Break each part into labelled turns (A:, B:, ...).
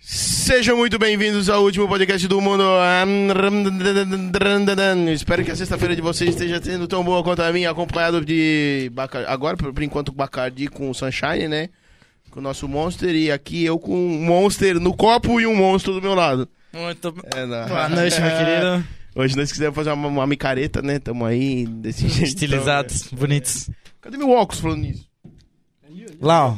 A: Sejam muito bem-vindos ao último podcast do mundo. Espero que a sexta-feira de vocês esteja sendo tão boa quanto a minha, acompanhado de Baca- agora por por enquanto Bacardi com o Sunshine, né? Com o nosso Monster e aqui eu com um Monster no copo e um monstro do meu lado.
B: Muito bem.
A: É, não.
B: Boa noite, meu querido.
A: Hoje nós quisemos fazer uma, uma micareta, né? Tamo aí desse jeito.
B: Estilizados, bonitos.
A: Cadê meu óculos falando nisso?
B: Lá, ó.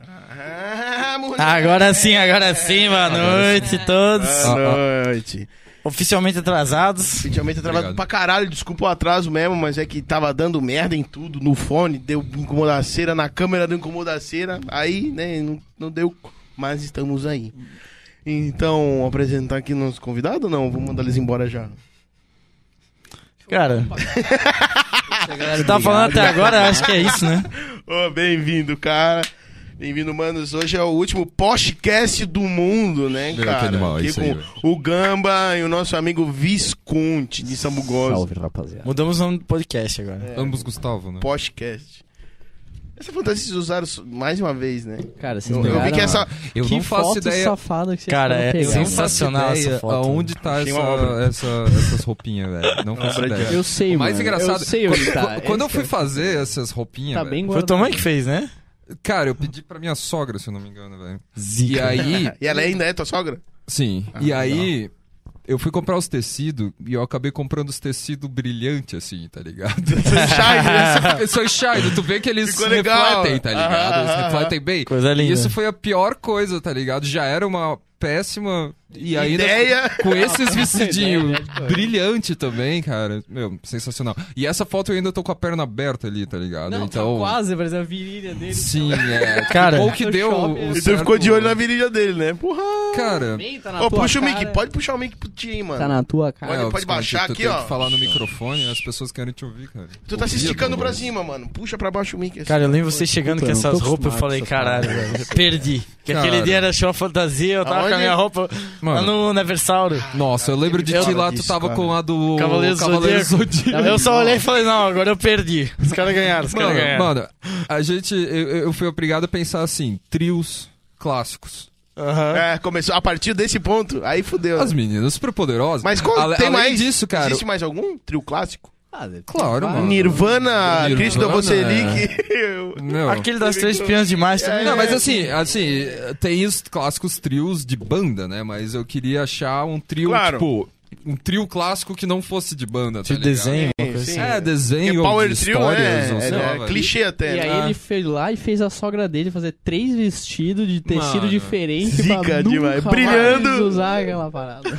A: Ah, moleque.
B: Agora sim, agora sim, Ah. boa noite a todos.
A: Boa noite.
B: Oficialmente atrasados.
A: Ultimamente eu trabalho
C: Obrigado.
A: pra caralho, desculpa o atraso mesmo, mas é que tava dando merda em tudo, no fone, deu incomodaceira, na câmera deu incomodaceira, aí, né, não, não deu, mas estamos aí. Então, apresentar aqui nosso convidado ou não? Vou mandar eles embora já.
B: Cara, você tá falando até agora, acho que é isso, né?
A: Ô, bem-vindo, cara. Bem-vindo, manos. Hoje é o último podcast do mundo, né,
C: Que
A: cara?
C: animal, é
A: aqui
C: isso
A: com
C: aí, velho.
A: o Gamba e o nosso amigo Visconde de Sambugosa.
D: Salve, rapaziada.
B: Mudamos o nome do podcast agora.
C: Ambos Gustavo, né?
A: Podcast. Essa fantasia vocês usaram so- mais uma vez, né?
D: Cara, vocês
A: Eu, eu
D: pegaram
A: vi que essa.
C: Eu não faço
D: foto
C: ideia.
D: safada que vocês
B: Cara,
D: foram
B: é
D: pegar.
C: Eu não
B: sensacional.
C: faço
B: essa
C: ideia
B: foto.
C: aonde tá
A: Achei uma
C: essa,
A: obra.
C: essa- essas roupinhas, velho. Não faço
A: obra de
C: ideia.
A: arte.
D: Eu sei,
C: O mais
D: mano.
C: engraçado.
D: Eu sei onde
C: quando,
D: tá.
C: quando-
D: Esse
C: quando eu fui
D: cara
C: fazer essas roupinhas,
D: Tá
C: velho,
D: bem
B: Foi
D: guardado.
B: tua mãe que fez, né?
C: cara, eu pedi pra minha sogra, se eu não me engano, velho. E
B: Zica.
C: aí,
A: E ela ainda é tua sogra?
C: sim. e aí, eu fui comprar os tecidos e eu acabei comprando os tecidos brilhantes, assim, tá ligado?
A: Sunshine, né?
C: Isso é shine, tu vê que eles
A: Ficou legal.
C: refletem, tá ligado?
A: Aham,
C: Eles
A: aham.
C: refletem bem.
B: Coisa
C: E
B: linda.
C: isso foi a pior coisa, tá ligado? Já era uma péssima e ainda
A: Ideia.
C: com esses
D: Ideia,
C: vestidinhos
D: né, de coisa.
C: brilhante também, cara. Meu, sensacional. E essa foto eu ainda tô com a perna aberta ali, tá ligado?
D: Não,
C: então,
D: tá quase, parece a virilha dele.
C: sim, é.
B: Cara.
C: ou que deu o,
D: Photoshop.
C: o
D: Então
A: Então
C: certo-
A: ficou de olho na virilha dele, né? Porra!
C: Cara, é,
D: Bem, tá na
A: Ô,
D: tua
A: puxa o
D: cara.
A: mic, pode puxar o mic pro ti, aí, mano.
D: Tá na tua cara.
A: Pode-
C: é,
A: pode
C: Visconde,
A: baixar
C: tu
A: aqui,
C: tem
A: ó.
C: que falar no microfone, as pessoas querem te ouvir, cara.
A: Tu tá se
C: Ouvir,
A: esticando
C: pelo
A: pra
C: menos.
A: cima, mano. Puxa pra baixo o mic. assim.
B: Cara, eu lembro você chegando
D: Puta,
B: com
D: eu não tô
B: essas roupas, eu
D: acostumado
B: falei,
D: com essas
B: caralho, velho, perdi. Porque aquele
C: Cara.
B: dia era show fantasia, eu tava
A: Aonde?
B: com a minha roupa lá
C: Mano.
B: no Universauro.
C: Nossa, eu lembro de
B: Eu-
C: ti lá, tu
A: disso,
C: tava
A: cara.
C: com a do
B: Cavaleiro
C: Cavaleiro
B: Zodíaco. é
C: Zodíaco.
B: Eu só olhei e falei, não, agora eu perdi. Os caras ganharam, os caras
C: Mano,
B: ganharam.
C: mano, a gente. Eu, eu fui obrigado a pensar assim: trios clássicos.
B: Aham.
A: É, começou a partir desse ponto, aí fudeu.
C: As meninas superpoderosas.
A: Mas qual,
C: Ale-
A: tem
C: além
A: mais?
C: disso, cara.
A: Existe mais algum trio clássico?
D: Ah, deve ter
C: Claro,
D: vários.
C: mano.
A: Nirvana,
C: Nirvana.
A: Cristo Vocelic. eu-
C: Meu.
B: Aquele das três pianas demais também.
C: Não,
A: É,
C: mas assim, assim, tem os clássicos trios de banda, né? Mas eu queria achar um trio,
A: Claro.
C: tipo, um trio clássico que não fosse de banda, tá
B: de
C: ligado?
B: desenho,
A: Sim,
B: uma coisa
A: sim.
B: assim.
C: É,
A: Porque
C: desenho, ou
A: Power
C: de
A: Trio,
C: histórias, ou
A: né?
C: sei
A: É,
C: lá,
A: é
C: velho.
A: clichê até.
D: E
A: né?
D: aí ele foi lá e fez a sogra dele fazer três vestidos de tecido
C: Mano.
D: diferente.
A: Zica
D: pra nunca
A: demais.
D: mais
A: Brilhando.
D: usar aquela parada.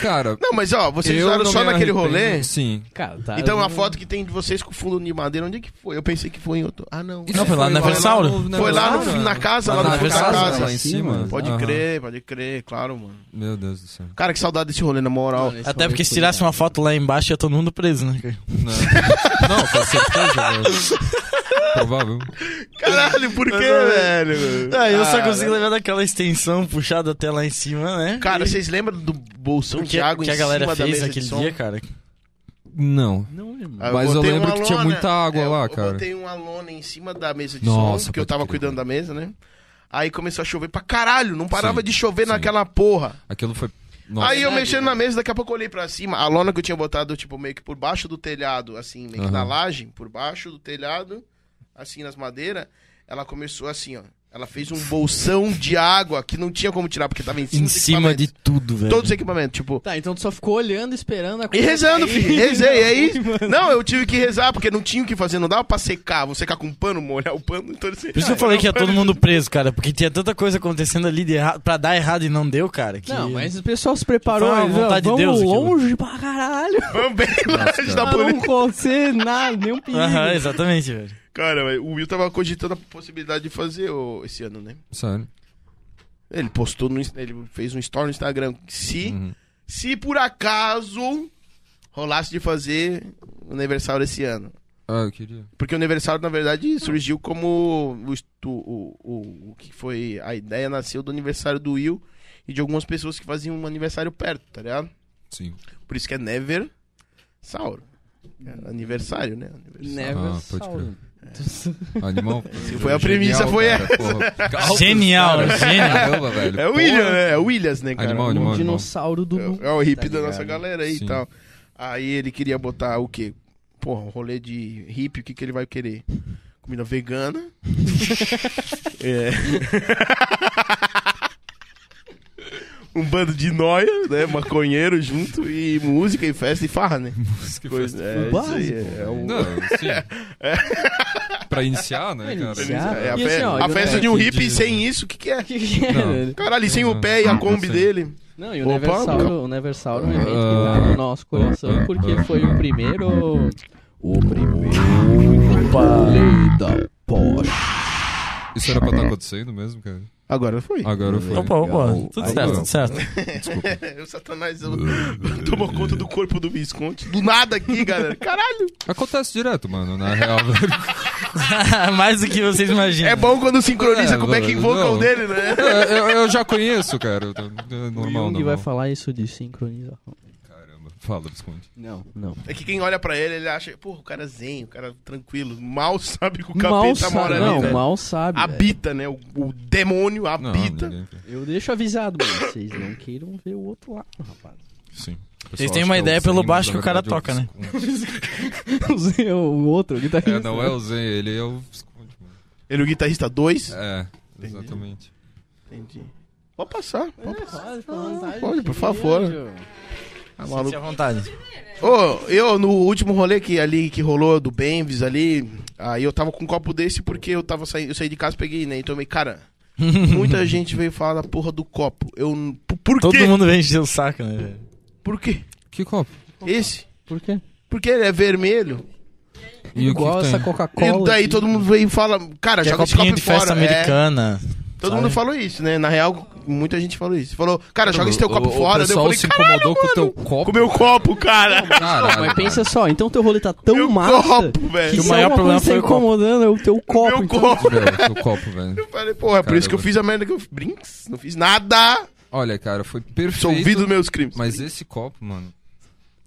C: Cara,
A: Não, mas ó, vocês
C: eu
A: usaram
C: não
A: só
C: me
A: naquele
C: arrependo,
A: rolê?
C: Sim.
D: Cara, tá.
A: Então a foto que tem de vocês com fundo de madeira, onde é que foi? Eu pensei que foi em outro. Ah, não.
B: Não, foi lá no Universauro.
C: no-
A: Foi lá no-
C: Universauro,
A: na
C: né?
A: casa, lá
C: na
A: no fundo da
C: casa,
A: casa.
C: lá em cima.
A: Pode
C: Aham.
A: crer, pode crer, claro, mano.
C: Meu Deus do céu.
A: Cara, que saudade desse rolê, na moral.
D: Mano, esse
B: Até
D: rolê
B: porque se
D: foi
B: tirasse
D: legal.
B: uma foto lá embaixo ia todo mundo preso, né? cara?
C: Não, não com certeza, velho. Provável.
A: Caralho, por quê,
B: Eu-
A: velho?
B: Ah, eu só
A: Ah,
B: consigo lembrar daquela extensão puxada até lá em cima, né?
A: Cara, vocês lembram do bolsão
B: o
A: de água
B: que
A: em
B: a galera
A: cima da
B: fez
A: mesa
B: aquele
A: de som?
B: dia, cara?
C: Não.
D: Não, irmão.
A: Ah,
C: Mas eu
A: botei
C: lembro
A: uma
C: que tinha
A: lona-
C: muita água
A: é,
C: lá,
A: eu
C: cara.
A: Eu botei uma lona em cima da mesa de
C: Nossa,
A: som, que eu
C: pode
A: tava
C: crer.
A: cuidando da mesa, né? Aí começou a chover pra caralho, não parava
C: Sim,
A: de chover
C: sim.
A: naquela porra.
C: Aquilo foi. Nossa.
A: Aí eu mexendo na mesa, daqui a pouco eu olhei pra cima. A lona que eu tinha botado, tipo, meio que por baixo do telhado, assim, meio que na
C: Aham.
A: laje, por baixo do telhado, assim, nas madeiras, ela começou assim, ó. Ela fez um bolsão de água que não tinha como tirar, porque tava em cima,
B: Em
A: dos
B: cima de
A: equipamentos.
B: tudo, né? velho.
A: Todos os equipamentos, tipo.
D: Tá, então tu só ficou olhando, esperando a
A: E
D: coisa
A: rezando,
D: cair. né?
A: filho. Rezei, aí. Não, eu tive que rezar, porque não tinha o que fazer, não dava pra secar. Vou secar com um pano, molhar o pano, então assim,
B: Por isso que eu falei que ia todo mundo preso, cara, porque tinha tanta coisa acontecendo ali de errado, pra dar errado e não deu, cara. que-
D: Não, mas o pessoal se preparou.
B: Foi uma
D: eles, ó,
B: vontade de
D: vamos
B: Deus aquilo.
D: longe pra caralho.
A: Vamos bem longe da
D: Não, não
A: polícia.
D: acontecer nada, nem um perigo.
B: Aham, exatamente, velho.
A: Cara, velho, o Will tava cogitando a possibilidade de fazer ô, esse ano, né?
C: Sério.
A: Ele postou no Inst- ele fez um story no Instagram se
C: Uhum.
A: se por acaso rolasse de fazer o aniversário esse ano.
C: Ah, eu queria.
A: Porque o aniversário, na verdade, surgiu como o, estu- o, o, o que foi. A ideia nasceu do aniversário do Will e de algumas pessoas que faziam um aniversário perto, tá ligado?
C: Sim.
A: Por isso que é Never Sauro. É aniversário, né? Aniversário.
D: Never
C: Ah, pode
D: Sauro.
C: crer. Animal.
A: foi a premissa, foi
C: essa.
B: Genial, genial.
C: Caramba, velho.
A: É o
C: Porra.
A: William, né? É o Williams, né, cara?
C: Animal,
D: Um
C: animal, animal.
D: dinossauro do...
A: É, é o hippie
B: Tá
A: da nossa
B: ligado?
A: galera aí e
C: Sim.
A: tal. Aí ele queria botar o quê? Porra, um rolê de hippie, o que, que ele vai querer? Comida vegana. é. um bando de noia, né? Maconheiro junto e música e festa e farra, né?
C: Isso que faz-
A: Coisa, é,
D: O
A: isso aí,
D: básico.
A: é, é o...
C: Não, sim. pra iniciar, né,
D: Pra
C: cara?
D: iniciar.
A: É a,
D: E
A: fe-
D: assim, ó,
A: a
D: eu-
A: festa
C: é,
A: de um
C: que
A: hippie
C: diz,
A: sem isso, o que, que é?
D: Que que é,
C: Não.
D: velho?
A: Caralho, e sem o pé e a
C: Não
A: Kombi
C: sei.
A: dele.
D: Não, e o
A: Opa,
D: Universauro, o Universauro é um evento que
C: Ah.
D: tá no nosso coração, porque foi o primeiro... O primeiro... Lei da Porsche.
C: Isso era pra estar acontecendo mesmo, cara?
A: Agora foi.
C: Agora foi.
B: Opa, opa. Tá
A: tá
B: Tudo
C: Aí,
B: certo,
C: ó.
B: tudo certo.
C: Desculpa.
A: o Satanás tomou conta do corpo do Visconde. Do nada aqui, galera. Caralho.
C: Acontece direto, mano, na real, velho.
B: Mais do que vocês imaginam.
A: É bom quando sincroniza
C: É,
A: com o back
C: não.
A: vocal dele, né?
C: É, Eu, eu já conheço, cara. É
D: O
C: normal,
D: Jung
C: normal.
D: vai falar isso de sincronização.
C: Caramba. Fala, Visconde.
D: Não, não.
A: É que quem olha pra ele, ele acha, porra, o cara é zen, o cara é tranquilo. Mal sabe que o
D: mal
A: capeta
D: sabe,
A: mora
D: não,
A: ali, velho.
D: mal sabe. velho.
A: Habita, né? O, o demônio
C: Não,
A: habita.
C: ninguém quer.
D: Eu deixo avisado, mas vocês não queiram ver o outro lado, rapaz.
C: Sim. O pessoal
B: Vocês têm
C: acha
B: uma
C: que é o
B: ideia pelo
C: Zen, mas
B: baixo
C: na
B: que o cara
C: verdade é o
B: toca,
C: Visconde.
D: Usei o outro guitarrista.
C: É, não é o Zen, ele é o Visconde, mano.
A: ele é o guitarrista 2.
C: É, exatamente.
A: Entendi. Pode passar. Pode passar.
C: é.
D: Pode, fica à vontade,
A: Pode, por
D: que
A: favor.
D: beijo.
A: Tá
B: Fique à
A: maluco.
B: vontade.
A: Ô, eu, no último rolê que, ali, que rolou do Benvis ali, aí eu tava com um copo desse porque eu tava saindo, eu saí de casa, peguei, né? E tomei, cara, muita gente veio falar da porra do copo. Eu. n- Por, por
B: Todo
A: quê?
B: mundo vem encher o saco, né? velho?
A: Por quê?
C: Que copo?
A: Esse?
D: Por quê?
A: Porque ele é vermelho.
C: E o que
D: Igual
C: que tem?
D: essa Coca-Cola.
A: e daí
D: aqui.
A: todo mundo veio e fala, cara,
B: Que é
A: joga esse copo
B: copinho de
A: fora.
B: festa
A: É,
B: americana.
A: todo
B: sabe?
A: mundo falou isso, né? Na real, muita gente falou isso. Falou, cara, joga esse teu copo
C: o,
A: fora. Daí
C: O
A: eu
C: pessoal
A: falei,
C: se
A: cara,
C: incomodou com o teu copo.
A: com meu copo, cara.
C: Caralho,
D: Mas pensa
C: mano.
D: só, então teu rolê tá tão
A: Meu
D: massa
A: copo, velho.
D: que
A: O
D: se
B: maior
D: é uma
B: problema
D: coisa que tá
B: foi o copo.
D: incomodando é o teu copo.
A: meu
D: então.
A: copo.
C: Velho, teu copo, velho.
A: Eu falei, porra, é por isso que eu
C: Caramba.
A: fiz a merda que eu fiz. Brinks, não fiz nada.
C: Olha, cara, foi
A: Sou ouvido
C: perfeito.
A: dos meus crimes.
C: Mas esse copo, mano.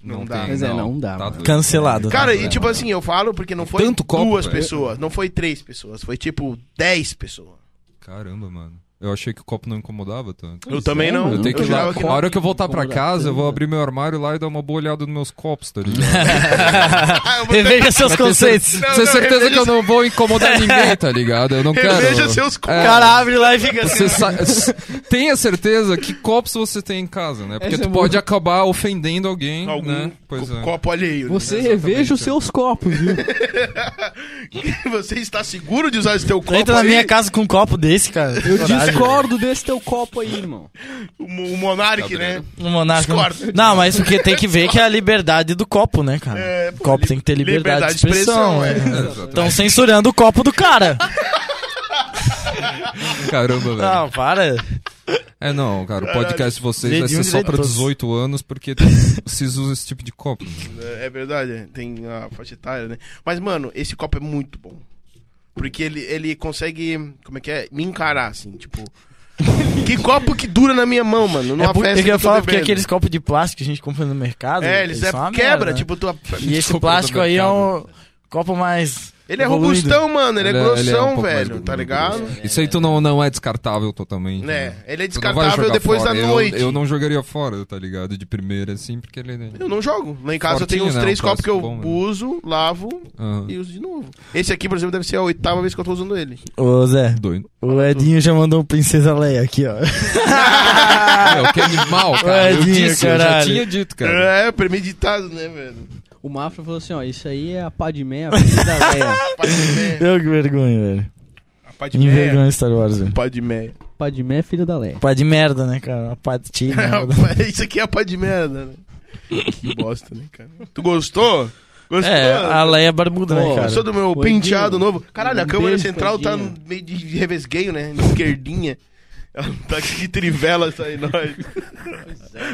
A: Não
C: Não,
A: dá.
C: Tem,
D: Mas é, não dá, mano.
C: doido.
B: Cancelado.
A: Cara,
C: Não
A: e
C: dá,
A: tipo
B: é.
C: mano.
A: assim, eu falo porque não foi
C: Tanto copo,
A: duas
C: velho.
A: pessoas, não foi três pessoas, foi tipo dez pessoas.
C: Caramba, mano. Eu achei que o copo não incomodava tanto.
A: Eu também não.
C: Eu tenho que ir
A: jurava
C: lá.
A: que
C: A
A: não.
C: hora que eu voltar pra
D: Incomodar
C: casa, eu vou
D: tanto.
C: abrir meu armário lá e dar uma boa olhada nos meus copos, tá ligado?
A: Ah, eu vou ter-
B: Reveja seus conceitos.
A: Não,
C: Tenho
A: não,
C: certeza
A: reveja
C: que eu não vou incomodar ninguém, tá ligado? Eu não quero.
A: Reveja seus cu-
B: Cara, é. abre lá e fica assim.
C: Você sa... s- Tenha certeza que copos você tem em casa, né? Porque
D: Essa é
C: tu
D: boa.
C: pode acabar ofendendo alguém,
A: Algum
C: né? Pois
A: co-
C: é.
A: copo alheio. né?
D: Você reveja os seus copos, viu?
A: Você está seguro de usar esse teu copo
B: Entra na
A: aí?
B: minha casa com um copo desse, cara.
D: Eu
C: né?
D: discordo desse teu copo aí, irmão.
A: O, mo- o Monark,
C: Cabreiro.
A: né?
B: No Monarca.
A: Discordo.
B: Não, mas porque tem que ver que é a liberdade do copo, né, cara?
A: É, pô,
B: o copo
A: li-
B: tem que ter liberdade,
A: liberdade
B: de expressão.
A: de expressão,
B: é. Estão censurando o copo do cara.
C: Caramba, velho.
B: Não, para.
C: É não, cara, o podcast de vocês
B: Lei
C: vai
B: de
C: ser
B: um,
C: só
B: lei de
C: pra
B: todos.
C: 18 anos, porque vocês usam esse tipo de copo.
A: É é verdade, é. tem a faixa etária, né? Mas, mano, esse copo é muito bom. Porque ele, ele consegue, como é que é? Me encarar, assim, tipo... que copo que dura na minha mão, mano, numa
B: é por,
A: festa
B: eu
A: que
B: ia
A: eu tô
B: falar porque
A: bebendo.
B: aqueles copos de plástico que a gente compra no mercado.
A: É, eles é,
B: são uma
A: quebra,
B: merda, né?
A: tipo... Tua...
B: E esse
C: Compra do
B: plástico aí é um copo mais.
A: Ele é
B: evoluído.
A: robustão, mano, ele, é
C: Ele é- ele é um
A: grossão,
C: pouco mais
A: velho,
C: gordura,
A: tá ligado?
C: Isso aí tu não, não é descartável totalmente.
A: Né,
C: né?
A: ele é
C: Tu não vai
A: descartável
C: jogar
A: depois
C: fora.
A: da
C: Eu-
A: noite.
C: Eu, não jogaria fora, tá ligado? De primeira, assim, porque ele...
A: Eu não jogo. Lá em casa eu tenho
C: Fortinho,
A: uns
C: né?
A: três
C: Um
A: copos que eu
C: plástico bom, né?
A: uso, lavo
C: Aham.
A: e uso de novo. Esse aqui, por exemplo, deve ser a oitava vez que eu tô usando ele.
B: Ô, Zé.
C: Doido.
B: O Edinho já mandou um Princesa Leia aqui, ó.
C: Meu, É, que animal, cara. eu
B: Tadinho,
C: disse, eu já
B: caralho.
C: tinha dito, cara.
A: É, premeditado, né, velho?
D: O Mafra falou assim, ó, isso aí é a Padmé, a filha da Leia.
A: Pai de meia.
B: Eu que vergonha, velho.
A: Pai de
B: Que
A: meia.
B: vergonha Star Wars, velho.
A: Pai de meia.
D: Padmé, é filha da Leia.
B: Pá de merda, né, cara? Uma pá de né? tia, merda.
A: Isso aqui é a pá de merda, né? Que bosta, né, cara? Tu gostou? Gostou?
B: É, a Leia é barbuda,
D: Pô,
B: né, cara?
A: Gostou do meu
D: Oi,
A: penteado
D: Dinho.
A: novo? Caralho, a
D: Um
A: câmera
D: beijo,
A: central tá
D: Tadinho.
A: no meio de revesgueio, né? Esquerdinha. Ela não tá aqui de trivela, sai nós. é,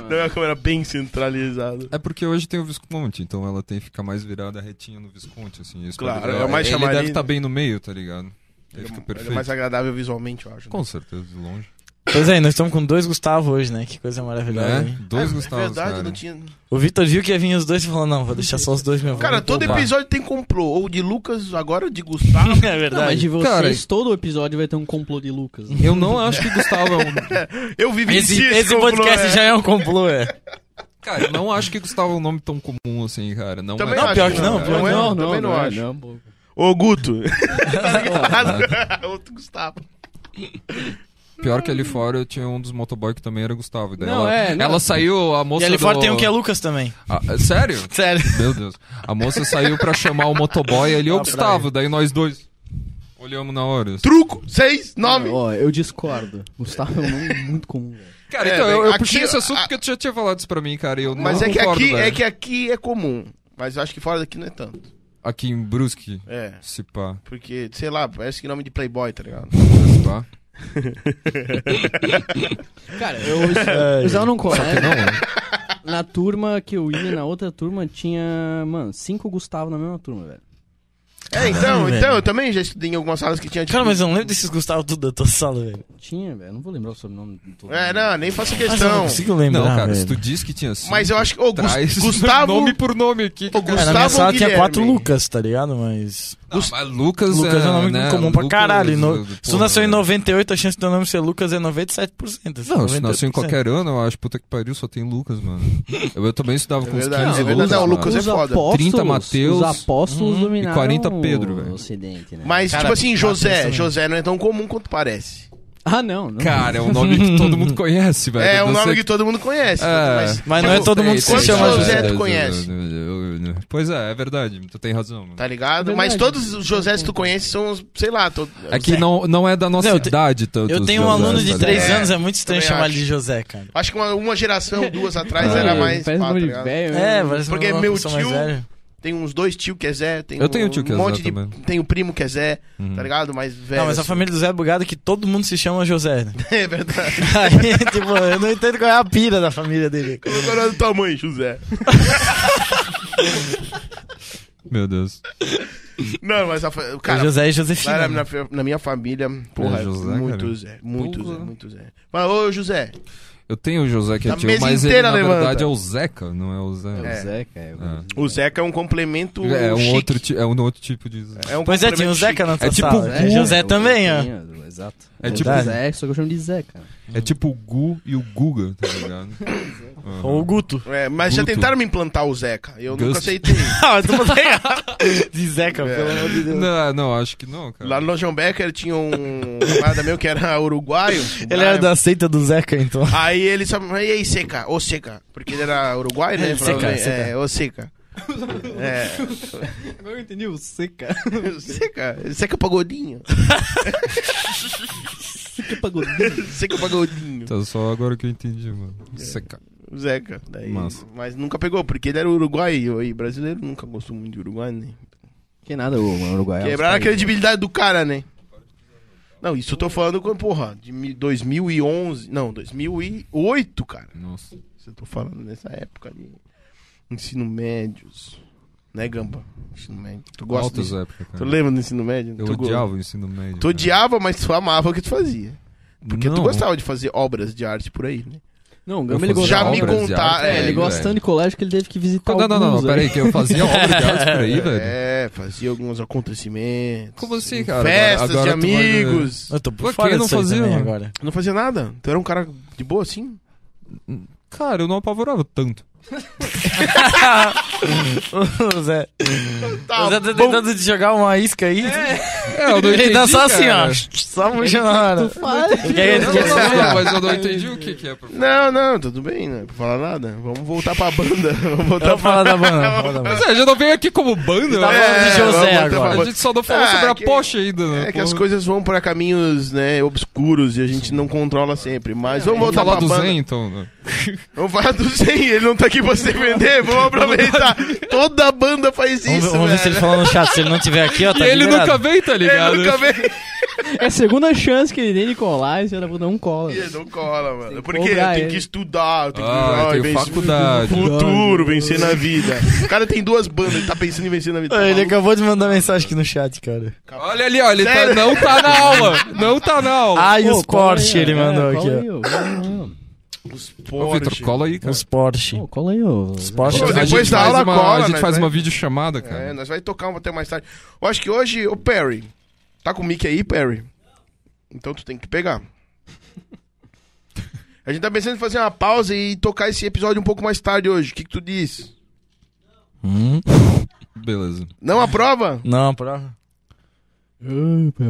A: Não é uma câmera bem centralizada.
C: É porque hoje tem o Visconde, então ela tem que ficar mais virada retinha no Visconde, assim. isso
A: Claro,
C: pode-
A: é o mais
C: Ele
A: chamarinho.
C: deve estar bem no meio, tá ligado? Ele
A: Ele
C: fica
A: é
C: perfeito.
A: mais agradável visualmente, eu acho. né?
C: Com certeza, de longe.
B: Pois é, nós estamos com dois Gustavo hoje, né? Que coisa maravilhosa.
C: Né?
B: hein?
C: Dois
A: É
C: Gustavos,
A: verdade,
C: cara.
A: não tinha.
B: O Vitor viu que ia vir os dois e falou: não, vou deixar só os dois mesmo.
A: Cara,
B: vou me
A: todo
B: poupar."
A: episódio tem complô. Ou de Lucas, agora de Gustavo.
B: É
D: Não, mas
B: verdade.
D: de vocês,
C: Cara,
D: todo episódio vai ter um complô de Lucas. né?
C: Eu não acho que Gustavo é um...
A: Eu vivi
B: esse esse podcast já é um complô, é.
C: Cara, eu não acho que Gustavo é um nome tão comum assim, cara. Não
A: Também
C: é.
A: não,
C: tipo,
B: pior que não,
C: cara.
B: pior que
A: é,
B: não,
A: também não
D: é,
A: acho.
D: não é um pouco.
A: Ô, Guto. Tá ligado? Outro Gustavo.
C: Pior que ali fora eu tinha um dos motoboy que também era Gustavo. Daí
D: Não,
C: ela,
D: é, não.
C: ela saiu, a moça.
B: E ali
C: do-
B: fora tem um que é Lucas também.
C: Ah, sério?
B: Sério.
C: Meu Deus. A moça saiu pra chamar o motoboy ali, ô
B: Na
C: Gustavo. Daí nós dois olhamos na hora.
A: Truco, seis, nove.
D: Ó, eu discordo. Gustavo é um nome muito comum. velho.
C: Cara,
A: É,
C: então, eu,
A: bem,
C: eu
A: aqui-
C: puxei esse assunto
A: a-
C: porque tu já tinha falado isso pra mim, cara. e eu
A: Mas
C: não
A: é, que
C: concordo,
A: aqui, é
C: velho.
A: que aqui é comum. Mas eu acho que fora daqui não é tanto.
C: Aqui em Brusque,
A: É.
C: se pá,
A: Porque, sei lá, parece que nome de Playboy, tá ligado?
C: se pá.
D: Cara, eu, eu já não
C: Só que
D: colégio.
C: não, né?
D: Na turma que eu ia, na outra turma, tinha, mano, cinco Gustavo na mesma turma, velho.
A: É, então,
B: velho.
A: então, eu também já estudei em algumas salas que tinha... tipo,
B: Cara, mas eu não lembro desses Gustavo tudo da tua sala, velho.
D: Tinha, velho. Não vou lembrar o sobrenome do todo
A: É,
D: mundo.
A: não, nem faço
B: Mas eu não
A: questão.
B: consigo lembrar,
C: Não, cara, se
B: velho.
C: tu diz que tinha cinco,
A: Mas eu acho que... Ô, Gus-
C: traz
A: Gustavo...
C: nome por nome aqui. que
A: Ô,
C: cara-
B: É, na minha
A: Gustavo
B: sala tinha
A: Guilherme.
B: quatro Lucas, tá ligado? Mas.
C: Não,
A: Gus-
C: mas Lucas,
B: Lucas é um nome
C: né,
B: comum pra
C: Lucas,
B: caralho. No-
C: eu-
B: Se tu
C: porra,
B: nasceu em
C: velho.
B: 98, a chance do teu nome ser Lucas é 97%. assim,
C: Não, se nasceu
B: 98%.
C: em qualquer ano, eu acho, puta que pariu, só tem Lucas, mano. Eu, eu também estudava
A: É
C: com uns
A: verdade,
C: 15
A: é verdade.
C: Lucas.
A: Não, o
C: mano.
A: Lucas é
D: Os
A: foda.
D: apóstolos,
C: 30 Mateus,
D: os apóstolos
C: uhum, e
D: dominaram
C: 40 Pedro, velho.
D: o ocidente, né?
A: Mas,
B: Cara,
A: tipo assim,
B: quatro
A: José.
B: também.
A: José não é tão comum quanto parece.
D: Ah, não, não.
C: Cara, é um nome que todo mundo conhece, velho.
A: É um
C: Você-
A: nome que todo mundo conhece.
C: É.
A: Mas,
B: Mas
A: tipo,
B: não é todo mundo que se
A: quantos
B: chama
A: José
B: José.
A: tu conhece?
C: Pois é, é verdade, tu tem razão. mano.
A: Tá ligado?
D: Verdade.
A: Mas todos os José que tu conhece são, os- sei lá, to...
C: É que não, não é da nossa
B: Não, eu te-
C: idade tanto.
B: Eu tenho um
C: tá
B: aluno de 3
A: É,
B: anos, é muito estranho
A: também
B: chamar
A: acho.
B: ele de José, cara.
A: Acho que uma, uma geração, duas atrás
C: Ah,
A: era
C: é.
A: mais.
D: Parece
A: pá, tá
D: nome de
A: ligado?
D: velho,
B: É,
D: né?
B: parece
A: Porque
B: uma
A: meu
B: pessoa mais
A: tio-
B: velha.
A: Tem uns dois tio que é Zé, tem
C: Eu tenho
A: um,
C: tio que é
A: um
C: Zé
A: monte de.
C: também.
A: Tem o primo que é Zé,
C: Uhum.
A: tá ligado? Mais velho.
B: Não, mas a
A: assim.
B: família do Zé é bugada que todo mundo se chama José. né?
A: É verdade.
B: Aí, tipo, eu não entendo qual é a pira da família dele.
A: Qual é o tamanho, José?
C: Meu Deus.
A: Não, mas a. fa-
B: É
A: Cara,
B: José e
A: lá na,
B: Josefina.
A: minha fa- na minha família, porra,
C: É José,
A: muito
C: cara?
A: Zé. Muito
C: Porra.
A: Zé, muito Zé. Mas, ô, José.
C: Eu tenho o José que é
A: A
C: tio,
A: mesa
C: mas ele
A: inteira
C: na
A: levanta.
C: verdade é o Zeca, não é o Zé.
D: É
A: É.
D: o Zeca, é. o-
C: Ah.
A: O Zeca é um complemento.
C: É, um
A: chique.
C: outro, ti- é um outro tipo de Zé.
A: É um
B: Pois é, tinha o
A: complemento
B: Zeca na tua
C: É tipo
B: sala.
C: o
B: É,
C: Gu.
B: José
D: é, o
B: também, ó.
D: Zequinha, Exato.
C: É
D: o
C: tipo-
D: Zé, só que eu chamo de Zé, cara.
C: É tipo o Gu e o Guga, tá ligado? Aham.
B: Ou o Guto.
A: chique. É, mas já
C: Guto.
A: tentaram me implantar o Zeca. Eu nunca
C: Gusto.
A: aceitei.
B: Ah, mas tu não tem a- De Zeca,
A: É.
B: pelo amor de Deus.
C: Não, não, acho que não, cara.
A: Lá no João Becker tinha um camarada meu que era uruguaio.
B: Ele era da seita do Zeca, então.
A: Aí ele só. E aí, seca, ô seca. Porque ele era uruguaio, né?
B: É,
A: Ele falava,
B: seca,
A: né?
B: seca.
A: É, ô seca. É,
D: Agora eu entendi o Seca.
A: seca, seca pagodinho.
D: Seca pagodinho.
A: Seca pagodinho.
C: Tá só agora que eu entendi, mano.
A: É.
C: é Seca.
A: Zeca. Daí,
C: Massa.
A: mas nunca pegou, porque ele era uruguaio e brasileiro nunca gostou muito de uruguaio, né?
D: Que nada, o
C: É,
D: Uruguai. é
A: Quebraram a
C: né?
A: credibilidade do cara, né? Não, isso eu tô falando com, porra, de mi- 2011. Não, 2008, cara.
C: Nossa.
A: Isso eu tô falando nessa época ali. Ensino médios. Né, Gamba? Ensino médio. Tu gosta
C: Altas
A: disso?
C: épocas, cara.
A: Tu lembra do ensino médio?
C: Eu
A: tu go-
C: odiava o ensino médio.
A: Tu odiava, mas tu amava o que tu fazia. Porque tu
C: Não.
A: gostava de fazer obras de arte por aí, né?
D: Não, o
C: Eu
D: Gama ele
C: fazia
A: Já
D: gostava.
A: me
C: obras de
A: contaram-
C: arte,
A: é,
D: É, ele
A: velho.
D: gosta tanto de colégio que ele teve que visitar
C: Não, não, não, não,
D: alguns,
C: peraí, que eu fazia obra de arte por aí, velho.
A: É, fazia alguns acontecimentos.
C: Como assim, cara?
A: Festas
C: Agora- agora
A: de
C: tu vai-
A: amigos.
B: Eu tô por
C: Pô, que
B: fora
C: eu não
B: disso aí
C: fazia,
B: também
C: mano.
B: agora.
A: Não fazia nada? Tu era um cara de boa assim?
C: Cara, eu não apavorava tanto.
B: O Zé.
A: Tá
B: o Zé tá
A: bom.
B: tentando te jogar uma isca aí.
C: É, eu não
B: Ele tá só assim,
C: cara.
B: ó. Só puxando a hora. Tá
D: faz?
B: Quer-
C: Não,
B: quer-
C: não, não, mas eu
A: assim,
C: não entendi o que que é. Mas
A: Não, não, tudo bem, não é pra falar nada. Vamos voltar pra banda. Vamos voltar
B: Vamos
A: pra...
B: falar da banda. vamos falar da banda.
C: é, a gente não veio aqui como banda,
B: Tá
C: né?
B: falando de
A: Tá É,
B: José
A: vamos ter
B: agora.
C: A gente só não falou
A: Ah,
C: sobre a
A: que-
C: Porsche ainda, né?
A: É que as
C: porra.
A: coisas vão pra caminhos, né, obscuros e a gente não controla sempre. Mas vamos
C: Vamos
A: voltar
C: falar
A: pra
C: do
A: banda.
C: Zen, então. né?
A: Vamos falar do Zen, ele não tá aqui pra se vender, vamos aproveitar. Toda banda faz
B: Vamos,
A: isso,
B: ver- vamos ver se
A: velho.
B: ele fala no chat. Se ele não tiver aqui, ó, tá
C: e ele
B: liberado.
C: nunca veio, tá ligado?
A: Ele nunca veio.
D: É a segunda chance que ele tem de colar e você não um cola.
A: Ih, não cola, mano.
D: que
A: Porque
D: cobrar
A: tem
D: ele.
A: que estudar, eu tenho que
C: Ah,
A: estudar, vencer
C: eu tenho faculdade.
A: futuro, vencer na vida. O cara tem duas bandas, ele tá pensando em vencer na vida. Tá
B: É, Ele
A: maluco?
B: acabou de mandar mensagem aqui no chat, cara.
C: Olha ali, ó, ele tá-
A: Sério?
C: não tá na aula. Não tá na aula.
B: Ai,
D: Pô,
B: os
D: cola
B: Porsche
D: aí,
B: ele
D: é,
B: mandou
D: cola
B: aqui,
D: aí, ó. Não,
A: Os
C: Ô, Vitor,
A: Porsche.
C: cola aí,
B: ó.
C: cara.
B: Os Porsche.
D: não, Cola aí, ó.
B: Os Porsche.
A: Pô,
C: A
A: depois
C: gente
A: da
C: faz
A: aula,
C: uma-
A: cola,
C: A gente
A: né,
C: faz
A: vai?
C: uma videochamada,
A: É,
C: cara.
A: nós vai tocar um até mais tarde. Eu acho que hoje, ô Perry, tá com o mic aí, Perry? Então tu tem que pegar. A gente tá pensando em fazer uma pausa e tocar esse episódio um pouco mais tarde hoje. O que, que tu diz?
B: Hum,
C: Beleza.
A: Não aprova?
B: não, prova.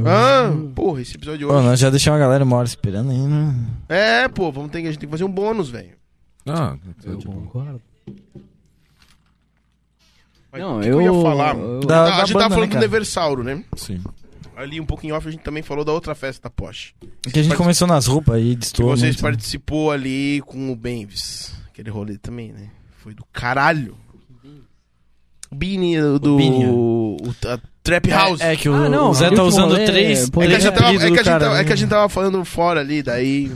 A: Ah, porra, esse episódio de
B: Pô,
A: hoje.
B: nós já deixamos a galera uma hora esperando aí, né?
A: É, pô, vamos ter, que- a gente tem que fazer um bônus, velho.
C: Ah,
D: Eu concordo.
A: Mas
D: Não,
A: o que
D: eu-
A: que eu ia falar?
D: eu-
B: Da-
A: Ah, a
B: da
A: gente
B: banda,
A: tava
B: né,
A: falando do
B: cara?
A: Neversauro, né?
C: sim.
A: Ali um pouco em off a gente também falou da outra festa da Porsche.
B: Que a gente começou nas roupas aí, né?
A: Que
B: destoou
A: vocês
B: muito.
A: participou ali com o Benves. Aquele rolê também, né? Foi do caralho. Bini do.
B: Bini, é.
A: o- a Trap House.
B: É, é que o,
D: Ah, não,
B: o Zé
D: o
B: tá
D: último
B: usando
D: rolê,
B: três.
D: pô,
A: É que, a
B: três
A: gente tava, é
B: apelidos
A: que a
B: do
A: gente
B: cara,
A: tava- é
B: né?
A: que a gente tava falando fora ali, daí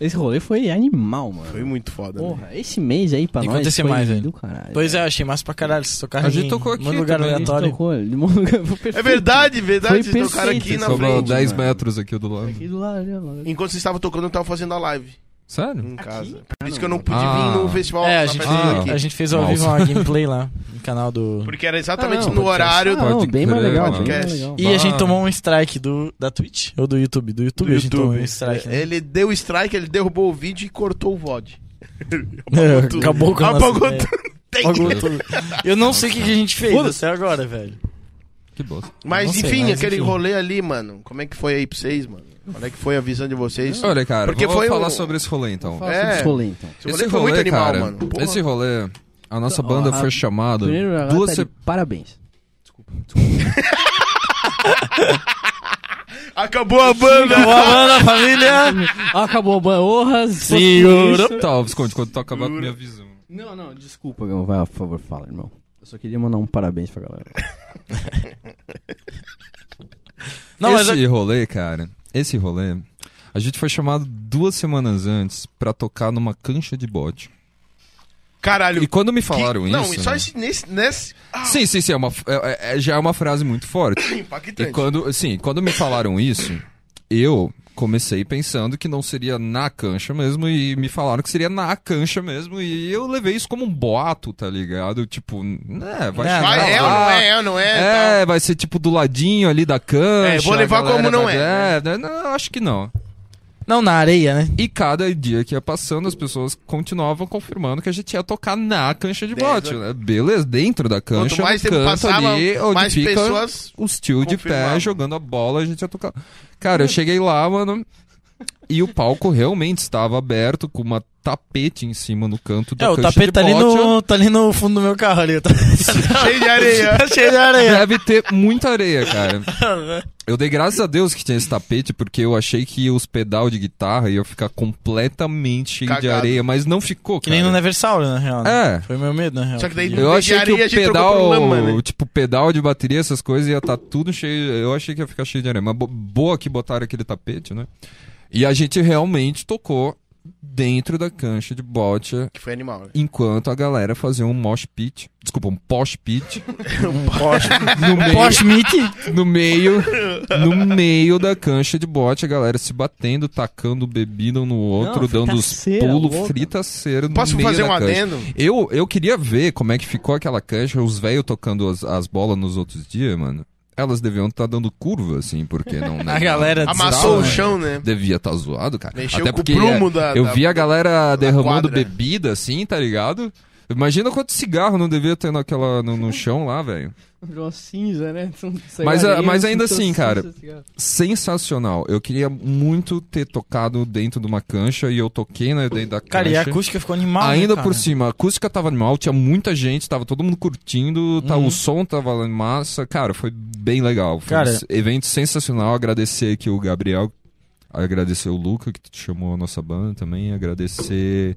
D: Esse rolê foi animal, mano.
A: foi muito foda. né?
D: Porra, esse mês aí pra
B: E
D: nós
B: acontecer
D: foi
B: mais, velho.
D: do caralho.
B: Pois é, eu achei massa pra caralho. Vocês tocaram
C: A gente
B: em
C: tocou
B: um
C: aqui
B: monte de lugar
C: também.
D: Ele
B: aleatório.
D: tocou, ele montou-
A: É verdade, verdade.
D: Foi
A: Vocês tocaram
D: perfeito.
A: aqui na
C: Sobrou
A: frente. né?
C: 10
A: mano.
C: metros aqui do lado.
D: Aqui do lado, né, mano?
A: Enquanto vocês estavam tocando, eu tava fazendo a live
C: Sério?
A: em casa. Por isso que eu não pude
C: Ah.
A: vir no festival.
B: É, a
A: na
B: gente,
A: festa
C: Ah.
A: daqui.
B: a gente fez ao vivo uma gameplay lá no canal do.
A: Porque era exatamente
D: Ah,
A: no
D: não, pode
A: horário
D: Ah, não,
C: Pode
D: bem mais
C: crer,
D: legal,
A: mano.
D: bem mais legal.
B: E a gente tomou um strike do, da Twitch? Ou do YouTube? Do YouTube,
A: do
B: a gente tomou
A: YouTube.
B: um strike. né?
A: Ele deu strike, ele derrubou o vídeo e cortou o VOD.
B: É, Acabou com a nossa
A: Apagou
B: ideia.
A: tudo. Tem.
B: Apagou tudo. Eu não sei o que que a gente fez até agora, velho.
C: Que bosta.
A: Mas
B: Não sei,
A: enfim,
B: mas
A: aquele
B: enfim.
A: rolê ali, mano. Como é que foi aí pra vocês, mano? Como é que foi a visão de vocês?
C: Olha, cara,
A: Porque
C: Porque vou
A: foi
C: falar
A: um-
C: sobre esse rolê, então.
D: Fala
A: É.
D: sobre esse rolê, então.
A: Esse rolê foi muito animal, mano. Porra.
C: Esse rolê, a nossa
D: Ó,
C: banda
D: a-
C: foi chamada
D: Primeiro, a
C: duas
D: gata
C: se...
D: tá de parabéns.
A: Acabou a banda!
B: Boa, família!
D: Acabou a banhorra.
B: Senhor.
C: Tá, Visconde, quando tu acabar, tu me avisa.
D: Não, não, desculpa, Gão, vai, por favor, fala, irmão. Eu só queria mandar um parabéns pra galera.
B: Não, mas
C: esse rolê, cara, esse rolê, a gente foi chamado duas semanas antes pra tocar numa cancha de bote.
A: Caralho.
C: E quando me
A: que-
C: falaram isso...
A: Não, é assim. e só
C: né?
A: esse, nesse, nesse. Ah,
C: Sim, sim, sim, é uma, é- é- já é uma frase muito forte. E
A: impactante.
C: quando, assim, quando me falaram isso, eu comecei pensando que não seria na cancha mesmo e me falaram que seria na cancha mesmo e eu levei isso como um boato, tá ligado? Tipo, né, vai
B: Não,
A: Vai, é ou não é, é ou não é?
C: É, vai ser tipo do ladinho ali da cancha.
A: É, vou levar
C: a galera
A: como não
C: vai-
A: é,
C: É, né, não, acho que não.
B: Não, na areia, né?
C: E cada dia que ia passando, as pessoas continuavam confirmando que a gente ia tocar na cancha de
A: Dentro.
C: bote, né? Beleza, dentro da
A: tal.
C: cancha,
A: Quanto mais
C: no
A: tempo
C: canto
A: passava,
C: ali, onde
A: mais
C: fica
A: pessoas.
C: os tio de
A: Confirmava.
C: pé jogando a bola, a gente ia tocar. Cara, eu cheguei lá, mano, e o palco realmente estava aberto com uma tapete em cima no canto da
B: É, o
C: cancha
B: tapete
C: de
B: tá ali,
C: bote.
B: no, tá ali no fundo do meu carro ali. Tá
A: Cheio de areia.
B: cheio de areia.
C: Deve ter muita areia, cara. Eu dei graças a Deus que tinha esse tapete, porque eu achei que os pedal de guitarra ia ficar completamente cheio de
A: Cagado.
C: areia, mas não ficou,
B: Que nem no
C: cara.
B: Neversauro, na real. né?
C: É.
B: Foi meu medo, na real.
A: Só que daí-
C: Eu
A: De
C: achei que
A: areia a
C: o
A: gente
C: pedal,
A: trocou por lama, né?
C: tipo, pedal de bateria, essas coisas, ia estar tudo cheio. Eu achei que ia ficar cheio de areia. Mas bo- boa que botaram aquele tapete, né? E a gente realmente tocou dentro da cancha de bote
A: Que foi animal. né?
C: enquanto a galera fazia um mosh pit. Desculpa, um posh pit.
B: no Porsche Meet.
C: no meio no meio da cancha de bote, a galera se batendo, tacando bebida um no outro, dando os
D: fritaceira
C: pulos,
D: louca.
C: fritaceira no
A: Posso
C: meio
A: fazer
C: da
A: um
C: cancha.
A: adendo?
C: Eu, eu queria ver como é que ficou aquela cancha, os velhos tocando as, as bolas nos outros dias, mano. Elas deviam estar dando curva, assim, porque não...
B: A galera
A: Amassou
C: Zala,
A: o
C: né?
A: chão, né?
C: Devia estar zoado, cara.
A: Mexeu
C: Até
A: com o
C: porque
A: prumo
C: é,
A: da-
C: eu
A: da-
C: vi a galera derramando
A: quadra.
C: bebida, assim, tá ligado? Imagina quanto cigarro não devia ter naquela, no, no chão lá, velho.
D: Virou uma cinza, né?
C: Mas, a- mas ainda assim, cara, Sensacional. Eu queria muito ter tocado dentro de uma cancha e eu toquei né, dentro da cancha.
B: Cara, e a acústica ficou animal. né,
C: Ainda
B: cara?
C: por cima, a acústica tava animal, tinha muita gente, tava todo mundo curtindo, tá,
B: Uhum.
C: o som tava massa. Cara, foi bem legal. Foi
B: Cara-
C: um s- evento sensacional. Agradecer aqui o Gabriel, agradecer o Luca, que te chamou a nossa banda também, agradecer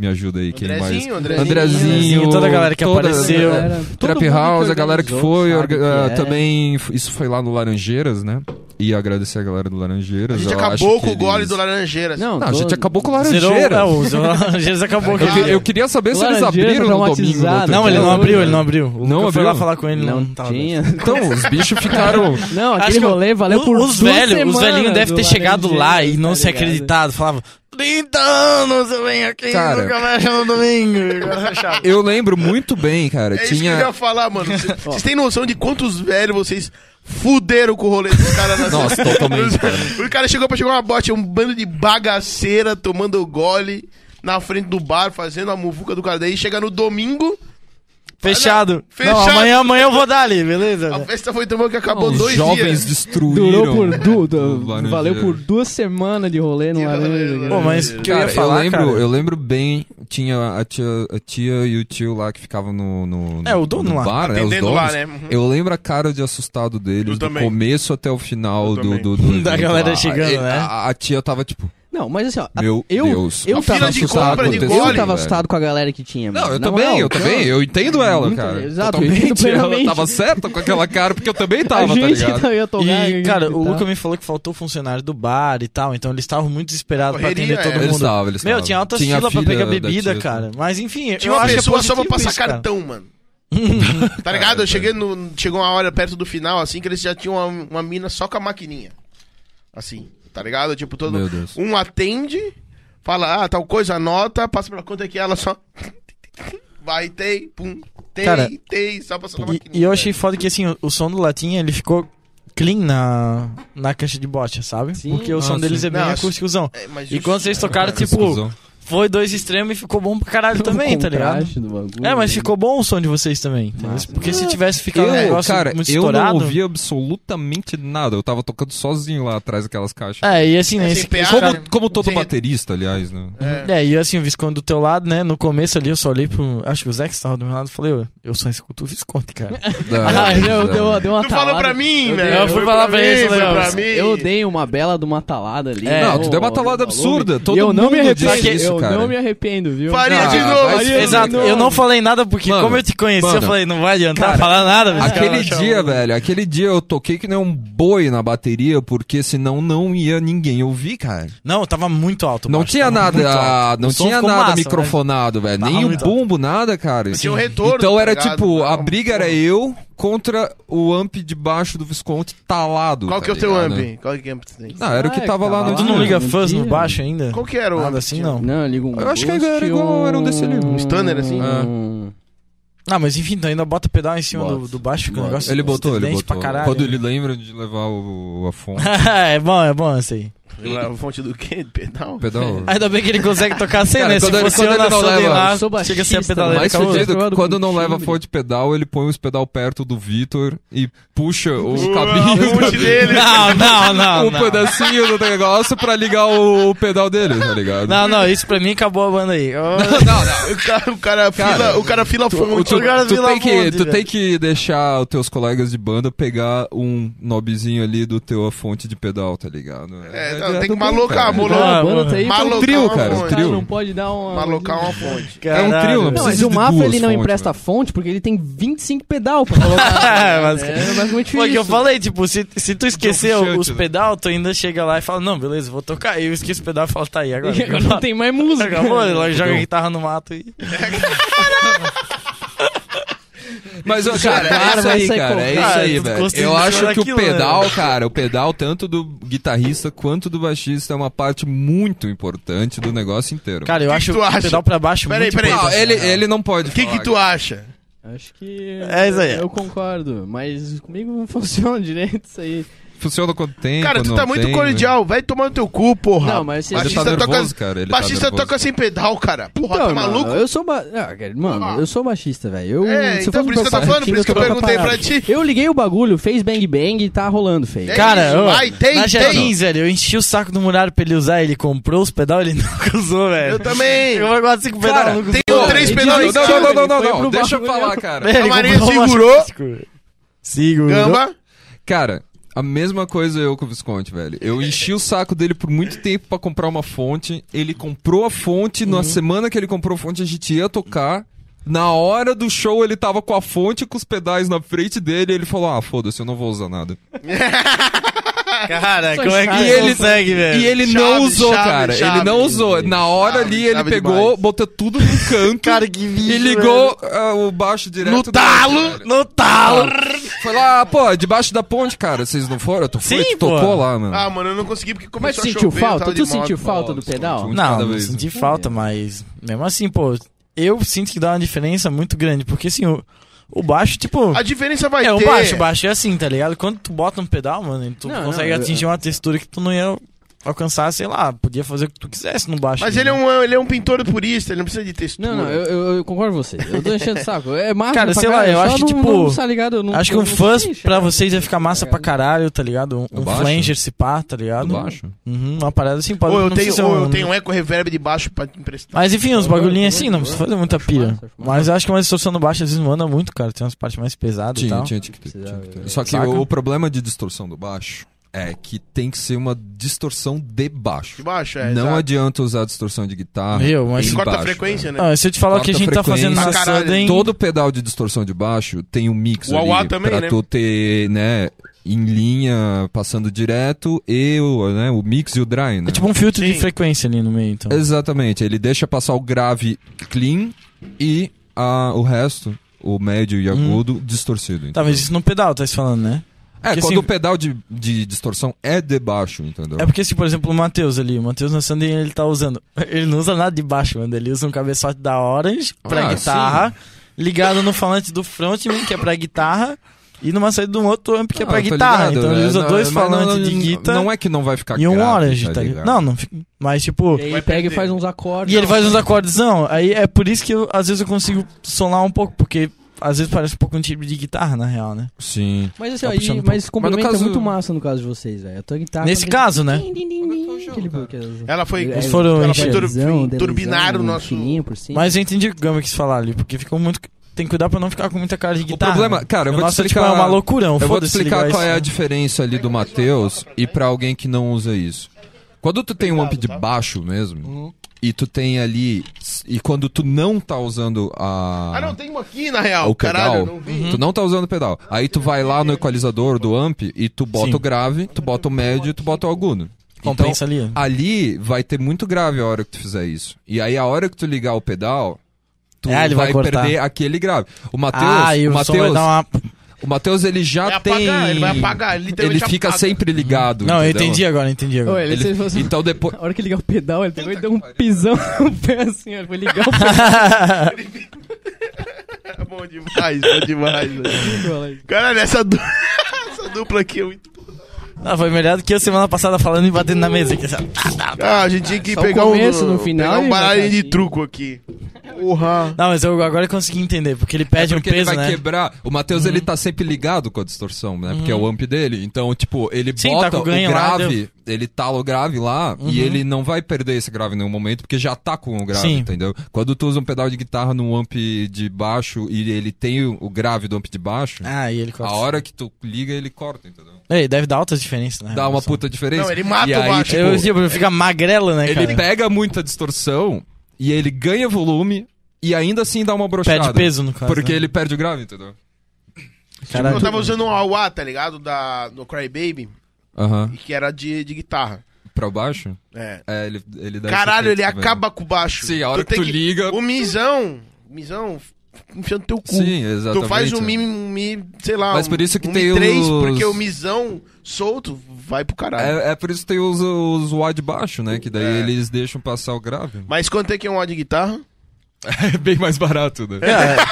C: Me ajuda aí, quem mais?
A: Andrezinho, Andrezinho.
C: Andrezinho,
B: toda a galera que apareceu.
C: Trap House, a galera que foi, orga-
D: é.
B: é.
C: ah, também. f- Isso foi lá no Laranjeiras, né? E agradecer a galera do Laranjeiras.
A: A gente
C: eu
A: acabou com
C: acho que
A: o gole
C: eles-
A: do Laranjeiras.
D: Não,
C: Não, a gente acabou com o
B: Zerou,
C: Laranjeiras.
B: é, o Zero Laranjeiras acabou
C: Eu, que-
B: aqui.
C: eu queria saber se eles
D: Laranjeiras
C: abriram no domingo. no
D: traumatizado.
C: outro
B: Não,
C: dia.
B: ele não abriu, ele não abriu. O Luca
C: Não
B: foi
C: abriu?
B: lá falar com ele, não,
D: Não
B: tava
D: tinha.
C: Então, os bichos ficaram.
D: Não,
B: Acho
D: aquele
B: que
D: rolê valeu
B: O-
D: por
B: os
D: duas
B: velhos, os
D: semanas
B: velhinhos devem ter
D: do
B: chegado lá e não
D: Laranjeiras,
B: se
D: tá ligado?
B: acreditado. Falavam, 30 anos eu venho aqui,
C: Cara.
B: nunca
A: é
B: vai achar um domingo.
C: Eu lembro muito bem, cara.
A: É isso que eu
C: tinha.
A: ia falar, mano. Vocês- Vocês têm noção de quantos velhos vocês fuderam com o rolê dos caras na
C: Nossa, totalmente, cara.
A: O cara chegou pra chegar uma bote, um bando de bagaceira tomando gole na frente do bar, fazendo a muvuca do cara. Daí chega no domingo,
B: Fechado.
A: Fechado.
B: Não, amanhã, amanhã eu vou dar ali, beleza?
A: a festa foi tomando que acabou
C: É. Os
A: dois
C: jovens
A: dias.
C: destruíram.
D: Durou por du,
C: o Laranjeiras.
D: valeu por duas semanas de rolê no
A: Que
D: Laranjeiras.
A: Laranjeiras.
C: né?
B: Pô, mas o que eu
C: Cara,
B: ia falar,
C: lembro,
B: cara?
C: eu lembro bem, tinha a tia, a tia e o tio lá que ficavam no, no, no-
B: É, o dono
C: no
B: lá.
C: bar, né, os
A: Atendendo
C: donos.
A: lá, né? Uhum.
C: Eu lembro a cara de assustado deles,
A: Eu
C: do
A: também.
C: começo até o final
A: Eu
C: do,
A: também.
C: do, do
B: Da
C: evento
B: galera
C: lá.
B: chegando,
C: E-
B: né?
C: A, a tia tava tipo, "Tá
D: Não, mas assim, ó. a-
C: meu
D: eu,
C: Deus.
D: Eu
A: A
D: tava,
A: fila de
D: assustado,
A: compra de
D: eu
A: gole,
D: tava
C: velho.
D: assustado com a galera que tinha.
C: Não,
D: mano.
C: eu
D: Na
C: também,
D: moral,
C: eu também, eu entendo ela,
D: Muito-
C: cara.
D: exato, eu entendo
C: Totalmente, ela
D: plenamente.
C: tava certa com aquela cara, porque eu também
D: A
C: tava, tá
D: gente tá
C: ligado?
D: também ia tocar.
B: E, cara, o
D: tal.
B: Luca me falou é que faltou funcionário do bar e tal, então eles estavam muito desesperados pra
A: Correria,
B: atender todo
A: é.
C: Eles
B: mundo.
C: estavam, eles
B: Meu,
C: estavam.
B: tinha altas
C: Tinha a
B: filas pra
C: filha
B: pegar
C: da
B: bebida,
C: tia.
B: cara. Mas enfim,
A: Tinha
B: eu
A: uma
B: acho que é
A: pessoa só pra
B: positivo
A: passar
B: isso, cara.
A: cartão, mano. tá ligado? Eu cheguei no, chegou uma hora perto do final, assim, que eles já tinham uma, uma mina só com a maquininha. Assim, tá ligado? Tipo, todo.
C: Meu Deus.
A: Um atende, fala, ah, tal coisa, anota, passa pela conta que ela só. Vai, tem, pum, tem,
B: Cara,
A: tem, só passando na
B: E,
A: maquininha.
B: e eu achei foda que assim, o, o som do latinha ele ficou clean na, na caixa de bote, sabe?
D: Sim.
B: Porque o
C: Ah,
B: som
C: sim.
B: deles é bem
A: Não,
B: acústicozão.
A: É, mas
B: E
A: isso-
B: quando vocês tocaram, tipo,
C: Exclusão.
B: foi dois extremos e ficou bom pra caralho também,
D: O
B: tá ligado?
D: contraste do bagulho. né?
B: É, mas ficou bom o som de vocês também. entendeu?
D: Massa.
B: Porque se tivesse ficado um
C: eu,
B: negócio
C: cara,
B: muito
C: eu não
B: estourado.
C: ouvia absolutamente nada. Eu tava tocando sozinho lá atrás daquelas caixas.
B: É, e assim, né?
A: É,
B: esse-
A: sem PA,
B: esse-
A: cara.
C: Como, como todo
A: Sim.
C: baterista, aliás, né?
A: É,
B: É, e assim, o Visconde do teu lado, né? No começo ali eu só olhei pro. Acho que o Zex tava do meu lado e falei, "Ô, eu só escuto o Visconde, cara.
D: Ah, deu, deu,
C: Não,
D: deu, uma
A: Tu falou
D: talada.
A: pra mim,
D: Eu
A: velho.
D: dei-
B: eu fui falar pra ele,
A: mim, foi
B: Léo,
A: pra mim.
D: Eu dei uma bela de uma talada ali.
B: É,
C: tu deu uma
D: Ô,
C: talada
D: ô,
C: absurda.
D: ô,
C: Todo
D: eu
C: mundo
D: não me
C: diz
D: arrependo,
C: isso,
D: eu
C: cara.
D: não me arrependo, viu?
A: Faria
C: Ah,
A: de novo.
C: vai se
A: Faria de
B: Exato,
A: novo.
B: eu não falei nada porque,
C: Mano,
B: como eu te conheci,
C: mano.
B: eu falei, não vai adiantar
C: Cara,
B: falar nada, Visconde.
C: Aquele
B: Ela chama-
C: dia, velho, aquele dia eu toquei que nem um boi na bateria, porque senão não ia ninguém ouvir, cara.
B: Não, tava muito alto.
C: Não
B: baixo,
C: tinha
B: tava muito
C: nada, ah,
B: alto.
C: não
B: O som
C: tinha
B: ficou
C: nada
B: massa,
C: microfonado, velho.
B: Tava
C: Nem o
B: muito
C: bumbo, nada, cara.
A: Tinha um retorno,
C: Então
A: tá
C: era
A: ligado?
C: tipo, a
A: Não,
C: briga era
A: porra.
C: eu contra o amp de baixo do Visconde talado.
A: Qual
C: tá
A: que é o teu
C: ligado?
A: amp? Qual que é o amp que tu tem?
C: Não, era o que
D: Ah,
C: tava lá
D: tava
C: no
B: velho. Tu
D: lá.
C: dia.
B: não liga
D: não
B: fãs no
D: tinha.
B: baixo ainda?
A: Qual que era o amp?
B: Nada
A: que
B: assim,
A: tinha?
B: não.
D: Não, eu ligo um Ah.
C: Eu acho que era
D: Ghost,
C: igual, era um desse ali.
A: Um Stunner, assim?
D: Um-
B: Ah, mas enfim, tu ainda bota pedal em cima do,
D: Bota.
B: do baixo, que o
D: Bota.
B: negócio
C: Ele botou, ele
B: estridente pra
C: botou.
B: caralho.
C: Quando ele lembra de levar o, a fonte,
B: é bom, é bom esse aí.
A: Tipo, A fonte do quê? Do pedal? É.
C: o pedal.
B: Ainda bem que ele consegue tocar sem,
C: Cara,
B: né? Se
C: quando ele-
B: fosse
C: quando
B: eu
C: ele
B: na
C: não
B: sala
C: leva-
B: lá,
D: Sou
B: chega a ser a
D: baixista,
C: O
B: pedaleira.
C: mais
D: Ele acabou-
B: cabulosa.
C: fudido, é que quando não
D: Timbre.
C: leva fonte de pedal, ele põe os pedal perto do Vitor e puxa o
A: a
C: cabinho,
A: fonte dele.
B: Não, não, não.
C: um
B: não.
C: pedacinho do negócio pra ligar o, o pedal dele, tá ligado?
B: Não, não, isso pra mim acabou a banda aí. Eu-
A: O cara, o cara,
C: Cara,
A: fila, o cara fila
C: Tu,
A: fonte.
C: tu-
B: O cara
C: tu
B: vira
C: tem que,
B: bonde,
C: tu
B: velho.
C: tem que deixar os teus colegas de banda pegar um nobzinho ali do teu a fonte de pedal, tá ligado?
A: É,
C: É,
A: não, tem
C: é
A: que
C: do bom,
A: malocar,
C: cara.
D: Então,
A: malocar.
D: a
B: Ah,
D: banda
B: mano.
D: tá aí pra-
A: Malocar uma
C: trio, cara,
A: fonte.
C: um trio.
D: Não pode dar uma...
A: Malocar uma fonte.
C: É um trio, não
D: Não,
C: precisa
D: mas
C: de
D: o Mafra
C: duas
D: ele não
C: fontes,
D: empresta
C: velho.
D: fonte porque ele tem 25 pedal pra colocar.
B: É, mas-
D: é basicamente
B: Foi o
D: isso.
B: que eu falei, tipo, se, se tu esqueceu
C: puxante,
B: os
C: né?
B: pedal, tu ainda chega lá e fala, não, beleza, vou tocar. E eu esqueço o pedal e falo, tá aí, agora.
D: E agora não tem mais música.
B: Acabou, ela joga a guitarra no mato e...
C: Mas, ó, cara,
D: Cara,
C: é isso
D: vai
C: aí,
D: sair
C: cara. É
D: com-
C: isso
B: Cara,
C: aí,
B: tu
C: velho.
B: construindo
C: Eu acho que o
B: aquilo, né?
C: pedal, cara, o pedal, tanto do guitarrista quanto do baixista, é uma parte muito importante do negócio inteiro.
B: Cara, eu
A: Que
B: acho
A: que tu
B: o
A: acha?
B: pedal pra baixo
A: Peraí,
B: muito
A: peraí.
B: importante,
C: Não, ele,
B: né?
C: ele não pode.
A: O que
C: falar,
A: que tu
C: cara.
A: acha?
D: Acho que.
B: É isso aí.
D: Eu concordo, mas comigo não funciona direito isso aí.
C: Funciona quando tem.
A: Cara, tu
C: quando
A: tá
C: não
A: muito
C: tem,
A: cordial. Vai tomar no teu cu, porra.
D: Não, mas se-
C: velho. Ele tá
A: baixista
C: nervoso,
A: toca,
C: cara. Ele tá
A: baixista
C: nervoso.
A: toca sem pedal, cara. Porra, tá
D: Então, mano,
A: maluco?
D: Eu sou ba... ah, cara, Mano,
A: Ah.
D: eu sou baixista, velho. Eu,
A: É,
D: se
A: então por
D: fosse
A: isso que eu tô
D: pra
A: falando, por
D: King,
A: isso que eu
D: tava
A: perguntei pra
D: parado.
A: ti.
D: Eu liguei o bagulho, fez bang bang e tá rolando, feio.
A: É
B: Cara,
A: isso,
B: eu,
A: vai, tem,
B: na
A: tem.
B: Gerins, velho, eu enchi o saco do Murário pra ele usar, ele comprou os pedal, ele nunca usou, velho.
A: Eu também.
B: Eu vou guardar cinco
C: Cara,
B: pedal, nunca
A: tem
B: usou.
A: o três
B: Ele-
A: pedal
C: Não,
A: em
C: não, não, não, não,
D: Ele foi
C: não,
D: pro
C: Deixa eu
D: bagulho.
C: falar, cara.
B: Ele
A: A Maria
B: comprou uma
A: segurou.
B: Segurou.
C: Cara, A mesma coisa eu com o Visconde, velho. Eu enchi o saco dele por muito tempo pra comprar uma fonte. Ele comprou a fonte.
A: Uhum.
C: Na semana que ele comprou a fonte, a gente ia tocar. Na hora do show, ele tava com a fonte e com os pedais na frente dele. E ele falou: Ah, foda-se, eu não vou usar nada.
B: Cara, como é que
C: E
B: ele
C: ele-
B: consegue, velho?
C: E ele
A: É, Chave,
C: não usou,
A: chave,
C: cara.
A: chave.
C: ele não usou. Na hora
A: Chave,
C: ali, ele
A: chave
C: pegou,
A: demais.
C: botou tudo no canto.
B: Cara, que vídeo,
C: E ligou ah, o baixo direto.
A: No
C: do-
A: talo!
B: No talo!
C: Foi lá, pô, debaixo da ponte, cara. Vocês não foram? Tu foi?
B: Sim,
C: tu tocou
B: pô.
C: lá, mano.
A: Ah, mano, eu não consegui porque
D: Mas
A: começou
D: tu
A: a
D: sentiu
A: chover, eu tava
D: falta?
A: de
D: Tu sentiu
A: moto.
D: falta do
C: Nossa,
D: pedal?
C: muito.
B: Não,
C: cada
B: não
C: vez,
B: senti
C: né?
B: falta, mas mesmo assim, pô, eu sinto que dá uma diferença muito grande, porque assim, o, o baixo, tipo.
A: A diferença vai
B: É, o
A: ter...
B: baixo, o baixo é assim, tá ligado? Quando tu bota um pedal, mano, tu
D: Não,
B: consegue
D: não, eu-
A: é.
B: atingir uma textura que tu não ia alcançar, sei lá, podia fazer o que tu quisesse no baixo. né?
A: Mas ele é, um, ele é um pintor purista, ele não precisa de textura.
D: Não, não, eu, eu- eu concordo com você. Eu tô enchendo o saco. É massa,
B: Cara,
D: pra
B: sei lá,
D: caralho,
B: eu
D: só
B: acho que,
D: não-
B: tipo,
D: não, tá ligado? Eu não-
B: Acho que
D: eu
B: um
D: não
B: fuzz
D: sei,
B: pra
A: né?
D: cara.
B: vocês ia ficar
A: É,
B: massa pra caralho, tá ligado? Um,
C: No
B: um
C: baixo?
B: flanger se pá, tá ligado?
C: No baixo?
B: Uhum, uma parada assim, pode
A: ou eu
B: não
A: tenho,
B: precisa
A: ou eu
B: um-
A: tenho um eco reverb de baixo pra te emprestar.
B: Mas enfim, uns
D: Eu- eu-
B: bagulhinhos
D: eu-
B: assim, não
D: eu-
B: precisa fazer muita
D: acho
B: pira.
D: massa, acho massa.
B: Mas eu acho que uma distorção no baixo às vezes manda muito, cara. Tem umas partes mais pesadas e
C: Tinha,
B: tal. é.
C: tinha, tinha que ter, tinha que ter.
D: Precisa-
C: Só que
B: Saca?
C: o, o problema de distorção do baixo é que tem que ser uma distorção
A: De
C: de baixo.
A: baixo, é.
C: não
A: exato.
C: adianta usar distorção de guitarra.
B: Meu, mas-
C: em
A: Ele corta a
C: baixo,
A: frequência, né?
B: Ah, se eu te falar o que a
C: Corta
B: gente tá fazendo na
A: frequência. Pra caralho.
B: Sudden,
C: Todo pedal de distorção de baixo tem um mix
A: O wah-wah
C: ali
A: também,
C: pra
A: né?
C: tu ter, né, em linha, passando direto, e o, né, o mix e o dry, né?
B: é tipo um filtro de
A: Sim.
B: frequência ali no meio, então.
C: Exatamente, ele deixa passar o grave clean e a, o resto, o médio e agudo, distorcido.
B: Uhum. Tá,
C: entendeu?
B: mas isso no pedal tá se falando, né?
C: é,
B: porque
C: quando
B: assim-
C: o pedal de, de distorção é de baixo, entendeu?
B: É porque, assim, por exemplo, o Matheus ali, o Matheus na Sandin, ele tá usando. Ele não usa nada de baixo, mano. Ele usa um cabeçote da Orange pra
C: Ah,
B: guitarra, ligado no falante do frontman, que é pra guitarra, e numa saída de um outro amp que é
C: Não,
B: pra
C: Ah, eu tô
B: guitarra.
C: ligado,
B: então ele
C: é,
B: usa
C: não,
B: dois
C: mas não-
B: falantes de
C: não-
B: guitarra
C: Não é que não vai ficar
B: e um
C: grave,
B: Orange, tá ligado? Não, não fica. Mas, tipo.
D: E aí
A: Vai
D: pega e
A: perder.
D: faz uns acordes.
B: E ele faz uns acordes, não. Aí é por isso que eu, às vezes eu consigo sonar um pouco, porque às vezes parece um pouco um tipo de guitarra, na real, né?
C: Sim.
D: Mas assim,
B: Tá
D: aí,
B: puxando um
D: mas complementa
C: caso-
D: muito massa no caso de vocês, velho. A tua guitarra...
B: Nesse
D: quando-
B: caso, né?
D: Din, din, din, din, aquele booker.
A: Ela foi.
B: Eles foram
A: ela foi
B: encher.
A: tur-
D: Delezão,
A: turbinaram o um
D: delezão,
A: nosso.
D: um fininho por cima.
B: Mas eu entendi o que o Gama quis falar ali, porque ficou muito. Tem que cuidar pra não ficar com muita cara de guitarra.
C: problema-
B: né?
C: cara, eu
B: O
C: vou te
B: nosso,
C: explicar-
B: Tipo, é uma loucura, um
C: Eu vou te
B: foda-se
C: explicar
B: ligar
C: qual
B: isso,
C: é a
B: né?
C: diferença ali do Matheus e pra alguém que não usa isso. Quando tu tem um amp de
A: Obrigado, tá?
C: baixo mesmo, e tu tem ali. E quando tu não tá usando a.
A: Ah, não, tem uma aqui na real.
C: É o pedal,
A: Caralho, eu não vi.
C: tu não tá usando o pedal. Aí tu vai lá no equalizador do amp e tu bota
B: Sim.
C: o grave, tu bota o médio e tu bota o agudo.
B: Compensa ali.
C: Então, Ali vai ter muito grave a hora que tu fizer isso. E aí a hora que tu ligar o pedal, tu
B: É, ele vai
C: vai,
B: cortar.
C: perder aquele grave. O Matheus,
B: ah, e
C: o
B: o som vai
C: Matheus,
B: dar uma...
C: o Matheus ele já
A: Vai
C: Ah, tem
A: apagar, ele vai apagar, então ele
C: Ele
A: literalmente
C: fica
A: apaga.
C: sempre ligado.
B: Não, eu
C: entendeu?
B: entendi agora, eu entendi agora.
D: Ele-
C: Ele-
D: Ele fez assim-
C: Então depois
D: A hora que ligar o pedal, ele pegou e deu um pisão no pé assim, ó. Ele foi ligar o pedal.
A: É bom demais, bom demais. velho.
D: olha.
A: Caralho, essa, du... essa dupla aqui é muito.
B: Ah, foi melhor do que eu semana passada falando e batendo na mesa. aqui, sabe?
A: Ah, a gente tinha que
D: Só o
A: pegar
D: começo,
A: um.
D: no final,
A: pegar um
D: e vai
C: tá
A: baralho de
D: assim.
A: truco aqui. Tipo, Porra.
B: Não, mas eu agora consegui entender, porque ele perde um
C: É porque ele
B: peso,
C: vai
B: né? Uhum.
C: quebrar. O Matheus ele tá sempre ligado com a distorção, né? Porque é o amp dele. Então, tipo, ele
B: Sim,
C: bota
B: tá com o
C: o
B: ganho lá, Uhum.
C: grave, ele tala o grave lá e ele não vai perder esse grave em nenhum momento, porque já tá com o grave,
B: Sim.
C: entendeu? Quando tu usa um pedal de guitarra num amp de baixo e ele tem o o grave do amp de baixo,
B: Ah, e ele corta.
C: a hora que tu liga ele corta, entendeu?
B: Ei, deve dar altas diferenças, né?
C: Dá uma
B: Nossa.
C: puta diferença.
A: Não, ele mata
C: e
A: o
C: aí,
A: baixo.
C: tipo,
B: Eu, tipo, fica magrelo, né,
C: ele
B: cara?
C: pega muita distorção e ele ganha volume e ainda assim dá uma brochada.
B: Perde peso, no caso.
C: Porque tipo,
B: né?
C: ele perde o grave, entendeu?
B: Caralho.
A: eu tava usando um Awa, tá ligado? Da, do Crybaby,
C: Aham.
A: e que era de, de guitarra.
C: Pra baixo?
A: É.
C: É, ele, ele dá
A: Caralho,
C: esse
A: ele
C: efeito também.
A: acaba com o baixo.
C: Sim, a hora que
A: tem
C: tu liga.
A: O Mizão. Mizão, enfiando teu cu.
C: Sim, exatamente. é.
A: Tu faz um mi, um mi, sei lá.
C: Tá, Mas
A: um-
C: por isso que
A: um
C: tem
A: mi 3,
C: os-
A: porque o misão solto vai pro caralho.
C: É, é por isso que tem os, os wide baixo, né? Que daí
A: É.
C: eles deixam passar o grave.
A: Mas quanto é que é um odd de guitarra?
C: É bem mais barato, né?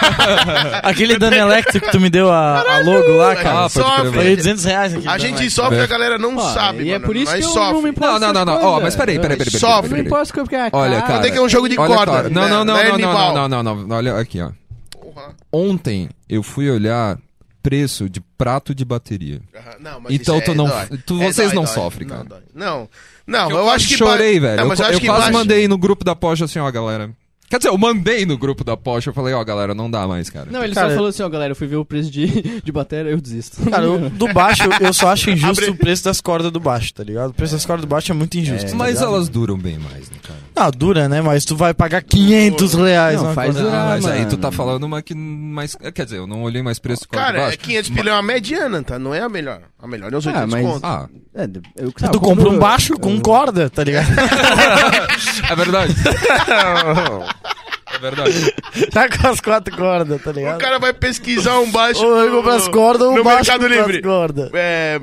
B: É. Aquele dano elétrico que tu me deu a, a logo lá, cara.
C: Ah, pode
A: sofre.
C: crer,
B: Paguei 200 reais aqui.
A: A
B: Dano
A: gente
B: Elétrico.
A: sofre,
C: É.
A: a galera não
D: Ó,
A: sabe.
D: E é
A: mano,
D: por isso
A: mas
D: que eu
A: sofre.
D: não me
C: Não,
D: importo.
C: não, não, não. Ó, mas peraí, peraí, peraí. peraí, peraí,
A: Sofre.
D: Eu
C: peraí,
D: não me
C: peraí.
D: importo porque é
C: Olha,
D: caro.
C: cara.
A: Até que é um jogo de
C: Olha,
A: corda.
C: cara. Não,
A: né?
C: não, não,
A: é
C: não,
A: Nival.
C: não, não, não, não, não. Olha aqui, ó.
A: Porra.
C: Ontem eu fui olhar preço de prato de bateria.
A: Aham, Não, mas
C: Então
A: isso
C: tu
A: é-
C: não-
A: dói.
C: tu-
A: É,
C: vocês
A: dói,
C: não
A: dói.
C: sofrem,
A: Não,
C: cara.
A: dói. Não, não, eu, acho que.
C: Chorei,
A: ba-
C: velho.
A: Não, mas eu
C: eu
A: acho
C: eu
A: que
C: quase
A: baixo-
C: mandei no grupo da pós assim, ó, galera. Quer dizer, eu mandei no grupo da Porsche, eu falei, ó, galera, não dá mais, cara.
D: Não, ele
B: Cara,
D: só falou assim, ó, galera, eu fui ver o preço de, de bateria, eu desisto.
B: Cara, eu- do baixo, eu- eu só acho injusto o preço das cordas do baixo, tá ligado? O preço das cordas do baixo é muito injusto. tá
C: mas
B: ligado?
C: elas duram bem mais, né, cara?
B: Ah, dura, né? Mas tu vai pagar 500 reais.
D: Não,
B: numa
D: faz
B: corda.
D: durar,
C: Ah, mas aí
D: mano.
C: tu tá falando uma que mais. é, Quer dizer, eu não olhei mais preço por causa do
A: Cara, é
C: baixo.
A: 500 pilha é uma mediana, tá? Não é a melhor. A melhor é os
D: Ah,
A: 800
D: mas-
A: conto.
C: Ah,
D: É, de- eu,
B: Tu
D: ah,
B: compra
D: eu
B: um
D: compro-
B: baixo
D: eu-
B: com corda, tá ligado?
C: é verdade. é verdade.
B: Tá com as quatro cordas, tá
A: O
B: ligado?
A: cara vai pesquisar um baixo.
B: Ou ele compra as cordas ou
A: no
B: um baixo
A: Mercado
B: com
A: Livre.
B: as cordas.
A: É,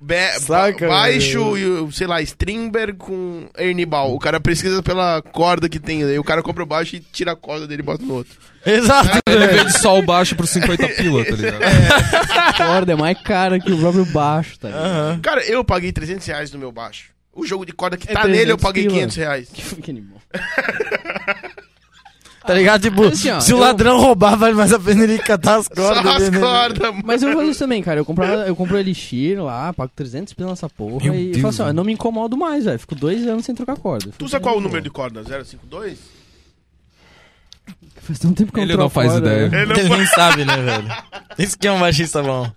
A: be-
B: Saca,
A: baixo, e o- sei lá, Strindberg com Ernibal. O cara pesquisa pela corda que tem. Aí o cara compra o baixo e tira a corda dele e bota no outro.
B: Exato,
D: É.
C: Ele
B: velho.
C: vende só o baixo por 50 pila, tá ligado?
D: A corda é mais cara que o próprio baixo, tá ligado?
B: Aham.
A: Cara, eu paguei 300 reais no meu baixo. O jogo de corda que
D: É
A: tá nele eu
D: 300
A: paguei
D: pila.
A: 500 reais.
D: Que, que animal.
B: Tá ligado? Tipo,
D: Assim, ó,
B: se o
D: eu-
B: ladrão roubar, vale mais a pena ele catar as
A: Só
B: cordas.
A: as
B: dele, né?
A: cordas, mano.
D: Mas eu faço isso também, cara. Eu compro, eu compro Elixir lá, pago 300 pila nessa porra
B: Meu
D: e eu
B: Deus,
D: falo assim, ó, eu
B: mano.
D: não me incomodo mais, velho. Fico dois anos sem trocar corda. Fico
A: Tu usa
D: dois
A: qual é o
D: anos.
A: número de corda? 052?
D: Faz tanto tempo que eu
C: Ele
D: não
C: não
D: troco
C: faz
D: corda,
C: ideia.
D: né?
A: Ele
B: Ele
A: não
B: nem sabe, né, velho? Isso que é um baixista bom.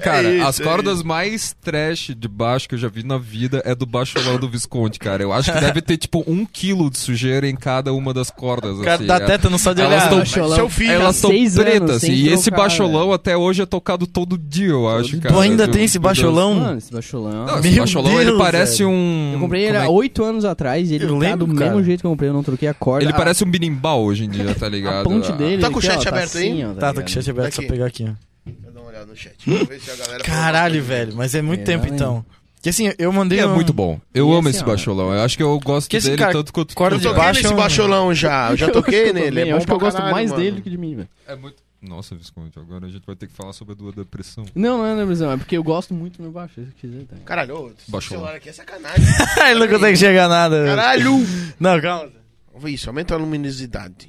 C: Cara,
A: É isso,
C: as
A: é
C: cordas mais trash de baixo que eu já vi na vida é do bacholão do Visconde, cara. Eu acho que deve ter, tipo, um quilo de sujeira em cada uma das cordas.
B: O cara
C: assim,
B: dá
C: é.
B: tétano só de
C: Elas
B: olhar.
C: tão-
D: Bacholão.
A: Seu filho.
C: Elas
D: Há
C: são
D: seis
C: pretas,
D: anos
C: assim.
D: sem
C: E esse
D: trocar,
C: baixolão
D: velho.
C: até hoje é tocado todo dia, eu acho,
D: dia.
C: cara.
B: Tu ainda
C: Do-
B: tem esse
C: do-
B: baixolão?
D: Mano, esse bacholão.
C: Não,
B: Meu
C: esse baixolão, ele
B: Deus,
C: parece
B: velho.
C: um...
D: Eu comprei ele
C: como é
D: há
C: que-
D: 8 anos atrás e ele
B: Eu
D: tá do
B: lembro, cara.
D: mesmo jeito que eu comprei, eu não troquei a corda.
C: Ele
D: a,
C: parece um birimbau hoje em dia, tá ligado?
D: Ah. a ponte
C: Ah,
D: dele.
A: Tá com o
D: aqui, ó,
A: chat
D: tá
A: aberto aí?
D: assim, ó,
B: Tá, tô com o
D: ligado?
B: chat aberto, só
A: Aqui.
B: pegar aqui, ó.
A: Vou dar uma olhada no chat. Vou ver se a galera falou
B: Caralho,
A: alguma coisa.
B: velho, mas é muito
D: É,
B: tempo
D: né?
B: então. Que assim, eu mandei.
C: É
B: um-
C: muito bom. Eu
D: E
C: amo
D: assim,
C: esse
D: ó.
C: baixolão. Eu acho que eu gosto
B: Que esse
C: dele
B: cara-
C: tanto quanto...
B: corda
A: Eu
B: de
C: tu,
A: toquei
C: cara.
B: baixo é
A: nesse
B: um-
A: baixolão já. Eu já
D: Eu acho que
A: toquei
D: eu
A: nele.
D: também,
A: É
D: eu
A: bom
D: acho que eu
A: pra
D: gosto
A: caralho,
D: mais
A: mano.
D: dele do que de mim, velho.
C: É muito... Nossa, Visconde, agora a gente vai ter que falar sobre a tua depressão.
D: Não, não é, Brasão, é porque eu gosto muito do meu baixo, se eu quiser, tá?
A: Caralho, ô, esse
C: Baixolão.
A: celular aqui é sacanagem.
B: Ele não consegue enxergar nada. velho.
A: Caralho!
B: Não, calma.
A: Vamos ver isso, aumenta a luminosidade.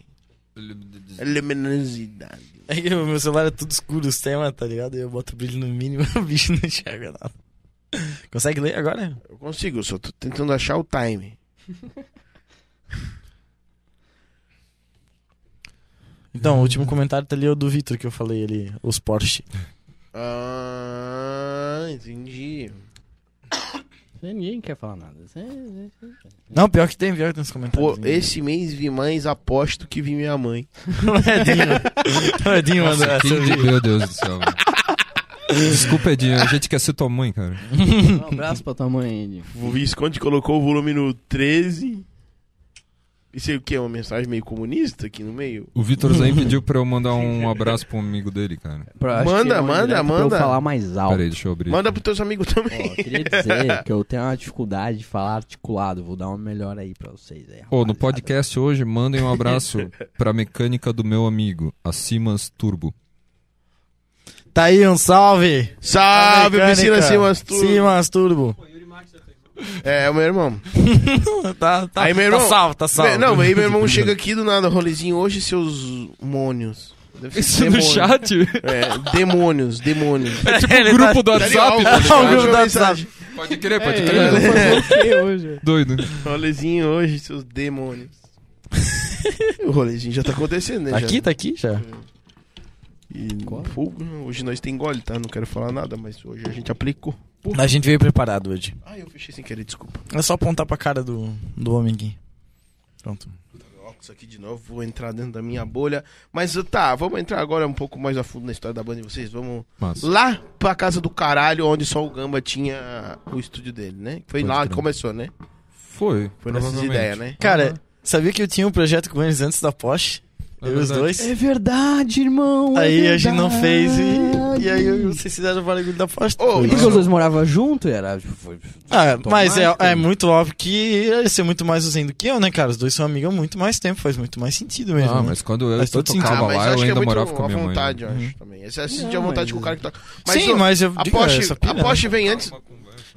A: A luminosidade.
B: É que o meu celular é tudo escuro, os temas, tá ligado? Eu boto o brilho no mínimo o bicho não enxerga nada. Consegue ler agora?
A: Eu consigo, eu só tô tentando achar o time.
B: Então, o último comentário tá ali é o do Vitor que eu falei ali, os Porsche.
A: Ah, entendi.
D: Ninguém quer falar nada. Cê- cê-
B: Não, pior que tem, pior que tem uns
A: Pô,
B: comentários.
A: esse mês vi mais aposto que vi minha mãe.
B: não é Dinho. Não é Dinho, mandou
C: Nossa,
B: essa.
C: que
B: eu vi.
C: de- Meu Deus do céu. Desculpa, Edinho, a gente quer ser tua mãe, cara.
D: Um abraço pra tua mãe, Andy.
A: O Visconde colocou o volume no 13. Isso aí o que? Uma mensagem meio comunista aqui no meio?
C: O Vitor Zain pediu pra eu mandar um abraço pro amigo dele, cara.
D: Pra- acho
A: Manda,
D: que é uma
A: manda,
D: direta pra
A: manda.
D: eu falar mais alto.
C: Peraí, deixa eu abrir.
A: Manda pros teus amigos
D: Ó,
A: também.
D: eu queria dizer que eu tenho uma dificuldade de falar articulado. Vou dar uma melhor aí pra vocês aí.
C: Pô, no
D: rapaziada.
C: podcast hoje, mandem um abraço pra mecânica do meu amigo, a Simas Turbo.
B: Tá aí, um salve.
A: Salve,
B: Mecânica.
A: piscina Ah, Simas Turbo.
B: Simas Turbo.
A: É, é o meu irmão.
B: Tá, tá,
A: Aí, meu
B: tá
A: irmão-
B: salvo, tá salvo.
A: Não, aí meu irmão chega aqui do nada, rolezinho hoje, seus mônios. Deve ser demônio. É, demônios, demônios.
C: É tipo
B: Ele
C: o grupo do
A: Tá legal,
C: WhatsApp,
A: tá
C: tá
A: legal.
B: O
C: ligado?
B: grupo do
A: Mensagem.
C: Pode crer, pode
D: É,
C: crer.
D: eu vou fazer o quê hoje?
C: Tá Doido.
A: Rolezinho hoje, seus demônios. o rolezinho já tá acontecendo, né?
B: Tá
A: já.
B: aqui, tá aqui já.
A: E
D: Qual?
A: fogo, né? hoje nós tem gole, tá? Não quero falar nada, mas hoje a gente aplicou.
B: A gente veio preparado hoje.
A: Ah, eu fechei sem querer, desculpa.
B: É só apontar pra cara do, do homem aqui. Pronto.
A: Óculos aqui de novo, vou entrar dentro da minha bolha. Mas tá, vamos entrar agora um pouco mais a fundo na história da banda de vocês. Vamos
C: Mas,
A: lá pra casa do caralho, onde só o Gamba tinha o estúdio dele, né? Foi
C: Pode
A: lá
C: crer.
A: que começou, né?
C: foi.
A: Foi nessas
C: provavelmente.
A: ideias, né?
B: Cara, sabia que eu tinha um projeto com eles antes da Porsche?
C: É
B: eu e os
C: verdade.
B: dois.
D: É verdade, irmão. é
B: aí a gente não
D: verdade.
B: fez e, e aí eu- vocês fizeram o barulho da Porsche.
A: Ô,
D: Porque os dois moravam junto, era. tipo, Foi...
B: Ah, mas é,
D: automático.
B: é muito óbvio que ia ser muito mais o Zen do que eu, né, cara? Os dois são amigos há muito mais tempo, faz muito mais sentido mesmo.
C: Ah,
B: né?
C: mas quando eu
B: Faz todo
C: tocava
B: sentido.
A: Ah, mas
C: lá, eu
A: acho que é
C: ainda
A: muito
C: morava com a
A: à
C: minha mãe. né? Uhum.
A: vontade, eu acho, também. Você sente à
D: Não,
A: vontade
D: mas-
A: com o cara que toca.
B: Sim,
A: ô,
B: mas eu
A: a
B: digo,
A: Porsche,
B: essa
A: a
B: pira, né?
A: Porsche vem antes...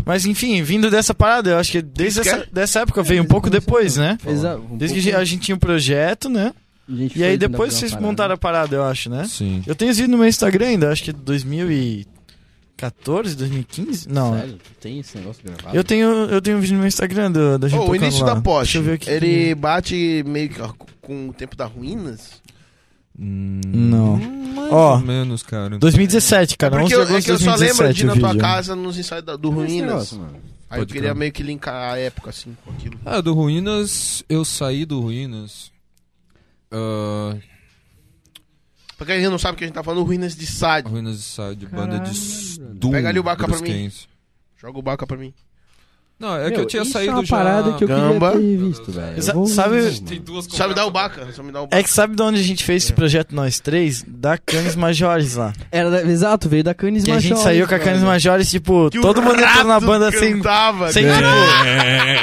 B: Mas enfim, vindo dessa parada, eu acho que desde
A: Isso que é?
B: essa, dessa época veio um
D: desde
B: pouco
D: que começou,
B: depois, né?
D: Exato. um
B: Desde que a
D: pouco-
B: gente- a gente tinha um projeto, né?
D: a gente
B: E aí
D: fez ainda
B: depois
D: pra
B: vocês
D: uma parada.
B: montaram a parada, eu acho, né?
C: Sim.
B: Eu tenho os vídeos no meu Instagram ainda, acho que é 2014, 2015? Não. é.
D: Sério? Tem esse negócio gravado?
B: Eu tenho, eu tenho um vídeo no meu Instagram do, da gente
A: Ô, o
B: tocando
A: início
B: lá.
A: da Porsche,
B: Deixa eu ver aqui.
A: ele bate meio que ó, com o tempo da ruínas?
C: Hum,
B: Não.
C: Mais
B: Ó.
C: ou menos, cara.
B: 2017, cara.
A: Porque
B: 11
A: eu,
B: de
A: é
B: agosto
A: que eu
B: de
A: só lembro
B: 2017
A: de ir na
B: o
A: tua
B: vídeo.
A: casa nos ensaios da- do Ruínas.
D: mano.
A: Aí eu
C: Pode
A: queria
C: crer.
A: meio que linkar a época, assim, com aquilo.
C: Ah, do Ruínas, eu saí do Ruínas. ah,
A: Pra quem não sabe o que a gente tá falando, Ruínas de Sade.
C: Ruínas de Sade, banda
D: Caralho,
C: de
D: brother.
C: Doom.
A: Pega ali o Baca pra mim.
C: Brusquense.
A: Joga o Baca pra mim.
C: Não, é que
D: Meu,
C: eu tinha
D: isso
C: saído
D: é uma
C: já.
D: parada que eu
A: Gamba.
D: queria ter visto, velho. Eu
B: Sa-
D: vou-
B: sabe-
D: mano.
C: duas
A: Só me dá o Baca. Só me dá o Baca.
B: É que sabe de onde a gente fez esse projeto, nós três? Da Canis Majores lá.
D: Era da- Exato, veio da Canis
B: Que a
D: Major.
B: gente saiu com a Canis Majores, tipo,
A: Que o
B: todo mundo entrou na
A: rato
B: banda sem.
A: cantava,
C: É.
B: sem
A: cara.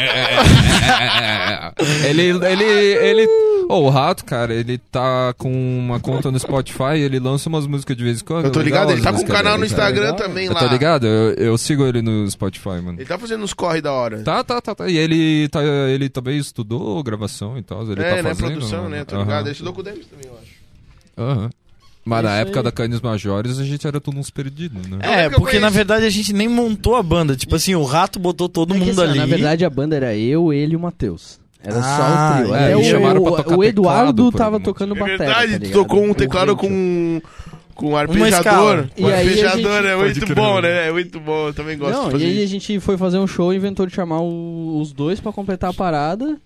C: ele, ele, ele. Ô, o rato, cara, ele tá com uma conta no Spotify, ele lança umas músicas de vez em quando.
A: Eu tô
C: legal
A: ligado,
C: as
A: ele tá com um
C: músicas
A: canal no
C: dele, cara.
A: Instagram
D: legal.
A: também
C: Eu
A: lá.
C: tô ligado, eu, eu sigo ele no Spotify, mano.
A: Ele tá fazendo uns corre da hora.
C: Tá, tá, tá, tá. E ele, tá, ele também estudou gravação e tal. Ele
A: é,
C: tá
A: né?
C: fazendo,
A: Produção, né? Tô
C: Aham.
A: ligado. Ele estudou com o Davis também, eu acho.
C: Aham. Mas na
D: Isso
C: época
D: aí.
C: da Canis Majores a gente era todo uns perdidos, né?
A: Eu
B: É,
A: lembro que eu
B: porque na
A: conheci.
B: verdade a gente nem montou a banda. Tipo assim, o rato botou todo
D: É que,
B: mundo
D: assim, ó,
B: ali.
D: Na verdade, a banda era eu, ele e o Matheus. Era
B: Ah,
D: só o trio.
B: é,
D: Até
B: e
D: o,
C: chamaram pra
D: o-
C: tocar
D: o
C: teclado,
D: Eduardo
C: por
D: tava
C: algum motivo.
D: tocando
A: É
D: bateria. tá
A: verdade, tu tocou um teclado com com um
B: escala.
A: arpejador. Um
D: E aí a
A: arpejador
D: gente-
A: é muito
C: crer.
A: bom, né? É muito bom, eu também gosto de
D: Não, e
A: fazer
D: aí a
A: isso.
D: gente foi fazer um show, inventou de chamar o- os dois pra completar a parada.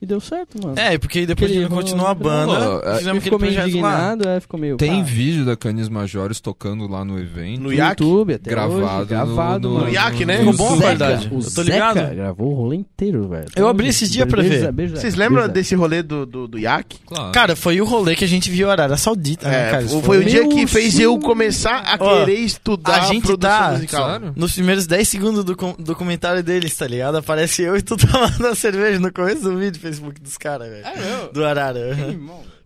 D: E deu certo, mano.
B: É, porque depois que
D: Aquele-
B: ele continuou a banda,
C: Pô, é,
B: fizemos
D: um Ele
B: aquele
D: ficou meio
B: projeto lá.
D: indignado, é, ficou meio.
C: Tem
D: pá,
C: vídeo da Canis Majores tocando lá no evento.
A: No
D: no
A: IAC?
D: YouTube até
C: gravado.
D: hoje, gravado,
C: no,
D: mano.
A: No IAC, né?
B: Ficou
D: O
B: bom a
D: Zeca,
B: qualidade.
D: O
B: Eu tô
D: Zeca
B: ligado.
D: gravou o rolê inteiro, velho.
B: Eu abri esses dias pra
D: Beleza,
B: ver.
D: beleza,
A: Vocês lembram
D: beleza.
A: desse rolê do, do, do Yak?
C: Claro.
B: Cara, foi o rolê que a gente viu a Arara Saudita, né,
A: É,
B: cara? Isso
A: foi, o
D: foi-
A: dia que
D: Meu
A: fez eu começar a
B: Ó,
A: querer estudar
B: a gente
A: produção
B: tá-
A: musical.
C: Claro.
B: Nos primeiros 10 segundos do com- documentário deles, tá ligado? Aparece eu e tu tomando a cerveja no começo do vídeo do Facebook dos caras,
D: É
B: velho. Do Arara. aham.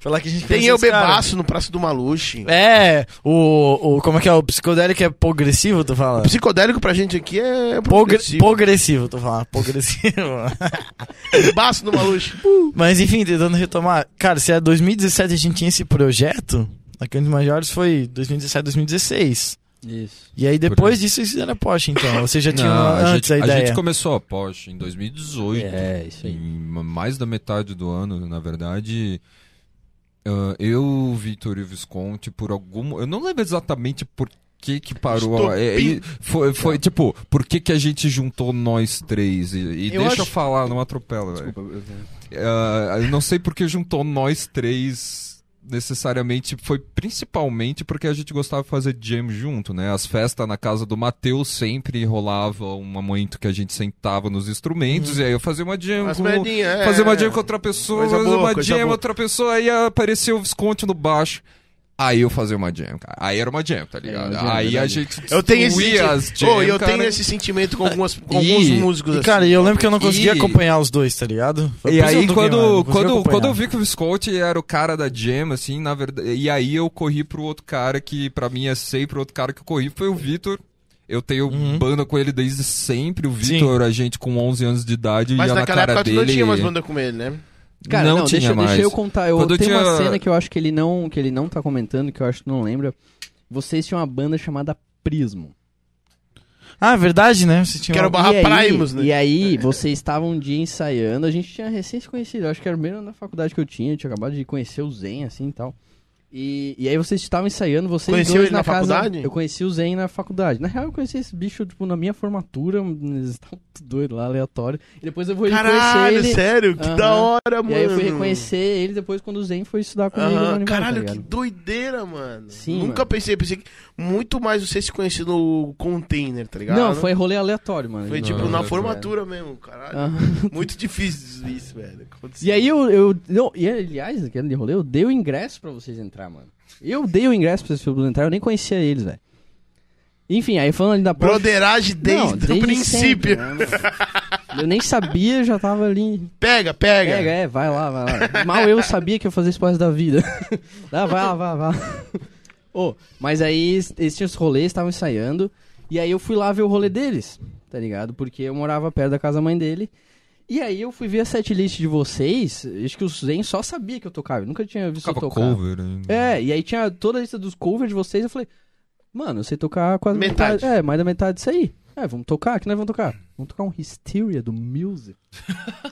B: Foi lá que a gente
A: Tem
B: conheceu
A: eu
B: os caras.
A: bebaço no Praça do Maluche.
B: É, o, o. Como é que é? O psicodélico é progressivo, tu fala?
A: Psicodélico pra gente aqui é
B: Pogre-
A: progressivo.
B: Progressivo, tu fala. Progressivo.
A: Bebaço no Maluche.
B: Mas enfim, tentando retomar. Cara, se é 2017 a gente tinha esse projeto, a Cândida Majores foi 2017, 2016.
D: Isso.
B: E aí
C: Por
B: depois
C: aí.
B: disso vocês fizeram a Porsche, então. Você já tinha
C: Não, a,
B: antes
C: gente,
B: a
C: a
B: ideia.
C: gente começou a Porsche em 2018.
D: É, isso aí.
C: Em mais da metade do ano, na verdade. ah, eu, Vitor e o Visconti, por algum. Eu não lembro exatamente por que que parou. a- é,
A: Estopim.
C: e foi, foi tipo, por que que a gente juntou nós três? E, e
B: Eu
C: deixa eu
B: acho-
C: falar, não atropela. velho. Ah, eu não sei porque juntou nós três necessariamente foi principalmente porque a gente gostava de fazer jam junto, né? As festas na casa do Matheus sempre rolava um momento que a gente sentava nos instrumentos
B: Uhum.
C: e aí eu fazia uma jam
A: As
C: com
A: merdinhas, é.
C: fazer uma jam com outra pessoa,
A: Coisa
C: fazer
A: boa,
C: uma
A: coisa
C: jam
A: boa.
C: outra pessoa, aí apareceu o Visconti no baixo. Aí eu fazia uma jam, cara. Aí era uma jam, tá ligado?
D: uma jam,
C: aí a
D: verdade.
C: gente
A: Eu tenho esse,
C: destruía as
A: senti...
C: jam,
A: Ô, eu
C: cara.
A: tenho esse sentimento com, algumas, com alguns
C: E-
A: músicos.
B: E,
A: assim.
B: cara, e eu lembro que eu não conseguia
C: E-
B: acompanhar os dois, tá ligado? Foi
C: E
B: por isso
C: aí,
B: que eu toquei, mano,
C: quando,
B: não conseguia
C: quando,
B: acompanhar.
C: quando eu vi que o Visconti era o cara da Jam, assim, na verdade. E aí eu corri pro outro cara que pra mim é sei, pro outro cara que eu corri foi o Vitor. Eu tenho
B: Uhum.
C: banda com ele desde sempre. O Vitor, a gente com 11 anos de idade,
A: Mas
C: ia na
A: naquela
C: cara
A: época
C: dele.
A: tu não tinha mais banda com ele, né?
D: Cara,
C: não,
D: não,
C: tinha
D: deixa,
C: mais.
D: deixa eu contar. Eu
C: Quando eu
D: tenho uma
C: tinha-
D: cena que eu acho que ele não que ele não tá comentando, que eu acho que não lembra. Vocês tinham uma banda chamada Prismo.
B: Ah, é verdade, né? Você tinha
A: Que era o
B: uma-
A: Barra
D: e aí,
A: Primus, né?
D: E aí, vocês estavam um dia ensaiando, a gente tinha recém se conhecido, eu acho que era o primeiro ano da faculdade que eu tinha, eu tinha acabado de conhecer o Zen, assim e tal. E, e aí vocês estavam ensaiando, vocês
A: Conheceu
D: dois
A: ele
D: na,
A: na
D: casa,
A: faculdade?
D: Eu conheci o Zen na faculdade. Na real, eu conheci esse bicho, tipo, na minha formatura, eles estavam tudo doido lá, aleatório. E depois eu fui
A: Caralho,
D: reconhecer ele.
A: sério? Que
D: Aham.
A: da hora, mano.
D: E aí eu fui reconhecer ele depois quando o Zen foi estudar comigo
A: Aham,
D: no animal, tá
A: Caralho, que
D: ligado?
A: doideira, mano.
D: Sim,
A: Nunca
D: mano.
A: pensei, pensei que muito mais você se conhecer no container, tá ligado?
D: Não, foi rolê aleatório, mano.
A: Foi
D: Não,
A: tipo
C: Não,
A: na
C: não,
A: formatura mesmo, caralho.
D: Ah.
A: Muito difícil isso, velho. Aconteceu.
D: E aí eu. eu não, e aliás, aquele de rolê, eu dei o ingresso pra vocês entrar, mano. Eu dei o ingresso pra vocês entrar, eu nem conhecia eles, velho. Enfim, aí falando ali da Porsche-
A: Broderagem desde,
D: Não,
A: o
D: desde
A: princípio.
D: sempre, né, mano? eu nem sabia, já tava ali.
A: Pega, pega.
D: Pega, é, vai lá, vai lá. Mal eu sabia que eu fazia isso pro resto da vida. ah, vai lá, vai lá, vai lá. Ô, mas aí es- eles tinham os rolês, estavam ensaiando. E aí eu fui lá ver o rolê deles, tá ligado? Porque eu morava perto da casa da mãe dele. E aí eu fui ver a setlist de vocês. Acho que o Zen só sabia que eu tocava. Eu nunca tinha visto eu
C: Tocava
D: tocar.
C: cover. né? ainda.
D: É, e aí tinha toda a lista dos covers de vocês. Eu falei, mano, eu sei tocar quase
A: Metade.
D: É, mais da metade disso aí. É, vamos tocar, que nós vamos tocar. Vamos tocar um Hysteria do Muse.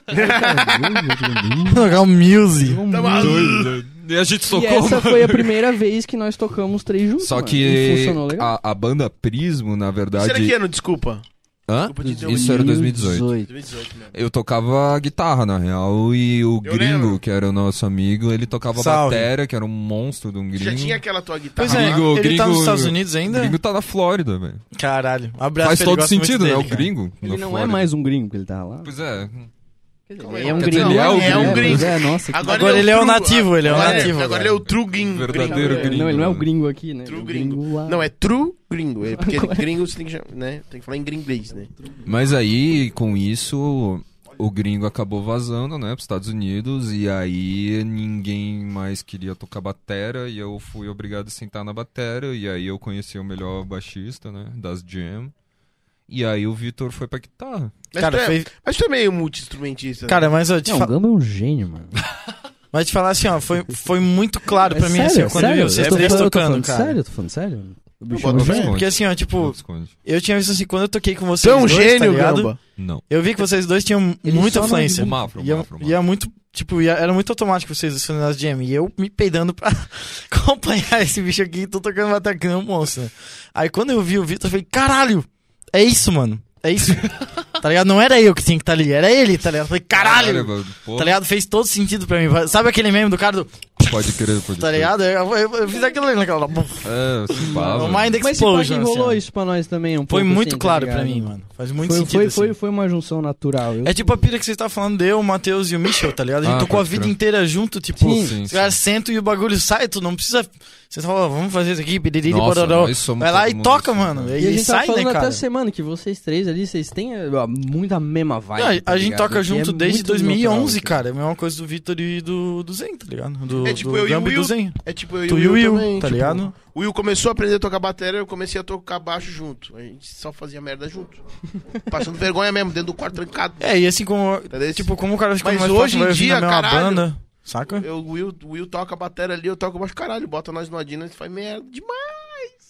D: Tocou
B: Jogar o Muse.
D: um
A: Tá
D: Muse.
A: maluco.
C: E a gente
D: E
C: socou.
D: essa foi a primeira vez que nós tocamos três juntos.
C: Só
D: mano, e
C: que
D: funcionou legal.
C: a, a banda Prismo, na verdade.
A: Será que ano? Desculpa.
C: Hã?
A: Desculpa te interromper.
C: Isso era 2018.
A: 2018 mesmo.
C: Eu tocava guitarra, na real, e o
A: Eu
C: gringo,
A: lembro.
C: que era o nosso amigo, ele tocava
B: Salve.
C: bateria, que era um monstro de um gringo.
A: Já tinha aquela tua guitarra
B: Pois é,
A: lá?
C: Gringo,
B: ele tá nos
C: gringo-
B: Estados Unidos
C: O
B: ainda?
C: gringo tá na Flórida, velho.
B: Caralho. Um abraço
C: Faz
B: pra ele,
C: todo
B: gosto muito
C: sentido, né?
B: dele,
C: o
B: cara.
C: gringo.
D: Ele
C: na
D: não é
C: Flórida.
D: mais um gringo que ele tá lá.
C: Pois é.
D: Ele é um
C: Quer dizer,
D: gringo.
C: ele é o gringo.
D: né? Pois
A: gringo.
D: É, nossa, que
B: Agora ele é o
A: true-
B: nativo, ele é o
A: Agora
B: nativo
A: Agora
B: agora.
A: ele é o true gringo.
C: Verdadeiro
A: É.
C: gringo.
D: Não, ele não é o
C: mano.
D: gringo aqui, né? Ele é
A: True
D: o
A: gringo.
D: lá.
A: Não, é true gringo. É porque gringo você tem que, chamar, né? tem que falar em gringo inglês, né?
C: Mas aí, com isso, o gringo acabou vazando, né, pros Estados Unidos, e aí ninguém mais queria tocar batera, e eu fui obrigado a sentar na batera, e aí eu conheci o melhor baixista, né, das jam, e aí o Vitor foi pra guitarra.
A: Mas,
B: Cara,
A: tu, é,
B: foi-
A: mas tu é meio multi-instrumentista. né?
B: Cara, mas eu te,
D: Não,
B: fa-
D: o Gamba é um gênio, mano.
B: mas te falar assim, ó, foi, foi muito claro pra
D: É
B: mim,
D: sério,
B: assim, quando
D: sério?
B: eu vi vocês
D: Eu tô
B: três
D: falando- eu tô
B: tocando,
D: falando
B: cara.
D: Sério, eu tô falando sério? O bicho é
A: boto
D: um
C: Não
D: gênio.
C: esconde,
B: Porque assim, ó, tipo,
C: não esconde.
B: eu tinha visto assim, quando eu toquei com
A: tu
B: vocês
A: é um
B: dois,
A: gênio,
B: tá ligado?
A: Gamba.
C: Não.
B: Eu vi que vocês dois tinham
D: Ele
B: muita
D: só não
B: influência.
C: O Mafra, o
B: E é,
C: Mafra, o
B: e
C: Mafra.
B: é muito, tipo, e é- era muito automático vocês os nas jam. E eu me peidando pra acompanhar esse bicho aqui, tô tocando uma tacana, um monstro. né? Aí quando eu vi o Vitor, eu falei, caralho, é isso, mano. É isso. tá ligado? Não era eu que tinha que estar ali, era ele, tá ligado? Eu falei, caralho.
C: mano, pô,
B: Tá ligado? Fez todo sentido pra mim. Sabe aquele meme do cara do.
C: Pode querer, pode
B: Tá
C: crer.
B: ligado? Eu, eu- eu fiz aquilo ali naquela.
C: É, se
A: Ah,
C: pá,
B: O
C: mano.
B: Mind
D: Mas se pá que
B: Explosion. assim,
D: rolou
B: ó.
D: isso pra nós também um
B: Foi
D: pouco
B: muito
D: assim, tá
B: claro
D: ligado?
B: pra mim, mano. Faz muito
D: Foi,
B: sentido.
D: foi,
B: assim.
D: foi, foi uma junção natural. Eu-
B: É tipo a pira que você tá falando, eu, o Matheus e o Michel, tá ligado? A gente
C: Ah,
B: tocou a
C: pode
B: vida
C: crer.
B: inteira junto, tipo,
D: Sim.
C: Sim,
B: os
C: sim.
B: caras sentam e o bagulho sai, tu não precisa. Você fala, ó, vamos fazer isso aqui, piriri,
C: Nossa,
B: bororó.
C: nós somos
B: Vai lá
C: todo
B: e
C: mundo
B: toca,
C: assim,
B: mano.
C: né?
B: E,
D: E a gente tava
B: sai, né,
D: falando até
B: cara?
D: essa semana que vocês três ali, vocês têm ó, muito a mesma vibe.
B: Não, a-
D: tá
B: a gente
D: ligado?
B: toca
D: Que
B: junto
D: é
B: desde
D: muito
B: 2011,
D: natural,
B: cara. É a mesma coisa do Vitor e do, do Zen, tá ligado? Do,
A: É tipo
B: do
A: eu e o
B: Gamba
A: Will.
B: do Zen.
A: É tipo eu
B: Tu
A: e
B: e o Will,
A: também,
B: tá
A: tipo,
B: ligado?
A: O Will começou a aprender a tocar bateria, eu comecei a tocar baixo junto. A gente só fazia merda junto. Passando vergonha mesmo, dentro do quarto trancado.
B: É, e assim como.
A: Entendeu?
B: Tipo, como o cara fica
A: Mas
B: mais
A: hoje
B: forte,
A: em
B: vai ouvir na
A: dia,
B: mesma
A: caralho,
B: banda. Saca?
A: Tipo, Eu, o, Will, o Will toca a bateria ali, eu toco baixo, caralho, bota nós no Adina, isso faz merda demais.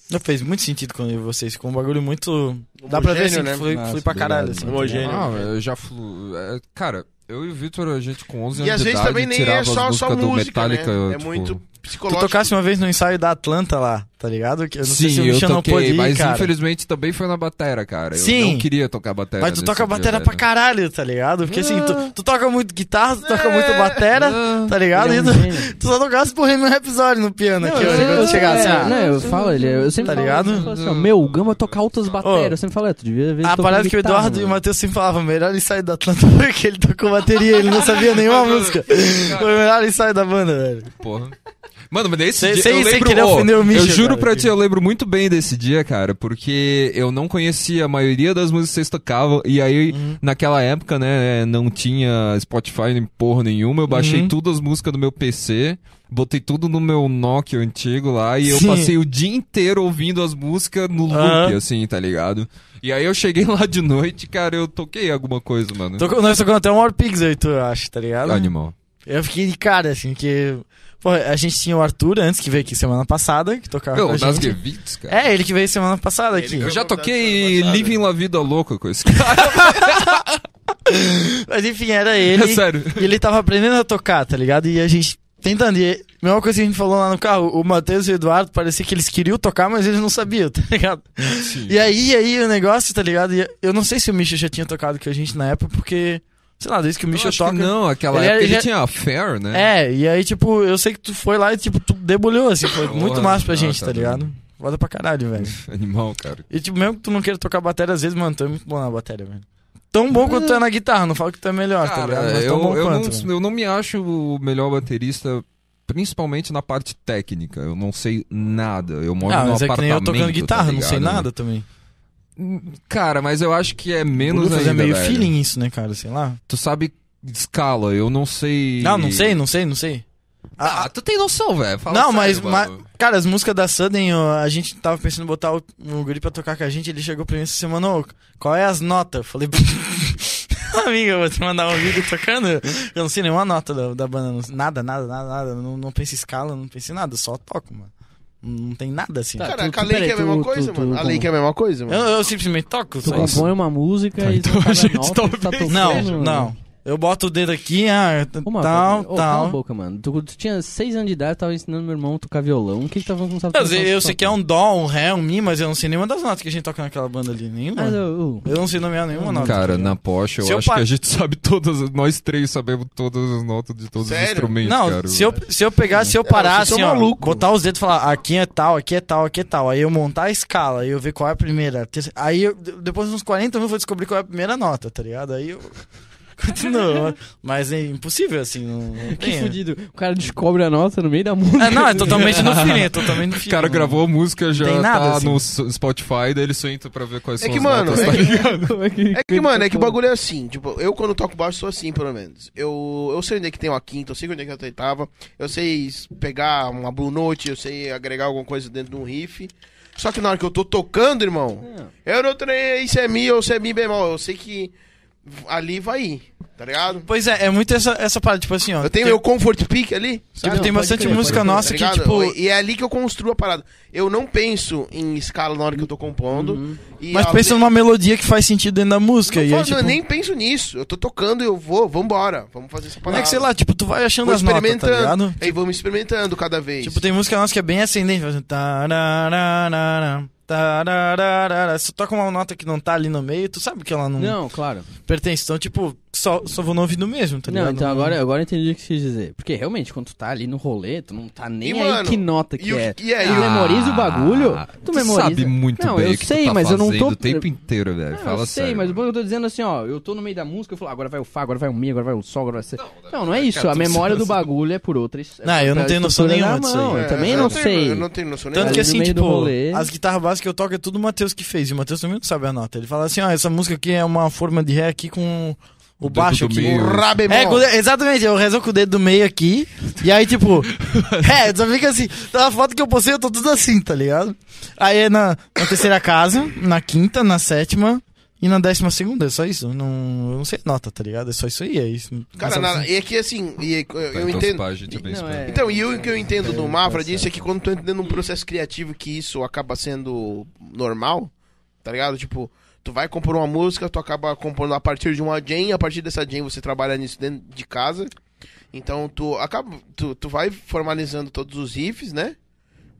B: Não fez muito sentido quando eu vi vocês. Ficou um bagulho muito. Dá pra ver assim,
A: Homogêneo,
B: que
A: né?
B: foi,
D: Nossa,
B: foi pra caralho,
D: obrigado.
B: assim.
E: Homogêneo.
C: Ah, eu já flu... é, Cara, eu e o Vitor, a gente com 11
A: E
C: anos
A: às
C: de
A: vezes
C: idade,
A: também nem
C: tirava
A: é só,
C: as
A: só
C: músicas do
A: música, né?
C: Metallica,
A: É
C: tipo,
A: muito
B: Tu
A: psicológico.
B: tocasse uma vez no ensaio da Atlanta lá, tá ligado? Que eu não sei se
C: Sim,
B: o
C: eu
B: Michel não
C: toquei,
B: pôde ir,
C: mas
B: cara.
C: infelizmente também foi na batera, cara. Eu
B: Sim.
C: não queria tocar batera.
D: É,
B: Mas tu
C: nesse
B: toca
C: dia,
B: batera
C: velho.
D: né?
B: pra caralho, tá ligado? Porque assim, tu, tu toca muito guitarra, tu toca muito batera,
C: Ah,
B: tá
D: cara.
B: ligado? E
D: É. Ele é um
B: tu,
D: gênio.
B: tu só tocasse por um episódio no piano aqui, ó.
D: eu,
B: Quando chegar assim,
D: é,
B: ah,
D: né, eu falo, ele, eu
B: Tá
D: sempre falo,
B: ligado?
D: eu sempre falo assim, ó, meu, o Gama toca altas baterias. eu sempre falo, é, tu devia ver.
B: A parada ah, que o Eduardo e o Matheus sempre falavam, melhor ensaio da Atlanta porque ele tocou bateria, ele não sabia nenhuma música. Foi o melhor ensaio da banda, velho.
C: Porra. Mano, mas nesse
B: Sem-
C: dia
B: sem-
C: eu
B: sem
C: lembro,
B: querer
C: ó,
B: ofender o Michel,
C: eu juro
B: cara,
C: pra
B: porque-
C: ti, eu lembro muito bem desse dia, cara, porque eu não conhecia a maioria das músicas que vocês tocavam, e aí,
D: Uhum.
C: naquela época, né, não tinha Spotify nem porra nenhuma, eu baixei
B: Uhum.
C: todas as músicas do meu PC, botei tudo no meu Nokia antigo lá, e eu
B: Sim.
C: passei o dia inteiro ouvindo as músicas no loop,
B: Aham.
C: assim, tá ligado? E aí eu cheguei lá de noite, cara, eu toquei alguma coisa, mano.
B: Tocou- Nós tocamos até um War Pigs aí, tu eu acho, tá ligado?
C: Animal.
B: Eu fiquei de cara, assim, que. Pô, a gente tinha o Arthur antes que veio aqui semana passada, que tocava.
C: Meu,
B: com Ah, a
C: das
B: gente.
C: Gevitz, cara.
B: É, ele que veio semana passada
A: Ele
B: aqui.
A: que
C: Eu já
A: Vou contar essa
C: toquei
A: passada.
C: Living La Vida Louca com esse cara,
B: Mas enfim, era ele.
C: sério.
B: e ele tava aprendendo a tocar, tá ligado? E a gente tentando. E a mesma coisa que a gente falou lá no carro, o Matheus e o Eduardo parecia que eles queriam tocar, mas eles não sabiam, tá ligado? E aí, aí o negócio, tá ligado? E eu não sei se o Misha já tinha tocado com a gente na época, porque. Sei lá, desde que o
C: Eu
B: Misha
C: acho
B: toca.
C: que não, aquela
B: Ele era-
C: época ele
B: já-
C: tinha a Fair, né?
B: É, e aí, tipo, eu sei que tu foi lá e, tipo, tu debulhou, assim, foi
C: Porra,
B: muito massa pra
C: ah,
B: gente,
C: tá
B: tá
C: bom.
B: ligado? Foda pra caralho, velho.
C: Animal, cara.
B: E tipo, mesmo que tu não queira tocar bateria, às vezes, mano, tu é muito bom na bateria, velho. Tão bom quanto tu é na guitarra, não falo que tu é melhor, tá
C: Cara,
B: ligado? Mas tão bom
C: eu, eu,
B: quanto. né?
C: não,
B: velho.
C: eu não me acho o melhor baterista, principalmente na parte técnica. Eu não sei nada. Eu moro
B: Ah,
C: num
B: mas é que nem
C: apartamento.
B: eu tocando
C: tá
B: guitarra, não sei
C: ligado?
B: nada também.
C: Cara, mas eu acho que é menos
B: Menos fazer
C: ainda,
B: meio
C: velho.
B: feeling isso, né, cara? Sei lá.
C: Tu sabe escala, eu não sei...
B: Não, não sei, não sei, não sei.
C: Ah, tu tem noção, velho. Fala
B: não,
C: sério,
B: mas, mas-
C: mano.
B: Cara, as músicas da Sudden, ó, a gente tava pensando em botar o, o guri pra tocar com a gente, ele chegou pra mim essa semana, ô, qual é as notas? Eu Falei, amiga, eu vou te mandar um vídeo tocando. Eu não sei nenhuma nota da, da banda, não- nada, nada, nada, nada. Não, não pensei em escala, não pensei em nada, só toco, mano. Não tem nada assim.
D: Tá,
A: Caraca,
D: tu-
A: a lei
D: peraí,
A: que é a mesma
D: tu-
A: coisa,
D: tu-
A: mano.
D: tu
A: a lei que é a mesma coisa,
B: Eu,
A: mano.
B: eu simplesmente toco.
D: Tu
B: só isso. Tá,
D: compõe uma música e
C: então
D: tu
C: a
D: faz
C: gente
D: nota, tu tá
C: talvez-
D: tocando,
B: Não,
D: mano.
B: não. Eu boto o dedo aqui, ah,
D: Ô, Marco,
B: tal,
D: ô, Cala a
B: tal.
D: boca, mano. Tu, tu tinha 6 anos de idade, tava ensinando meu irmão a tocar violão. O que que tava não sabe
B: Eu,
D: tocar
B: sei- eu sei
D: violão?
B: que é um dó, um ré, um mi, mas eu não sei nenhuma das notas que a gente toca naquela banda ali. Nenhuma.
C: um
D: Ah,
B: eu...
D: eu- eu-
B: não sei nomear nenhuma nota.
C: Cara, na Porsche, eu
B: Se eu
C: acho
B: pa-
C: que a gente sabe todas, nós três sabemos todas as notas de todos os
A: Sério?
C: instrumentos,
B: Não,
C: cara.
B: se, eu, se eu pegar, se eu
A: Não,
B: parar
A: vocês
B: assim,
A: são
B: ó,
A: maluco.
B: botar os dedos e falar aqui é tal, aqui é tal, aqui é tal. Aí eu montar a escala, aí eu ver qual é a primeira. a terceira- Aí eu- de- depois de uns 40 minutos eu vou descobrir qual é a primeira nota, tá ligado? Aí eu. Continuo. Mas é impossível assim. Não, não
D: Que
B: tem.
D: fudido. O cara descobre a nota no meio da música.
B: É, não, é totalmente no feeling, é totalmente no
C: O
B: feeling.
C: cara gravou a música, já
B: Tem nada,
C: tá
B: assim.
C: no S- Spotify, daí ele só entra pra ver quais
A: É
C: são
A: que,
C: as
A: mano,
C: notas.
A: é
C: tá
A: que-
C: ligado?
D: É que,
A: É que, mano, é que o bagulho é assim. Tipo, eu quando toco baixo sou assim, pelo menos. Eu, eu sei onde é que tem uma quinta, eu sei onde é que tem a oitava. Eu sei s- pegar uma blue note, eu sei agregar alguma coisa dentro de um riff. Só que na hora que eu tô tocando, irmão,
D: Não.
A: eu não treinei se é mi ou se é mi bemol. Eu sei que ali vai ir, tá ligado?
B: Pois é, é muito essa, essa parada, tipo assim, ó.
A: Eu tenho
B: tem-
A: meu comfort pick ali,
B: Tipo,
A: sabe?
B: tem
D: Não,
B: bastante
D: pode crer,
B: música
D: pode crer.
B: nossa
A: Tá
B: que,
A: ligado?
B: tipo.
A: E é ali que eu construo a parada. Eu não penso em escala na hora que eu tô compondo. E
B: Uhum. Mas
A: a-
B: pensa numa melodia que faz sentido dentro da música.
A: Não
B: e aí,
A: falo,
B: tipo,
A: Eu nem penso nisso. Eu tô tocando, eu vou, vambora. Vamos fazer essa
B: Como é
A: parada.
B: que sei lá, tipo, tu vai achando
A: Vou
B: as notas, tá
A: experimentando.
B: ligado?
A: Aí vamos experimentando cada vez.
B: Tipo, tem música nossa que é bem ascendente. faz assim, tarararara, tarararara. Se tu toca uma nota que não tá ali no meio, tu sabe que ela
A: é um-
B: não,
D: Não, claro.
B: pertence. Então, tipo, só, só vou no ouvido mesmo, tá ligado?
D: não, então agora, agora eu entendi o que você quis dizer. Porque realmente, quando tu tá ali no rolê, tu não tá nem
A: E,
D: aí
A: mano,
D: que nota
A: e
D: que
A: o
D: é.
A: que- e aí,
D: tu
A: o-
D: memoriza o bagulho,
C: Ah,
D: tu memoriza.
C: sabe muito
D: não,
C: bem
D: eu
C: o que tu
D: sei,
C: tá
D: mas eu não tô...
C: fazendo o tempo inteiro, velho.
D: Não,
C: Fala
D: eu sei,
C: sério.
D: mas o que eu tô dizendo assim, ó, eu tô no meio da música, eu falo, "Ah, agora vai o Fá, agora vai o Mi, agora vai o Sol, agora vai o C. Não, não, é isso,
C: cara,
D: a
C: tu
D: memória do
C: precisa-
D: bagulho é por outras...
B: Não, eu não tenho noção nenhuma disso aí.
D: Não, eu
A: É,
D: também não
A: tenho-
D: sei.
A: Eu não tenho noção
B: Tanto
A: nenhuma.
B: que
D: Ali no
B: assim,
D: meio do
B: tipo,
D: rolê.
B: as guitarras básicas que eu toco é tudo o Matheus que fez. E o Matheus também não sabe a nota. Ele fala assim, ó, essa música aqui é uma forma de ré aqui com o,
C: O dedo
B: baixo
C: do
B: aqui.
C: meio.
A: O Rá bemol.
B: É, com o de- exatamente, eu rezo com o dedo do meio aqui. E aí, tipo, é, eu só fica assim. Na foto que eu postei, eu tô tudo assim, tá ligado? Aí é na, na terceira casa, na quinta, na sétima e na décima segunda. É só isso. Não, eu não sei a nota, tá ligado? É só isso aí. É isso.
A: Cara,
B: Essa-
A: na- e aqui assim, e, eu, eu
C: Então,
A: entendo.
C: pá, a gente é bem
D: Não,
C: esperto.
D: é-
A: Então, e o que eu entendo do Mafra disso é que quando tu entra dentro de um processo criativo que isso acaba sendo normal, tá ligado? Tipo, tu vai compor uma música, tu acaba compondo a partir de uma jam, a partir dessa jam você trabalha nisso dentro de casa. Então, tu acaba tu, tu vai formalizando todos os riffs, né?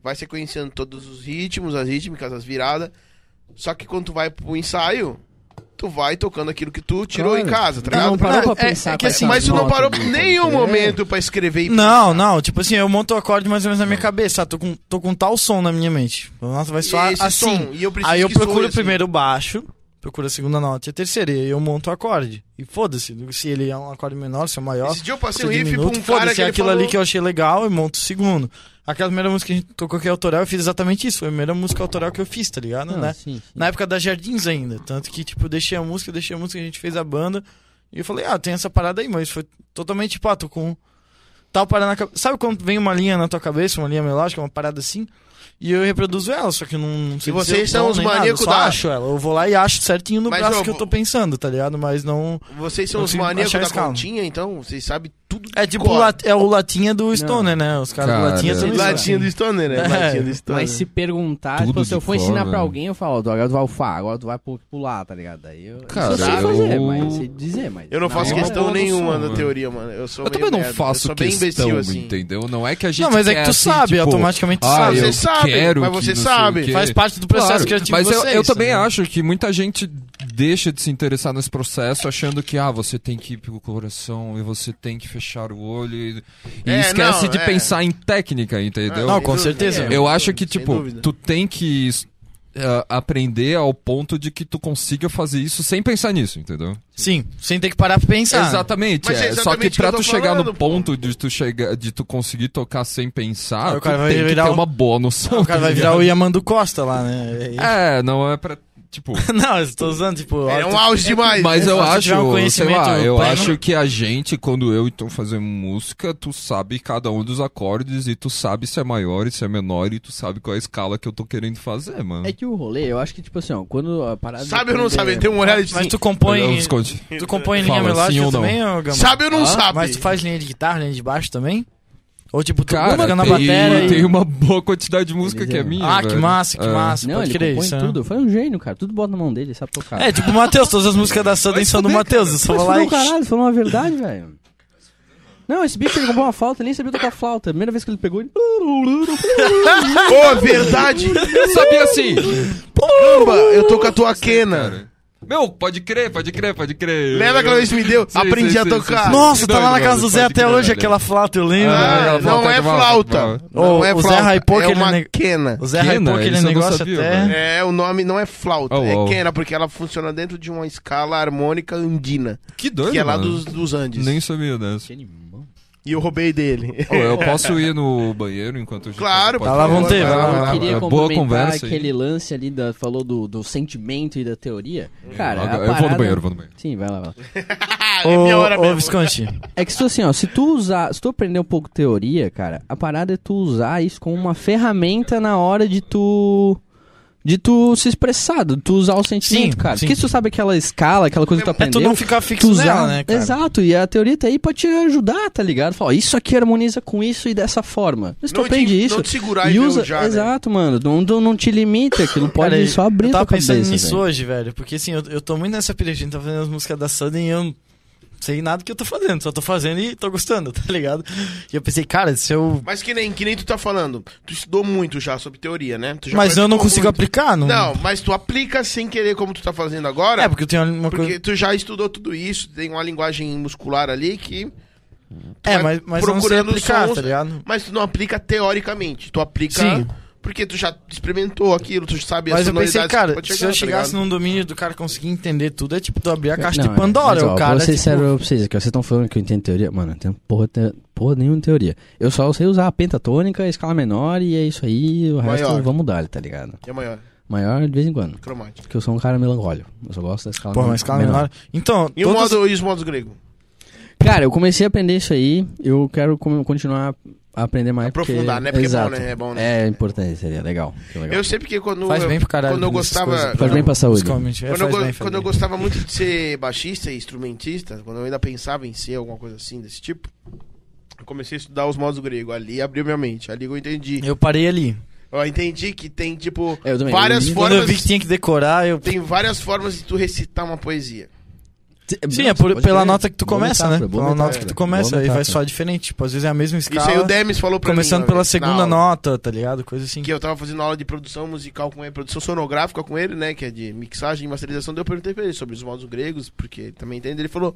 A: Vai sequenciando todos os ritmos, as rítmicas, as viradas. Só que quando tu vai pro ensaio, tu vai tocando aquilo que tu tirou em
D: Claro.
A: casa, tá
D: Tu
A: ligado?
D: não parou
B: Não,
D: pra
B: é-
D: pensar
B: é que
D: quais
B: assim,
D: são
A: Mas
D: as
A: tu não
D: notas
A: parou
D: do-
A: em nenhum
D: É.
A: momento pra escrever e
B: Não, não, tipo assim, eu monto o acorde mais ou menos na minha cabeça. ah, Tô com, tô com tal som na minha mente. A nota vai soar
A: esse
B: assim.
A: som, e eu preciso
B: Aí eu
A: que soe
B: procuro
A: assim.
B: primeiro o baixo, procuro a segunda nota e a terceira, e aí eu monto o acorde. E foda-se, se ele é um acorde menor, se é maior.
A: Esse dia eu passei
B: Se
A: um riff
B: diminuto,
A: pra um cara
B: foda-se,
A: que
B: é
A: ele
B: aquilo
A: falou...
B: ali que eu achei legal e monto o segundo. Aquela primeira música que a gente tocou que é autoral, eu fiz exatamente isso. Foi a primeira música autoral que eu fiz, tá ligado?
D: Não,
B: né?
D: sim, sim.
B: Na época da Jardins ainda. Tanto que, tipo, eu deixei a música, deixei a música, a gente fez a banda. E eu falei, ah, tem essa parada aí, mas foi totalmente, tipo, ah, tô com tal parada na cabeça. Sabe quando vem uma linha na tua cabeça, uma linha melódica, uma parada assim? E eu reproduzo ela, só que eu não, não sei
A: E vocês
B: dizer o
A: são
B: tom
A: os
B: nem nada,
A: maníacos
B: eu só
A: da-
B: acho ela. Eu vou lá e acho certinho no
A: Mas,
B: braço
A: ô,
B: que eu
A: vo-
B: tô pensando, tá ligado? Mas não...
A: Vocês são
B: Eu
A: os
B: consigo
A: maníacos
B: achar
A: da
B: esse carro.
A: continha, então vocês sabem tudo de
B: É tipo,
A: cor.
B: o lat- é o latinha do Stoner, né? Os caras do
C: Cara,
B: latinha são
C: é.
B: isso, né?
A: Latinha do Stoner, né?
B: É.
A: Latinha do Stoner.
D: Mas se perguntar,
C: Tudo
D: tipo, se
C: de
D: eu for
C: cor,
D: ensinar pra
C: velho.
D: alguém, eu falo, ó, agora tu vai ufar, agora tu vai pu- pular, tá ligado? Daí eu,
C: Cara,
D: isso eu sei
A: eu-
D: fazer, mas eu sei dizer, mas...
A: Eu não
D: na
A: faço
D: hora-
A: questão
C: eu não sou,
A: nenhuma da
C: mano.
A: teoria, mano. Eu sou
C: Eu
A: meio
C: também não
A: merda.
C: faço
A: Eu sou bem
C: questão,
A: imbecil, assim.
C: entendeu? Não é que a gente
B: Não, mas é que
C: quer,
B: tu
C: assim,
B: sabe,
C: tipo,
B: automaticamente tu
C: ah,
B: sabe.
C: eu
A: Você sabe,
C: quero
A: mas
C: que
A: você
C: não sei
A: sabe.
C: o quê.
B: Faz parte do processo
C: Claro,
B: criativo
C: Mas
B: de
C: eu,
B: vocês,
C: eu também
B: né?
C: acho que muita gente deixa de se interessar nesse processo achando que ah, você tem que ir pro coração e você tem que fechar o olho e, e
A: É,
C: esquece
A: não,
C: de
A: é.
C: pensar em técnica, entendeu?
B: Não,
A: sem
B: com
A: dúvida.
B: certeza.
A: É,
C: Eu acho que,
A: sem
C: tipo,
A: dúvida.
C: tu tem que eh, aprender ao ponto de que tu consiga fazer isso sem pensar nisso, entendeu?
B: Sim, sem ter que parar pra pensar.
C: Exatamente,
A: Mas é
C: é. Só
A: exatamente
C: que
A: o que eu
C: pra
A: tô
C: tu chegar
A: falando,
C: no ponto de tu, chegar, de tu conseguir tocar sem pensar,
B: Aí o
C: tu
B: cara vai
C: tem que
B: virar
C: ter
B: um-
C: uma boa noção.
B: O cara vai
C: tá
B: virar
C: ligado?
B: o Yamando Costa lá, né? É-
C: É, não é pra. Tipo.
B: Não, eu tô usando, tipo.
A: É
B: ó,
A: um auge demais.
C: Mas
B: se
C: eu
B: você tiver um
C: acho, sei
B: conhecimento
C: lá, eu
B: pleno-
C: acho que a gente, quando eu e tu fazemos música, tu sabe cada um dos acordes e tu sabe se é maior e se é menor e tu sabe qual é a escala que eu tô querendo fazer, mano.
D: É que o rolê, eu acho que, tipo assim, ó, quando a parada... é
A: Sabe ou não
D: aprender-
A: sabe? Tem um olhar de
B: Mas
A: assim.
B: tu compõe.
C: Esconde.
B: Tu compõe linha
C: Fala,
B: melódica
C: sim ou não.
B: também, ô Gama?
A: Sabe ou não
C: Ah,
A: sabe?
B: Mas tu faz linha de guitarra, linha de baixo também? Ou tipo, tu
C: Cara,
B: fica na
C: tem,
B: bateria. e-
C: tem uma boa quantidade de música
D: Eles
C: que é
D: eram.
C: minha.
B: Ah, que
C: velho.
B: massa, que
C: É.
B: massa.
D: Não,
B: pode
D: ele
B: crer
D: compõe
B: isso. né?
D: tudo. Foi um gênio, cara. Tudo bota na mão dele, ele sabe tocar.
B: É, tipo o Matheus, todas as músicas da Sudden são do
C: é
B: Matheus. Eu só
D: Mas
B: vou lá
D: fudeu
B: e.
D: o caralho, falou uma verdade, velho. Não, esse bicho ele comprou uma flauta, ele nem sabia tocar flauta. A primeira vez que ele pegou, ele...
A: Pô, verdade!
C: Eu sabia assim.
A: Caramba, eu tô com a tua quena.
C: Cara. Meu, pode crer, pode crer, pode crer.
A: Lembra aquela vez que me deu?
C: Sim,
A: Aprendi
C: sim,
A: a
C: sim,
A: tocar.
C: sim, sim.
B: Nossa, tá
C: Doido,
B: lá na casa
C: mano,
B: do Zé
C: pode
B: até
C: crer,
B: hoje
C: velho.
B: aquela flauta, eu lembro.
C: Ah,
A: Ah,
C: aquela
A: não
C: flauta,
A: é
C: aquela
A: flauta.
C: flauta.
A: Não
B: Ô,
A: é
B: o Zé
A: flauta,
B: hypou
A: é
B: aquele
A: uma
B: neg-
A: quena.
B: O Zé
C: Quena,
B: hypou aquele
C: isso eu não
B: negócio
C: sabia,
B: até.
C: velho.
A: É, o nome não é flauta,
C: Oh, oh.
A: é quena, porque ela funciona dentro de uma escala harmônica andina,
C: Que doido,
A: que é lá
C: mano.
A: dos, dos Andes.
C: Nem sabia dessa.
A: E eu roubei dele.
C: Ô, eu posso ir no banheiro enquanto eu
A: É. Claro,
C: pode
B: Vai lá,
C: falar?
B: vão ter, vai lá,
C: Ah,
B: vai lá.
D: Eu queria
C: é boa
D: complementar
C: conversa. aí.
D: aquele lance ali, da, falou do, do sentimento e da teoria. Cara, a
C: eu vou
D: parada-
C: no banheiro, vou no banheiro.
D: Sim, vai lá, vai lá. Ah,
A: minha
B: Ô,
A: hora
B: ô,
A: mesmo.
B: Visconti.
D: É que se tu assim, ó, se tu usar, se tu aprender um pouco teoria, cara, a parada é tu usar isso como uma ferramenta na hora de tu de tu se expressar, de tu usar o sentimento,
B: Sim,
D: cara.
B: sim.
D: Porque se tu sabe aquela escala, aquela coisa que tu
B: É tu
D: aprendeu,
B: não ficar fixo
D: tu usar,
B: nela, né, cara?
D: Exato, e a teoria tá aí pra te ajudar, tá ligado? Fala, ó, isso aqui harmoniza com isso e dessa forma. Mas tu
A: Não te-
D: aprende
A: não
D: isso.
A: te segurar e
D: e
A: ver
D: usa,
A: o já, né?
D: exato, mano. Não, não, não te limita, aquilo pode
B: Cara,
D: só abrir
B: eu
D: tua
B: tava
D: cabeça.
B: pensando nisso
D: velho.
B: hoje, velho. Porque assim, eu, eu tô muito nessa pira, a gente tá fazendo as músicas da Sudden e eu não sei nada que eu tô fazendo. Só tô fazendo e tô gostando, tá ligado? E eu pensei, cara, se eu.
A: Mas que nem, que nem tu tá falando, tu estudou muito já sobre teoria, né? Tu já
B: Mas eu não
A: praticou
B: consigo
A: muito.
B: aplicar, não.
A: Não, mas tu aplica sem querer como tu tá fazendo agora,
B: É, porque eu tenho uma
A: porque
B: coisa.
A: tu já estudou tudo isso, tem uma linguagem muscular ali que... tu
B: É,
A: vai
B: mas, mas eu não sei
A: procurando
B: aplicar,
A: sons- né?
B: tá ligado?
A: Mas tu não aplica teoricamente, tu aplica...
B: Sim.
A: Porque tu já experimentou aquilo, tu sabe
B: Mas eu pensei,
A: sonoridades que
B: cara,
A: pode
B: se
A: chegar,
B: eu
A: tá
B: chegasse
A: ligado?
B: num domínio do cara conseguir entender tudo, é tipo tu abrir a caixa
D: Não,
B: de
D: é,
B: Pandora,
D: mas, ó,
B: o cara.
D: Vou
B: é,
D: ser
B: tipo,
D: sincero pra vocês, que vocês estão falando que eu entendo teoria. Mano, eu tenho porra, te- porra nenhuma de teoria. Eu só sei usar a pentatônica, a escala menor e é isso aí. O resto
A: Maior.
D: vamos dar, tá ligado?
A: É maior,
D: Maior de vez em quando.
A: cromático.
D: Porque eu sou um cara melancólico. Eu só gosto da escala
B: Pô,
D: men-
B: mas escala menor. Então,
A: E, o
B: todas-
A: modo, e os modos gregos?
D: Cara, eu comecei a aprender isso aí. Eu quero com- continuar a aprender mais.
A: Aprofundar,
D: porque...
A: né? Porque é bom,
D: Exato.
A: né? É bom, né?
D: É importante, seria legal. que legal.
A: Eu sei porque quando
B: Faz
A: eu,
B: bem pro caralho.
A: quando eu
B: nessas
A: gostava...
B: coisas,
D: Faz bem pra saúde.
B: Principalmente, é,
A: Quando, eu,
B: faz
A: go-
B: bem, faz
A: quando
B: bem.
A: eu gostava muito de ser baixista e instrumentista, quando eu ainda pensava em ser alguma coisa assim desse tipo, eu comecei a estudar os modos gregos. Ali abriu minha mente. Ali eu entendi.
B: Eu parei ali.
A: Eu entendi que tem, tipo,
D: É, eu também.
A: várias
D: Eu-
B: Quando eu
A: formas.
B: vi que tinha que decorar, eu.
A: Tem várias formas de tu recitar uma poesia.
B: Sim, é por-
D: Nossa, pode
B: pela
D: crer.
B: nota que tu
D: Boa
B: começa, né?
D: metáfora, boa
B: Pela nota que
D: metáfora,
B: tu começa,
D: boa
B: aí vai
D: metáfora.
B: soar diferente. Tipo, às vezes é a mesma escala.
A: Isso aí o Demis falou pra
B: começando
A: mim. uma
B: pela
A: vez,
B: segunda
A: na aula,
B: nota, tá ligado? Coisa assim.
A: Que eu tava fazendo aula de produção musical com ele, produção sonográfica com ele, né? Que é de mixagem e masterização. Daí eu perguntei pra ele sobre os modos gregos, porque ele também entende. Ele falou,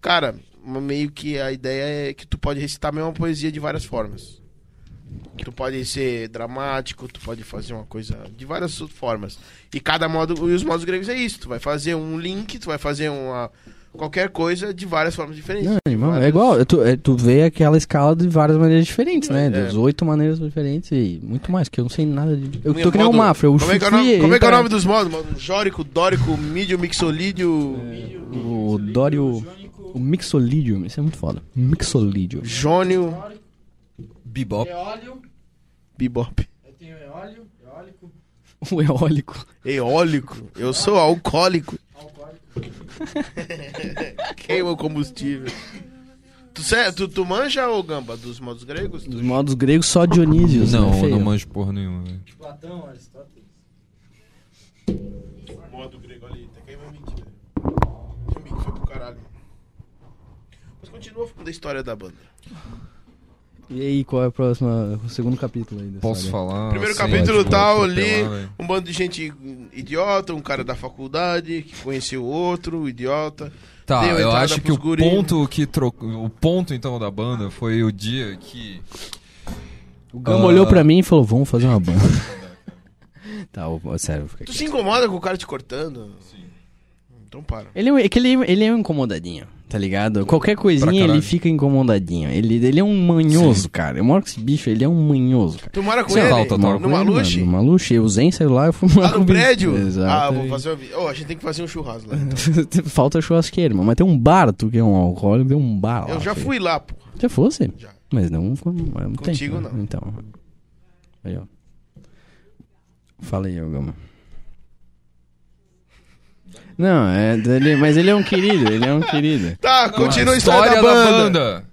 A: cara, meio que a ideia é que tu pode recitar a mesma poesia de várias formas. Tu pode ser dramático, tu pode fazer uma coisa de várias formas. E cada modo, e os modos gregos é isso. Tu vai fazer um link, tu vai fazer uma qualquer coisa de várias formas diferentes.
D: Não, irmão,
A: Várias-
D: é igual. é Tu, é, tu vê aquela escala de várias maneiras diferentes, né?
A: É.
D: De oito maneiras diferentes e muito mais, que eu não sei nada de. Eu
A: Meu
D: tô criando um
A: modo-
D: mafra. Eu
A: Como é que é o
D: fui
A: nome,
D: aí
A: como é que é o
D: pra-
A: nome dos modos? mano? Jórico, dórico, mídio, mixolídio,
D: É. O Dório. O Mixolídio, isso é muito foda. Mixolídio.
A: jônio,
C: Bebop.
A: bebop.
D: O eólico.
A: Eólico. Eu sou alcoólico. Queima o combustível. Tu, sé- tu, tu manja, ô Gamba, dos modos gregos?
D: Dos modos gregos, só Dionísio.
C: Não,
D: né,
C: eu
D: feio?
C: não manjo porra nenhuma. velho.
A: modo grego ali. Até caiu meu mic, velho. Meu um mic foi pro caralho. Mas continua falando da história da banda.
D: E aí, qual é a próxima, o segundo capítulo aí? dessa
C: Posso
D: área?
C: falar?
A: Primeiro
C: assim,
A: capítulo
C: tipo,
A: tal,
C: atropelar,
A: ali,
C: velho?
A: um bando de gente idiota, um cara da faculdade que conheceu outro idiota.
C: Tá,
A: Deu
C: eu
A: entrada
C: acho que
A: pros
C: o
A: guri.
C: ponto que trocou. O ponto então da banda foi o dia que.
D: O Gama olhou pra mim e falou: Vamos fazer uma banda. tá, ô, ô, sério, fica
A: Tu
D: aqui.
A: se incomoda com o cara te cortando? Sim. Então para.
D: Ele é, um- é que ele, é- ele é um incomodadinho, tá ligado? Qualquer
C: Pra
D: coisinha
C: caralho.
D: ele fica incomodadinho. Ele, ele é um manhoso, cara. Eu moro com esse bicho, ele é um manhoso, cara.
A: Tu mora com
C: Sim,
A: ele?
C: tá, tá, tá.
A: Numa
D: Moro com ele, Tá
A: luxo?
D: mano, Numa luxo, eu usei celular, eu fui morar
A: Lá
D: com
A: no
D: o bicho.
A: prédio? Ah,
D: Exato.
A: vou fazer uma... vi- Ô, a gente tem que fazer um churrasco lá.
D: Falta churrasqueiro, irmão. Mas tem um bar, tu que é um alcoólico, tem um bar lá.
A: Eu
C: Ah,
A: já
D: filho.
A: fui lá, pô.
D: Já fosse?
A: Já.
D: Mas não, com- mas não tem,
A: Contigo,
D: né?
A: não.
D: Então. Aí, ó. Fala aí, ô Gama. Não, é dele, mas ele é um querido, ele é um querido.
A: Tá, continua a história,
C: História
A: da banda.
C: banda.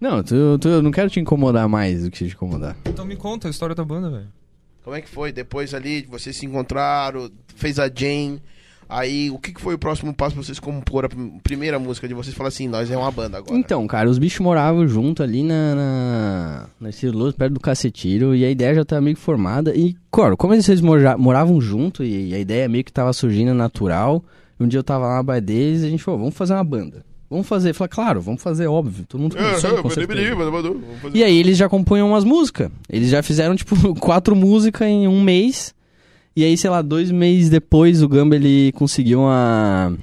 D: Não, tu, tu- eu não quero te incomodar mais do que te incomodar.
C: Então me conta a história da banda, velho.
A: Como é que foi? Depois ali, vocês se encontraram, fez a Jane. Aí, o que que foi o próximo passo pra vocês compor a prim- primeira música de vocês? Falar assim, nós é uma banda agora.
D: Então, cara, os bichos moravam junto ali na, na, na Ciro Luz, perto do Cacetiro, e a ideia já tava meio que formada. E, claro, como eles moja- moravam junto e a ideia meio que tava surgindo natural, um dia eu tava lá na baia deles e a gente falou, vamos fazer uma banda. Vamos fazer. Falei, claro, vamos fazer, óbvio. Todo
A: É,
D: mundo começou, com certeza. E aí eles já compunham umas músicas. Eles já fizeram, tipo, quatro músicas em um mês. E aí, sei lá, dois meses depois, o Gamba, ele conseguiu uma...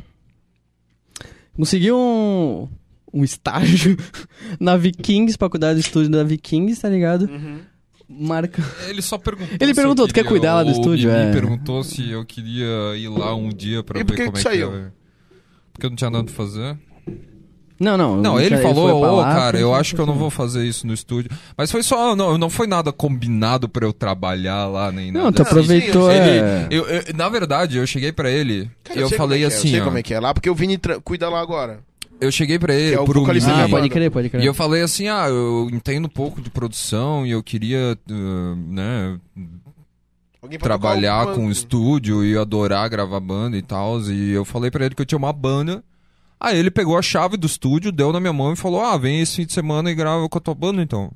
D: Conseguiu um... Um estágio na Vikings, pra cuidar do estúdio da Vikings, tá ligado?
B: Uhum.
D: Marca...
C: Ele só perguntou.
D: Ele
C: se eu
D: perguntou, tu quer
C: queria-
D: cuidar lá do
C: o
D: estúdio?
C: Ele
D: É.
C: perguntou se eu queria ir lá um dia pra
A: E
C: ver
A: por que
C: como
A: que
C: é
A: saiu?
C: que é. Porque eu não tinha nada pra fazer.
D: Não, não.
C: Não, ele
D: foi
C: falou,
D: pra
C: ô,
D: lá,
C: cara,
D: foi-
C: eu acho que eu não vou fazer isso no estúdio. Mas foi só, não, não foi nada combinado pra eu trabalhar lá, nem nada.
D: Não, tá tu
A: Não,
D: aproveitou...
A: sim,
D: é...
C: Ele, eu, eu- na verdade, eu cheguei pra ele,
A: Cara,
C: eu
A: sei
C: falei
A: como é que é,
C: assim,
A: Eu sei
C: ó,
A: como é que é lá, porque o Vini tra- cuida lá agora.
C: eu cheguei pra ele, um
A: Que é o
C: pro
A: vocalista
C: Vini,
A: da
D: Ah,
A: Sim.
D: pode crer, pode crer.
C: E eu falei assim, ah, eu entendo um pouco de produção e eu queria, eh, né,
A: Alguém pra
C: trabalhar
A: tocar o-
C: com o estúdio e eu adorar gravar banda e tal. E eu falei pra ele que eu tinha uma banda. Aí ele pegou a chave do estúdio, deu na minha mão e falou, ah, vem esse fim de semana e grava com a tua banda então.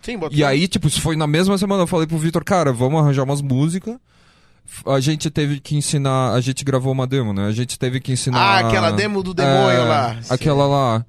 A: Sim, bota um-
C: E aí, tipo, isso foi na mesma semana. Eu falei pro Vitor, cara, vamos arranjar umas músicas. F- A gente teve que ensinar. A gente gravou uma demo, né? A gente teve que ensinar.
A: Ah, aquela demo do demônio lá.
C: É, Aquela lá.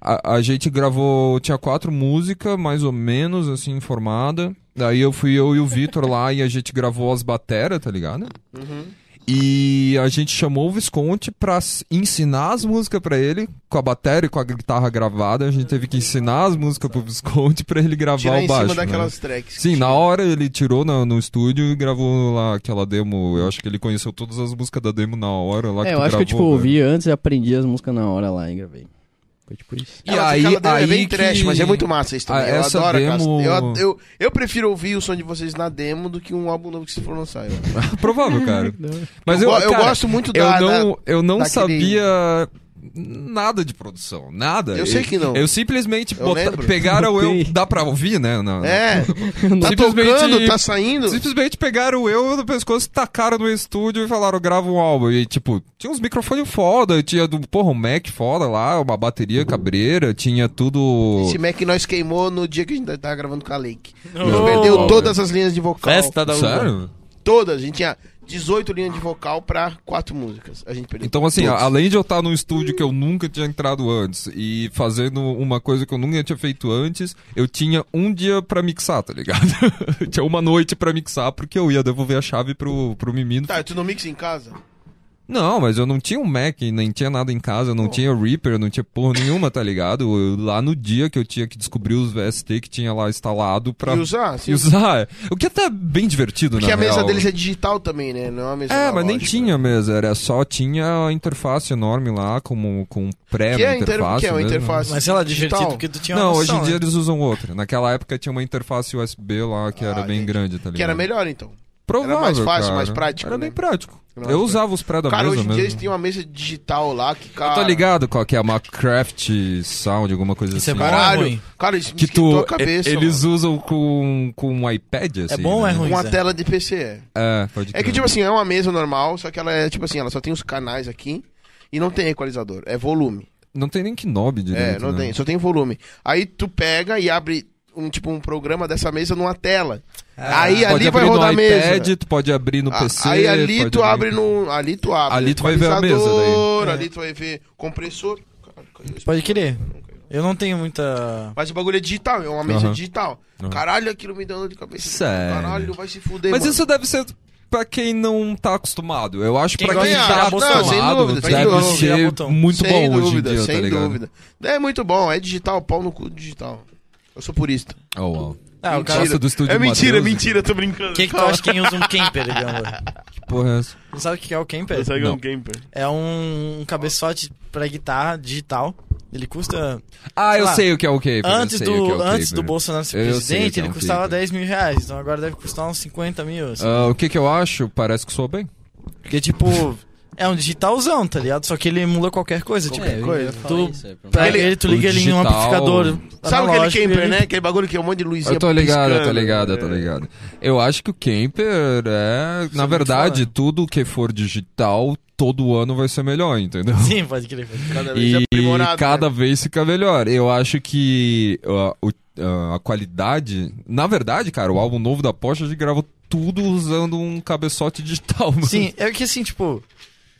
C: A, a gente gravou. Tinha quatro músicas, mais ou menos, assim, formada. Daí eu fui eu e o Vitor lá e a gente gravou as bateras, tá ligado?
A: Uhum.
C: E a gente chamou o Visconde pra s- ensinar as músicas pra ele, com a bateria e com a guitarra gravada. A gente teve que ensinar as músicas pro Visconde pra ele gravar
A: Tirar
C: o
A: em
C: baixo.
A: cima
C: né?
A: daquelas tracks. que
C: Sim,
A: tinha.
C: na hora ele tirou na- no estúdio e gravou lá aquela demo. Eu acho que ele conheceu todas as músicas da demo na hora lá
D: É,
C: que
D: eu
C: tu
D: acho que eu, tipo,
C: gravou, velho.
D: ouvi antes e aprendi as músicas na hora lá e gravei. Foi tipo isso.
C: E
A: Ela-
C: aí,
A: aquela demo é
C: aí
A: bem trash,
C: que-
A: mas é muito massa isso também.
C: Ah,
A: eu
C: essa
A: adoro aquelas-
C: demo-
A: eu, eu, eu prefiro ouvir o som de vocês na demo do que um álbum novo que vocês for lançar. Eu,
C: Provável, cara. Mas eu,
A: eu, go- eu
C: cara,
A: gosto muito
C: eu
A: da. da-
C: não, eu não
A: daquele-
C: sabia nada de produção, nada.
A: Eu sei que não.
C: Eu simplesmente
A: Eu
C: bota-
A: lembro.
C: pegaram eu,
D: Sei.
C: dá pra ouvir, né? na- na-
A: É, tá
C: Simplesmente-
A: tocando, tá saindo.
C: Simplesmente pegaram eu no pescoço, tacaram no estúdio e falaram, grava um álbum. E, tipo, tinha uns microfones foda, tinha, do, porra, um Mac foda lá, uma bateria cabreira, tinha tudo...
A: Esse Mac nós queimou no dia que a gente tava gravando com a Lake. Nós
B: Não.
A: perdeu todas as linhas de vocal.
B: Festa da Uva.
C: Sério?
A: Todas. A gente tinha 18 linhas de vocal pra quatro músicas. A gente perdeu.
C: Então, assim,
A: todas.
C: a- além de eu estar num estúdio que eu nunca tinha entrado antes e fazendo uma coisa que eu nunca tinha feito antes, eu tinha um dia pra mixar, tá ligado? Eu tinha uma noite pra mixar, porque eu ia devolver a chave pro, pro menino.
A: Tá, tu não mixa em casa?
C: Não, mas eu não tinha um Mac, nem tinha nada em casa, não tinha Reaper, não tinha porra nenhuma, tá ligado? Eu- lá no dia que eu tinha que descobrir os VST que tinha lá instalado pra
A: E usar? Sim.
C: e usar. O que é até bem divertido,
A: Porque
C: na
A: a mesa
C: real.
A: deles é digital também, né? Não é uma mesa
C: É, mas nem
A: analógica.
C: tinha mesa, era só tinha a interface enorme lá, como com pré
A: Que é, a inter...
C: interface.
A: que é uma
C: mesmo.
A: interface.
B: Mas sei lá,
A: digital.
B: divertido, porque tu tinha uma
C: Não, hoje
B: noção,
C: em dia
B: né?
C: eles usam outra. Naquela época tinha uma interface USB lá que
A: Ah,
C: era bem
A: entendi.
C: grande, tá ligado?
A: Que era melhor, então.
C: Provável,
A: era mais fácil,
C: cara.
A: mais prático,
C: Era
A: né?
C: bem prático.
A: Era mais
C: Eu
A: prático.
C: usava os pré da
A: Cara,
C: mesa
A: hoje em dia
C: mesmo.
A: eles têm uma mesa digital lá que,
C: Eu
A: cara...
C: tô ligado qual que é, uma Craft Sound, alguma coisa
B: Isso é
C: assim.
B: bom.
A: Caralho.
B: Ruim.
A: Cara, isso me
C: Que tu,
A: esquentou a cabeça,
C: e- eles
A: mano.
C: usam com, com um iPad, assim.
B: É bom ou
C: né?
B: é ruim?
A: Com a
B: Zé?
A: tela de PC.
C: É, pode
A: É que,
C: crer.
A: tipo assim, é uma mesa normal, só que ela é, tipo assim, ela só tem os canais aqui e não tem equalizador. É volume.
C: Não tem nem que knob direito,
A: é, não
C: né?
A: tem, só tem volume. Aí tu pega e abre um, tipo, um programa dessa mesa numa tela. aí
C: Ah, pode
A: ali vai
C: abrir
A: rodar a
C: no
A: mesa.
C: iPad, tu pode abrir no
A: A-
C: PC.
A: Ah, aí ali
C: pode
A: tu
C: abrir-
A: abre no. Ali tu abre.
C: Ali tu vai ver a mesa daí. É.
A: equalizador, Ali tu vai ver compressor. Caralho, caiu isso.
B: Pode querer. Eu não tenho muita.
A: Mas o bagulho é digital, é uma mesa
C: Aham.
A: digital.
C: Aham.
A: Caralho, aquilo me deu dor de cabeça.
C: Sério?
A: Caralho, vai se fuder,
C: Mas
A: mano.
C: isso deve ser pra quem não tá acostumado. Eu acho
B: Quem
C: pra
B: gosta
C: quem
A: de
C: tá
A: tirar botão.
C: acostumado,
A: Não, sem dúvida, sem
C: deve
B: dúvida. Tirar
C: ser
B: botão.
C: é muito
A: sem
C: bom
A: dúvida,
C: hoje em dia,
A: sem
C: tá ligado?
A: dúvida. É muito bom, é digital, pau no cu digital. Eu sou purista.
C: Oh, wow.
B: Ah, o cara.
C: Gosta do estúdio
A: é mentira, é
C: Matheus?
A: mentira, tô brincando.
B: O que, que tu acha quem usa um camper, Gamba?
C: Que porra é essa?
B: Não sabe o que é o camper?
A: Sabe que é um
C: Não.
A: gamer.
B: É um cabeçote pra guitarra digital. Ele custa.
C: Ah,
B: Sei
C: eu
B: lá,
C: sei o que é o Caper. eu
B: antes
C: sei o que é
B: do,
C: o
B: antes do
C: Caper.
B: Bolsonaro ser
C: Eu sei o que
B: presidente,
C: é
B: ele
C: um
B: custava
C: caper.
B: 10 mil reais. Então agora deve custar uns 50 mil. assim.
C: Ah, o que que eu acho? Parece que sou bem.
B: Porque, tipo, é um digitalzão, tá ligado? Só que ele emula qualquer coisa. Tipo,
D: É, eu ia
A: coisa.
D: falar
B: Tu-
D: isso aí, pra-
B: pra
A: Ele-
B: ele, tu liga
C: O é
B: ele em um
C: digital-
B: amplificador
A: Sabe aquele
B: analógico,
A: camper,
B: ele-
A: né? Aquele bagulho que é um monte de luzinha
C: Eu tô ligado, eu tô
A: piscando. É.
C: ligado,
B: é.
C: eu tô ligado. Eu acho que o Camper é. Na verdade,
B: falar.
C: tudo que for digital, todo ano vai ser melhor, entendeu?
B: Sim, pode crer. pode crer.
A: Cada vez
C: E
A: aprimorado,
C: cada
A: né?
C: vez fica melhor. Eu acho que ó, o- ah, a qualidade. Na verdade, cara, o álbum novo da Porsche a gente gravou tudo usando um cabeçote digital, mano.
B: Sim, é que assim, tipo,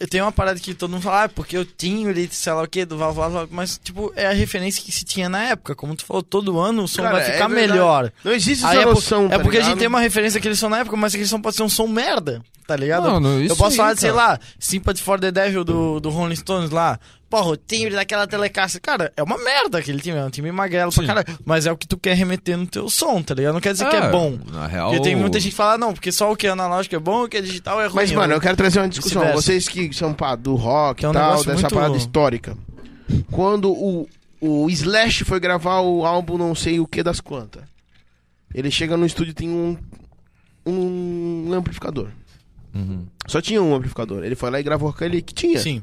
B: eu tenho uma parada que todo mundo fala, ah, porque eu tinha ele, sei lá o que, do Valvulado, mas, tipo, é a referência que se tinha na época. Como tu falou, todo ano o som
A: Cara,
B: vai
A: é
B: ficar
A: verdade.
B: melhor.
A: Não existe
B: Aí
A: essa
B: é, por-
A: noção,
B: é
A: tá
B: porque a gente
A: ligado?
B: tem uma referência que eles são na época, mas aquele som pode ser um som merda, tá ligado?
C: Mano, isso
B: eu posso
C: aí,
B: falar, de, sei
C: cara.
B: lá, Sympathy for the Devil do, do Rolling Stones lá. Porra, o timbre daquela telecaça. Cara, é uma merda aquele time, é um time magrelo pra
C: Sim.
B: caralho. Mas é o que tu quer remeter no teu som, tá ligado? Não quer dizer que é bom.
C: Na real.
B: Porque tem muita gente que fala, não, porque só o que é analógico é bom, o que é digital é ruim.
A: Mas, mano, eu quero trazer uma discussão.
B: Vice-versa.
A: Vocês que são pá, do rock
B: Que
A: e
B: é um
A: tal,
B: negócio
A: dessa
B: muito-
A: parada histórica. Quando o, o Slash foi gravar o álbum não sei o que das quantas, ele chega no estúdio e tem um, um amplificador.
C: Uhum.
A: Só tinha um amplificador. Ele foi lá e gravou aquele que tinha.
B: Sim.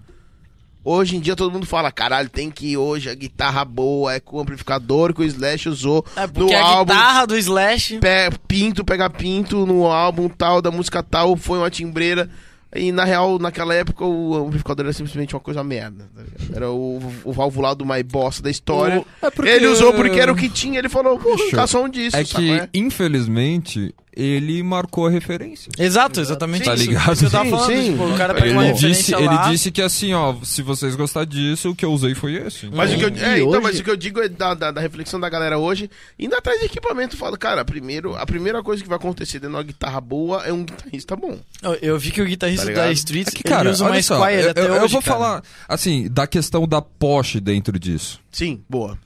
A: Hoje em dia todo mundo fala, caralho, tem que ir hoje a guitarra boa é com o amplificador que o Slash usou
B: É porque
A: no
B: a
A: álbum.
B: guitarra do Slash.
A: Pé- pinto, pega pinto no álbum tal, da música tal, foi uma timbreira. E na real, naquela época, o amplificador era simplesmente uma coisa merda. tá ligado? Era o, o valvulado mais bosta da história.
C: É porque-
A: Ele usou porque era o que tinha, ele falou, pô,
C: Fechou.
A: tá som disso,
C: É
A: saco,
C: que,
B: né?
A: é?
C: infelizmente, ele marcou a referência.
B: Exato, exatamente.
A: Sim,
C: tá
B: isso.
C: ligado?
B: Isso que eu tava
A: Sim,
B: falando,
A: sim.
B: tipo, o cara pega uma
C: Ele disse,
B: referência
C: ele
B: lá.
C: disse que assim, ó, se vocês gostar disso, o que eu usei foi esse.
A: Mas o que eu,
D: E
A: é, então,
D: hoje-
A: mas o que eu digo é da, da, da reflexão da galera hoje, indo atrás de equipamento, eu falo, cara, primeiro, a primeira coisa que vai acontecer dentro de uma guitarra boa é um guitarrista bom.
B: Eu- Eu vi que o guitarrista
A: Tá ligado?
B: da Street
C: É que, cara,
B: ele usa uma
C: olha só,
B: Squire
C: eu,
B: até
C: eu- eu
B: hoje,
C: vou
B: cara.
C: falar, assim, da questão da Porsche dentro disso.
A: Sim, boa.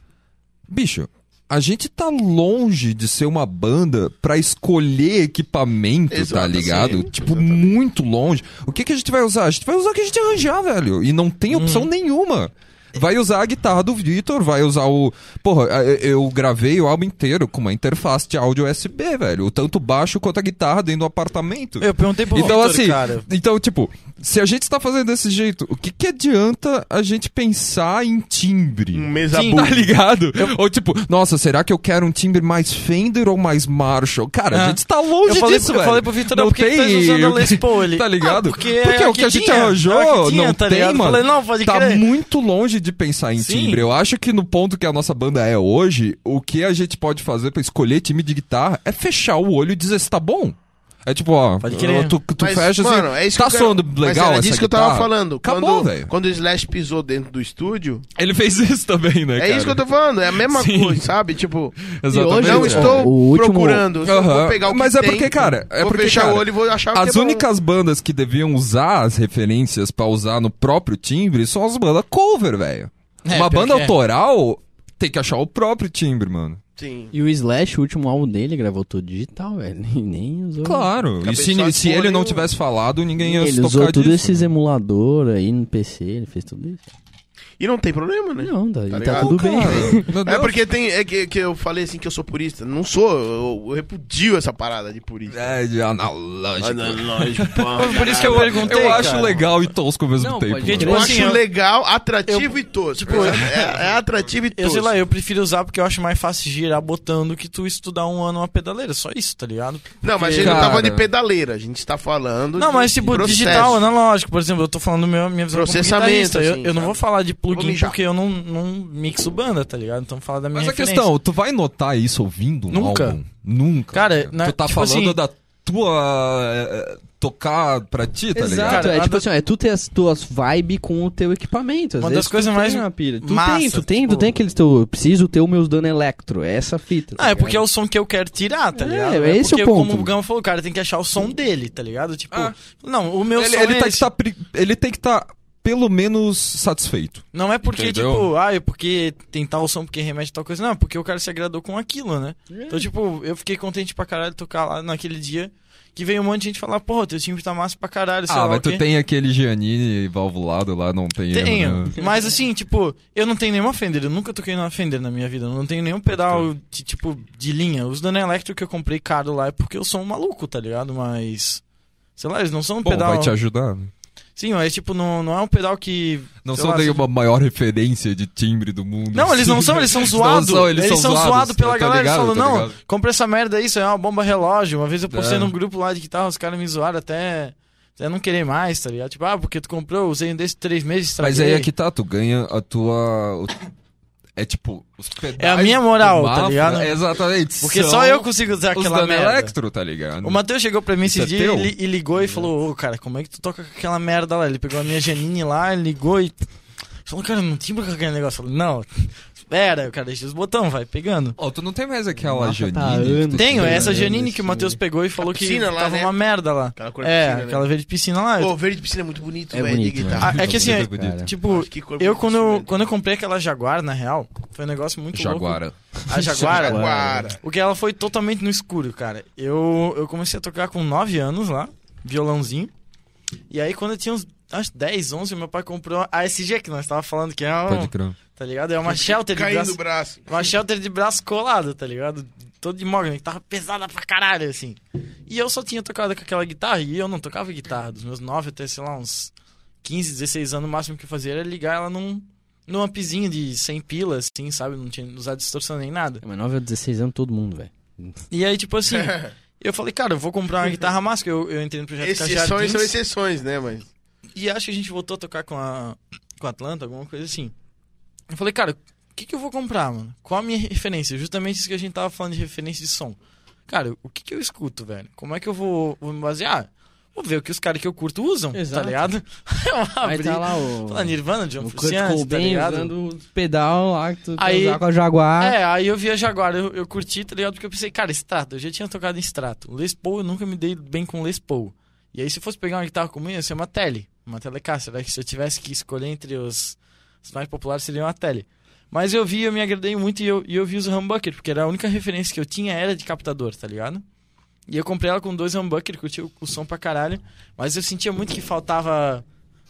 C: Bicho, a gente tá longe de ser uma banda pra escolher equipamento, tá
A: Exato,
C: ligado?
A: sim,
C: tipo,
A: exatamente.
C: muito longe. O que, que a gente vai usar? A gente vai usar o que a gente arranjar, velho. E não
A: Hum.
C: tem opção nenhuma. Vai usar a guitarra do Vitor, vai usar o. Porra, a- eu gravei o álbum inteiro com uma interface de áudio USB, velho. Tanto baixo quanto a guitarra dentro do apartamento.
B: Eu perguntei pro
C: Então,
B: Victor,
C: assim,
B: cara.
C: então, tipo, se a gente está fazendo desse jeito, o que, que adianta a gente pensar em timbre?
A: Um mesa
B: Sim.
A: boa.
C: Tá ligado? Ou tipo, nossa, será que eu quero um timbre mais Fender ou mais Marshall? Cara, a
B: É.
C: gente tá
B: Eu
C: longe
B: falei,
C: disso,
B: eu
C: velho.
B: falei pro Vitor,
C: Não
B: não, por que que
C: tem-
B: tá usando a Les Paul ali?
C: Tá ligado?
B: Ah, porque é
C: Porque
B: a
C: o que a gente
B: tinha,
C: arranjou
B: é o que tinha,
C: não
B: tá
C: tem,
B: ligado? Eu
C: mano.
B: Falei, não, pode
C: Tá
B: crer.
C: muito longe de pensar em
B: Sim.
C: timbre. Eu acho que no ponto que a nossa banda é hoje, o que a gente pode fazer pra escolher time de guitarra é fechar o olho e dizer se tá bom. É tipo, ó,
B: Pode crer.
C: tu, tu
A: Mas,
C: fecha
A: mano,
C: assim,
A: é isso
C: tá
A: que eu quero-
C: soando
A: Mas
C: legal
A: era
C: essa
A: disso que eu
C: guitarra?
A: tava falando.
C: Acabou,
A: quando,
C: velho.
A: quando o Slash pisou dentro do estúdio,
C: Ele fez isso também, né,
A: é
C: cara?
A: isso que eu tô falando. É a mesma
C: Sim.
A: coisa, sabe? Tipo,
C: Exatamente.
A: não
D: é.
A: estou
D: O último-
A: procurando. só
C: Aham.
A: Vou pegar o que
C: Mas é
A: tem,
C: porque, cara, é
A: vou
C: porque,
A: fechar
C: cara,
A: o olho e vou achar
B: Tá,
A: o que
C: As
A: é bom.
C: únicas bandas que deviam usar as referências pra usar no próprio timbre são as bandas cover, velho.
B: É,
C: Uma
B: pior
C: banda
B: que é.
C: autoral tem que achar o próprio timbre, mano.
A: Sim.
D: E o Slash, o último álbum dele, gravou todo digital, velho. Nem- Nem
B: Hum.
D: usou.
C: Claro. E
A: Cabeçote
C: se, se
A: porra
C: ele não
A: nenhuma.
C: tivesse falado, ninguém ia se tocar
D: Ele
C: né?
D: usou
C: disso.
D: tudo esses emulador aí no PC, ele fez tudo isso.
A: E não tem problema, né?
D: Não, tá, tá
A: ligado?
D: tudo
C: Cara,
D: bem.
C: meu
A: É
C: Deus.
A: porque tem. É que, que eu falei assim que eu sou purista. Não sou, eu, eu repudio essa parada de purista. Ah,
C: É, tipo- de analógico.
A: Analógico, pá,
B: Por isso que eu
A: caralho.
B: perguntei,
C: Eu acho
B: cara.
C: legal e tosco ao mesmo
D: Não,
C: tempo.
D: pode-
C: mano.
B: Gente,
A: Eu
B: Tipo
A: acho
B: assim, eu-
A: legal, atrativo e tosco.
B: Tipo,
A: é, é atrativo e tosco.
B: Eu sei lá, eu prefiro usar porque eu acho mais fácil girar botando que tu estudar um ano uma pedaleira. Só isso, tá ligado?
A: Não, mas a
B: Porque-
A: gente não tá
C: Cara.
A: falando de pedaleira, a gente tá falando.
B: Não,
A: de
B: mas tipo,
A: processo.
B: digital, analógico, por exemplo, eu tô falando meu, minha visão como
A: Processamento,
B: guitarrista. eu,
A: assim,
B: eu não
A: sabe?
B: vou falar de
A: Vou
B: plugin
A: mijar.
B: porque eu não, não mixo banda, tá ligado? Então fala da minha
C: Mas a
B: referência.
C: questão, tu vai notar isso ouvindo um
B: Nunca.
C: álbum? Nunca.
B: Cara, na-
C: tu tá
B: tipo
C: falando
B: assim-
C: da tua é, é, tocar pra ti, tá ligado?
D: Exato, é
B: Cara,
D: tipo
B: a-
D: assim, ó, é tu ter as tuas vibes com o teu equipamento. Às
B: Uma
D: vezes
B: das coisas
D: tu
B: mais
D: tem uma pilha. Tu
B: massa,
D: tem, tu tem,
B: tipo-
D: tu tem aquele teu. Eu preciso ter o meus dano electro. É essa fita.
B: Ah, é porque é o som que eu quero tirar, tá
D: É,
B: ligado?
D: é esse
B: porque,
D: o ponto.
B: Como o Gama falou, cara, tem que achar o som dele, tá ligado? Tipo,
C: Ah.
B: não, o meu
C: ele,
B: som
C: ele
B: é
C: tá que
B: esse.
C: tá pri- ele tem que estar pelo menos satisfeito.
B: Não é porque,
C: Entendeu?
B: tipo, ah, é porque tem tal som porque remete a tal coisa. Não, é porque o cara se agradou com aquilo, né?
C: É.
B: Então, tipo, eu fiquei contente pra caralho tocar lá naquele dia que veio um monte de gente falar, porra, teu time tá massa pra caralho, sei
C: ah,
B: lá
C: mas
B: o
C: tu
B: quê.
C: tem aquele Giannini valvulado lá, não tem erro,
B: Tenho.
C: né?
B: Mas assim, tipo, eu não tenho nenhuma Fender, eu nunca toquei numa Fender na minha vida. Eu não tenho nenhum pedal de, tipo, de linha. Os Dana Electro que eu comprei caro lá é porque eu sou um maluco, tá ligado? Mas. Sei lá, eles não são um
C: Bom,
B: pedal.
C: vai te ajudar. né?
B: Sim, mas tipo, não, não é um pedal que.
C: Não
B: sei
C: são
B: lá,
C: nenhuma maior referência de timbre do mundo.
B: Não, eles não são, eles são zoados.
C: são,
B: eles,
C: eles
B: são
C: são
B: zoados
C: zoados,
B: pela
C: tá
B: galera. Eles
C: ligado,
B: falam,
C: tá
B: não,
C: ligado.
B: compra essa merda aí, isso aí é uma bomba relógio. Uma vez eu postei
C: É.
B: num grupo lá de guitarra, os caras me zoaram até, até não querer mais, tá ligado? Tipo, ah, porque tu comprou, usei um desses três meses, estraguei.
C: Mas aí é que tá, tu ganha a tua. o- É tipo, os pedais
B: É a minha moral,
C: do
B: tá
C: Mafra,
B: ligado?
C: Exatamente.
B: Porque
C: são
B: só eu consigo usar
C: os
B: aquela
C: Dano
B: merda.
C: Electro, tá ligado?
B: O Matheus chegou pra mim
C: Isso
B: esse
C: é
B: dia
C: teu?
B: e, li- e ligou e falou: Ô, cara, como é que tu toca com aquela merda lá? Ele pegou a minha Janine lá, ele ligou e. Falou, cara, não tinha pra aquele negócio. Eu falei, não, espera, cara, deixa os botões, vai pegando.
C: Ó, tu não tem mais aquela
D: Mafra
C: Janine?
D: tá
C: que tu- né?
D: anos.
B: Tenho, é essa
D: É,
B: Janine
D: esse
B: que o Matheus
D: aí.
B: pegou e falou
A: A
B: que
A: piscina lá,
B: tava
A: né?
B: uma merda lá.
A: Aquela cor de
B: É,
A: piscina, né?
B: aquela verde piscina lá.
A: Pô, verde piscina é muito bonito,
D: É
A: velho,
D: bonito,
A: de
D: né?
A: guitarra.
B: Ah, é que assim, é,
C: Bonito, bonito.
B: tipo,
A: Acho que cor
B: eu
A: bonita,
B: quando,
A: velho.
B: quando eu comprei aquela Jaguar, na real, foi um negócio muito louco.
C: Jaguara.
B: A Jaguara.
A: Jaguara.
B: O que ela foi totalmente no escuro, cara. Eu, eu comecei a tocar com 9 anos lá, violãozinho. E aí, quando eu tinha uns acho, 10, 11, meu pai comprou a SG, que nós tava falando que é
C: Pode
B: uma,
C: crer.
B: tá ligado? É uma shelter de
A: Caindo
B: braço,
A: o braço.
B: uma shelter de braço colado, tá ligado? Todo de mogno, que tava pesada pra caralho, assim. E eu só tinha tocado com aquela guitarra, e eu não tocava guitarra. Dos meus 9 até, sei lá, uns 15, 16 anos, o máximo que eu fazia era ligar ela num, num ampzinho de 100 pilas, assim, sabe? Não tinha usado distorção nem nada.
D: É, Mas 9 a 16 anos todo mundo, velho.
B: E aí, tipo assim, eu falei, cara, eu vou comprar uma guitarra massa, que eu, eu entrei no projeto
A: Exceções
B: Cajardins,
A: são exceções, né, mas...
B: e acho que a gente voltou a tocar com a, com a Atlanta, alguma coisa assim. Eu falei, cara, o que, que eu vou comprar, mano? Qual a minha referência? Justamente isso que a gente tava falando de referência de som. Cara, o que, que eu escuto, velho? Como é que eu vou, vou me basear? Vou ver o que os caras que eu curto usam,
D: Exato.
B: tá ligado? Eu
D: Aí
B: abri,
D: tá lá
B: fala,
D: o...
B: Nirvana, John
D: O Kurt
B: Frusciante, tá
D: Cobain
B: ligado?
D: usando o pedal lá que tu quer
B: Aí-
D: usar com a Jaguar.
B: É, aí eu vi a Jaguar, eu, eu curti, tá ligado? Porque eu pensei, cara, Strato, eu já tinha tocado em Strato. Les Paul, eu nunca me dei bem com Les Paul. E aí, se eu fosse pegar uma guitarra comum, ia ser uma Tele, uma Telecaster. né? Que se eu tivesse que escolher entre os, os mais populares, seria uma Tele. Mas eu vi, eu me agradei muito e eu, e eu vi os humbucker, porque era a única referência que eu tinha era de captador, tá ligado? E eu comprei ela com dois humbucker, curti o, o som pra caralho, mas eu sentia muito que faltava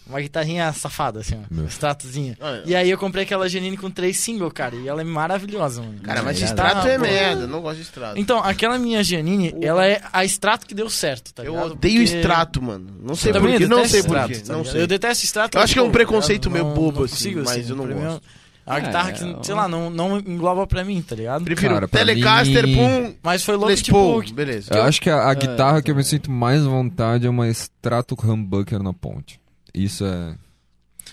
B: uma guitarrinha safada, assim, ó,
C: Meu.
B: Stratozinha.
A: Olha,
B: E aí eu comprei aquela Janine com três single, cara, e ela é maravilhosa, mano.
A: Cara, mas
D: Tá ligado?
A: extrato é
B: Tá, pô.
A: merda, eu não gosto de extrato.
B: Então, aquela minha Janine, ela é a extrato que deu certo, tá
A: Eu
B: ligado?
A: odeio
B: Porque-
A: extrato, mano. Não sei
B: Tá
A: porquê,
B: vendo? Eu
A: não
B: detesto
A: sei porquê,
B: extrato, tá
A: não
B: ligado?
A: sei.
B: Eu detesto extrato.
A: Eu acho que é um
B: mas, pô,
A: preconceito
B: tá ligado?
A: meio bobo,
B: consigo,
A: assim, mas eu não
B: pra mim,
A: gosto.
B: A
D: Ah,
B: guitarra
D: é,
B: que,
D: é
B: sei
D: um-
B: lá, não, não engloba pra mim, tá ligado?
A: Prefiro
C: Cara, pra
A: Telecaster,
C: mim-
A: Pum,
B: Mas foi louco,
A: Les
B: tipo...
A: Paul,
B: que-
A: beleza.
C: Eu acho que a, a guitarra que eu
D: também.
C: me sinto mais à vontade é uma Strato Humbucker na ponte. Isso é.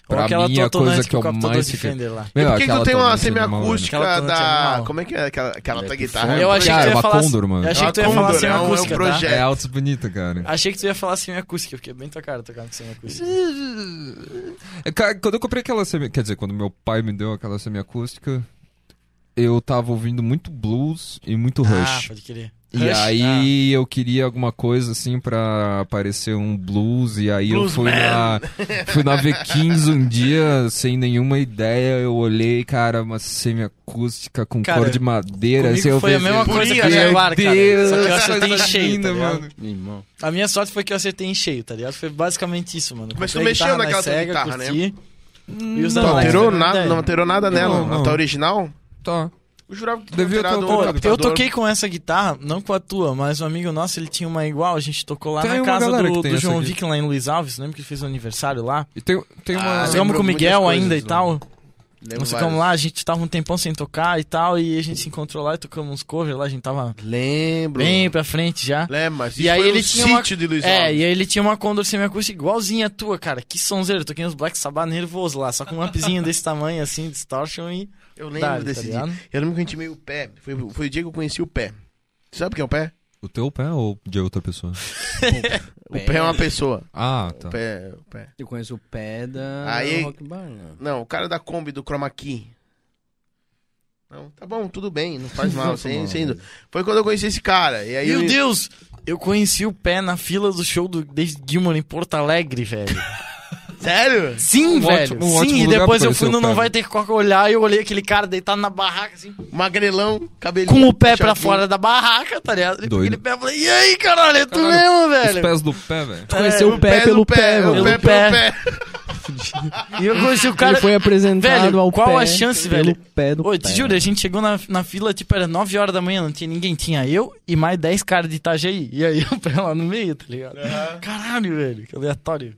B: ou
C: Pra
B: aquela
C: mim, a
B: Totonante
C: coisa
B: com o
C: que eu
B: captador
C: mais
B: de
C: fiquei-
B: Fender lá.
A: E por que, que
C: aquela
A: tu tem uma
C: tonante animal, né?
A: semiacústica
B: Aquela tonante
A: da...
B: animal.
A: Como é que é aquela, aquela tua
D: Black
A: guitarra?
D: Phone.
A: É um
B: tá Eu achei que
C: Cara,
B: tu ia
C: uma
B: falar...
C: Condor, mano.
B: Eu achei que tu ia
A: Uma
B: falar
A: Condor,
B: sem
A: é um- é um
B: acústica, tá?
A: projeto.
C: É altos bonita,
A: Ah.
C: cara.
B: Achei que tu ia falar sem acústica, porque é bem tua cara tocar sem acústica.
C: É, cara, Quando eu comprei aquela semi... Quer dizer, quando meu pai me deu aquela semiacústica, eu tava ouvindo muito blues e muito
B: Ah,
C: rush.
B: pode Ah. querer.
C: e aí eu queria alguma coisa assim pra aparecer um blues. E aí
A: Blues
C: eu fui
A: man.
C: na, fui na V15 um dia, sem nenhuma ideia. Eu olhei, cara, uma semiacústica com
B: Cara,
C: cor de madeira.
B: comigo
C: assim, eu
B: foi a
C: pensei,
B: mesma coisa
A: Purinha,
B: que a
A: né?
B: Jaguar,
C: Meu
B: cara. Só que eu
C: Deus,
B: acertei em
C: coisa
B: cheio,
C: linda,
B: tá ligado?
C: mano.
D: Limão.
B: A minha sorte foi que eu acertei em cheio, tá ligado? Foi basicamente isso, mano.
A: Mas tu
B: Comprei a
A: mexeu
B: guitarra na
A: naquela tua
B: Sega,
A: guitarra, né?
B: curti,
C: Hum,
B: E os
A: Não,
B: analógicos,
A: alterou
B: né?
A: nada, não alterou nada nela.
C: Não, não.
A: A tua original?
C: Tá.
A: Eu jurava que tu
C: Devia
A: tinha
C: ter
A: alterado o
B: Pô,
C: alterado.
A: adaptador.
B: eu toquei com essa guitarra, não com a tua, mas um amigo nosso, ele tinha uma igual, a gente tocou lá
C: Tem
B: na
C: uma
B: casa
C: galera
B: do,
C: que tem
B: do
C: essa
B: João
C: aqui.
B: Vick, lá em Luiz Alves, lembra que ele fez o aniversário lá?
C: E tem, tem uma. é um
A: Ah,
B: Jogamos
A: lembrou
B: com o Miguel
A: muitas
B: ainda e
A: coisas,
B: tal,
A: Lembro
B: nós
A: vários.
B: ficamos lá, a gente tava um tempão sem tocar e tal, e a gente se encontrou lá e tocamos uns covers lá, a gente tava
A: Lembro.
B: bem pra frente já.
A: Lembro, mas
B: E
A: isso
B: aí
A: foi
B: ele
A: um
B: tinha uma-
A: sítio de Luiz
B: É,
A: Alves.
B: e aí ele tinha uma Condor semiacústica igualzinha a tua, cara. Que sonzeiro, eu toquei uns Black Sabbath nervoso lá, só com um ampzinho desse tamanho assim, distortion e...
A: Eu lembro
B: Dali, tá
A: desse dia.
B: ligado?
A: Eu lembro que eu intimei o pé. Foi, foi o dia que eu conheci o pé. Sabe o que é o pé?
C: O teu pé ou de outra pessoa?
A: O pé é uma pessoa.
C: Ah, tá.
A: O pé, o pé.
D: Eu conheço o pé da
A: Aí-
D: Rock Bar, né?
A: Não, o cara da Kombi do Chroma Key. Não, tá bom, tudo bem, não faz mal, sem, sem dúvida. Foi quando eu conheci esse cara. E aí
B: né? Meu
A: eu-
B: Deus! Eu conheci o pé na fila do show do David Gilmour em Porto Alegre, velho.
A: Sério?
B: Sim,
C: Um
B: velho.
C: ótimo- um
B: Sim,
C: ótimo
B: e
C: lugar
B: depois
C: pra
B: eu fui
C: conhecer
B: no
C: o
B: Não
C: pé.
B: Vai Ter Coca olhar e eu olhei aquele cara deitado na barraca, assim,
A: Magrelão, cabelinho.
B: com o pé pra
A: shortinho.
B: fora da barraca, tá ligado? Ele pegou
C: Doido.
B: aquele pé e falei, e aí, caralho, é tu
C: Caralho,
B: mesmo,
C: Os
B: velho?
C: pés do pé,
B: É,
C: velho.
D: Tu conheceu o pé pelo pé,
A: o
D: mano.
A: pé pelo
B: Pelo pé.
A: pé.
B: E eu conheci o cara.
D: Ele foi apresentado
B: Velho,
D: ao
B: qual
D: pé
B: a chance,
D: pelo
B: velho?
D: pé do
B: Ô,
D: pé. né?
B: te juro, a gente chegou na, na fila, tipo, era 9 horas da manhã, não tinha ninguém. Tinha eu e mais 10 caras de Itajaí. E aí o pé lá no meio, tá ligado? Caralho, velho, que aleatório.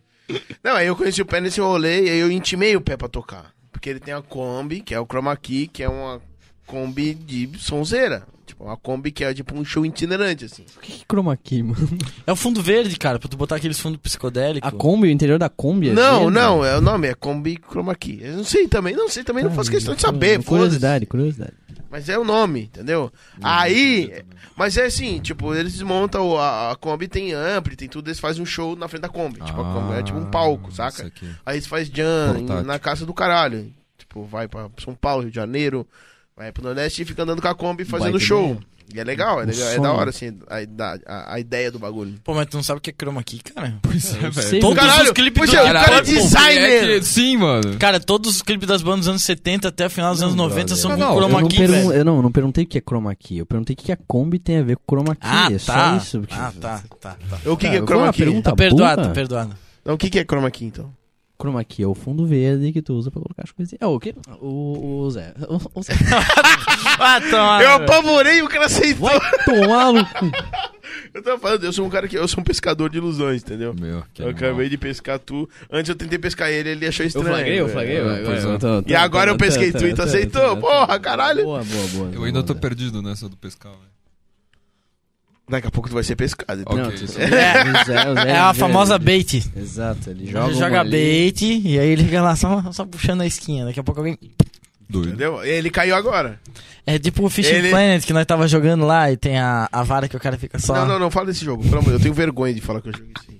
A: Não, aí eu conheci o Pé nesse rolê e aí eu intimei o Pé pra tocar. Porque ele tem a Kombi, que é o Chroma Key, que é uma Kombi de sonzeira. Tipo, uma Kombi que é tipo um show itinerante, assim.
D: O que, que croma aqui, mano?
B: É o fundo verde, cara, pra tu botar aqueles fundos psicodélicos.
D: A Kombi, o interior da Kombi? é
A: não,
D: verde?
A: não, é o nome, é Kombi Chroma Key. Eu não sei também, não sei também, não faço questão de saber. foda-se.
D: Curiosidade, curiosidade.
A: Mas é o nome, entendeu? Aí, mas é assim, tipo, eles desmontam o- a, a Kombi, tem ampli, tem tudo, eles fazem um show na frente da Kombi. Tipo, a Kombi é tipo um palco, saca?
C: Ah, Isso aqui.
A: Aí eles fazem jam em-
C: Portátil.
A: na caça do caralho. Tipo, vai pra São Paulo, Rio de Janeiro, vai pro Nordeste e fica andando com a Kombi fazendo
D: Baita
A: show.
D: ideia.
A: E é legal, é,
D: Um
A: legal, é
D: sonho.
A: da hora, assim, a, ida- a- a ideia do bagulho.
B: Pô, mas tu não sabe o que é chroma aqui, cara?
C: Pois é,
D: sei.
C: velho.
B: Todos
A: Caralho,
B: os clipes
A: pois
B: do
A: é, o cara é
B: Pô,
A: designer.
C: Sim, mano.
B: Cara, todos os clipes das bandas dos anos 70 até o final dos anos 90 são
C: Não,
B: com
C: não,
D: Eu
B: chroma
D: não,
B: key,
D: pergun-
B: velho.
D: eu não, não perguntei o que é chroma key. Eu perguntei o que a Kombi tem a ver com chroma key.
B: Ah, tá.
D: é só isso. porque-
B: Ah, tá, tá, tá.
A: O que, que é
D: Cara, qual
A: chroma
D: a
A: key?
D: pergunta?
B: Tá perdoado,
D: boa?
B: tá perdoado.
A: Então, o que, que é chroma key, então?
D: Chroma key é o fundo verde que tu usa pra colocar as coisas. É o que? O, o Zé. O, o Zé.
B: Ah, toma,
A: Eu
B: velho.
A: apavorei, o cara aceitou.
D: Vai tomar no cu.
A: Eu tava falando, eu sou um cara que. Eu sou um pescador de ilusões, entendeu?
C: Meu, que
A: eu
C: animal.
A: acabei de pescar tu. Antes eu tentei pescar ele, ele achou estranho. velho.
C: vai, vai,
D: é.
C: vai.
D: Então,
A: E agora eu pesquei tu e tu aceitou? Porra, caralho.
D: Boa, boa, boa.
C: Eu ainda tô perdido nessa do pescal, velho.
A: Daqui a pouco tu vai ser pescado. então.
C: Ok.
D: Não, tu-
B: É.
D: o Zé- o Zé-
B: É a
D: o Zé-
B: famosa bait.
D: Exato, ele joga.
B: Joga, um
D: uma
B: joga
D: ali.
B: bait e aí ele fica lá só, só puxando a esquinha. Daqui a pouco alguém.
C: Doido.
A: Entendeu? Ele caiu agora.
B: É tipo o Fishing
A: Ele-
B: Planet que nós tava jogando lá e tem a, a vara que o cara fica só.
A: Não, não, não, fala desse jogo. Pelo amor, eu tenho vergonha de falar que eu joguei isso aí.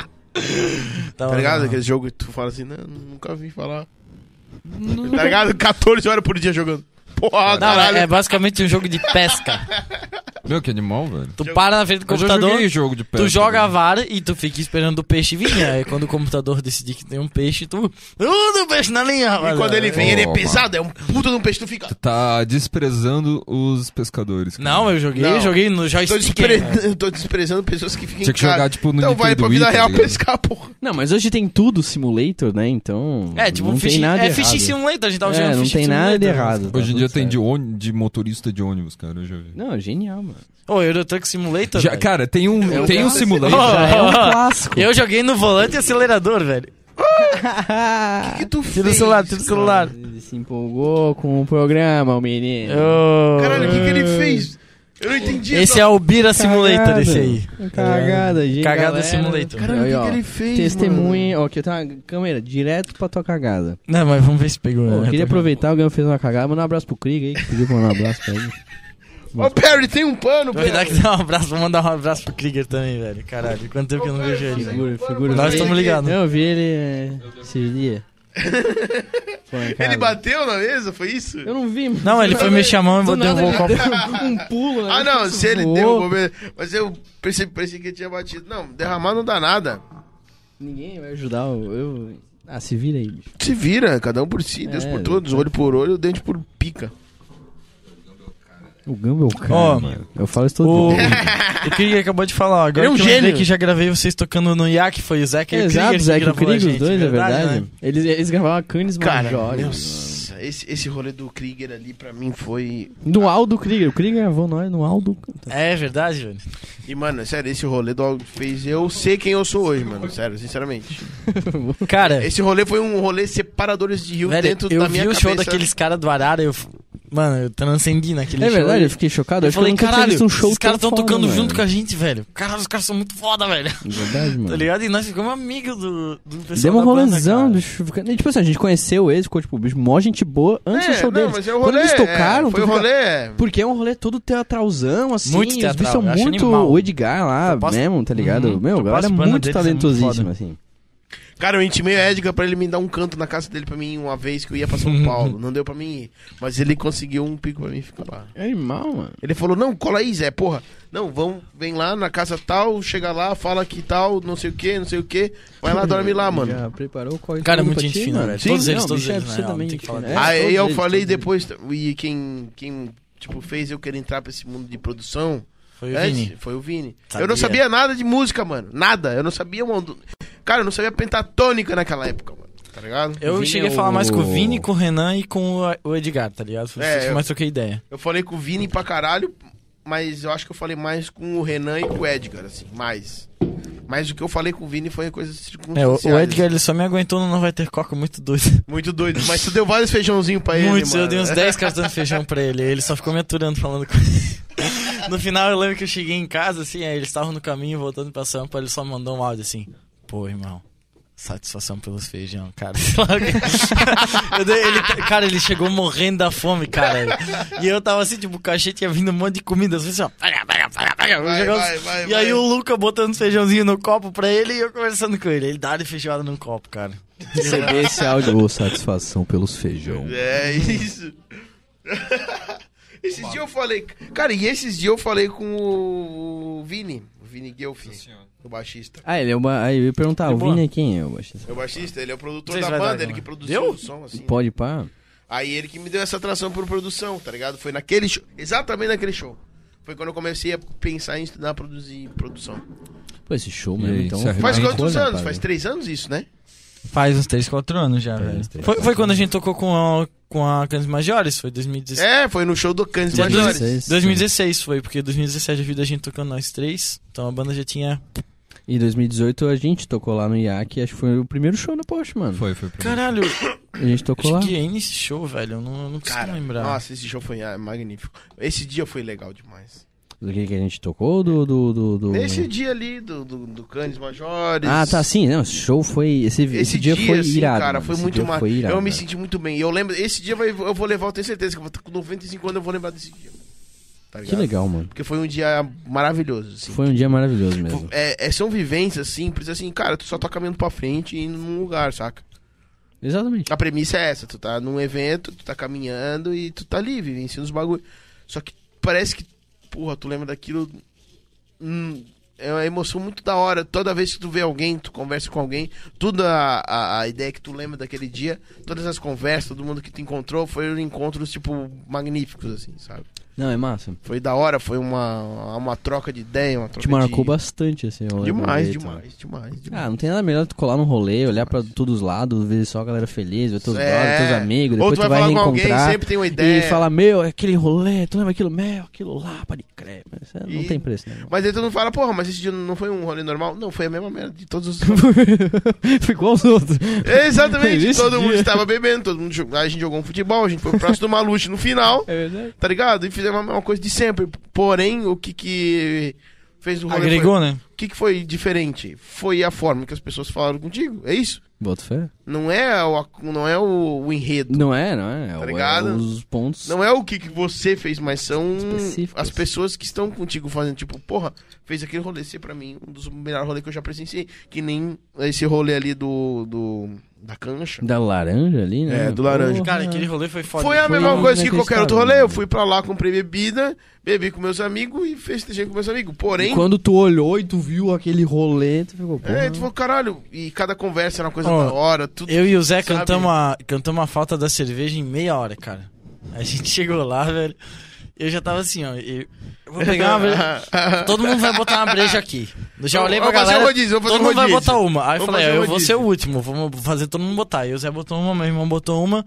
B: Tá,
A: Tá ligado?
B: não.
A: Aquele jogo que tu fala assim, não, nunca vi falar. Tá ligado? 14 horas por dia jogando. Porra,
B: Não,
A: caralho.
B: é basicamente um jogo de pesca.
C: Meu, que animal, velho.
B: Tu para na frente do
C: Eu já
B: computador,
C: joguei jogo de pesca.
B: tu joga a
C: velho.
B: vara e tu fica esperando o peixe vir. Aí quando o computador decidir que tem um peixe, tu. Uh, o peixe na linha!
A: E quando ele vem, ele é
C: Ô,
A: pesado, é um puta de um peixe, tu fica.
C: Tá desprezando os pescadores. cara.
B: Não, eu joguei,
A: Não.
B: eu joguei no
A: Tô,
B: joystick.
A: despre...
B: cara.
A: Tô desprezando pessoas que ficam em
C: Tinha que jogar,
A: casa.
C: tipo, no
A: Então
C: Nintendo
A: vai pra
C: Wii,
A: vida
C: tá
A: real
C: ligado?
A: pescar, porra.
D: Não, mas hoje tem tudo simulator, né? Então.
B: É, tipo,
D: não
B: um
D: tem
B: fishing,
D: nada
B: é
D: de
B: fishing
D: errado.
B: simulator, a gente tava
D: É,
B: jogando
D: não
B: fishing
D: tem nada de
B: um simulator.
D: errado. tá
C: Hoje em
D: tudo
C: dia tem
D: certo.
C: de, ôni- de motorista de ônibus, cara. Eu já vi.
D: Não, é genial, mano.
B: Ô, Eurotruck Simulator.
C: Já-
B: velho.
C: cara, tem um,
A: Eu
C: tem um
A: gosto desse
C: simulator.
D: Já é um
B: ó, ó.
D: clássico.
B: Eu joguei no volante e acelerador, velho.
A: que tu fez?
B: Ah, Tira o celular, tira o celular.
D: Ele se empolgou com o programa, o menino.
B: Ô.
A: Caralho, o que, que ele fez? Eu não entendi.
B: Esse
A: não.
B: é o Bira Simulator,
D: Cagada.
B: esse aí.
D: Cagada, gente.
B: Cagada
D: galera.
B: Simulator.
A: Caralho,
D: Aí,
A: o
D: ó,
A: que, que ele fez?
D: Testemunha. Ó, aqui eu tenho uma câmera direto pra tua cagada.
B: Não, mas vamos ver se
A: É,
B: pegou.
D: Pô,
B: né?
D: eu queria aproveitar, o Gama fez uma cagada. Manda um abraço pro Krieg aí, que pediu pra mandar um abraço pra ele.
A: Mano. Ô, Perry, tem um pano,
B: Vou dar,
A: Perry.
B: que dar um abraço, vou mandar um abraço pro Krieger também, velho. Caralho, quanto tempo que eu não vejo ele. velho.
D: Figura, figura.
B: Nós estamos ligados.
D: Eu vi ele eh, esses dias. Foi uma
A: Ele
D: cagada.
A: bateu na mesa, foi isso?
D: Eu não vi, mano.
B: Não, ele foi mexer a mão e
D: Do nada
B: derrubou o um copo.
D: ele deu um pulo. né?
A: Ah, não, se ele
D: Voou.
A: deu, vou ver. mas eu pensei, pensei que ele tinha batido. Não, derramar não dá nada.
D: Ninguém vai ajudar. Eu... eu- Ah, se vira aí, bicho.
A: Se vira, cada um por si, Deus
D: É,
A: por todos, olho por olho, dente por pica.
D: O Gamba é o cara,
B: Ó,
D: mano. Eu falo isso todo
B: O,
D: dia. É,
B: o Krieger acabou de falar, ó,
A: Ele
B: agora
A: é um
B: que eu lembrei
A: gênio.
B: que já gravei vocês tocando no Yak, foi o Zeca É, e o Krieger
D: Exato,
B: que
D: Zé e o
B: gravou a
D: Krieg, os
B: gente,
D: dois, é verdade.
B: né?
D: Eles, eles gravaram a Canis né?
A: Cara,
D: Majores.
A: nossa, esse, esse rolê do Krieger ali pra mim foi.
D: No Aldo Krieger. O Krieger gravou nós no Aldo.
B: É verdade, velho.
A: E, mano, sério, esse rolê do Aldo fez eu ser quem eu sou hoje, mano. Sério, sinceramente.
B: Cara,
A: Esse rolê foi um rolê separadores de rio
B: velho,
A: dentro
B: eu
A: da
B: vi
A: minha
B: o
A: cabeça.
B: show daqueles caras do Arara, eu... f- Mano, eu transcendi naquele
D: É
B: show.
D: verdade, eu fiquei chocado.
B: Eu
D: acho que
B: falei,
D: nunca tinha
B: caralho,
D: visto um show
B: esses caras
D: tão
B: estão
D: foda,
B: tocando
D: mano.
B: junto com a gente, velho. Caralho, os caras são muito foda, velho.
D: Verdade,
B: Tá
D: mano.
B: ligado? E nós ficamos amigos do, do pessoal
D: Deu
B: da
D: um
B: banda,
D: Hum.
B: é
D: rolezão,
B: cara.
D: bicho. Fica- e, Tipo assim, a gente conheceu eles, ficou tipo, bicho, mó gente boa antes
A: é,
D: do show
A: não,
D: deles.
A: Mas é o
D: Quando
A: rolê,
D: eles tocaram,
A: é, foi
D: tu
A: o
D: fica-
A: rolê. é.
D: Porque é um rolê todo teatralzão, assim.
B: Muito
D: os
B: teatral,
D: bichos são
B: eu acho
D: muito
B: animal.
D: o Edgar lá
B: Eu posso-
D: mesmo, tá ligado?
B: Uhum,
D: Meu,
B: eu
D: a galera é
B: posso pano
D: muito
B: deles, é muito
D: talentosíssima, assim.
A: Cara, eu intimei o Edgar pra ele me dar um canto na casa dele pra mim uma vez que eu ia pra São Paulo. Não deu pra mim ir. Mas ele conseguiu um pico pra mim ficar lá.
D: É animal, mano.
A: Ele falou, não, cola aí, Zé, porra. Não, vamos, vem lá na casa tal, chega lá, fala que tal, não sei o que, não sei o que. Vai lá, dorme lá, Ah, mano.
D: Já preparou qual
B: Cara, é muito gente fina, velho.
D: Sim,
B: Todos eles,
D: não,
B: todos
D: bicho, é
B: eles, na real,
D: absolutamente
B: tem que falar
D: fina.
B: deles.
D: É,
A: Aí
D: todos
A: eu
D: eles,
A: falei
D: todos eles.
A: depois, e quem, quem, tipo, fez eu querer entrar pra esse mundo de produção,
B: Foi o
A: antes,
B: É, Vini.
A: foi o Vini.
B: Sabia.
A: Eu não sabia nada de música, mano. Nada. Eu não sabia, mano. Cara, eu não sabia pentatônica naquela época, mano. Tá ligado?
B: Eu
D: Vini
B: cheguei
D: é
B: a falar mais com o
D: o-
B: Vini, com o Renan e com o- o Edgar, tá ligado? Foi
A: É,
B: é,
A: eu-
B: mais troquei ideia.
A: Eu falei com o Vini pra caralho, mas eu acho que eu falei mais com o Renan e com o Edgar, assim, mais. Mas o que eu falei com o Vini foi coisas
B: É, o,
A: circunstanciais.
B: o Edgar ele só me aguentou no Não Vai Ter Coca, muito doido.
A: Muito doido. Mas tu deu vários feijãozinhos pra ele,
B: Muitos,
A: mano.
B: eu dei uns 10 cartões de feijão pra ele. Ele só ficou me aturando falando com ele. No final eu lembro que eu cheguei em casa, assim, aí eles estavam no caminho voltando pra Sampa, ele só mandou um áudio assim: Pô, irmão. Satisfação pelos feijão, cara. Sei lá o quê. Eu dei- ele- cara, ele chegou morrendo da fome, cara. E eu tava assim, tipo, o cachê tinha vindo um monte de comida. Assim, ó, pega, pega, pega, pega.
A: Vai,
B: Chegou-
A: vai, vai,
B: e
A: vai.
B: aí o Luca botando os feijãozinho no copo pra ele e eu conversando com ele. Ele dá de feijoada num copo, cara.
D: Receber esse áudio. Ô, satisfação pelos feijão.
A: É isso. esses dias eu falei. Cara, e esses dias eu falei com o Vini. O Vini Guelfi, o baixista.
D: Ah, ele é uma. Aí eu ia perguntar, o
B: Boa.
D: Vini é quem é o baixista?
A: É o baixista, ele é o produtor
B: Vocês
A: da
B: vai dar
A: banda, ele
B: agora.
A: que produziu
B: Deu?
A: o som, assim.
D: Pode pá?
A: Aí ele que me deu essa atração por produção, tá ligado? Foi naquele show, exatamente naquele show. Foi quando eu comecei a pensar em estudar produzir produção.
D: Pô, esse show
C: E
D: mesmo,
C: aí,
D: então.
C: se
A: Faz
C: Aí,
A: quantos
D: coisa,
A: anos?
D: rapaz.
A: Faz três anos isso, né?
B: Faz uns 3, 4 anos já,
D: Faz
B: velho.
D: uns três,
B: foi,
D: quatro
B: foi quando a gente tocou com a, com a Canis Majores, foi 2016.
A: É, foi no show do Canis
B: Dia
A: Majores.
D: 16.
B: 2016 foi, porque 2017 eu vi da gente tocando nós três, então a banda já tinha...
D: Em 2018 a gente tocou lá no IAC, acho que foi o primeiro show no Post, mano.
C: Foi, foi. pra mim.
B: Caralho,
D: A gente tocou lá.
B: acho que é nesse show, velho, eu não, eu não consigo
A: Cara,
B: lembrar.
A: nossa, esse show foi ah, magnífico. Esse dia foi legal demais.
D: Do que, que a gente tocou? Do. do, do, do-
A: Nesse dia ali do, do, do Canis Majores.
D: Ah, tá, sim, não, esse show foi. Esse, esse, dia, foi
A: assim,
D: irado.
A: cara,
D: mano,
A: foi
D: esse
A: muito
D: dia
A: massa.
D: foi irado,
A: eu me
D: cara.
A: senti muito bem. E Eu lembro, esse dia vai- eu vou levar, eu tenho certeza que eu vou estar com 95 anos, eu vou lembrar desse dia. Tá
D: Que
A: ligado?
D: legal, mano.
A: Porque foi um dia maravilhoso, assim.
D: Foi um dia maravilhoso mesmo.
A: É, é- são vivências simples, assim, cara, tu só tá caminhando pra frente e indo num lugar, saca?
D: Exatamente.
A: A premissa é essa, tu tá num evento, tu tá caminhando e tu tá ali, vivenciando os bagulho. Só que parece que, porra, tu lembra daquilo. hum, é uma emoção muito da hora. Toda vez que tu vê alguém, tu conversa com alguém, toda a, a- a ideia que tu lembra daquele dia, todas as conversas, todo mundo que tu encontrou, foram encontros, tipo, magníficos, assim, sabe?
D: Não, é massa.
A: Foi da hora, foi uma, uma troca de ideia, uma troca
D: Te marcou
A: de...
D: bastante, assim. eu
A: Demais,
D: lembrei, tá?
A: demais, demais, demais.
D: Ah, não tem nada melhor do que colar num rolê, olhar pra todos os lados, ver só a galera feliz, ver teus
A: É.
D: brothers, teus amigos,
A: Ou
D: depois
A: tu vai, falar com alguém,
D: reencontrar
A: sempre tem uma
D: e
A: ideia.
D: falar, meu, é aquele rolê, tu lembra aquilo? Meu, aquilo lá, pode crer. mas isso Não
A: E-
D: tem preço, né?
A: Mas aí tu não fala, porra, mas esse dia não foi um rolê normal? Não, foi a mesma merda de todos os.
D: Ficou aos outros.
A: Exatamente,
D: Esse
A: todo mundo
D: dia.
A: estava bebendo, todo mundo jogou, a gente jogou um futebol, a gente foi pro próximo do Maluche no final,
D: É verdade.
A: tá ligado? E fizemos a mesma coisa de sempre. Porém, o que que fez o rolê.
B: Agregou, né?
A: foi- o que que foi diferente? Foi a forma que as pessoas falaram contigo, é isso?
D: Bota fé.
A: Não é o, não é o, o enredo.
D: Não é, não é. é o-
A: Tá ligado?
D: é os pontos.
A: Não é o que, que você fez, mas são
D: Específicos.
A: as pessoas que estão contigo fazendo. Tipo, porra, fez aquele rolê ser pra mim um dos melhores rolês que eu já presenciei. Que nem esse rolê ali do. do da cancha.
D: Da laranja ali, né?
A: É, do laranja.
B: Cara, aquele rolê foi foda.
A: Foi um a
D: Foi um
A: mesma coisa que qualquer
D: inacreditável,
A: outro rolê. Eu
D: né?
A: fui pra lá, comprei bebida, bebi com meus amigos e festejei com meus amigos.
D: E
A: Porém.
D: quando tu olhou e tu viu aquele rolê, tu ficou, pô.
A: É, tu falou, caralho, e cada conversa era uma coisa
B: Ó,
A: da hora, tudo.
B: Eu e o Zé
A: Sabe?
B: cantamos a, cantamos a falta da cerveja em meia hora, cara. A gente chegou lá, velho, eu já tava assim, ó, eu eu vou pegar uma breja, todo mundo vai botar uma breja aqui. Eu já olhei pra
A: vou fazer
B: galera,
A: um rodízio, vou fazer
B: Todo
A: um
B: mundo vai
A: rodízio.
B: botar uma. Aí eu
A: Vamos
B: falei, "Ah,
A: fazer um
B: eu vou
A: rodízio.
B: ser o último, vamos fazer todo mundo botar. Aí o Zé botou uma, meu irmão botou uma.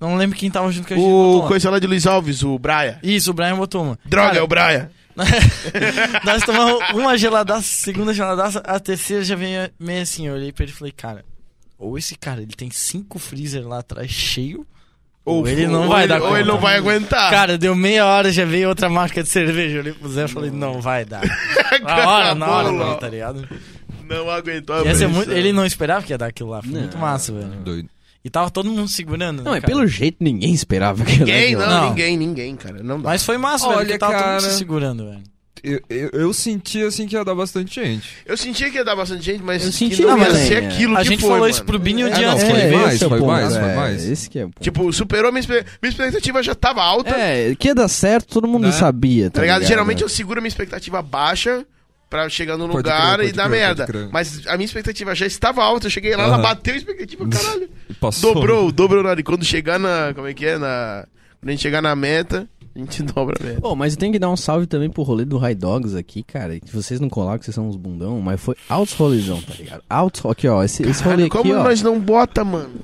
B: Não lembro quem tava junto que a gente botou
A: O
B: uma.
A: coisa lá de Luiz Alves, o Braia.
B: Isso, o Brian botou uma.
A: Droga, é
B: Cara,
A: o Braia.
B: Nós tomamos uma geladaça, segunda geladaça, a terceira já veio meio assim. Eu olhei pra ele e falei, cara, ou esse cara, ele tem cinco freezer lá atrás cheio. Ou ele não vai
A: ele-
B: dar
A: Ou ele
B: conta.
A: não vai aguentar.
B: Cara, deu meia hora, já veio outra marca de cerveja. Eu olhei pro Zé e falei, não vai dar. Na hora, na hora, não, tá ligado?
A: Não aguentou a
B: Ia ser
A: pressão.
B: muito- ele não esperava que ia dar aquilo lá. Foi
D: Não.
B: muito massa, velho.
C: Doido.
B: E tava todo mundo segurando.
D: Não,
B: né,
D: é
B: cara?
D: pelo jeito ninguém esperava né, que
A: Ninguém, não,
B: Não.
A: ninguém, ninguém, cara. Não dá.
B: Mas foi massa, velho.
C: Olha,
B: Porque tava todo mundo
C: cara.
B: se segurando, velho.
A: Tipo,
C: Eu, eu, eu senti assim que ia dar bastante gente.
A: Eu sentia que ia dar bastante gente, mas
D: Eu
A: que
D: senti
A: não ia
D: também,
A: ser
D: é.
A: aquilo
B: A
A: que
B: gente
A: foi,
B: falou
A: mano.
B: isso pro Bini o
C: É,
B: dia
C: não,
B: antes tá que
C: foi
B: ele veio.
C: mais,
D: esse é o
C: foi
D: ponto,
C: mais,
D: é,
C: foi mais.
D: Esse que é o ponto.
A: Tipo, superou minha, expe- minha expectativa já tava alta,
D: É, que ia dar certo, todo mundo
C: Né?
D: sabia, tá
A: tá ligado?
D: ligado?
A: Geralmente
B: né?
A: eu seguro minha expectativa baixa pra chegar no
C: Pode
A: lugar e
C: crer, pode
A: dar
C: crer,
A: merda.
C: pode crer.
A: Mas a minha expectativa já estava alta, eu cheguei lá, ela
C: Aham.
A: bateu a expectativa, caralho.
C: E Passou.
A: Dobrou, dobrou na hora. E quando chegar na. Como é que é? Na. Quando a gente chegar na meta, a gente dobra a meta.
D: Pô, mas eu tenho que dar um salve também pro rolê do High Dogs aqui, cara. Se vocês não colaram, que vocês são uns bundão, mas foi altos rolezão, tá ligado? Altos, aqui, ó. Esse, esse rolê
A: Caralho,
D: aqui,
A: como
D: ó,
A: nós não bota, mano?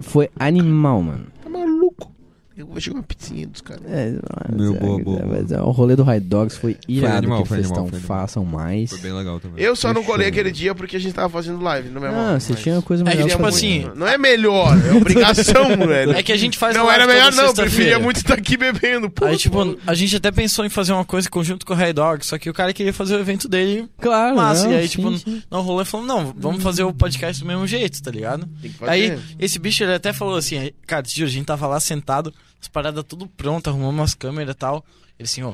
D: foi animal, mano.
A: Tá maluco. eu vou chegar uma pizzinha dos caras.
D: É, mas
C: Meu,
D: é,
C: boa,
D: é,
C: boa, boa.
D: mas é, o rolê do High Dogs foi irado
C: animal,
D: que
C: foi
D: vocês
C: animal,
D: estão.
C: foi animal.
D: Façam mais.
C: Foi bem legal também.
A: Eu só não
D: Fechou,
A: colei aquele
D: mano.
A: dia porque a gente tava fazendo live no mesmo
D: Ah, você tinha coisa
B: É que,
D: melhor.
B: tipo
D: pra
B: assim,
D: fazer.
A: Não é melhor, é obrigação, velho.
B: É que a gente faz
A: não
B: live
A: era
B: toda
A: melhor, não. Eu
B: sexta-feira.
A: preferia muito estar aqui bebendo. Pô,
B: tá Aí, tipo, a gente até pensou em fazer uma coisa em conjunto com o Ray Dog, só que o cara queria fazer o evento dele
D: Claro,
B: massa.
D: não,
B: e aí,
D: sim,
B: tipo,
D: sim.
B: não rolou e falou, não, vamos fazer o podcast do mesmo jeito, tá ligado?
A: tem que fazer.
B: Aí, esse bicho, ele até falou assim, aí, cara, esse dia a gente tava lá sentado, as paradas tudo pronto, arrumamos umas câmeras e tal. Ele assim, ó,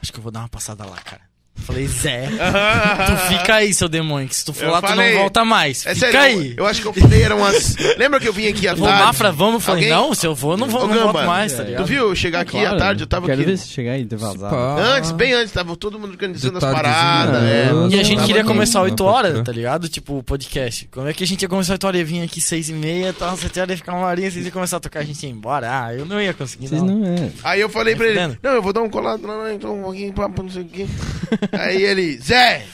B: acho que eu vou dar uma passada lá, cara. Eu Falei, Zé, tu fica aí, seu demônio, que se tu for
A: Eu
B: lá, tu
A: falei.
B: não volta mais.
A: É
B: fica
A: sério,
B: aí.
A: Eu, eu acho que eu falei, eram umas. Lembra que eu vim aqui à
B: Vou
A: tarde?
B: Mafra, vamos. Eu Falei,
A: Alguém?
B: não, se eu vou, não vou,
A: Ô,
B: não
A: Gamba,
B: volto mais, tá ligado?
A: Tu viu? Eu chegar aqui
D: Claro,
A: à tarde, eu tava
D: Quero
A: aqui.
D: ver se chegar aí e ter vazado.
A: Antes, bem antes, tava todo mundo organizando as
C: Detalhezinho,
A: paradas.
D: né?
A: é.
B: E a gente
D: Tava
B: queria
D: no-
B: começar
C: no
B: 8 horas,
C: podcast.
B: tá ligado? Tipo, o podcast. Como é que a gente ia começar 8 horas? Ia vir aqui 6 e meia, tal, 7 horas ia ficar uma horinha, 6 ia começar a tocar, a gente ia embora. Ah, eu não ia conseguir,
D: Vocês
B: não.
D: não é.
A: Aí eu falei pra ele:
B: Entendendo?
A: Não, eu vou dar um colado lá, lá, então um pouquinho, papo, não sei o quê. Aí ele: Zé,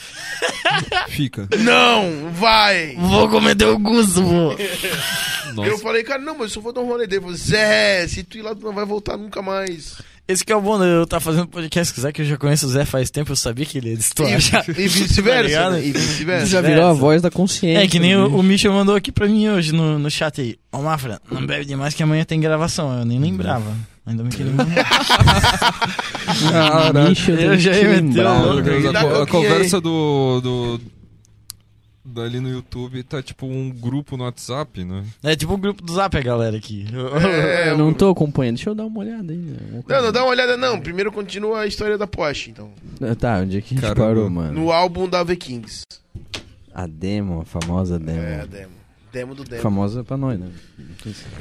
C: Fica.
A: não, vai.
B: Vou comer teu gusto, pô.
A: Eu
C: Nossa.
A: falei, cara, não, mas eu só vou dar um rolê dele. Ele falou, Zé, se tu ir lá, tu não vai voltar nunca mais.
B: Esse que é o bom de eu estar fazendo podcast com o Zé, que eu já conheço o Zé faz tempo, eu sabia que ele ia destoar. já.
A: E, e vice-versa.
B: Tá ligado?
A: né? e
D: Você
A: vice-versa.
D: já virou a
B: Diversa.
D: voz da consciência. né?
B: É que nem
D: do
B: o, o Michel mandou aqui pra mim hoje no, no chat aí. Ô, Mafra, não bebe demais que amanhã tem gravação. Eu nem lembrava. Ainda bem que ele mandou.
C: Caraca.
D: Ixi, Ah, eu
B: Eu
D: tenho
B: já
D: que
B: ia meter o
D: lembrar,
B: né? louco.
D: né?
C: Ah, Deus,
A: Ele
C: a,
A: dá
C: co- a
A: coquinha
C: conversa do, do. Dali no YouTube tá tipo um grupo no WhatsApp, né?
B: É tipo o grupo do Zap, a galera aqui.
A: É,
D: Eu não tô acompanhando. Deixa eu dar uma olhada aí. né? Alguma
A: Não,
D: coisa.
A: não, dá uma olhada, não. Primeiro continua a história da Porsche, então.
D: Tá, onde é que a gente
C: Caramba.
D: parou, mano?
A: No álbum da The Kings.
D: A demo, a famosa demo.
A: É, a demo. Demo do demo.
D: famosa pra nós, né?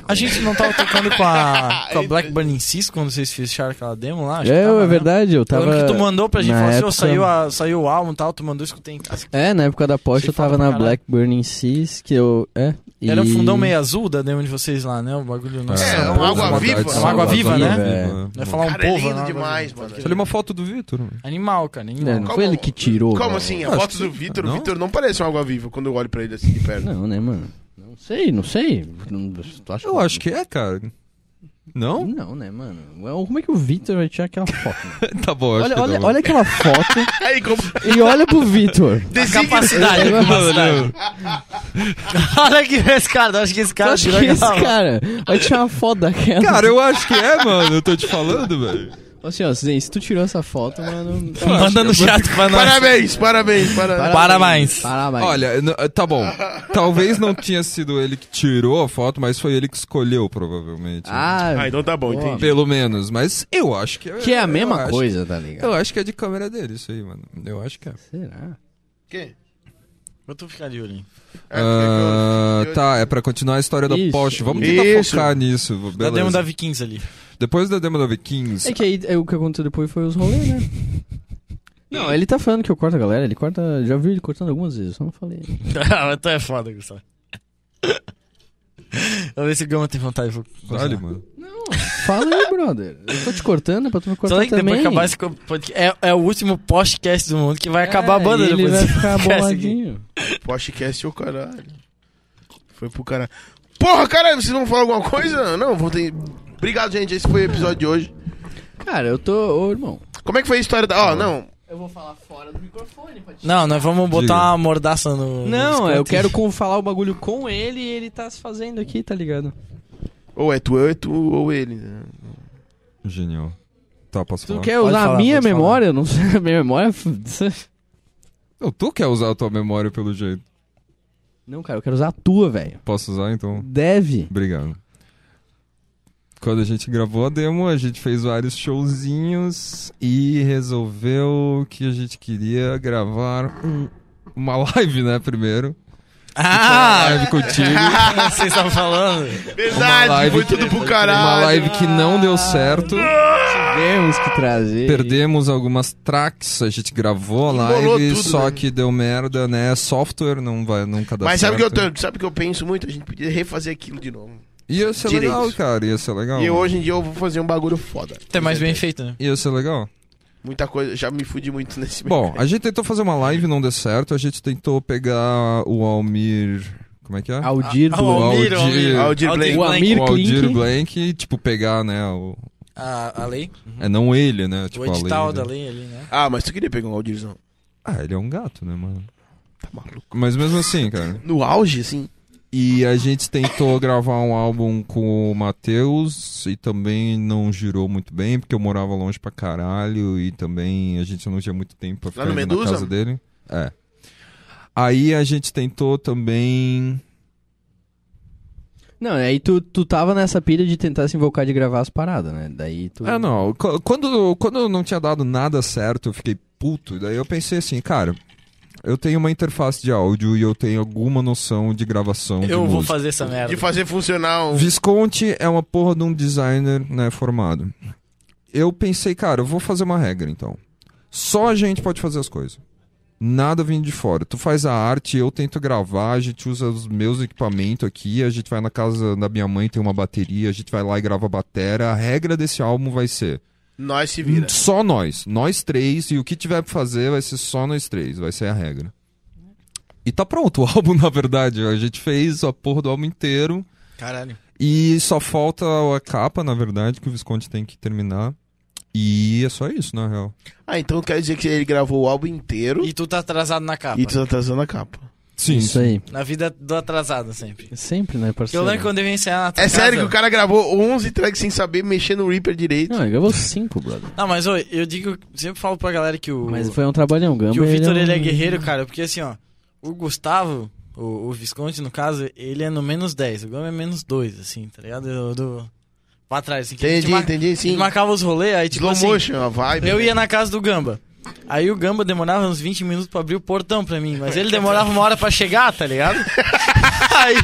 B: A gente não tava tocando com a, com a Blackburn in Cis quando vocês fecharam aquela demo lá? Acho que
D: É,
B: tava,
D: é
B: né?
D: verdade, eu
B: Eu
D: tava.
B: lembro que tu mandou pra gente,
D: na
B: falou assim, ô, saiu,
D: época-
B: a- saiu o álbum e tal, tu mandou, eu escutei em casa.
D: É, na época da
B: Achei
D: Porsche eu tava
B: foda pra
D: na
B: caralho.
D: Blackburn em Cis, que eu. É. e-
B: Era um fundão meio azul da demo de vocês lá, né? O bagulho nossa.
A: É, um
C: uma
A: água viva.
C: saudade,
A: É uma água
C: saudade,
B: viva, né?
C: viva.
B: Vai falar um
A: Cara, é
B: povo,
A: lindo
B: né?
A: demais, mano.
C: Olha uma foto do Vitor. mano.
B: Animal, cara, animal.
D: É, Não, não foi ele que tirou.
A: Como
D: mano.
A: assim? A
C: Não,
A: foto
C: acho que-
A: do Vitor,
C: não?
A: o Vitor não parece uma água viva quando eu olho pra ele assim de perto.
D: Não, né, mano? Não sei, não sei. Não- tu acha
C: Eu acho que é, cara. Não?
D: Não, né, mano? Ué, Como é que o Vitor vai tirar aquela foto? mano?
C: tá bom, acho
D: olha,
C: que
D: olha,
C: tá
D: olha aquela foto
A: Aí, como...
D: e olha pro Vitor.
B: A capacidade, a capacidade. Olha que esse cara, eu acho que esse
D: Eu
B: cara
D: acho
B: tirou
D: que esse
B: aquela-
D: cara vai tirar uma foto daquela.
C: Cara, eu acho que é, mano. Eu tô te falando, velho.
D: Assim, ó, Zen, se tu tirou essa foto, mano.
B: Manda no chat pra nós.
A: Parabéns, parabéns, parabéns.
B: Parabéns.
D: Parabéns.
C: Olha, n- tá bom. Talvez não tinha sido ele que tirou a foto, mas foi ele que escolheu, provavelmente. né?
D: Ah,
A: Ah, então tá bom,
D: Boa.
A: entendi.
C: Pelo menos. Mas eu acho que é.
D: que é a
C: eu
D: mesma
C: acho-
D: coisa, tá ligado?
C: eu acho que é de câmera dele, isso aí, mano. Eu acho que é.
D: Será?
A: Quê?
B: Eu tô ficando de olho. hein?
A: É,
C: Ah,
A: eu-
C: tá, é pra continuar a história da
D: Isso.
C: Porsche. Vamos tentar
A: Isso.
C: focar nisso. Beleza.
B: Da demo da Vikings um ali.
C: Depois da demo da Vikings.
D: É que aí é, o que aconteceu depois foi os rolês, né? Não, ele tá falando que eu corto a galera, ele corta. Já vi ele cortando algumas vezes, eu só não falei.
B: Ah, mas tu é foda, Gustavo. Vamos ver se o Gama tem vontade. Vou...
C: Vale, mano.
D: Fala aí, brother. Eu tô te cortando, é pra tu me cortar
B: Só que
D: também.
B: depois acabar esse podcast. É, é o último podcast do mundo que vai acabar a banda
D: é, e ele
B: depois.
D: vai
B: desse
D: ficar
B: podcast aqui.
D: boladinho.
A: Podcast, ô caralho. Foi pro caralho. Porra, caralho, vocês vão falar alguma coisa? Não, vou ter. Obrigado, gente. Esse foi o episódio de hoje.
D: Cara, eu tô. Ô, irmão.
A: Como é que foi a história da. Ó, não.
D: Eu vou falar fora do microfone pra te.
B: Não, nós vamos botar
C: Diga.
B: uma mordaça no.
D: Não,
B: nos
D: eu
B: cantos.
D: quero com- falar o bagulho com ele e ele tá se fazendo aqui, tá ligado?
A: Ou é tu, ou é tu, ou ele. né?
C: Genial. Tá, posso
D: Tu
C: falar?
D: quer
B: Pode
D: usar
B: falar,
D: a minha
B: pode falar.
D: memória? Eu não sei, a minha memória. é
C: Não, tu quer usar a tua memória pelo jeito.
D: Não, cara, eu quero usar a tua, velho.
C: Posso usar então?
D: Deve.
C: Obrigado. Quando a gente gravou a demo, a gente fez vários showzinhos e resolveu que a gente queria gravar um- uma live, né, primeiro. Uma
B: Ah!
C: live contigo.
B: Vocês estavam falando?
A: Verdade,
C: live
A: foi tudo pro caralho.
C: Uma live que não deu certo.
D: Tivemos que trazer.
C: Perdemos algumas tracks, a gente gravou a
A: Embolou
C: live,
A: tudo,
C: só
A: né?
C: que deu merda, né? Software não vai nunca dar
A: Mas
C: certo.
A: sabe o que eu tenho? Sabe o que eu penso muito? A gente podia refazer aquilo de novo.
C: Ia ser
A: Direito.
C: legal, cara, ia ser legal.
A: E hoje em dia eu vou fazer um bagulho foda.
B: Até mais bem feito, né?
C: Ia ser legal.
A: Muita coisa, já me fudi muito nesse
C: Bom,
A: mercado.
C: a gente tentou fazer uma live, não deu certo. A gente tentou pegar o Almir Como é que é?
D: Aldir
B: Ah,
D: do
B: o
D: Almir.
B: Almir,
C: Aldir-
B: Almir,
A: Aldir Blank.
D: O Almir
C: o Aldir
D: Klink.
C: Blank e, tipo, pegar, né? O...
B: A, a lei?
C: É não ele, né? Tipo,
B: o
C: a lei,
B: edital
C: né?
B: da lei ali, né?
A: Ah, mas tu queria pegar um Aldirzão.
C: Ah, ele é um gato, né, mano?
A: Tá maluco.
C: Mas mesmo assim, cara.
A: No auge, assim.
C: E a gente tentou gravar um álbum com o Matheus e também não girou muito bem, porque eu morava longe pra caralho e também a gente não tinha muito tempo pra ficar
A: no
C: indo
A: Medusa?
C: na casa dele. É. Aí a gente tentou também.
D: Não, aí tu, tu tava nessa pilha de tentar se invocar de gravar as paradas, né? Daí tu.
C: Ah, não. Qu- Quando, quando não tinha dado nada certo, eu fiquei puto. Daí eu pensei assim, cara, eu tenho uma interface de áudio e eu tenho alguma noção de gravação. de
B: Eu vou
C: música.
B: fazer essa merda.
A: De fazer funcionar um...
C: Visconti é uma porra de um designer né, formado. Eu pensei, cara, eu vou fazer uma regra então. Só a gente pode fazer as coisas. Nada vindo de fora. Tu faz a arte, eu tento gravar, a gente usa os meus equipamentos aqui, a gente vai na casa da minha mãe, tem uma bateria, a gente vai lá e grava a batera. A regra desse álbum vai ser
A: Nós se vira.
C: só nós. Nós três, e o que tiver pra fazer vai ser só nós três, vai ser a regra. E tá pronto o álbum, na verdade. A gente fez a porra do álbum inteiro.
B: Caralho.
C: E só falta a capa, na verdade, que o Visconde tem que terminar. E é só isso, na real.
A: Ah, então quer dizer que ele gravou o álbum inteiro
B: E tu tá atrasado na capa.
A: e tu tá atrasando a capa.
C: Sim.
D: Isso aí.
B: Na vida do atrasado sempre.
D: Sempre, né,
B: Porque eu
D: parceiro?
B: lembro quando eu ia ensaiar na tua
A: É sério que
B: casa-
A: o cara gravou 11 tracks sem saber mexer no Reaper direito?
D: Não, ele gravou cinco, brother.
B: Não, mas ô, eu digo, sempre falo pra galera que o.
D: Mas foi um trabalhão, Gamba.
B: que o
A: né?
B: Vitor ele é
D: um-
B: guerreiro, cara, porque assim, ó, o Gustavo, o, o Visconde, no caso, ele é no menos 10, o Gama é menos 2, assim, tá ligado? Do, do... Pra trás, assim, que a gente
A: entendi,
B: mar-
A: entendi,
B: a gente
A: sim.
B: marcava os rolês, aí tipo
A: Slow
B: assim,
A: motion, a vibe.
B: eu ia na casa do Gamba. Aí o Gamba demorava uns 20 minutos pra abrir o portão pra mim, mas ele demorava uma hora pra chegar, tá ligado? aí,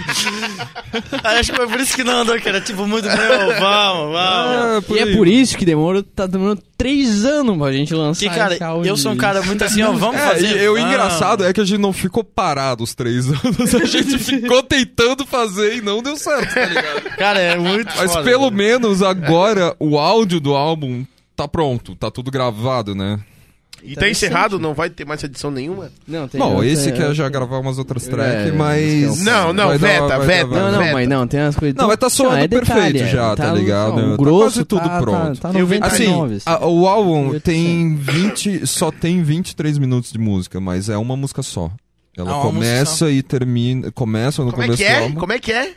B: aí acho que foi por isso que não andou, que era tipo muito meu, vamos, vamos.
C: É,
D: E é por isso que demorou, tá demorando três anos pra gente lançar
B: Que cara,
D: esse áudio.
B: eu sou um cara muito assim, ó, vamos
C: tá É,
B: fazer.
C: e eu, o
B: vamos.
C: engraçado é que a gente não ficou parado os três anos. A gente ficou tentando fazer e não deu certo, tá ligado?
B: Cara, é muito
C: Mas
B: foda,
C: pelo
B: velho.
C: menos agora o áudio do álbum tá pronto, tá tudo gravado, né?
A: E tá encerrado, não vai ter mais edição nenhuma?
D: Não, tem
C: Bom,
D: outra-
C: esse
B: é
C: quer já gravar umas outras tracks,
D: É,
C: mas.
D: esse
A: é o- Não, não,
C: vai dar-
A: veta,
C: vai dar-
A: veta.
C: vai dar-
D: Não, não,
A: Meta.
D: mas não, tem umas coisas...
C: Não, mas tá soando
D: é detalhe,
C: perfeito já,
D: é,
C: tá ligado?
D: Não,
C: Tá
D: o grosso
C: quase tudo
D: tá, tá-
C: pronto.
D: Tá,
A: Eu vi-
C: Assim,
D: 99, assim.
C: a- o álbum
D: 98%.
C: tem 20, só tem 23 minutos de música, mas é uma música só. Ela
B: Ah, uma música
C: começa e termina, começa no
A: Como é
C: começo
A: que
C: do
A: é?
C: álbum.
A: Como é que é?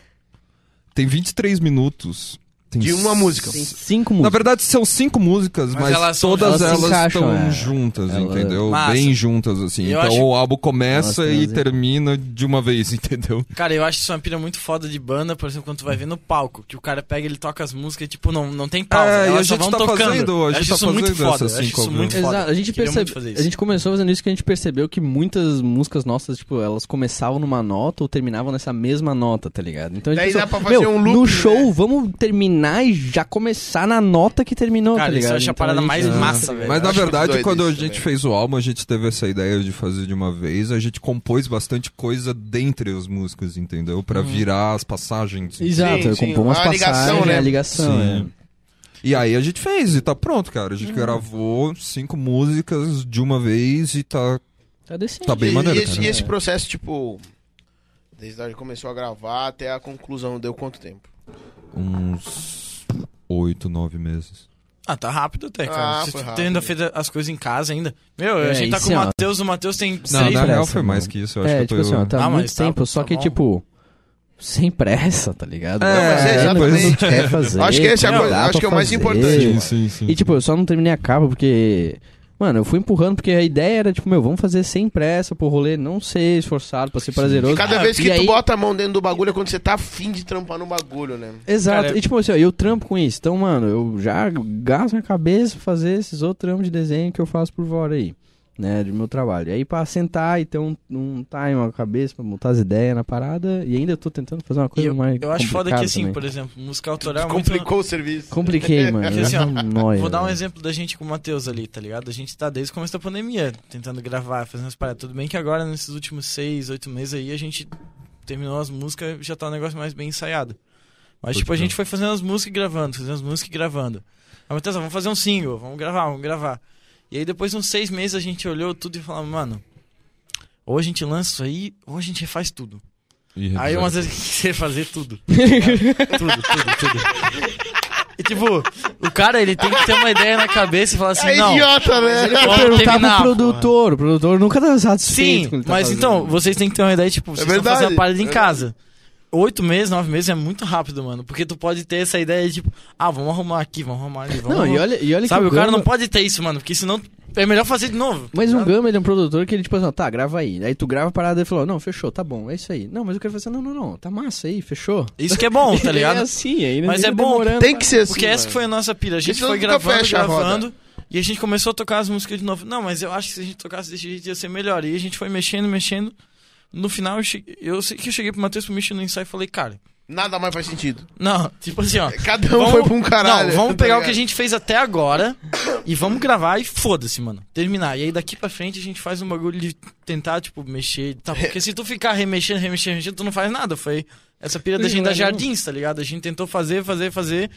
C: Tem 23 minutos. Tem
A: De uma
C: s-
A: música.
D: Tem cinco
C: Na
D: músicas.
C: verdade são cinco músicas,
B: Mas
C: mas,
B: elas são-
C: todas
D: elas se
C: elas,
D: encaixam,
C: estão
D: é.
C: juntas,
D: Ela-
C: entendeu?
B: Massa.
C: Bem juntas assim.
B: Eu
C: então
B: acho-
C: o álbum começa
D: Elas
C: e
D: transem.
C: termina de uma vez, entendeu?
B: Cara, eu acho isso uma pira muito foda de banda, por exemplo, quando tu vai ver no palco, que o cara pega, ele toca as músicas e, tipo, não, não tem pausa,
C: É, e
B: elas
C: a
B: só
C: gente
B: vão
C: tá
B: tocando.
C: fazendo, a gente
B: Eu acho
C: tá
B: isso muito
C: fazendo
B: foda,
C: essas
B: eu acho
C: cinco
B: isso muito
C: vezes.
B: foda.
D: Exato, a gente,
B: Queria
D: percebe,
B: muito fazer
D: a
B: isso.
D: gente começou fazendo isso que a gente percebeu que muitas músicas nossas, tipo, elas começavam numa nota ou terminavam nessa mesma nota, tá ligado? Então a gente
A: Daí
D: pensou,
A: dá pra fazer
D: meu,
A: um loop,
D: no
A: né?
D: show, vamos terminar e já começar na nota que terminou,
B: Cara,
D: tá
B: isso
D: ligado?
B: eu acho a
D: Então,
B: parada
D: gente-
B: mais
D: Ah.
B: massa, velho.
C: Mas
A: Eu
C: na
A: acho muito
C: verdade,
A: doido
C: quando a
A: isso
C: gente
A: também.
C: fez o álbum, a gente teve essa ideia de fazer de uma vez. A gente compôs bastante coisa dentre as músicas, entendeu? Pra
D: Uhum.
C: virar as passagens.
D: Exato,
A: Sim,
D: eu
A: sim,
D: compor umas
A: uma ligação,
D: passagens,
A: né?
D: a ligação,
C: Sim.
D: é.
C: E aí a gente fez e tá pronto, cara. A
D: Uhum.
C: gente gravou cinco músicas de uma vez e tá.
D: Tá decente.
C: Tá bem
A: e,
C: maneiro,
A: e esse,
C: cara.
A: e esse processo, tipo... Desde a hora que começou a gravar até a conclusão, deu quanto tempo?
C: uns oito, nove meses.
B: Ah, tá rápido até,
A: Ah,
B: cara. Vocês
A: foi
B: têm
A: rápido.
B: ainda feito as coisas em casa ainda. Meu,
D: É,
B: a gente tá
D: isso
B: com o
D: é uma- é
B: Matheus, o Matheus tem
C: Não,
B: seis.
C: na
D: pressa,
C: real foi mais
D: mano.
C: que isso. Eu acho
D: É,
C: que eu
D: tipo
C: tô.
D: assim, ó, tá
B: Ah, mas
D: muito
B: tá-
D: tempo, só
B: tá
D: que
B: bom.
D: tipo, sem pressa, tá ligado?
C: É,
A: mas é,
D: Não, mas
A: exatamente.
D: quer fazer,
A: Acho que esse é a
D: não
A: coisa-
D: dá
A: acho
D: pra
A: que é o mais
D: fazer.
A: importante.
C: sim, sim, sim.
D: E tipo, eu só não terminei a capa porque. Mano, eu fui empurrando porque a ideia era, tipo, meu, vamos fazer sem pressa pro rolê não ser esforçado pra ser prazeroso.
A: E cada
B: Ah,
A: vez que
D: e
A: tu
D: aí-
A: bota a mão dentro do bagulho é quando você tá afim de trampar no bagulho, né?
D: Exato.
B: Cara,
D: e tipo assim, ó, eu trampo com isso. Então, mano, eu já gasto minha cabeça pra fazer esses outros trampos de desenho que eu faço por fora aí. Né, do meu trabalho. E aí pra sentar e ter um, um time, uma cabeça, pra montar as ideias na parada. E ainda tô tentando fazer uma coisa
B: eu,
D: mais.
B: eu acho foda que
D: complicada
B: assim,
D: também.
B: por exemplo, música autoral é muito...
A: Complicou o serviço.
D: Compliquei, mano.
B: Porque, assim, ó,
D: eu não noia,
B: Vou dar um
C: né?
D: velho.
B: exemplo da gente com o Matheus ali, tá ligado? A gente tá desde o começo da pandemia tentando gravar, fazendo as paradas. Tudo bem que agora, nesses últimos seis, oito meses aí, a gente terminou as músicas já tá um negócio mais bem ensaiado. Mas,
C: Pode
B: tipo, a
C: crer.
B: gente foi fazendo as músicas e gravando, fazendo as músicas e gravando. Aí, Matheus, ó, vamos fazer um single, vamos gravar, vamos gravar. E aí, depois de uns seis meses, a gente olhou tudo e falou, mano, ou a gente lança isso aí, ou a gente refaz tudo.
C: Ih,
B: Aí
C: já-
B: umas vezes que você fazer tudo. tudo, tudo, tudo. E tipo, o cara ele tem que ter uma ideia na cabeça e falar assim,
A: é
B: não.
A: idiota, né?
B: Vamos
D: Perguntar
B: terminar,
D: pro produtor. O produtor nunca tá satisfeito
B: Sim,
D: com o que ele tá
B: mas
D: fazendo. É
B: então, vocês têm que ter uma ideia, tipo, vocês estão
A: verdade,
B: fazendo a parada em
A: é
B: casa. Oito meses, nove meses é muito rápido, mano. Porque tu pode ter essa ideia de, tipo, ah, vamos arrumar aqui, vamos arrumar ali, vamos
D: Não, e
B: arrumar.
D: olha, e olha
B: Sabe,
D: que
B: o cara
D: Gama-
B: não pode ter isso, mano, porque senão é melhor fazer de novo.
D: Mas um
B: sabe?
D: Gama, ele é um produtor que ele, tipo assim, ó, tá, grava aí. Aí tu grava a parada e falou, não, fechou, tá bom, é isso aí. Não, mas eu quero fazer, não, não, não, tá massa aí, fechou.
B: Isso que é bom, tá ligado?
D: É assim, ainda
B: Mas
D: fica
B: é bom,
D: demorando
A: Tem
D: pra-
A: que ser assim.
B: Porque essa
A: mano.
B: que foi a nossa pilha. A gente
A: Isso
B: foi
A: nunca
B: gravando,
A: fecha a roda.
B: gravando. E a gente começou a tocar as músicas de novo. Não, mas eu acho que se a gente tocasse desse jeito ia ser melhor. E a gente foi mexendo, mexendo. No final, eu, cheguei- eu sei que eu cheguei pro Matheus pro Michel no ensaio e falei, cara,
A: Nada mais faz sentido.
B: não, tipo assim, ó.
A: Cada um foi pra um caralho.
B: Não, vamos
A: tá
B: pegar o
A: ligado?
B: que a gente fez até agora e vamos gravar e foda-se, mano. Terminar. E aí daqui pra frente a gente faz um bagulho de tentar, tipo, mexer e tal. Porque se tu ficar remexendo, remexendo, remexendo, tu não faz nada. Foi essa pilha da
D: Não
B: gente da
D: é, não.
B: Jardins, tá ligado? A gente tentou fazer, fazer, fazer.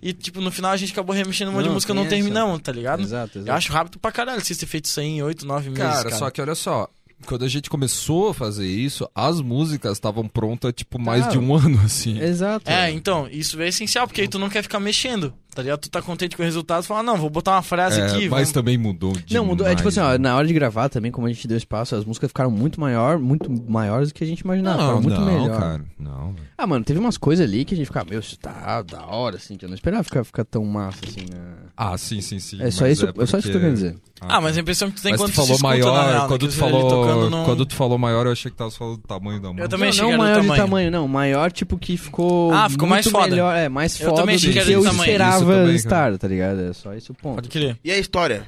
B: E, tipo, no final a gente acabou remexendo um monte de
D: Não,
B: música
D: tem
B: não
D: essa.
B: terminamos, tá ligado?
D: Exato,
B: Eu
D: exato.
B: acho rápido pra caralho vocês ter feito isso aí em 8, 9 meses.
C: Cara,
B: Cara,
C: só que olha só, quando a gente começou a fazer isso, as músicas estavam prontas, tipo, mais
D: Tá.
C: de um ano, assim.
D: Exato.
B: É, então, isso é essencial, porque aí tu não quer ficar mexendo, tá ligado? Tu tá contente com o resultado, fala, "Ah, não, vou botar uma frase
C: É,
B: aqui.
C: mas
B: vamos-
C: também mudou demais.
D: né? Não, mudou. É tipo assim, ó,
C: né?
D: na hora de gravar também, como a gente deu espaço, as músicas ficaram muito maior, muito maiores do que a gente imaginava.
C: Não,
D: ficaram muito
C: não,
D: melhor.
C: cara. Não.
D: Ah, mano, teve umas coisas ali que a gente ficava, meu, isso tá da hora, assim, que eu não esperava ficar, ficar tão massa, assim, né?
C: Ah, sim, sim, sim.
D: É só
C: mas
D: isso, é, só isso que eu tô querendo dizer.
B: Ah, mas a impressão que tu tem
C: Mas
B: quando
C: tu falou
B: se escuta,
C: maior,
B: na real, né?
C: quando,
B: Que
C: tu
B: tu vê ele
C: falou,
B: tocando num-
C: quando tu falou maior, eu achei que tava falando do tamanho da música.
B: Eu também achei
D: não,
B: que
D: não
B: era
D: maior
B: do
D: de
B: tamanho.
D: tamanho, não. Maior, tipo, que ficou.
B: Ah, ficou mais
D: muito
B: foda.
D: Melhor, é, mais
B: Eu
D: foda
B: também achei
D: do
B: que era
D: que
B: de
D: eu
B: tamanho.
C: Isso
D: esperava
C: também, cara.
D: estar, tá ligado? É só esse o ponto.
B: Pode crer.
A: E a história?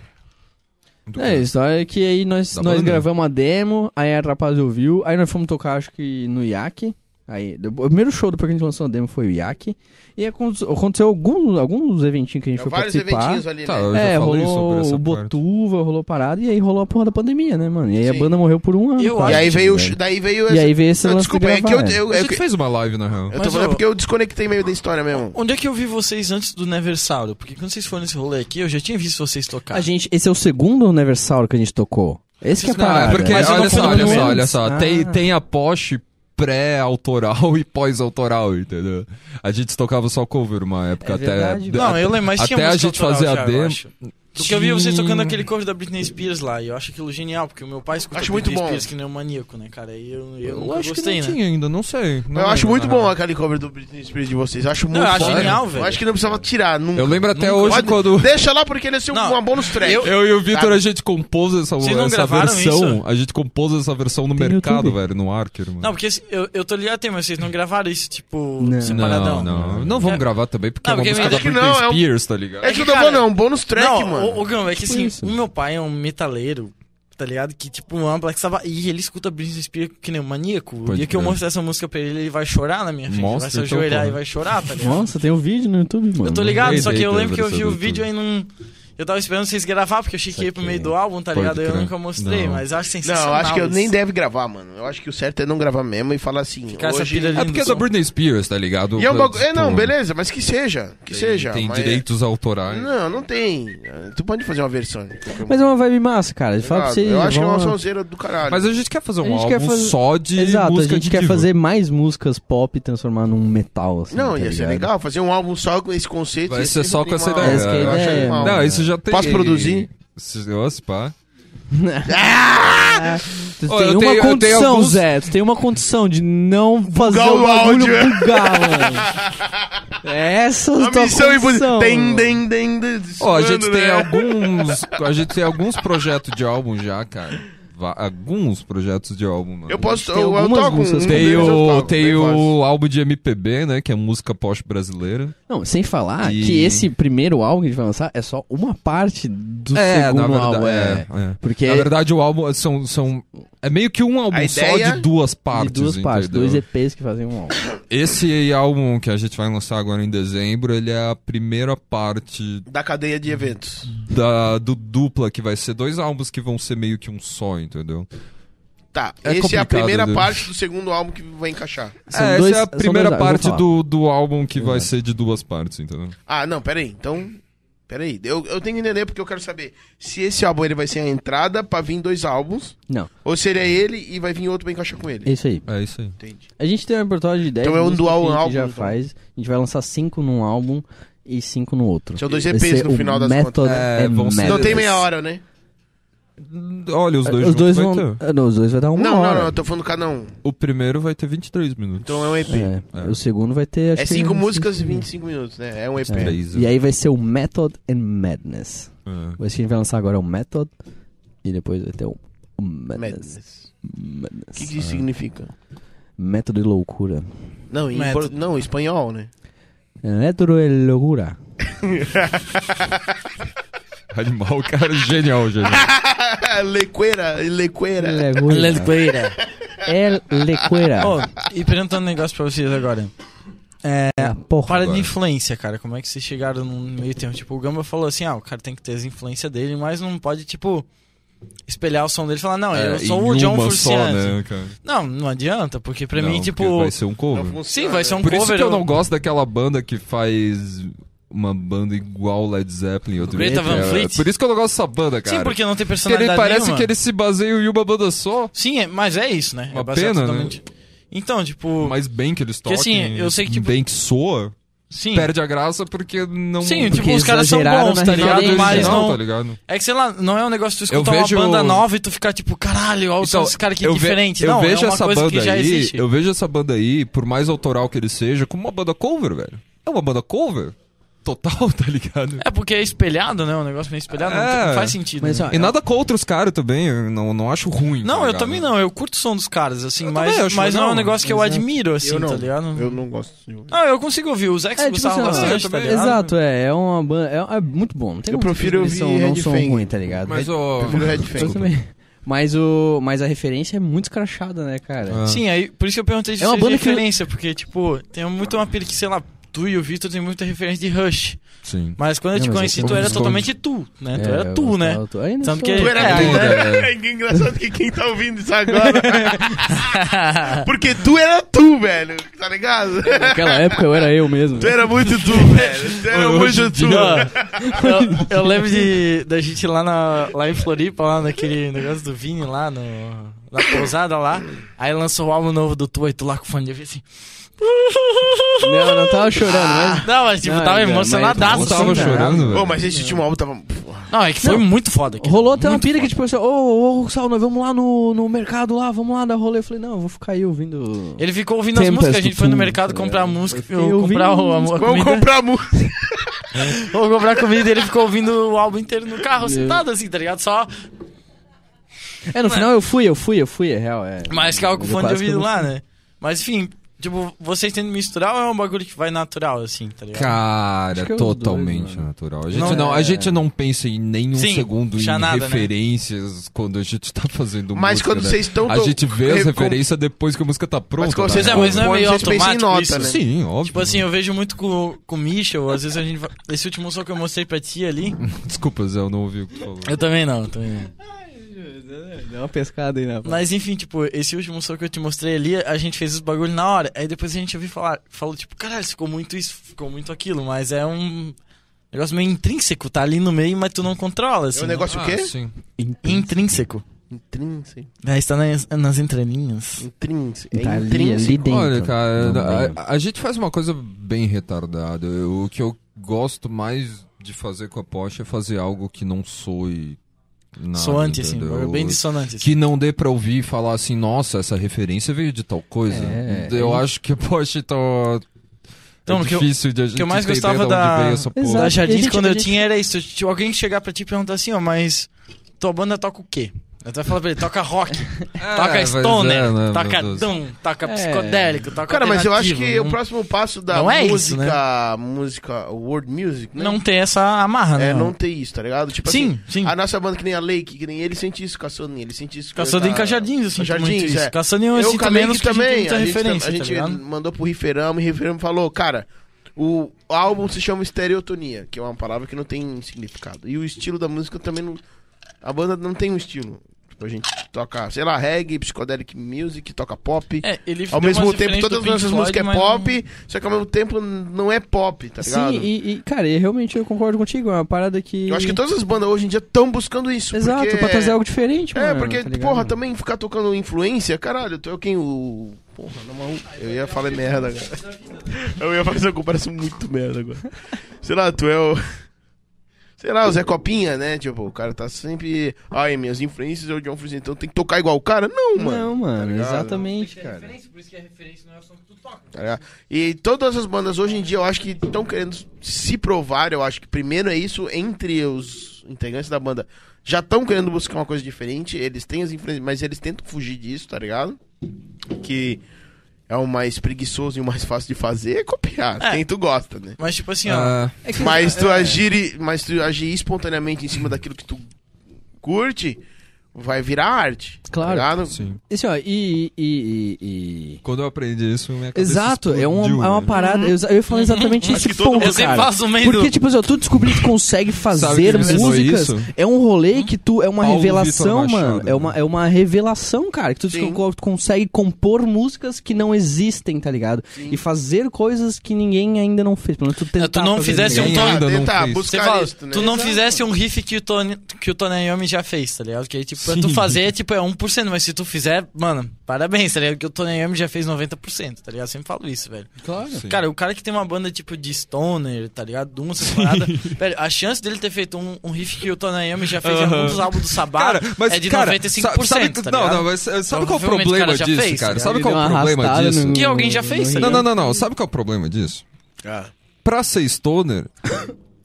C: Do-
D: É, a história é que aí nós,
C: Da
D: nós
C: banda?
D: gravamos a demo, aí a rapaz ouviu, aí nós fomos tocar, acho que no IAC. Aí, o primeiro show depois que a gente lançou a demo foi o IAC. E aconte- aconteceu alguns, alguns eventinhos que a gente foi
A: Vários
D: participar.
A: eventinhos ali,
C: Tá,
A: né?
C: eu já
D: É,
C: falei sobre
D: rolou
C: essa
D: o Botuva, rolou parada, e aí rolou a porra da pandemia, né, mano? E aí a
A: Sim.
D: banda morreu por um ano.
B: Eu
D: quase,
A: E aí
C: Né?
D: tá
A: veio,
D: ligado?
A: o- daí veio
D: E
A: essa-
D: aí veio esse
A: Não,
D: lance
A: desculpa,
D: de
A: é que eu,
D: gravar, né?
A: eu,
C: Você
A: eu,
C: que fez uma live, na real.
A: eu tô
B: Mas,
A: falando é
B: ô-
A: porque eu desconectei meio da história mesmo.
B: Onde é que eu vi vocês antes do Neversauro? Porque quando vocês foram nesse rolê aqui, eu já tinha visto vocês tocar.
D: A gente, esse é o segundo Universal que a gente tocou. Esse que é a
C: Não,
D: parada.
C: é porque,
B: Mas eu
C: olha
B: não fui
C: só,
B: no
C: olha só,
B: primeiro.
C: olha só.
D: Ah.
C: Tem, tem a Porsche pré-autoral e pós-autoral, entendeu? A gente tocava só cover uma época
D: É
C: até.
D: verdade,
C: de-
B: Não, eu lembro, mas tinha
C: até a
B: música
C: gente
B: autoral
C: fazer a
B: já, eu
C: demo.
B: acho. Porque eu vi vocês
C: Tinha.
B: tocando aquele cover da Britney Spears lá, e eu acho aquilo genial, porque o meu pai escuta
A: Acho muito
B: Britney
A: bom.
B: Spears que nem um maníaco, né, cara? E eu, eu,
C: Eu
B: nunca
C: acho
B: gostei,
C: que
B: né?
C: não tinha ainda, não sei. Não
A: eu acho
C: lembro,
A: muito
C: na
A: bom
C: real.
A: aquele cover do Britney Spears de vocês. Eu acho muito
B: eu acho
A: foda.
B: genial,
A: Eu
B: velho.
A: acho que não precisava tirar assim, nunca.
C: Eu lembro até
B: Nunca-
C: hoje
A: Pode-
C: quando.
A: Deixa lá porque ele é seu,
B: Não.
A: uma bônus track.
B: Eu-
C: Eu e o Vitor,
A: Sabe?
C: a gente compôs essa,
B: Vocês não
C: essa
B: gravaram
C: versão.
B: isso?
C: A gente compôs essa versão no
D: Tem no
C: mercado,
D: YouTube.
C: velho, no Archer, mano.
B: Não, porque assim, eu, eu tô ligado, tem, mas vocês não gravaram isso, tipo,
D: Não.
B: separadão.
C: não, não. Não vamos
B: É-
C: gravar também, porque
B: Não,
C: é uma
B: porque
C: música da
A: acho que
C: Britney
A: é não, é um-
C: Spears, tá ligado?
A: É que
B: que,
A: eu tô
B: cara,
A: falando, é um bônus track,
B: não,
A: mano.
B: O, o Gama, é que
D: Tipo
B: assim,
D: isso.
B: o meu pai é um metaleiro, tá ligado? Que tipo, uma Black Sabbath. E ele escuta Britney Spears que nem um maníaco. o
C: Pode
B: dia que eu
C: crer.
B: mostrar essa música pra ele, ele vai chorar na minha frente.
C: Mostra,
B: vai se
C: então,
B: ajoelhar
C: porra.
B: e vai chorar, tá ligado?
D: Nossa, tem um vídeo no YouTube, mano.
B: Eu tô ligado,
C: Ei,
B: só que eu
C: deita,
B: lembro que eu vi o
C: abraçador,
B: vídeo
C: tudo.
B: aí num. Eu tava esperando vocês gravar, porque eu achei que ia pro
D: aqui.
B: meio do álbum, tá
C: Pode
B: ligado? Eu
C: crer.
B: nunca mostrei,
C: Não.
B: mas acho sensacional.
A: Não, eu acho que eu nem
B: isso.
A: deve gravar, mano. Eu acho que o certo é não gravar mesmo e falar assim.
B: Ficar essa
A: hoje...
B: pilha ali.
C: É porque é da Britney Spears, tá ligado?
A: E é um bagulho. É, não,
C: Tipo,
A: beleza, mas que seja. Que
C: tem-
A: seja.
C: Tem
A: mas- é-
C: direitos autorais.
A: Não, não tem. Tu pode fazer uma versão.
D: Mas é uma vibe massa, cara. De falar pra vocês.
A: eu acho que é uma
D: vamos-
A: sonzeira do caralho.
C: Mas a gente quer fazer
D: A
C: um
D: gente quer
C: álbum
D: fazer-
C: só de
D: Exato, a
C: música
D: gente
C: de
D: quer
C: diva.
D: fazer mais músicas pop e transformar num metal, assim.
A: Não,
D: tá
A: ia ser
D: ligado?
A: legal fazer um álbum só com esse conceito.
C: Vai
A: ia
C: ser só
A: muito
C: com essa
A: animal.
C: ideia.
D: Essa que é a
A: Eu acho
D: ideia,
A: animal.
C: Não, isso já tem.
A: Posso produzir?
C: Se- ó, se pá.
D: Tu
C: Ó,
D: tem
C: eu tenho- eu
D: uma
C: tenho
D: condição,
C: alguns-
D: Zé. Tu tem uma condição de não fazer
A: Bugar
D: o
A: o
D: bagulho
A: áudio.
D: bugar, mano. Essa é a
A: A
D: tua
A: missão
D: condição.
A: impossível. Tem,
D: mano.
A: tem, tem. tem,
C: Ó, a gente
A: suando,
C: tem
A: né?
C: alguns. A gente tem alguns projetos de álbum já, cara. Va- alguns projetos de álbum, mano.
A: Eu posso.
D: Tem
A: Eu, eu
D: algumas
A: toco um
D: músicas
A: deles,
D: que-
A: eu
C: Tem o,
A: toco,
C: tem
A: bem fácil.
C: o álbum de MPB, né? Que é música post brasileira.
D: Não, sem falar
C: E-
D: que esse primeiro álbum que a gente vai lançar é só uma parte do segundo álbum. É.
C: é, é.
D: Porque
C: Na verdade, o álbum são, são. É meio que um álbum
A: A
C: só
A: ideia-
C: de duas partes.
D: é de duas partes,
C: entendeu? É,
D: dois EPs que fazem um álbum.
C: Esse álbum que a gente vai lançar agora em dezembro, ele é a primeira parte
A: Da cadeia de eventos.
C: da, do dupla, que vai ser dois álbuns que vão ser meio que um só, entendeu?
A: Tá,
C: É
A: esse é a
C: complicado,
A: primeira
C: né?
A: parte do segundo álbum que vai encaixar.
D: São
C: é,
D: dois-
C: essa é a
D: são
C: primeira
D: dois- eu vou
C: parte
D: falar.
C: do, do álbum que vai
D: Exato.
C: ser de duas partes, entendeu?
A: Ah, não, pera aí. Então. Peraí, eu, eu tenho que entender porque eu quero saber se esse álbum ele vai ser a entrada pra vir dois álbuns,
D: Não,
A: ou seria ele e vai vir outro pra encaixar com ele.
D: é isso aí.
C: É isso aí.
A: Entendi.
D: A gente tem um repertório de 10
A: Então é um
D: músicas
A: dual
D: que a gente
A: álbum,
D: já
A: então.
D: faz. A gente vai lançar 5 num álbum e 5 no outro.
A: São dois
D: Vai
A: EPs
D: ser
A: no
D: o
A: final das
D: Method
A: contas.
C: É,
D: and
C: vão ser-
D: Madness.
A: Não tem meia hora, né?
C: Olha, os dois,
D: É, Os dois
C: juntos
D: vão...
C: vai ter.
D: Ah, Não, os dois vai dar uma
A: não,
D: hora.
A: não, não, eu tô falando cada um.
C: O primeiro vai ter 23 minutos.
A: Então é um EP.
D: É,
C: É.
D: O segundo vai ter... acho
A: É
D: que
A: cinco
D: uns
A: músicas e
D: cinco
A: 25 minutos, né? É um EP.
D: É.
C: Três,
D: E aí vai ser o Method and Madness.
C: é.
D: O que a gente vai lançar agora é o Method e depois vai ter o o Madness.
A: Madness. O
D: Madness.
A: que, que isso significa?
D: Método e loucura.
A: Não, em,
B: Método.
A: por- não, em espanhol, né?
D: Método e loucura.
C: Animal, cara, é genial, genial.
A: lequeira, lequeira.
D: Loucura. El loucura.
B: Ó,
C: Tá.
B: e perguntando um negócio pra vocês agora. É,
D: Ah, porra.
B: Para
C: Agora.
B: de influência, cara. Como é que vocês chegaram num meio termo? Tipo, o Gamba falou assim: ah, o cara tem que ter as influências dele, mas não pode, tipo, espelhar o som dele e falar, não, eu
C: É,
B: sou
C: em
B: o John
C: uma só,
B: Furciante.
C: né, cara?
B: Não, não adianta, porque pra
C: Não,
B: mim,
C: porque
B: tipo.
C: Vai ser um cover.
A: Não funciona.
B: Sim, vai ser um
C: Por
B: cover.
C: isso que eu não
B: o-
C: gosto daquela banda que faz uma banda igual Led Zeppelin. Outro
B: Greta Van
C: É,
B: Fleet?
C: Por isso que eu não gosto dessa banda, um cara.
B: Sim, porque não tem
C: Porque ele
B: personalidade
C: parece
B: nenhuma.
C: que ele se baseia em uma banda só.
B: Sim, é- mas é isso, né?
C: Uma
B: é baseado
C: pena,
B: totalmente- Então, tipo.
C: Mas bem que eles
B: Porque,
C: toquem.
B: assim, eu sei que, tipo-
C: Bem que soa,
B: sim.
C: perde a graça porque não...
B: Sim,
D: Porque
B: tipo, os caras são
D: exageraram
B: bons,
D: na
B: tá
C: não é
B: ligado?
D: realidade
B: Mas
C: original,
B: não.
C: tá ligado?
B: É que, sei lá, não é um negócio tu
C: Eu
B: escutar
C: vejo-
B: uma banda nova e tu ficar tipo, caralho, olha só esse cara aqui
C: Então, eu ve-
B: diferente.
C: eu
B: não,
C: vejo
B: é uma
C: essa
B: coisa
C: banda
B: que já
C: aí,
B: existe.
C: Eu vejo essa banda aí, por mais autoral que ele seja, como uma banda cover, velho. É uma banda cover. Total, tá ligado?
B: É porque é espelhado, né? O negócio meio espelhado, não-
C: É.
B: não faz sentido.
D: Mas,
B: né?
D: ó,
C: E nada contra os caras também, eu não, não acho ruim. tá
B: Não, eu
C: ligado?
B: também não, eu curto o som dos caras, assim,
C: Eu
B: mas,
C: também, eu acho
B: mas não é um
C: legal.
B: negócio que eu
D: Exato.
B: admiro, assim,
A: Eu não.
B: tá ligado?
A: Eu não gosto. Eu,
B: Não, eu consigo ouvir, os ex
D: É, tipo
B: gostavam
D: assim, ó,
B: bastante,
C: eu
B: tá
C: também-
B: ligado?
D: Exato, é, é uma banda. É, é muito bom. Não tem
A: Eu
D: como
A: prefiro
D: dizer que
A: ouvir
D: eles são, não
A: Red
D: são
A: Fang.
D: ruim, tá ligado?
C: Mas, ó...
A: prefiro Red
D: Eu
A: Fang.
D: também. Mas, o, mas a referência é muito escrachada, né, cara?
C: Ah.
B: Sim, aí, por isso que eu perguntei se
D: É uma
B: é
D: banda que-
B: referência, porque, tipo, tem muito uma pira que, sei lá, tu e o Vitor tem muita referência de Rush.
C: Sim.
B: Mas quando eu
D: Não,
B: te
D: mas eu
B: conheci,
D: tenho
B: tu era
C: uns
B: totalmente tu, né?
D: É,
B: tu era tu, né?
D: Ainda
B: Tanto que-
A: Tu era
B: É,
A: tu,
C: ainda
A: né? É engraçado que quem tá ouvindo isso agora. Porque tu era tu, velho. Tá ligado?
D: Naquela época eu era eu mesmo.
A: Tu era muito tu, velho. Tu era
C: Hoje
A: muito tu.
B: eu, eu lembro de, da gente lá, na, lá em Floripa, lá naquele negócio do Vini, lá no, na pousada lá. Aí lançou o álbum novo do Tu, aí tu lá com o fone de ouvido assim.
D: Não, não tava chorando, mas.
B: Não, mas tipo,
D: Não, é,
B: tava
D: ainda,
B: emocionadaço.
D: mas-
C: Eu
B: assim,
C: tava
D: Assunto,
B: cara.
C: chorando,
A: Pô,
C: velho.
A: mas esse último álbum tava. Porra.
B: Não, é que foi
D: Não.
B: muito foda. aquilo.
D: Rolou até uma
B: Muito
D: pira que,
B: foda.
D: tipo, assim, ô, ô, ô, Saulo, vamos lá no, no mercado lá, vamos lá dar rolê. Eu falei, não, eu vou ficar aí ouvindo.
B: Ele ficou ouvindo
D: Tempest
B: as músicas, a gente
D: do
B: foi no
D: Tool,
B: mercado
D: tá
B: comprar
D: ligado?
B: música,
D: Eu fiquei
B: comprar o, a, a
D: ouvindo.
A: Vamos
B: comida.
A: comprar música.
B: Vou comprar comida e ele ficou ouvindo o álbum inteiro no carro, sentado assim, tá ligado? Só.
D: É, no final eu fui, eu fui, eu fui, é real, é.
B: Mas carro com
D: Eu
B: fone de
D: quase que
B: ouvido
D: não
B: lá, né? Mas enfim, tipo, vocês tendo misturar ou é um bagulho que vai natural, assim, tá ligado?
C: Cara,
D: Acho que é os
C: totalmente
D: dois, mano.
C: natural. A gente
B: Não,
C: não,
D: é.
C: a gente não pensa em nenhum
B: Sim,
C: segundo em
B: já nada, né?
C: referências quando a gente tá fazendo
A: Mas
C: música.
A: quando
C: né?
A: vocês estão.
C: A gente vê as
A: Re- com-
C: referências depois que a música tá pronta.
A: Mas quando
C: tá
A: vocês
B: É,
C: ligado?
B: mas não é meio
A: quando vocês pensam em
B: automático
A: nota,
B: isso,
A: né?
C: Sim, óbvio.
B: Tipo assim, eu vejo muito com, com o Michel, às vezes a gente vai... Esse último som que eu mostrei pra ti ali...
C: Desculpa, Zé, eu não ouvi o que tu falou.
B: Eu também não, também não.
D: Deu uma pescada aí, né?
B: Mas enfim, tipo, esse último som que eu te mostrei ali, a gente fez os bagulho na hora. Aí depois a gente ouviu falar, falou tipo, caralho, ficou muito isso, ficou muito aquilo. Mas é um negócio meio intrínseco, tá ali no meio, mas tu não controla, assim.
A: É um negócio o
C: Ah,
A: quê?
C: sim.
B: Intrínseco.
A: Intrínseco.
B: É, está nas, nas entrelinhas.
A: Intrínseco.
D: Tá
A: É
D: ali,
A: intrínseco.
D: ali
C: Olha,
D: dentro do
C: cara,
D: meio.
C: a, a gente faz uma coisa bem retardada. Eu- o que eu gosto mais de fazer com a Porsche é fazer algo que não soe. Nada,
B: Soante, assim,
C: entendeu?
B: bagulho bem dissonante. assim.
C: Que não dê pra ouvir e falar assim, nossa, essa referência veio de tal coisa.
D: É,
C: eu
D: é.
C: acho que, poxa, tá.
B: Então,
C: é
B: o que eu-
C: difícil de a gente
B: que eu mais
C: entender
B: gostava
C: de onde
B: da-
C: veio essa porra.
B: Da
D: Exato. Exato.
B: Jardins,
D: A gente-
B: quando
D: a
B: eu
D: gente-
B: tinha, era isso. Tipo, alguém chegar pra ti e perguntar assim, ó, mas tua banda toca o quê? Eu até falo pra ele, toca rock,
A: Ah,
B: toca
C: mas
B: stoner,
C: é, né,
B: toca
C: meu Deus.
B: doom, toca
D: É.
B: psicodélico, toca
A: Cara, mas eu acho
B: alternativo,
A: que o
C: né?
B: não-
A: próximo passo da
B: Não é isso,
A: música. Música. World Music, né?
B: Não tem essa amarra, né?
A: É, não ter isso, tá ligado? Tipo assim,
B: Sim, sim.
A: A nossa banda, que nem a Lake, que nem ele sente isso, Caçadinho, ele sente isso.
B: Caçadinho
A: tá-
B: em Cajadinhos, eu sinto
A: Cajadinhos,
B: muito isso.
A: é.
B: Caçadinho eu,
A: Eu
B: sinto
A: com a Lake
B: menos que a gente tem
A: também,
B: muita
A: a gente,
B: referência,
A: a gente
B: tá ligado?
A: mandou pro Riferamo, e o Riferamo falou, cara, o álbum se chama Estereotonia, que é uma palavra que não tem significado. E o estilo da música também não... A banda não tem um estilo. Tipo, a gente toca, sei lá, reggae, psychedelic music, toca pop.
E: É, ele
A: ao
E: deu
A: mesmo
E: umas
A: tempo,
E: referências
A: todas as
E: do Pink
A: nossas músicas é
E: Floyd, mas
A: pop, só que ao mesmo tempo não é pop, tá ligado?
D: Sim, e, e, cara, e realmente eu concordo contigo. É uma parada que.
A: Eu acho que todas as bandas hoje em dia estão buscando isso.
D: Exato,
A: porque...
D: pra trazer algo diferente, mano.
A: É, porque,
D: tá ligado?
A: porra, também ficar tocando influência, caralho, tu é quem o. Porra, não, mas eu ia falar merda agora. Eu ia fazer uma comparação muito merda agora. Sei lá, tu é o. Sei lá, o Zé Copinha, né? Tipo, o cara tá sempre. Ai, minhas influências é o John Friesen, então tem que tocar igual o cara? Não, mano.
D: Não, mano,
A: Tá ligado?
D: exatamente, cara.
E: Por isso que é referência, não é o som que tu toca.
A: Tá ligado? E todas as bandas hoje em dia eu acho que estão querendo se provar. Eu acho que primeiro é isso entre os integrantes da banda. Já estão querendo buscar uma coisa diferente. Eles têm as influências, mas eles tentam fugir disso, tá ligado? Que é o mais preguiçoso e o mais fácil de fazer é copiar.
B: É.
A: Quem tu gosta, né?
B: Mas, tipo assim, ó.
C: Ah,
D: É
A: Mas tu é- agir, mas tu agir espontaneamente em cima daquilo que tu curte, vai virar arte.
D: Claro.
A: Tá ligado?
C: sim.
D: Assim, ó, e. e, e, e- e-
C: Quando eu aprendi isso, minha cabeça
D: Exato, é uma,
C: explodiu, né? Uhum.
D: é uma
C: velho.
D: parada. Eu, eu ia falar exatamente
A: Acho
D: esse
A: que todo
D: ponto,
A: mundo
B: Eu sempre
D: cara.
B: faço o meio
D: Porque,
B: do...
D: tipo assim, ó, tu descobrir que tu
C: Sabe
D: consegue
C: quem
D: fazer
C: me ensinou
D: músicas.
C: isso?
D: É um rolê
B: Uhum.
D: que tu. É uma
C: Paulo
D: revelação,
C: Vitor Machado, né?
D: mano. É uma, é uma revelação, cara. Que tu
A: Sim.
D: desco- tu consegue compor músicas que não existem, tá ligado? E fazer coisas que ninguém ainda não fez. Pelo menos tu tentar
B: É, tu não
D: fazer
B: fizesse um
D: ninguém.
C: Ninguém
B: toque.
C: ainda não
A: tentar
C: fez.
B: Você
A: buscar
B: fala,
A: isso, né?
B: tu não fizesse um riff que o Tony, que o Tony Iommi já fez, tá ligado? Que aí, tipo, pra tu
C: Sim.
B: fazer, tipo, é 1%, mas se tu fizer, mano, parabéns, tá ligado? Porque o Tony Iommi já fez 90%, tá ligado? Eu sempre falo isso, velho.
D: Claro.
C: Sim.
B: Cara, o cara que tem uma banda, tipo, de stoner, tá ligado? Doom, essas paradas, velho, a chance dele ter feito um, um riff que o Tony Iommi já fez em algum
C: Aham.
B: dos álbuns do Sabá
C: Cara, mas,
B: é de
C: cara,
B: 95%,
C: sabe, sabe,
B: tá
C: não,
B: ligado?
C: não, mas eh, sabe qual é o
B: Provavelmente o
C: problema
B: cara já
C: disso,
B: fez,
C: cara?
B: tá
C: Sabe
D: Ele
C: qual
D: deu
C: é o
D: uma
C: problema
D: arrastada
C: disso?
D: no-
B: Que alguém já
D: no
B: fez, tá
D: rio.
C: Não, não, não, não. Sabe qual é o problema disso?
A: Ah.
C: Pra ser stoner,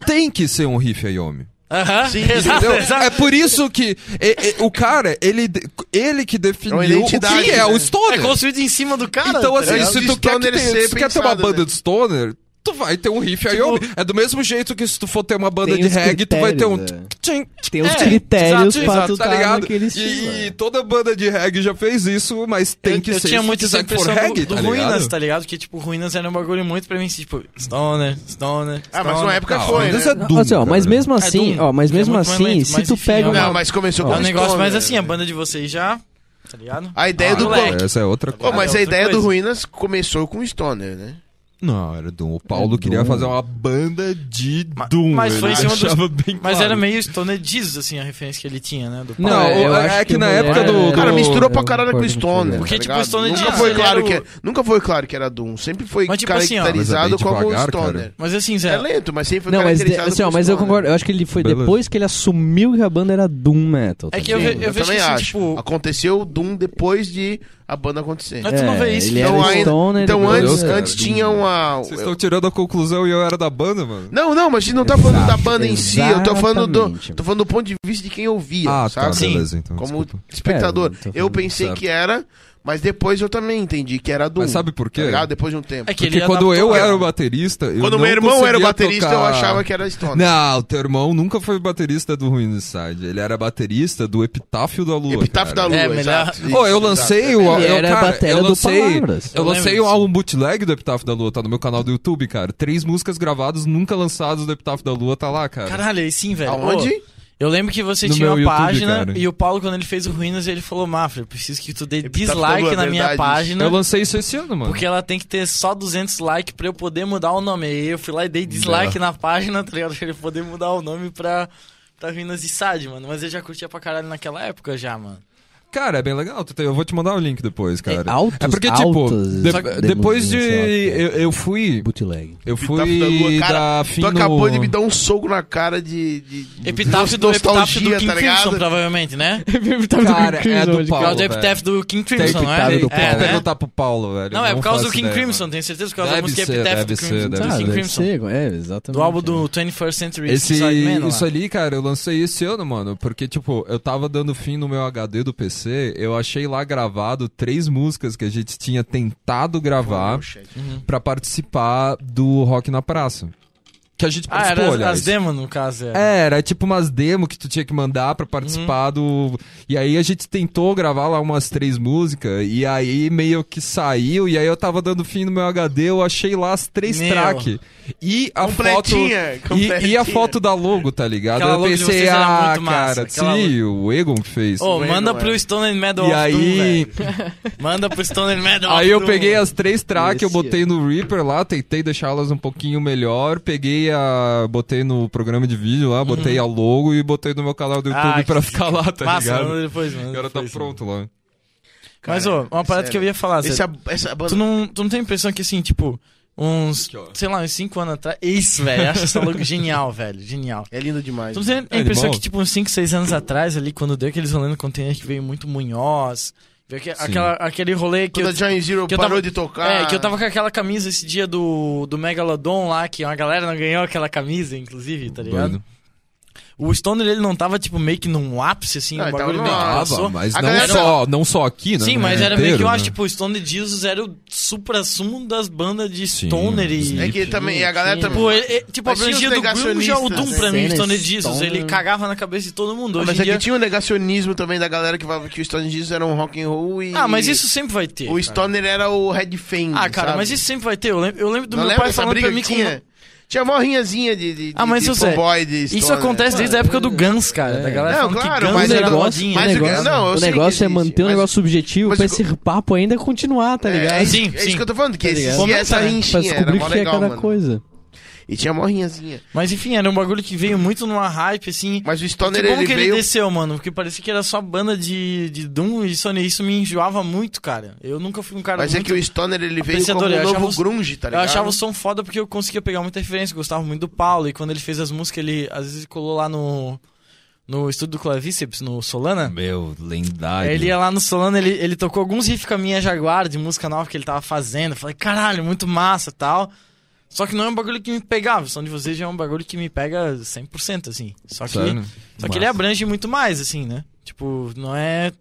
C: tem que ser um riff aí, homem.
B: Aham,
A: Sim,
B: exato,
C: Entendeu?
B: exato.
C: É por isso que e- e- o cara, ele, de- ele que definiu
A: É uma
C: o que
A: identidade,
C: é
A: né?
C: o
B: É
C: stoner.
B: construído em cima do cara,
C: então,
B: tá
C: assim,
B: ligado?
A: ligado?
C: se
A: De
C: tu quer, que
A: stoner
C: tenha-
A: ser
C: se tu quer ter uma
A: pensado,
C: banda
A: né?
C: de stoner, tu vai ter um riff
B: Tipo,
C: aí, homem. É do mesmo jeito que se tu for ter uma banda
D: Tem
C: de
D: os
C: reggae, tu vai ter um...
D: critérios, é.
C: tchim,
D: Tem os
B: É,
D: critérios
B: exato,
D: pra
B: exato,
D: tu
C: tá
D: tá
C: ligado?
D: naquele estilo.
C: E,
D: é.
C: e toda banda de reggae já fez isso, mas tem
B: eu,
C: que
B: eu
C: ser.
B: tinha
C: se
B: muito
C: quiser
B: essa
C: que for
B: impressão
C: reggae,
B: do, do
C: tá
B: Ruínas,
C: ligado?
B: tá ligado? Que, tipo, Ruínas era um bagulho muito pra mim, assim, tipo, Stoner, Stoner,
A: Ah, mas uma
B: stoner.
A: época
C: Não,
A: foi, né?
C: mas é
D: Não,
C: Doom,
D: assim, ó, mas
C: cara.
D: mesmo assim,
B: Doom.
D: ó, mas
B: É
D: mesmo
B: muito mais
D: assim,
B: lento,
D: se
B: mas
D: tu
B: enfim,
D: pega
B: é
D: uma
A: Não, mas começou
B: É
A: com
B: um
A: o
B: negócio
A: Stoner,
B: mais assim, a
A: né?
B: banda de vocês já, tá ligado?
A: A ideia
B: Ah,
A: do
B: moleque.
C: Essa é outra
A: Pô,
C: coisa.
A: mas
B: é
A: a
B: outra
A: ideia do
B: coisa.
A: Ruínas começou com o Stoner, né?
C: Não, era Doom. O Paulo
D: É
C: queria
D: Doom.
C: fazer uma banda de Doom.
B: mas foi
C: ele
B: em cima dos-
C: achava bem
B: Mas
C: claro.
B: era meio Stoner Jesus, assim, a referência que ele tinha, né? Do
D: Não,
C: Não,
D: eu
C: é,
D: acho
C: é que
D: que
C: na
D: o
C: época
D: rolê
C: do.
D: era-
A: Cara,
D: Eu-
A: misturou pra
D: eu
A: caralho com o
D: concordo com
A: Stoner.
D: você.
B: Porque,
A: tá
B: tipo,
A: ligado?
B: o Stoner
A: nunca
B: Dias,
A: foi
B: ele
A: claro
B: era
A: que é-
B: o-
A: nunca foi claro que era Doom, sempre foi
B: Mas, tipo assim, ó.
A: caracterizado
C: Mas é bem
A: como
C: devagar,
A: Stoner.
C: cara.
B: Mas assim,
A: É
B: Zé,
A: lento, mas sempre foi
D: Não, mas, de-
A: caracterizado
D: assim, ó,
A: como
D: mas eu
A: Stoner.
D: concordo. Eu acho que ele foi
C: Beleza.
D: depois que ele assumiu que a banda era Doom Metal. tá
B: É que eu
D: ligado?
B: ve-
A: Eu
B: vejo
A: também
B: que, assim,
A: acho.
B: tipo-
A: Aconteceu o Doom depois de a banda acontecer.
B: Mas tu não vê isso.
D: Ele
A: Então,
D: era
A: ainda-
D: Stoner,
A: então
D: depois-
A: antes,
C: cara.
A: antes tinha uma...
C: Vocês estão tirando a conclusão e eu era da banda, mano?
A: Não, não, mas a gente não tá falando da banda em si, eu tô falando do,
D: exatamente.
A: tô falando do ponto de vista de quem ouvia,
C: Ah, tá,
A: sabe?
B: Sim.
C: beleza, então.
A: Como
C: desculpa. então
A: espectador.
D: É, eu tô
A: eu
D: falando
A: pensei
C: certo.
A: que era, mas depois eu também entendi que era Doom.
C: Mas sabe por
A: Tá
C: quê?
A: ligado? Depois de um tempo.
B: é que ele
C: Porque quando
B: adaptou,
C: eu
B: cara.
C: era o baterista. eu
A: Quando
C: não
A: meu irmão era o
C: conseguia
A: baterista, eu
C: tocar-
A: achava que era Stoner.
C: Não, teu irmão nunca foi baterista do Ruin Side. Ele era baterista do Epitáfio da Lua.
A: Epitáfio
C: cara.
A: da Lua,
B: É, melhor-
A: exato.
C: Pô, eu
A: Isso,
C: lancei
A: exato.
C: o.
D: Ele
C: eu,
D: era
C: cara,
D: batera
C: eu
D: do
C: lancei,
D: Palavras.
C: Eu
B: Eu
C: lancei
B: lembro
C: um
B: disso.
C: álbum bootleg do Epitáfio da Lua, tá no meu canal do YouTube, cara. Três músicas gravadas, nunca lançadas do Epitáfio da Lua, tá lá, cara.
B: Caralho, aí sim, velho. É, Ô,
A: Aonde?
B: eu lembro que você
C: No
B: tinha uma
C: meu YouTube,
B: página
C: cara.
B: e o Paulo, quando ele fez o Ruínas, ele falou, Mafra, eu preciso que tu dê
A: Epitáfio da
B: dislike
A: Lua,
B: na minha
A: verdade.
B: página.
C: Eu lancei isso esse ano, mano.
B: né? Porque ela tem que ter só 200 likes pra eu poder mudar o nome. Aí eu fui lá e dei dislike
C: É.
B: na página, tá ligado? Pra ele poder mudar o nome pra, tá pra Ruínas de Sad, mano. Mas eu já curtia pra caralho naquela época já, mano.
C: Cara, é bem legal. tu tem- Eu vou te mandar o link depois, cara.
D: altos,
C: é porque,
D: altos
C: tipo, de-
D: demos
C: depois de.
D: nesse álbum.
C: Eu, eu fui.
D: Bootleg.
C: Eu
A: Epitáfio da Lua,
C: fui
A: cara,
C: da fim
A: Tu acabou
C: no-
A: de me dar um soco na cara de. de,
C: Uhum.
A: de
B: Epitáfio do Epitáfio
C: tá
B: do King Crimson, provavelmente, né?
C: Cara, é do
B: Por
C: Paulo.
B: causa do
C: velho.
B: Epitáfio do King
C: Tem que
B: Crimson, não
D: epitáfio
B: é?
D: do
B: é
C: tem que
D: Paulo.
B: né?
C: perguntar pro Paulo, velho.
B: Não, é por causa
C: faço
B: do King
C: ideia,
B: Crimson,
C: mano.
B: tenho certeza, por causa da
C: Deve
B: música
C: ser,
B: Epitáfio
C: deve
B: do
C: ser,
B: Crimson,
C: deve
B: do
D: Ah,
C: ser.
B: King
D: deve
B: Crimson.
D: ser, é, exatamente.
B: Do álbum do 21st Century
C: Esse,
B: Suicide Man, é? lá.
C: isso ali, cara, eu lancei esse ano, mano, porque, tipo, eu tava dando fim no meu HD do PC, eu achei lá gravado três músicas que a gente tinha Uhum. tentado gravar pra participar do Rock na Praça. que a gente
B: Ah,
C: participou,
B: era as,
C: aliás.
B: as demo, no caso. Era.
C: É, era tipo umas demos que tu tinha que mandar pra participar
B: Uhum.
C: do. E aí a gente tentou gravar lá umas três músicas, e aí meio que saiu, e aí eu tava dando fim no meu HD, eu achei lá as três
B: Meu.
C: tracks. E a foto.
A: Completinha,
C: E, e
A: completinha.
C: a foto da logo, tá ligado?
B: Aquela
C: eu
B: logo de
C: pensei,
B: vocês era
C: ah,
B: muito massa,
C: cara,
B: aquela
C: sim, o Egon que fez.
B: Ô,
A: Não é,
B: manda
A: não é.
B: pro Stone and Metal
C: e
B: of Doom,
C: aí,
B: velho. Manda pro Stone and Metal
C: aí
B: of
C: eu
B: Doom.
C: peguei as três tracks, eu
D: Esse
C: botei no Reaper lá, tentei deixá-las um pouquinho melhor, peguei a. botei no programa de vídeo lá, botei a logo e botei no meu canal do
B: Uhum. Ah,
C: YouTube
B: que
C: pra ficar lá, tá
B: Massa,
C: ligado?
B: manda depois, mano.
C: O cara tá pronto é lá.
B: Mas, ô, uma parada
A: É
B: que eu ia falar, Zé.
A: Essa, essa banda.
B: Tu não, tu não tem a impressão que, assim, tipo, uns,
C: Aqui, ó.
B: sei lá, uns 5 anos atrás... Isso, velho, eu acho essa logo genial, velho, genial.
A: É lindo demais.
B: Tu não tem a
C: Animal.
B: impressão que, tipo, uns 5, 6 anos atrás, ali, quando deu aqueles rolê no container que veio muito Munhoz, veio aque-
C: Sim.
B: aquela, aquele rolê que...
A: Quando a
B: eu-
A: Giant Zero
B: que eu
A: parou
B: tava-
A: de tocar.
C: um
B: É, que eu tava com aquela camisa esse dia do, do Megalodon lá, que uma galera não ganhou aquela camisa, inclusive, tá ligado?
C: Doido.
B: O Stoner, ele não tava, tipo, meio que num ápice, assim,
A: Ah,
B: o
A: ele tava
B: bagulho
A: num
B: meio que
A: ápice.
B: passou.
C: É, Tava, Ah, mas
A: A
C: não
A: galera-
C: só, não só aqui, né?
B: Sim,
C: no
B: mas
C: mundo
B: era meio que,
C: inteiro,
B: eu
C: né?
B: acho, tipo, o Stoner Jesus era o supra-sumo das bandas de
C: Sim,
B: Stoner
C: sim.
B: e...
A: É que também. A galera
D: Sim.
A: também.
B: Tipo, ele, ele- tipo a
A: Mas tinha
B: franquia
A: os
B: do Grunge é o
A: negacionistas,
B: Doom
A: né?
B: pra mim,
D: Sim,
B: Stoner
D: né?
B: Jesus.
D: Stoner.
B: Ele cagava na cabeça de todo
A: Ah,
B: mundo. Hoje
A: Mas
B: em
A: é que
B: dia-
A: tinha um negacionismo também da galera que falava que os Stone Jesus eram rock and roll e.
B: Ah, mas isso sempre vai ter.
A: O Stoner era o Red Fang.
B: Ah, cara,
A: sabe?
B: mas isso sempre vai ter. Eu lem- eu lembro, do
A: não
B: meu
A: lembra
B: pai
A: essa
B: falando
A: briga
B: pra
A: que
B: mim
A: tinha? Tinha morrinhas de, de,
B: Ah, mas,
A: de
B: ô, Zé,
A: fanboy de
B: Isso
A: Stoner.
B: acontece desde a época do Guns, cara. Da galera
A: né? É. Não,
B: falando
A: claro,
B: que Guns
A: mas
B: era
A: o negócio-
B: modinha.
A: mas
B: né?
A: o Guns- não, eu
D: o
A: sei que
D: negócio é
A: existe,
D: manter o
A: mas-
D: negócio objetivo
A: mas
D: pra
A: o-
D: esse papo ainda continuar, tá
A: É,
D: ligado?
A: é,
B: Sim,
A: isso- é
B: sim.
A: isso que eu tô falando, que
D: Tá
A: esse-
D: ligado?
A: e essa
B: Comenta,
A: rinchinha
D: Pra
A: era
D: descobrir
A: mó
D: o que é
A: legal,
D: cada
A: mano.
D: coisa.
A: E tinha morrinhazinha.
B: Mas enfim, era um bagulho que veio muito numa hype, assim.
A: Mas o
B: Que
A: Stoner,
B: bom
A: ele
B: que ele
A: veio...
B: desceu, mano, porque parecia que era só banda de, de Doom e Sony. Isso me enjoava muito, cara. Eu nunca fui um cara
A: Mas é
B: muito...
A: que o Stoner, ele veio como
B: Apreciador, eu
A: um novo
B: achava os-
A: grunge, tá
B: eu
A: ligado?
B: achava o som foda porque eu conseguia pegar muita referência, eu gostava muito do Paulo. E quando ele fez as músicas, ele às vezes colou lá no, no estúdio do Clavíceps, no Solana.
C: Meu, lendário.
B: Ele ia lá no Solana, ele, ele tocou alguns riffs com a minha Jaguar de música nova que ele tava fazendo. Eu falei, caralho, muito massa e tal. Só que não é um bagulho que me pegava. O som de vocês já é um bagulho que me pega 100%, assim. Só que,
C: Sério?
B: só que ele abrange muito mais, assim, né? Tipo, não é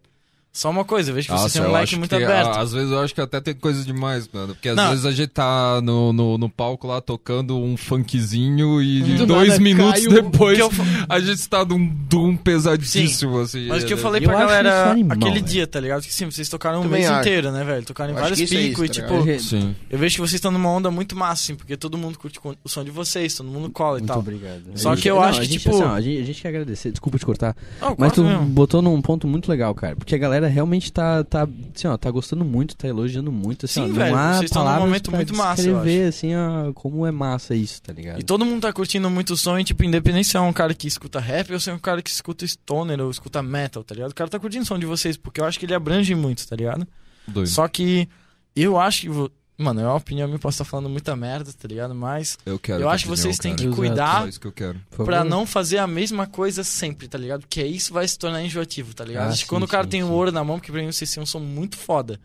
B: só uma coisa. Eu vejo que
C: Nossa,
B: você tem um
C: eu
B: leque
C: acho
B: muito
C: que,
B: aberto.
C: a- Às vezes eu acho que até tem coisa demais, mano. Porque às
B: Não.
C: vezes a gente tá no, no, no palco lá tocando um funkzinho e
D: Do
C: dois
D: nada
C: minutos
D: cai o-
C: depois
B: um que eu fa-
C: a gente tá num Doom pesadíssimo, assim.
B: Mas o que eu
C: né?
B: falei
D: Eu
B: pra
D: acho
B: galera
D: isso animal,
B: aquele
D: velho.
B: dia, tá ligado? Que sim, vocês tocaram o
A: Também
B: mês
A: acho.
B: inteiro, né, velho? Tocaram em
A: Eu acho
B: vários
A: que isso é
B: picos
A: isso,
B: e,
A: tá
B: tipo,
A: ligado?
C: Sim.
B: eu vejo que vocês estão numa onda muito massa, assim, porque todo mundo curte o som de vocês, todo mundo cola e
D: Muito
B: tal.
D: obrigado.
B: Só
D: A gente-
B: que eu
D: não,
B: acho
D: a
B: que,
D: gente,
B: tipo-
D: assim, ó, a, gente, a gente quer agradecer, desculpa te cortar.
B: Não,
D: Mas tu
B: corta mesmo.
D: botou num ponto muito legal, cara. Porque a galera realmente tá, tá, assim, ó, tá gostando muito, tá elogiando muito. Assim,
B: Sim,
D: ó, não
B: velho,
D: há
B: vocês estão num
D: palavras
B: momento
D: pra
B: muito massa, eu
D: descrever, assim, ó, como é massa isso, tá ligado?
B: E todo mundo tá curtindo muito o som e, tipo, independente se é um cara que escuta rap ou se é um cara que escuta stoner ou escuta metal, tá ligado? O cara tá curtindo o som de vocês, porque eu acho que ele abrange muito, tá ligado?
C: Doido.
B: Só que eu acho que... vo- Mano, é uma opinião, eu posso estar falando muita merda, tá ligado? Mas
C: Eu quero.
B: eu acho que
C: opinião,
B: vocês têm
C: cara.
B: que
D: Exato.
B: cuidar
C: Só isso que eu quero.
D: Por favor.
B: Pra não fazer a mesma coisa sempre, tá ligado? Porque isso vai se tornar enjoativo, tá ligado?
D: Ah,
B: Acho que
D: sim,
B: quando o cara
D: sim,
B: tem o
D: sim.
B: ouro na mão, porque pra mim vocês são um som muito foda.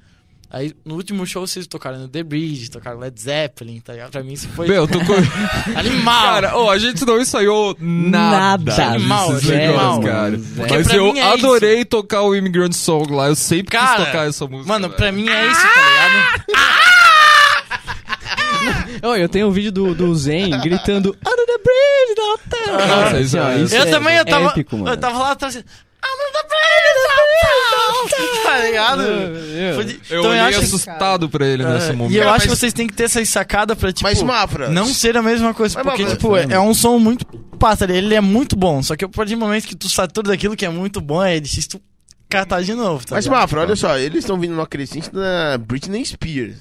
B: Aí no último show vocês tocaram no The Bridge, tocaram Led Zeppelin, tá ligado? Pra mim isso foi
C: Meu, eu tô com.
B: animal.
C: Cara, ó, a gente não ensaiou nada.
D: Nada.
C: desses
B: Animal,
C: negócios,
B: animal.
C: cara.
D: Porque
C: Mas
B: pra
C: eu
B: mim é
C: adorei tocar o Immigrant Song lá. Eu sempre
B: Cara,
C: quis tocar essa música.
B: Mano,
C: velho.
B: pra mim é isso, tá ligado?
D: Ó, eu tenho um vídeo do, do Zen gritando Under the bridge, não tá.
C: Nossa, isso é-
B: Ah, Eu
D: é-
B: também,
D: é
B: eu tava.
D: épico, mano.
B: eu tava lá atrás. assim, Ah, mas dá pra ele, tá ligado?
D: Eu-
B: Foi de-
C: Eu
B: então eu
C: olhei
B: acho que-
C: assustado pra ele nesse
B: É,
C: momento.
B: E eu
A: Cara,
B: acho que
A: mas-
B: vocês têm que ter essa sacada pra, tipo...
A: Mas, Mafra,
B: Não ser a mesma coisa,
A: Mas,
B: porque,
A: Mafra,
B: tipo, é, é um som muito... Passa, ele é muito bom, só que a partir do momento que tu satura daquilo que é muito bom, é difícil tu catar de novo, tá
A: Mas,
B: ligado?
A: Mafra, olha só, eles estão vindo numa crescente da Britney Spears.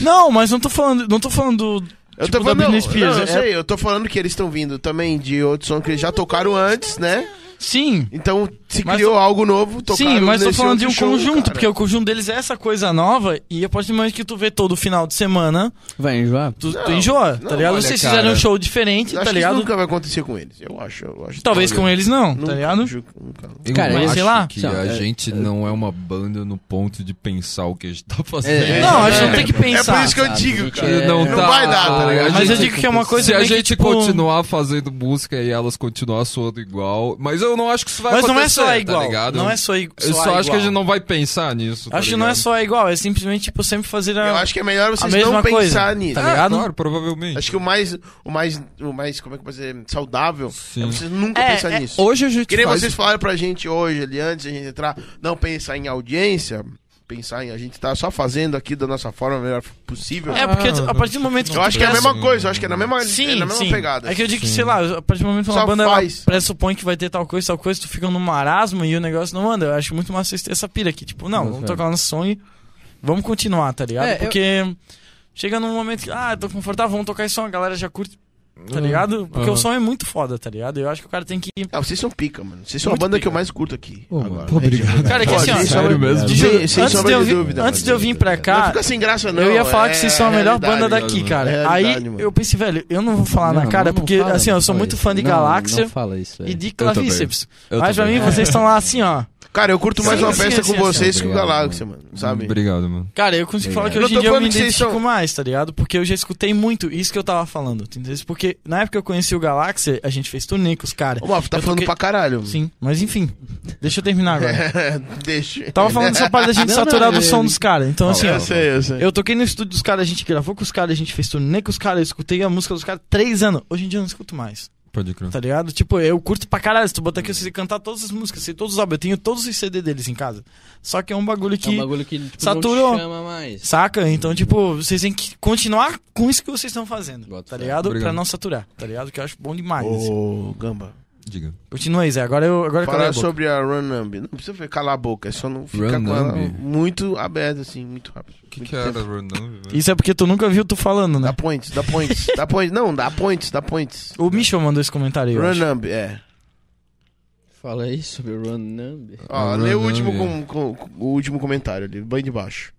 B: Não, mas não tô falando... Não tô falando do...
A: Eu tô
B: Tipo, da
A: falando,
B: Britney Spears,
A: não, eu
B: é-
A: sei, eu tô falando que eles estão vindo também de outro som que eles já tocaram antes, né?
B: Sim...
A: Então se
B: Mas-
A: criou algo novo, tocaram
B: Sim, mas tô
A: nesse
B: falando de um
A: outro é show,
B: conjunto,
A: cara.
B: porque o conjunto deles é essa coisa nova, e a partir do momento que tu vê todo final de semana,
D: Vai enjoar?
B: tu, tu
A: Não,
B: enjoa,
A: não,
B: tá ligado?
C: olha,
B: Vocês
C: cara.
B: fizeram um show diferente,
A: Eu acho
B: tá
A: que
B: ligado?
A: isso nunca vai acontecer com eles, eu acho. Eu acho
B: Talvez
A: Olha,
B: com eles não,
A: nunca,
B: tá ligado?
A: Nunca, nunca.
C: Eu
D: Cara,
C: acho
B: sei lá.
C: que
D: Sei lá,
C: a
D: é-
C: gente não é uma banda no ponto de pensar o que a gente tá fazendo.
D: É,
B: Não, a gente não
A: É.
B: tem que pensar.
A: É por isso que eu
D: sabe?
A: digo,
D: Gente,
A: cara.
D: é-
C: Não
A: não
C: tá-
A: vai dar, tá ligado?
C: Mas eu
B: digo que é uma coisa
C: Se a
B: meio que,
C: gente
B: tipo-
C: continuar fazendo música e elas continuar soando igual. Mas eu não acho que isso vai
B: Mas não
C: acontecer.
B: é só só
C: é,
B: igual.
C: Tá ligado?
B: Não é só, ig-
C: Eu só
B: só
C: acho que a gente não vai pensar nisso. tá
B: Acho que não é
C: ligado?
B: só igual, é simplesmente, tipo, sempre fazer a.
A: Eu acho que é melhor vocês
B: A mesma
A: não pensar
B: coisa,
A: nisso.
B: tá
C: Ah,
B: ligado?
C: claro, provavelmente.
A: Acho que o mais, o mais, o mais, como é que eu posso dizer, saudável
C: Sim.
A: é vocês nunca
B: É,
A: pensar
B: é,
A: nisso.
C: Hoje a gente
A: Que nem
C: faz...
A: vocês falaram pra gente hoje, ali, antes de a gente entrar, não pensar em audiência, pensar em a gente tá só fazendo aqui da nossa forma melhor possível.
B: É, porque
C: Ah,
B: a partir do momento que
A: eu
B: tu
A: acho que é a
B: cresce-
A: mesma coisa, eu acho que é na mesma, é
B: Sim,
A: na mesma
B: sim.
A: pegada. assim.
B: É que eu digo que,
C: Sim.
B: sei lá, a partir do momento que
A: Só
B: uma banda
A: faz.
B: ela pressupõe que vai ter tal coisa, tal coisa, tu fica num marasmo e o negócio não anda. Eu acho muito massa vocês terem essa pira aqui. Tipo, não,
D: Nossa,
B: vamos
D: é.
B: tocar nosso som e vamos continuar, tá ligado?
D: É, eu-
B: Porque chega num momento que, ah, tô confortável, vamos tocar esse som, a galera já curte,
A: Uhum.
B: tá ligado? Porque
C: Aham.
B: o som é muito foda, tá ligado? Eu acho que o cara tem que.
A: Ah, vocês são pica, mano. Vocês são
B: Muito
A: a banda que
B: pica.
A: eu mais curto aqui.
D: Pô, mano,
A: agora.
D: pô, obrigado.
B: Cara, é que
A: Pô,
B: assim, ó.
A: vocês são-
C: sério mesmo?
A: Juro,
B: Juro,
A: sem
B: antes,
A: sombra
B: de eu
A: de
B: vir,
A: dúvida,
B: antes
A: mano.
B: de eu vir pra
A: Não
B: cá,
A: fica sem graça, não.
B: eu ia falar
A: é
B: que vocês são a melhor
A: realidade,
B: banda
A: mano.
B: daqui,
C: mano.
B: cara.
A: É
B: Aí
A: realidade, mano.
B: eu pensei, velho, eu não vou falar na
D: Não,
B: cara,
D: não
B: porque,
D: fala,
B: assim, ó, eu sou
D: não
B: muito
D: fala
B: fã de
D: isso. Não,
B: Galáxia
D: Não fala isso, é.
B: e
D: velho.
B: de
C: também.
B: Clavíceps.
C: Eu
B: Mas pra
C: também.
B: mim, vocês estão lá assim, ó.
A: Cara, eu curto mais
B: Sim,
A: uma
B: sim,
A: festa
B: sim,
A: com
B: sim,
A: vocês
C: sim.
A: que o Galáxia, mano. Sabe?
C: Obrigado, mano.
B: Cara, eu consigo
C: Legal.
B: falar que
A: Eu
B: hoje
A: tô
B: em dia eu
A: falando
B: me
A: que vocês
B: identifico
A: são-
B: mais, tá ligado? Porque eu já escutei muito isso que eu tava falando, tu entendeu? Porque na época que eu conheci o Galáxia, a gente fez turnê com os caras.
A: Ô, Mafo, tá
B: Eu
A: falando
B: toquei-
A: pra caralho.
B: Sim, mas enfim, deixa eu terminar agora.
A: Deixa.
B: Tava falando dessa parte da gente
D: Não, não,
B: saturar do
A: é.
D: eu-
B: som dos caras. Então, assim, ó,
A: eu sei, eu sei.
B: Eu toquei no estúdio dos caras, a gente gravou com os caras, a gente fez turnê com os caras, eu escutei a música dos caras três anos. Hoje em dia eu não escuto mais,
C: Pode crer.
B: tá ligado? Tipo, eu curto pra caralho. Se tu botar aqui, eu sei cantar todas as músicas, sei todos os álbuns, eu tenho todos os CD deles em casa. Só que é um bagulho
D: É um
B: que.
D: bagulho que tipo,
B: saturou.
D: não te chama mais.
B: Saca? Então, tipo, vocês têm que continuar com isso que vocês estão fazendo,
D: Boto
B: tá
D: fé.
B: ligado?
C: Obrigado.
B: Pra não saturar, tá ligado? Que eu acho bom demais. assim.
A: Ô, Gamba.
C: Diga.
B: Continua aí, Zé. Agora eu. Agora cala a
A: Falar
B: boca.
A: sobre a Runambi. Não precisa ver, calar a boca, é só não ficar
C: Run
A: com ela
C: Numb?
A: muito aberta, assim, muito rápido.
C: O que, que era, Ronaldo?
B: Isso é porque tu nunca viu tu falando,
A: Dá
B: né?
A: points, dá points, dá points. Não, dá points, dá points.
B: O Michel mandou esse comentário aí. eu
C: né?
B: acho.
A: Runambi, é.
D: Fala aí sobre o Run Number.
A: Ó,
C: Ah,
A: lê o
C: Run
B: é.
A: último,
C: Numb.
A: com- com- o último comentário ali, bem de baixo.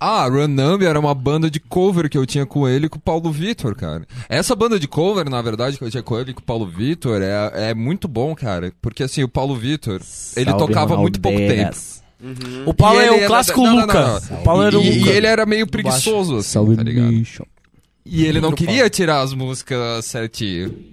C: Ah, Runambi era uma banda de cover que eu tinha com ele e com o Paulo Vitor, cara. Essa banda de cover, na verdade, que eu tinha com ele e com o Paulo Vitor é, é muito bom, cara. Porque assim, o Paulo Vitor, ele tocava muito pouco tempo.
B: O Paulo
C: E
B: é
C: ele
B: o
C: era-
B: clássico
C: não, não, não,
B: Luca.
C: não.
B: O Paulo era um o
C: E, e
B: Luca.
C: ele era meio preguiçoso, assim, tá ligado? E ele não queria tirar as músicas certinho.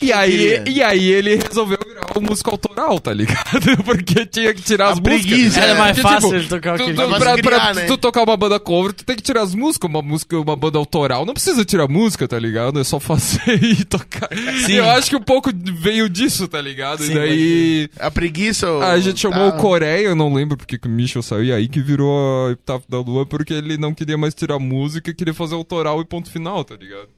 C: E aí, e aí ele resolveu virar um músico autoral, tá ligado? Porque tinha que tirar
A: A
C: as músicas.
A: preguiça,
B: Era
A: É,
B: né? mais
C: porque,
B: fácil
C: tipo,
B: ele tocar
C: Tu,
B: aquele.
C: tu-
A: Mas
C: pra,
A: criar,
C: pra-
A: né?
C: tu tocar uma banda cover, tu tem que tirar as músicas, uma música, uma banda autoral. Não precisa tirar música, tá ligado? É só fazer e tocar.
B: Sim.
C: Eu acho que um pouco veio disso, tá ligado?
B: Sim,
C: e daí.
A: A preguiça. ô,
C: Ah, A gente chamou
A: tá.
C: o Coreia, eu não lembro porque que o Michel saiu e aí que virou a Epitáfio da Lua, porque ele não queria mais tirar música, queria fazer autoral e ponto final, tá ligado?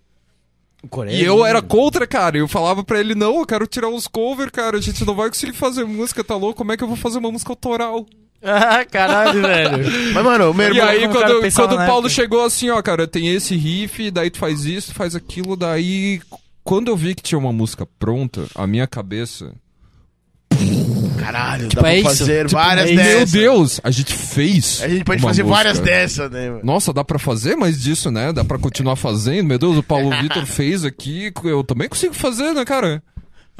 B: É
C: E eu era contra, cara. Eu falava pra ele, não, eu quero tirar uns cover, cara. A gente não vai conseguir fazer música, tá louco? Como é que eu vou fazer uma música autoral?
B: Ah, caralho, velho.
A: Mas, mano, meu
C: E
A: irmão.
C: aí,
B: como o cara
C: quando,
B: pensava
C: quando o
B: na
C: Paulo
B: época.
C: chegou assim, ó, cara, tem esse riff, daí tu faz isso, tu faz aquilo, daí. Quando eu vi que tinha uma música pronta, a minha cabeça.
A: Caralho,
B: Tipo,
A: dá
B: é
A: pra
B: isso?
A: fazer
B: Tipo,
A: várias
B: é isso?
A: dessas.
C: Meu Deus, a gente fez!
A: A gente pode
C: uma
A: fazer
C: música.
A: várias dessas, né, mano?
C: Nossa, dá pra fazer mais disso, né? Dá pra continuar fazendo. Meu Deus, o Paulo Vitor fez aqui, eu também consigo fazer, né, cara?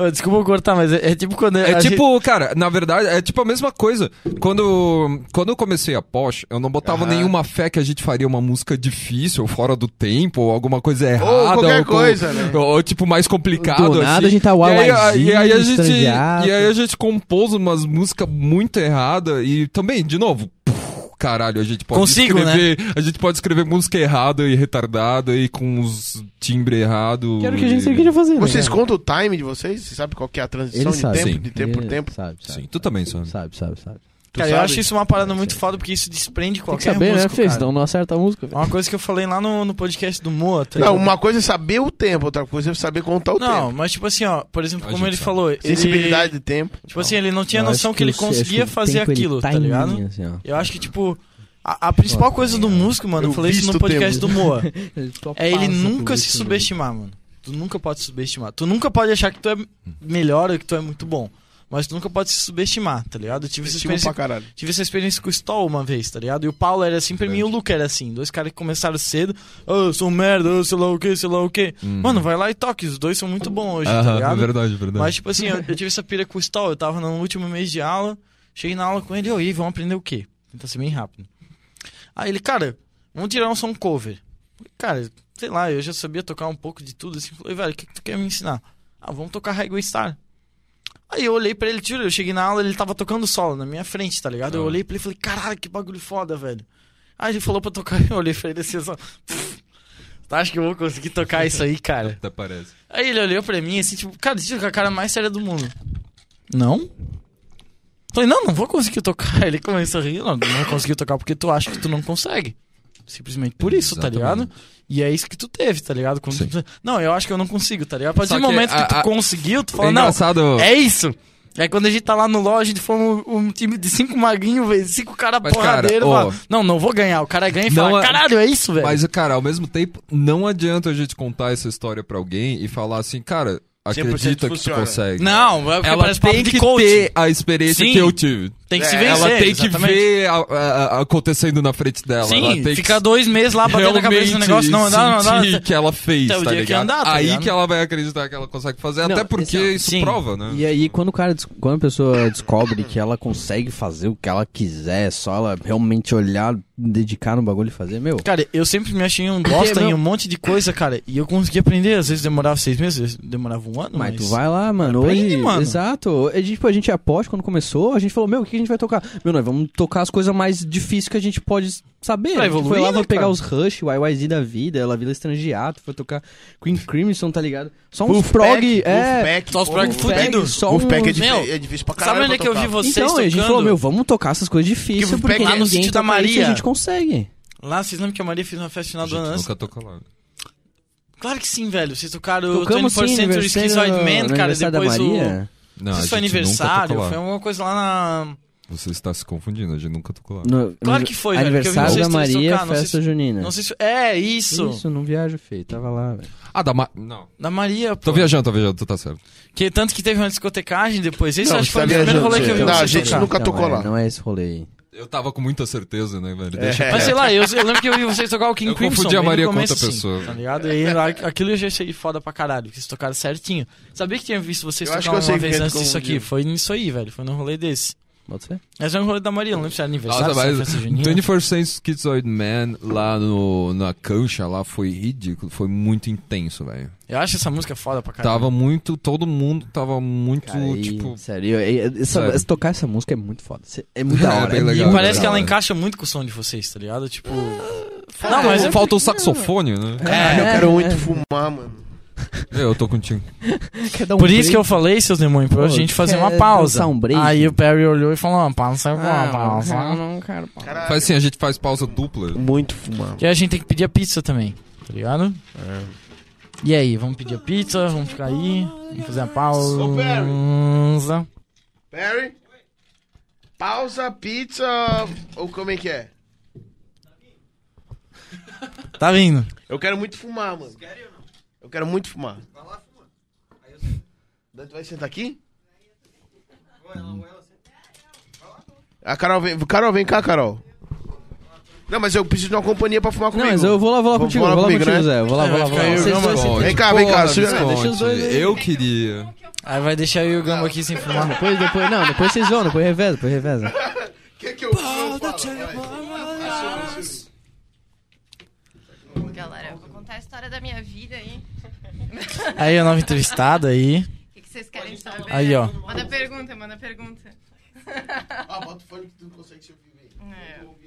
B: Ô, Desculpa eu cortar, mas é, é tipo quando.
C: É
B: a gente-
C: tipo, cara, na verdade, é tipo a mesma coisa. Quando, quando eu comecei a Porsche, eu não botava
A: Aham.
C: nenhuma fé que a gente faria uma música difícil, ou fora do tempo, ou alguma coisa errada.
A: qualquer
C: com-
A: coisa, né?
C: Ou, tipo, mais complicado,
D: Do nada
C: assim.
D: a gente tá
C: e aí, a-
D: uauaizinho,
C: e aí a gente E
D: estrangeado.
C: aí a gente compôs umas músicas muito erradas e também, de novo... puf, Caralho, a gente pode
B: Consigo,
C: escrever, a gente pode escrever música errada e retardada e com os timbre errado.
D: Que era o que a gente
C: e-
D: sempre queria fazer, né,
A: Vocês
D: cara?
A: contam o time de vocês? Você sabe qual que é a transição
D: Ele
A: de
D: sabe.
A: tempo,
C: Sim.
A: de tempo por
D: Ele
A: tempo?
D: Sabe, sabe.
C: Sim, tu também sabe.
D: Sabe, sabe, sabe.
A: Tu
B: Cara, eu
A: sabe?
B: acho isso uma parada muito foda, porque isso desprende
D: Tem que
B: qualquer
D: saber, né,
B: músico,
D: Fê?
B: cara.
D: Senão não acerta a música,
B: É
D: velho.
B: uma coisa que eu falei lá no, no podcast do Moa. tá
A: Não,
B: ligado?
A: uma coisa é saber o tempo, outra coisa é saber contar o
B: Não,
A: tempo.
B: mas tipo assim, ó, por exemplo,
C: A
B: como
C: gente
B: ele
C: sabe.
B: falou. ele-
A: Sensibilidade de tempo.
B: Tipo assim, ele não tinha
D: Eu
B: noção
D: acho
B: que ele
D: o- acho
B: conseguia
D: o
B: fazer
D: tempo, ele
B: aquilo,
D: tá
B: tá
D: em
B: ligado?
D: linha, assim, ó.
B: Eu acho que, tipo, a, a principal coisa do músico, mano,
A: Eu
B: eu falei isso
A: visto
B: no
A: o
B: podcast
A: tempo.
B: do Moa.
D: Ele só
B: É ele
D: passa
B: nunca
D: por
B: se
D: isso,
B: subestimar, mano. Tu nunca pode se subestimar. Tu nunca pode achar que tu é melhor ou que tu é muito bom. Mas tu nunca pode se subestimar, tá ligado? Eu tive essa
A: Estima
B: experiência,
A: pra caralho.
B: tive essa experiência com o Stoll uma vez, tá ligado? E o Paulo era assim pra mim e o Luca era assim. Dois caras que começaram cedo. Ô, eu sou um merda, ô, sei lá o que, sei lá o que. Mano, vai lá e toque. Os dois são muito bons hoje, tá
C: Aham, é
B: ligado?
C: verdade, verdade.
B: Mas, tipo assim, eu, eu tive essa pira com o Stoll. Eu tava no último mês de aula. Cheguei na aula com ele. Eu, e aí, vamos aprender o quê? Tenta ser bem rápido. Aí ele, cara, vamos tirar um som cover. Cara, sei lá, eu já sabia tocar um pouco de tudo. Assim, falei, velho, o que, que tu quer me ensinar? Ah, vamos tocar Highway Star. Aí eu olhei pra ele, tio, eu cheguei na aula, ele tava tocando solo na minha frente, tá ligado? Eu
C: Ah.
B: olhei pra ele e falei, caralho, que bagulho foda, velho. Aí ele falou pra tocar, eu olhei pra ele assim, só... Tá, acho que eu vou conseguir tocar isso aí, cara.
C: Até parece.
B: Aí ele olhou pra mim assim, tipo, cara, esse tio é a cara mais séria do mundo. Não? Falei, não, não vou conseguir tocar. Ele começou a rir, não, não conseguiu tocar porque tu acha que tu não consegue. Simplesmente por isso, tá
C: Exatamente.
B: ligado? E é isso que tu teve, tá ligado? Quando
C: Sim.
B: tu- Não, eu acho que eu não consigo, tá ligado? A partir
C: Só
B: do
C: que
B: momento
C: a-
B: que tu
C: a-
B: conseguiu, tu
C: é
B: fala, não,
C: engraçado.
B: é isso. Aí quando a gente tá lá no LOL, a gente fomos um time de cinco magrinhos, velho, cinco caras
C: Mas, cara,
B: porradeiros.
C: ó.
B: fala, não, não vou ganhar. O cara ganha e
C: Não
B: fala,
C: é-
B: caralho, é isso, velho.
C: Mas, cara, ao mesmo tempo, não adianta a gente contar essa história pra alguém e falar assim, cara,
A: 100%
C: acredita que tu
A: funciona.
C: consegue.
B: Não, é porque
C: Ela
B: parece papo
C: tem
B: de
C: que
B: coach.
C: ter a experiência
B: Sim.
C: que eu tive.
B: Tem que
A: É,
B: se vencer.
C: Ela tem que
B: exatamente.
C: ver a- a- a- acontecendo na frente dela. ela
B: Sim,
C: tem
B: fica
C: que
B: dois meses lá batendo a cabeça no negócio.
C: realmente
B: Não, não, não,
C: sentir
B: não.
C: que ela fez,
B: Até o
C: tá
B: dia que
C: ligado?
B: andar, tá
C: Aí
B: ligado?
C: que ela vai acreditar que ela consegue fazer,
D: Não,
C: até porque
D: esse-
C: isso
B: sim. é
C: prova, né?
D: E aí, quando o cara, des- quando a pessoa descobre que ela consegue fazer o que ela quiser, só ela realmente olhar, dedicar no bagulho e fazer, meu.
B: Cara, eu sempre me achei um bosta
D: meu-
B: em um monte de coisa, cara. E eu consegui aprender. Às vezes demorava seis meses, às vezes demorava um ano.
D: Mas
B: Mas,
D: tu vai lá, mano.
B: Aprende,
D: Hoje,
B: mano.
D: exato. A gente, tipo, a gente após quando começou, a gente falou, meu, o que a gente vai tocar? Meu, nós vamos tocar as coisas mais difíceis que a gente pode saber.
B: Pra
D: A gente
B: evoluir,
D: foi lá,
B: né,
D: vou pegar
B: cara?
D: os Rush, o YYZ da vida, La Vila Estrangeato, foi tocar Queen Crimson, tá ligado? Só uns
A: Wolfpack,
D: prog, é,
A: Wolfpack,
B: só os
A: pô,
B: prog
A: Wolfpack-
B: fudido.
D: só
A: Wolfpack é,
D: um-
A: difí-
B: Meu,
A: é difícil pra
B: Sabe
A: caralho.
B: onde é
A: pra
B: que eu vi
A: tocar.
B: vocês
D: Então, a gente
B: tocando?
D: falou, meu, vamos tocar essas coisas difíceis,
A: Que o
D: porque
A: Wolfpack
B: lá no
D: ninguém
B: sítio da
D: toca isso e a
B: Maria.
D: gente consegue.
B: Lá, vocês lembram que a Maria fez uma festa no final do ano?
C: Gente,
B: antes?
C: nunca tô calado.
B: Claro que sim, velho. Vocês tocaram o
D: Tocamos
B: 24
D: sim,
B: Century
D: aniversário-
B: Schizoid Man,
D: no
B: cara.
D: aniversário da
B: Depois o... Não
D: Maria.
C: Não,
B: sei
C: a
B: se foi
C: gente nunca
B: aniversário,
C: tocou lá.
B: foi um- alguma coisa lá na...
C: Você está se confundindo, a gente nunca tocou lá.
D: No-
B: Claro que foi, velho, porque eu vi
D: Aniversário da
B: vocês três
D: Maria,
B: tocar, não sei
D: festa junina.
B: Não sei se... É, isso.
D: Isso, não viajo, feio. Tava lá, velho.
C: Ah, da Ma... Não.
B: Da Maria, pô.
C: Tô viajando, tô viajando, tu tá certo.
B: Que tanto que teve uma discotecagem depois. Esse
A: Não,
B: eu
A: você
B: acho que foi
A: tá
B: o primeiro
A: viajando,
B: rolê que eu vi
A: você- Não, a
B: vocês
A: gente
B: tocar.
A: nunca tocou
D: é-
A: lá.
D: Não é esse rolê aí.
C: Eu tava com muita certeza, né, velho?
A: É.
C: Deixa
B: Mas sei lá, eu, eu lembro que eu, vi vocês tocaram o King
C: Eu
B: Crimson.
C: confundi a
B: bem no
C: Maria com
B: começo,
C: outra
B: assim,
C: pessoa.
B: Tá ligado? E lá- aquilo eu já achei foda pra caralho, porque vocês tocaram certinho. Sabia que tinha visto vocês
A: Eu acho
B: tocar uma
A: que eu sei
B: vez
A: quem
B: antes disso aqui?
A: confundiu.
B: Foi nisso aí, velho. Foi num rolê desse.
D: Pode ser?
B: Mas é um rolê da Maria, não lembro se era aniversário,
C: Nossa,
B: se era
C: mas
B: festa junina.
C: 24 Cent Schizoid Man lá no, na cancha lá foi ridículo, foi muito intenso, velho.
B: Eu acho essa música foda pra caralho.
C: Tava muito, todo mundo tava muito,
D: Cara, aí,
C: tipo...
D: sério, eu- eu- essa-
C: Sério.
D: essa- tocar essa música é muito foda. Cê- É muito da
C: É,
D: hora.
C: bem
D: é
C: legal,
D: muito
B: Parece
D: da
B: que ela
D: hora.
B: encaixa muito com o som de vocês, tá ligado? Tipo.
C: Não,
B: não, mas é-
C: falta o saxofone, né? É.
A: Caralho, eu
D: É,
A: quero
D: é.
A: muito fumar, mano.
C: Eu tô contigo.
D: Quer dar um
B: Por isso
D: break?
B: que eu falei, seus demônios, pra
D: Pô,
B: gente fazer
D: quer
B: uma pausa.
D: dançar um break?
B: Aí o Perry olhou e falou: ah, pausa,
D: Ah,
B: ah, pausa.
D: não quero pausa.
A: Caralho,
C: Faz assim, a gente faz pausa dupla.
A: muito fumar.
B: E a gente tem que pedir a pizza também, tá ligado?
C: É.
B: E aí, vamos pedir a pizza, vamos ficar aí, vamos fazer a
A: Ô,
B: pausa.
A: Perry? Pausa, pizza, ou como é que é?
B: Tá vindo.
A: Eu quero muito fumar, mano. Querem ou não? Eu quero muito fumar. Vai lá fumar. Aí eu vai sentar aqui? A Carol vem, Carol, vem cá, Carol. Não, mas eu preciso de uma companhia pra fumar
D: Não,
A: comigo.
D: mas eu vou lá, vou lá
A: Vou-
D: contigo,
A: vou lá
D: vou lá
A: comigo,
D: contigo,
A: né?
D: Zé. Vou lá, vou lá, vou lá.
B: Vai ficar eu e
D: Vocês
B: o
D: dois-
B: Gama.
A: Vem cá, vem cá,
C: Porra,
A: se-
C: Visconde,
D: deixa os dois aí.
C: Eu queria.
B: Aí vai deixar eu e o Gamba aqui sem fumar.
D: Depois, depois, não, depois vocês vão, depois reveza, depois reveza.
A: Que que eu, eu falo? Vai.
F: Bom, Galera, eu vou contar a história da minha vida aí.
B: Aí a nova entrevistada aí.
F: O que, que vocês querem saber?
B: Aí, ó. Tá.
F: Manda pergunta, manda pergunta.
A: Ah, bota o fone que tu não consegue se ouvir né? bem.
F: É.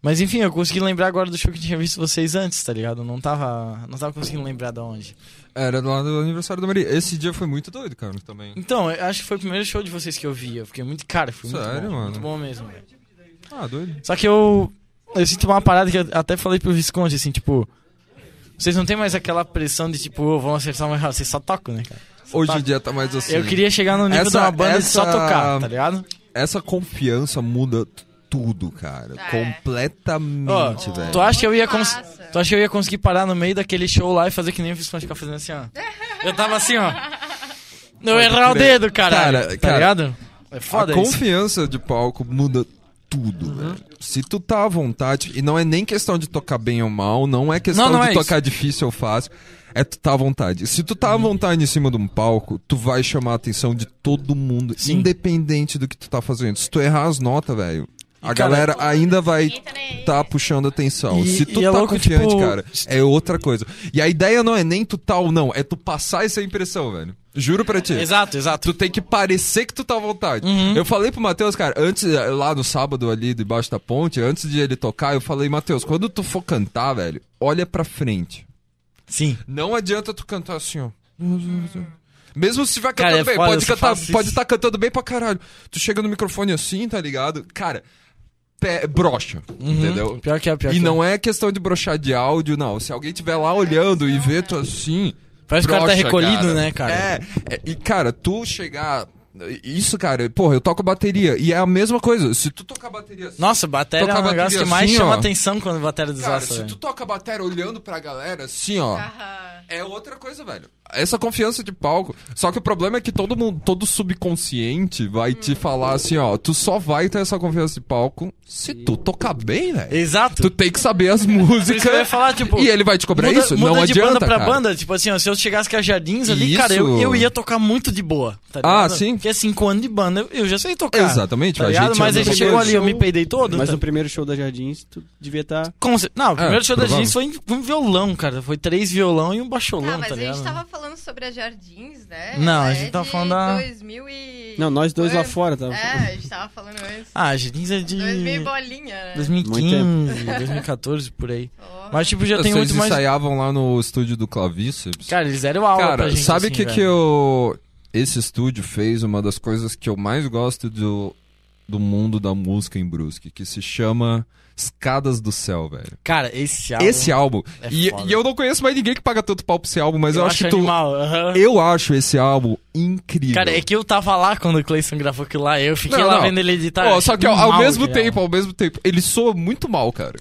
B: Mas enfim, eu consegui lembrar agora do show que tinha visto vocês antes, tá ligado? Eu Não tava, não tava conseguindo lembrar de onde.
C: Era lá do aniversário da Maria. Esse dia foi muito doido, cara, também.
B: Então, eu acho que foi o primeiro show de vocês que eu vi. Eu fiquei muito cara, foi muito
C: Sério,
B: bom,
C: mano?
B: muito bom mesmo. velho.
C: Ah, doido.
B: Só que eu. Eu sinto uma parada que eu até falei pro Visconde, assim, tipo. Vocês não tem mais aquela pressão de tipo, "Ô, vão acertar uma errada, vocês só tocam, né, cara?
C: Hoje
B: tá-
C: em dia tá mais assim.
B: Eu queria chegar no nível
C: Essa-
B: de uma banda de só
C: essa-
B: tocar, tá ligado?
C: Essa confiança muda t- tudo, cara.
F: Ah, é.
C: Completamente,
B: Ó,
C: velho.
B: Tu acha, que eu ia cons...
F: Massa.
B: tu acha que eu ia conseguir parar no meio daquele show lá e fazer que nem o Visconde ficar fazendo assim, ó? Eu tava assim, ó. Eu
C: Pode
B: errar o
C: crer.
B: dedo, caralho,
C: Cara,
B: tá
C: cara,
B: ligado? É foda
C: a
B: isso. Uhum.
C: confiança de palco muda tudo, velho. Se tu tá à vontade, e não é nem questão de tocar bem ou mal, não é questão
B: Não, não
C: de
B: é
C: tocar difícil ou fácil, é tu tá à vontade. Se tu
B: Uhum.
C: tá à vontade em cima de um palco, tu vai chamar a atenção de todo mundo,
B: Sim.
C: independente do que tu tá fazendo. Se tu errar as notas, velho, A galera ainda vai
F: Ninguém tá nem aí.
C: tá puxando atenção.
B: é E-
C: Se tu
B: e
C: tá
B: é louco,
C: confiante,
B: tipo,
C: cara, é outra coisa. E a ideia não é nem tu tal ou não, é tu passar essa impressão, velho. Juro pra ti.
B: Exato, exato.
C: Ah, Tu tem que parecer que tu tá à vontade.
B: Uhum.
C: Eu falei pro Matheus, cara, antes, eh, lá no sábado ali debaixo da ponte, antes de ele tocar, eu falei, Matheus, quando tu for cantar, velho, olha pra frente.
B: Sim.
C: Não adianta tu cantar assim, ó. Mesmo se vai
B: Cara,
C: cantando
B: é
C: bem,
B: foda,
C: pode
B: eu só
C: cantar,
B: faço isso.
C: pode estar cantando bem pra caralho. Tu chega no microfone assim, tá ligado? Cara, pé, brocha, entendeu?
B: Pior que é, pior
C: E
B: que é.
C: não é questão de brochar de áudio, não. Se alguém tiver lá olhando e ver tu assim.
B: Parece que o cara tá
C: brocha,
B: recolhido,
C: cara.
B: né, cara?
C: É, é, E, cara, tu chegar. Isso, cara, porra, eu toco bateria. E é a mesma coisa. Se tu tocar bateria assim.
B: Nossa, bateria é
C: Tocar
B: um negócio
C: bateria
B: que mais
C: assim,
B: chama
C: ó.
B: atenção quando bateria
C: Cara,
B: desastra.
C: se tu
B: velho.
C: toca bateria olhando pra galera assim, ó.
F: Tá. Aham.
C: É outra coisa, velho. Essa confiança de palco. Só que o problema é que todo mundo, todo subconsciente vai te falar assim, ó, tu só vai ter essa confiança de palco se tu tocar bem, velho.
B: Exato.
C: Tu tem que saber as
B: Por isso que eu ia
C: músicas.
B: falar, tipo...
C: E ele vai te cobrar
B: muda,
C: isso?
B: muda
C: Não
B: de
C: adianta,
B: banda pra
C: cara.
B: banda, tipo assim, ó, se eu chegasse com a Jardins ali, cara, eu,
C: Isso.
B: eu ia tocar muito de boa, tá
C: Ah,
B: ligado?
C: sim.
B: Porque cinco anos de banda, eu, eu já sei tocar.
C: Exatamente,
B: tá
C: a
B: ligado?
C: gente
B: Mas
C: é
B: a gente
C: uma
B: chegou
C: banda.
B: ali, eu me peidei todo.
D: Mas
B: tá-
D: no primeiro show da Jardins, tu devia tá- estar.
B: Com cer- Não, o primeiro show da
C: Ah, provável.
B: Jardins foi em- um violão, cara. Foi três violão e um
F: Tá,
B: baixolão, tá,
F: mas a gente
B: ligado?
F: tava falando sobre a Jardins, né?
B: Não, a
F: Ela
B: gente
F: é
B: tava
F: de
B: falando da-
F: 2000 e...
D: Não, nós dois lá
F: Antes.
D: fora tá? tava.
F: É, a gente tava falando antes.
B: Ah, a Jardins é de...
F: 2000 e bolinha, né?
B: 2015, 2014, por aí.
F: Porra.
B: Mas, tipo, já tem
C: Vocês
B: muito mais...
C: ensaiavam lá no estúdio do Clavíceps.
B: Cara, eles deram aula pra
C: Cara,
B: gente,
C: sabe o
B: assim,
C: que,
B: velho.
C: que eu. Esse estúdio fez uma das coisas que eu mais gosto do, do mundo da música em Brusque, que se chama Escadas do Céu, velho.
B: Cara, esse álbum...
C: Esse álbum.
B: É
C: e,
B: foda.
C: e eu não conheço mais ninguém que paga tanto pau pra esse álbum, mas eu, acho que tu.
B: animal, aham.
C: Eu acho esse álbum incrível.
B: Cara, é que eu tava lá quando o Clayson gravou aquilo lá, eu fiquei
C: Não,
B: lá
C: não.
B: vendo ele editar.
C: Ó,
B: eu
C: só
B: achei
C: que ao, ao
B: mal
C: mesmo
B: aquele
C: tempo,
B: álbum.
C: ao mesmo tempo, ele soa muito mal, cara.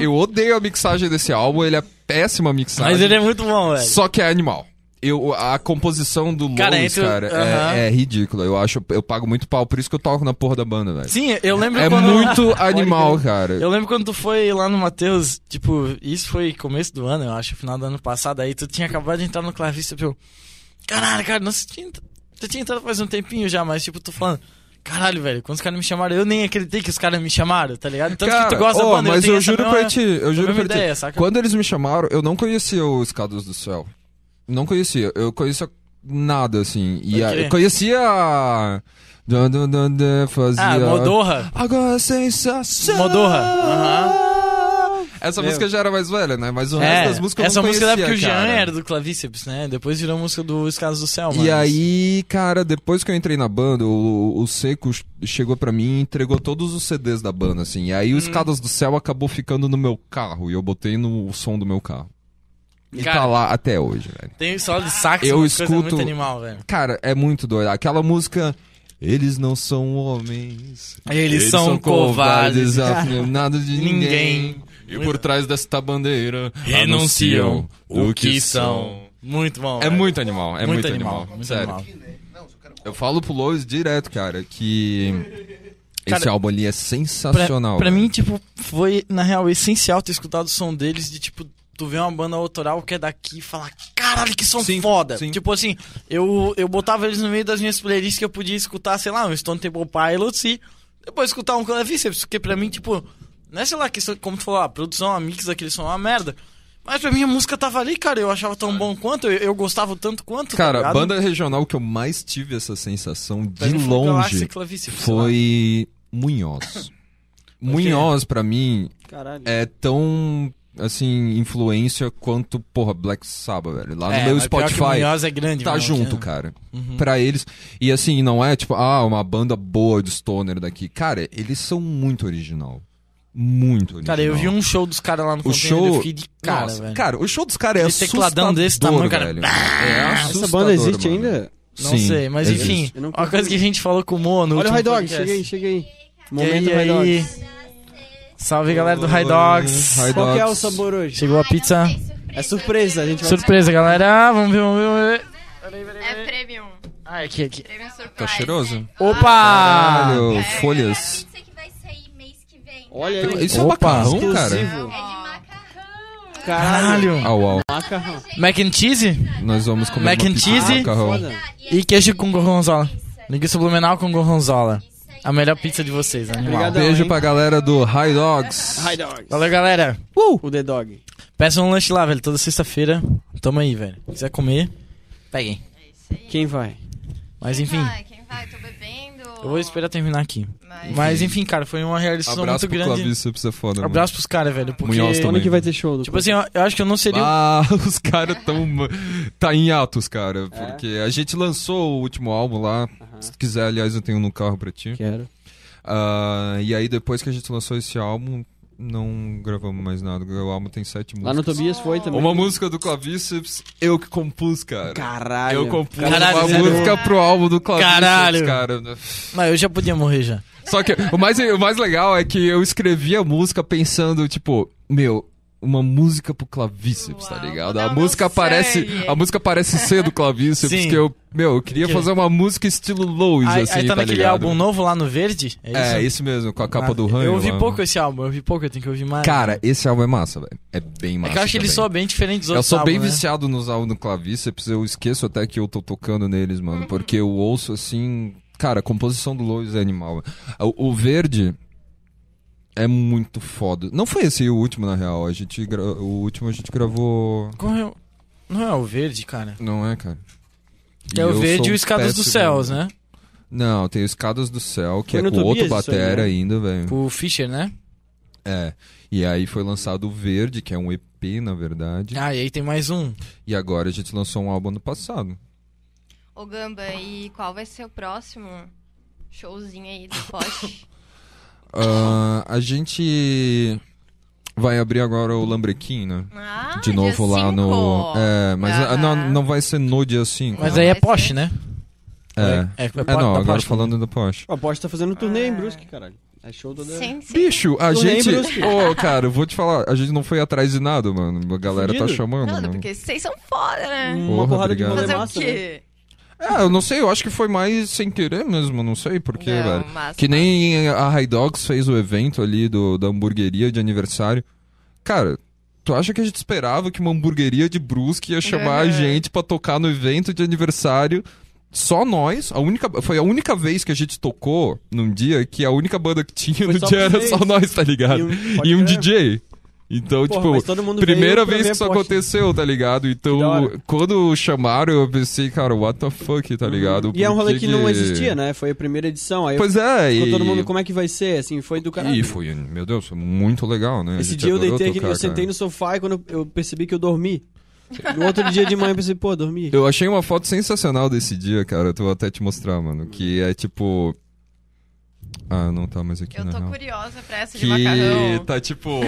C: Eu odeio a mixagem desse álbum, ele é péssima a mixagem.
B: Uhum. Hum? Mas ele é muito bom, velho.
C: Só que é animal. Eu, a composição do Lois,
B: Cara,
C: cara,
B: entre o- Aham.
C: é, é ridícula. Eu acho, eu pago muito pau, por isso que eu toco na porra da banda, velho.
B: Sim, eu lembro
C: É
B: quando.
C: muito animal, cara.
B: Eu lembro quando tu foi lá no Matheus, tipo, isso foi começo do ano, eu acho, final do ano passado, aí tu tinha acabado de entrar no clavista, eu. Caralho, cara, nossa, tu tinha, ent- tu tinha entrado faz um tempinho já, mas tipo, tu falando. Caralho, velho, quando os caras me chamaram, eu nem acreditei que os caras me chamaram, tá ligado? Tanto
C: Cara,
B: que tu gosta
C: ó,
B: da banda,
C: mas
B: tenho
C: eu,
B: essa
C: juro
B: mesma-
C: pra ti, eu juro pra
B: mesma
C: ti.
B: ideia, saca?
C: Quando eles me chamaram, eu não conhecia os Escadas do Céu. Não conhecia, eu conhecia nada, assim. E
B: Pode
C: a-
B: crer.
C: eu conhecia. a- Dun, dun, dun, dun, fazia...
B: Ah, Modorra.
C: Agora é sensação.
B: Modorra, aham.
C: Essa
D: Meu.
C: música já era mais velha, né? Mas o resto das músicas eu
B: É, essa
C: não
B: música era
C: conhecia,
B: porque o Jean
C: cara.
B: era do Clavíceps, né? Depois virou música do Escadas do Céu, mas...
C: E aí, cara, depois que eu entrei na banda, o, o Seco ch- chegou pra mim e entregou todos os CDs da banda, assim. E
B: Hum.
C: aí o Escadas do Céu acabou ficando no meu carro e eu botei no o som do meu carro. E
B: Cara.
C: tá lá até hoje, velho.
B: Tem solo de sax,
C: Eu
B: uma coisa
C: escuto-
B: muito animal, velho.
C: Cara, é muito doido. Aquela música. Eles não são homens.
B: Eles, são, covardes.
C: afirmam nada de ninguém.
B: Ninguém.
C: E por trás desta bandeira
B: Renunciam
C: anunciam
B: o que são. Muito bom.
C: É
B: velho.
C: muito animal, é muito,
B: muito
C: animal.
B: animal. Muito
C: sério.
B: animal.
C: Eu falo pro Lois direto, cara, que esse
B: Cara,
C: álbum ali é
B: Pra,
C: sensacional.
B: pra
C: velho.
B: mim, tipo, foi, na real, essencial ter escutado o som deles de, tipo, tu vê uma banda autoral que é daqui e falar, caralho, que som
C: Sim,
B: foda.
C: sim.
B: Tipo assim, eu, eu botava eles no meio das minhas playlists que eu podia escutar, sei lá, um Stone Temple Pilots e depois escutar um Claviceps, porque pra mim, tipo, não é, sei lá, questão, como tu falou, a produção, a mix daquele som é uma merda. Mas pra mim a música tava ali, cara, eu achava tão bom quanto, eu, eu gostava tanto quanto,
C: Cara,
B: tá
C: a
B: ligado?
C: banda regional que eu mais tive essa sensação de
B: Pra mim foi né? Galáxia e
C: longe
B: Clavíceps, sei lá.
C: foi Munhoz. Munhoz, pra mim,
D: Caralho.
C: é tão, assim, influência quanto, porra, Black Sabbath, velho. Lá
B: É,
C: no meu
B: mas pior que
C: Spotify
B: Munhoz é grande,
C: tá
B: Munhoz,
C: junto,
B: né?
C: cara. Pra eles. E assim, não é tipo, ah, uma banda boa de stoner daqui. Cara, eles são muito original. Muito original.
B: Cara, eu vi um show dos caras lá no
C: O
B: container, eu
C: show.
B: fiquei de cara,
C: Nossa,
B: velho.
C: cara, o show dos caras é
B: Aquele tecladão
C: assustador,
B: desse tamanho, cara.
C: velho. É
D: Essa
C: assustador,
D: banda existe
C: mano.
D: ainda?
B: Não
C: Sim, é
B: sei, mas
C: existe.
B: enfim,
D: Eu não
B: uma coisa que a gente falou com o Mo no
D: Olha
B: último
D: o High Dog,
B: podcast.
D: chega aí, chega aí.
B: E aí,
D: Momento High
B: aí?
D: Dogs.
B: Salve, galera do High Dogs.
C: High
D: Qual que é o
C: Dogs.
D: sabor hoje?
B: Chegou a
F: Ah.
B: pizza.
D: É surpresa, a gente vai.
B: Surpresa, galera. Vamos ver, vamos ver, vamos ver.
F: É premium.
B: Ah, aqui, aqui.
F: Premium surprise.
C: Tá cheiroso?
B: Opa!
C: Caralho, folhas.
G: pizza que vai sair mês que vem.
D: Olha aí.
C: Isso é
B: Ah. Opa.
C: macarrão, cara?
D: Exclusivo.
G: É de macarrão.
B: Caralho.
C: Au, au.
D: Macarrão.
B: Mac and cheese
C: Nós vamos comer
B: Mac
C: uma
B: and
C: pizza
B: cheese?
C: de macarrão.
D: Foda.
B: e queijo com gorgonzola. Linguiça blumenau com gorgonzola.
G: Isso aí.
B: A melhor pizza de vocês, animal.
D: Obrigado.
C: Beijo
D: hein?
C: pra galera do High Dogs.
D: Hi, dog.
B: Valeu, galera.
D: O The Dog.
B: Peça um lanche lá, velho. Toda sexta-feira. Tamo aí, velho. Quiser comer, peguem.
F: É isso aí.
D: Quem vai?
B: Mas
F: Quem
B: enfim,
F: Vai, quem vai? Tô bebendo.
B: eu vou esperar terminar aqui.
F: Mas...
B: Mas enfim, cara, foi uma realização
C: Abraço
B: muito
C: pro
B: grande.
C: Clavíceps, é foda. mano.
B: Abraço pros caras, velho. Porque,
C: Munhoz também.
D: Quando que vai ter show? do
B: tipo assim, ó, eu acho que eu não seria. o-
C: Ah, os caras tão. Tá em atos, cara.
B: É?
C: Porque a gente lançou o último álbum lá. Se tu quiser, aliás, eu tenho no carro pra ti.
D: Quero.
C: Ah, e aí, depois que a gente lançou esse álbum, não gravamos mais nada. O álbum tem sete
D: Lá no
C: músicas.
D: Tobias foi também.
C: Uma música do Clavíceps, eu que compus, cara.
D: Caralho.
C: Eu compus
B: Caralho,
C: uma
B: sério?
C: música pro álbum do Clavíceps,
B: Caralho.
C: cara.
B: Não, eu já podia morrer já.
C: Só que o mais, o mais legal é que eu escrevi a música pensando, tipo, meu, uma música pro clavíceps, tá
F: Uau,
C: ligado?
F: vou dar
C: A
F: o meu
C: música parece.
F: sangue.
C: A música parece ser do clavíceps,
B: Sim.
C: que eu. Meu, eu queria
B: Ok.
C: fazer uma música estilo Lois,
B: Aí,
C: assim,
B: aí tá naquele
C: ligado?
B: álbum novo lá no verde? É isso?
C: É, isso mesmo, com a capa
B: Ah,
C: do Ranho.
B: Eu ouvi
C: lá.
B: pouco esse álbum, eu ouvi pouco, eu tenho que ouvir mais.
C: Cara, esse álbum é massa, velho. É bem
B: é
C: massa.
B: que eu acho que ele
C: também.
B: soa bem diferente dos
C: Eu
B: outros.
C: sou bem
B: álbuns, né?
C: viciado nos álbuns do Clavíceps, eu esqueço até que eu tô tocando neles,
B: Uhum.
C: mano, porque eu ouço assim. Cara, a composição do Lois é animal. O, o verde é muito foda. Não foi esse o último, na real. A gente gra- O último a gente gravou.
B: Como é o- Não é o verde, cara.
C: Não é, cara? E
B: É
C: eu
B: o verde
C: sou
B: e o
C: um
B: Escadas dos
C: péssimo-
B: Céus, né?
C: Não, tem o Escadas do Céu, que
D: Foi
C: é
D: no
C: com outro
D: Tobias isso aí,
C: batera
D: né?
C: ainda, velho.
B: O Fischer, né?
C: É. E aí foi lançado o Verde, que é um EP, na verdade.
B: Ah, e aí tem mais um.
C: E agora a gente lançou um álbum ano passado.
F: Ô, Gamba, e qual vai ser o próximo showzinho aí do poste?
C: Ah, a gente vai abrir agora o Lambrequim, né?
F: Ah,
C: De
F: dia
C: novo lá no.
F: cinco.
C: É, mas ah, não,
F: Aham.
C: não vai ser no dia 5.
B: Mas
F: Não,
B: aí é
F: vai
B: Porsche,
F: ser.
B: né?
C: É.
B: É, é, Porsche
C: É, não,
B: da
C: agora
B: Porsche.
C: falando da Porsche.
D: A Porsche tá fazendo turnê em Brusque, caralho. É show toda...
F: Sim, sim.
C: Bicho, a
D: Tu
C: gente.
D: lembra, Lucy?
C: Ô, cara, eu vou te falar, a gente não foi atrás de nada, mano. A galera tá
D: Fudido.
C: chamando.
F: Nada,
C: mano. Hum.
F: porque vocês são foda, né?
D: Uma
C: Porra,
D: porrada de
C: obrigado.
D: rolê
F: Fazer
D: massa,
F: o
D: né?
F: quê?
C: É, eu não sei, eu acho que foi mais sem querer mesmo, não sei porquê,
F: Não,
C: velho.
F: massa,
C: Que nem a High Dogs fez o evento ali do, da hamburgueria de aniversário. Cara, tu acha que a gente esperava que uma hamburgueria de Brusque ia chamar a
F: Uhum.
D: É.
C: gente pra tocar no evento de aniversário? Só nós, a única, foi a única vez que a gente tocou num dia que a única banda que tinha
D: Foi
C: no
D: só
C: dia era
D: vocês.
C: só nós, tá ligado?
D: E
C: E
D: um-
C: um,
D: pode crer.
C: DJ. Então,
D: Porra,
C: tipo,
D: mas todo mundo
C: Primeira
D: veio pra
C: vez
D: ver
C: que isso
D: a Porsche.
C: aconteceu, tá ligado?
D: Que da
C: Então,
D: hora.
C: quando chamaram, eu pensei, cara, what the fuck, tá ligado?
D: E é um
C: Por
D: rolê que não existia, né? Foi a primeira edição. Aí
C: Pois é,
D: ficou
C: e...
D: todo mundo, como é que vai ser? Assim, foi do caralho.
C: E foi, meu Deus, foi muito legal, né? A
D: Esse
C: gente
D: dia eu
C: adorou
D: deitei aqui,
C: tocar,
D: eu sentei
C: cara.
D: no sofá e quando eu percebi que eu dormi. No outro dia de manhã eu pensei, pô, dormi.
C: Eu achei uma foto sensacional desse dia, cara, eu vou até te mostrar, mano, que é tipo... Ah, não tá mais aqui,
F: Eu
C: na
F: tô
C: real.
F: curiosa pra essa de
C: Que
F: macarrão.
C: tá tipo.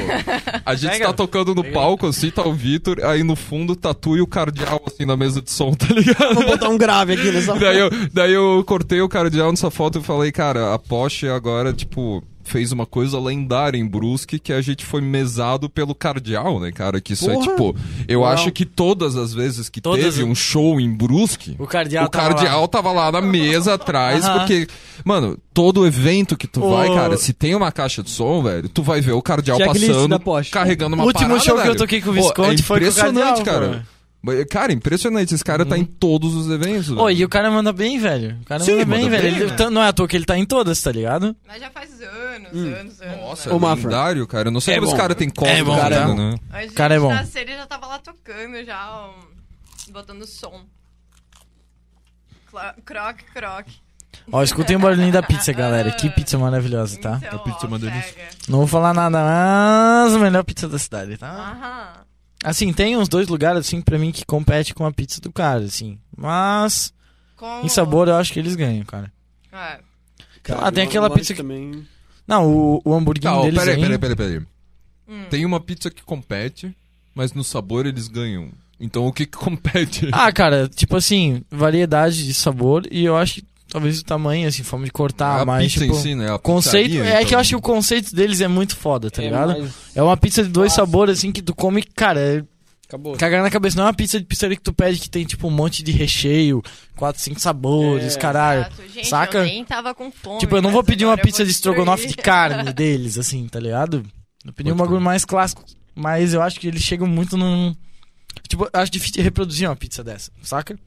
C: A gente
B: Pega.
C: tá tocando no palco, assim, tá o Vitor, aí no fundo tatu e o cardeal, assim, na mesa de som, tá ligado?
D: Vou botar um grave aqui nessa
C: daí, eu, daí eu cortei o cardeal nessa foto e falei, cara, a Porsche agora, tipo, fez uma coisa lendária em Brusque, que a gente foi mesado pelo cardeal, né, cara? Que isso é,
D: Porra!
C: tipo, eu
D: Uau.
C: acho que todas as vezes que
B: Todas
C: teve
B: as-
C: um show em Brusque...
B: O Cardeal tá
C: o cardeal tava lá na mesa atrás,
B: Aham.
C: porque, mano, todo evento que tu
B: O-
C: vai, cara, se tem uma caixa de som, velho, tu vai ver o cardeal
D: Checklist da
C: passando,
D: Porsche.
C: carregando
B: O
C: uma
B: último
C: parada,
B: show que eu
C: velho.
B: toquei com o
C: Pô, é
B: Visconde foi com o
C: impressionante,
B: Cardeal,
C: cara.
B: pô.
C: Mas, Cara, impressionante. Esse cara tá em todos os eventos.
B: Ô,
C: velho.
B: e o cara manda bem, velho. O cara
C: Sim,
B: manda bem,
C: manda
B: velho.
C: bem,
B: Ele-
C: né?
B: tá- Não é à toa que ele tá em todas, tá ligado?
F: Mas já faz anos, anos, anos.
C: Nossa,
F: né?
D: Ô,
C: é
D: Mafra.
C: lendário, cara. Eu não sei
B: É
C: como os
B: bom.
C: caras têm código,
B: É bom,
C: cara,
D: cara.
C: né?
F: Antes de
B: cara é
F: gente
B: bom.
F: nascer, ele já tava lá tocando, já ó, botando som. Cla- Croc, croc.
B: Ó, escutem o barulhinho da pizza, galera. Que pizza maravilhosa, tá?
F: Então,
C: A pizza
F: ó,
C: é uma delícia.
F: pega.
B: Não vou falar nada, mas a melhor pizza da cidade, tá?
F: Aham.
B: Assim, tem uns dois lugares, assim, pra mim, que compete com a pizza do cara, assim. Mas,
F: Com...
B: em sabor, eu acho que eles ganham, cara.
F: É.
B: Ah, tem aquela pizza que-
D: Também...
B: Não, o, o hamburguinho
C: Tá, ó,
B: deles
C: peraí,
B: aí-
C: peraí, peraí, peraí. Tem uma pizza que compete, mas no sabor eles ganham. Então o que, que compete?
B: Ah, cara, tipo assim, variedade de sabor e eu acho que talvez o tamanho, assim, forma de cortar,
C: É a
B: mas,
C: pizza
B: tipo...
C: em si, né? A
B: Conceito,
C: pizzaria,
B: é
C: então.
B: que eu acho que o conceito deles é muito foda, tá ligado?
D: É, mas
B: É uma pizza de dois sabores, assim, que tu come, cara, é
D: Acabou.
B: cagar na cabeça. Não é uma pizza de pizzaria que tu pede que tem, tipo, um monte de recheio, quatro, cinco sabores,
D: É.
B: caralho.
F: Exato. Gente,
B: saca?
F: eu nem tava com fome.
B: Tipo, eu não
F: mas
B: vou pedir uma
F: Ah, né? agora eu
B: pizza
F: vou
B: de estrogonofe de
F: destruir.
B: carne deles, assim, tá ligado? Eu pedi um
C: Pode
B: bagulho
C: crer.
B: mais clássico, mas eu acho que eles chegam muito num. Tipo, eu acho difícil de reproduzir uma pizza dessa, saca?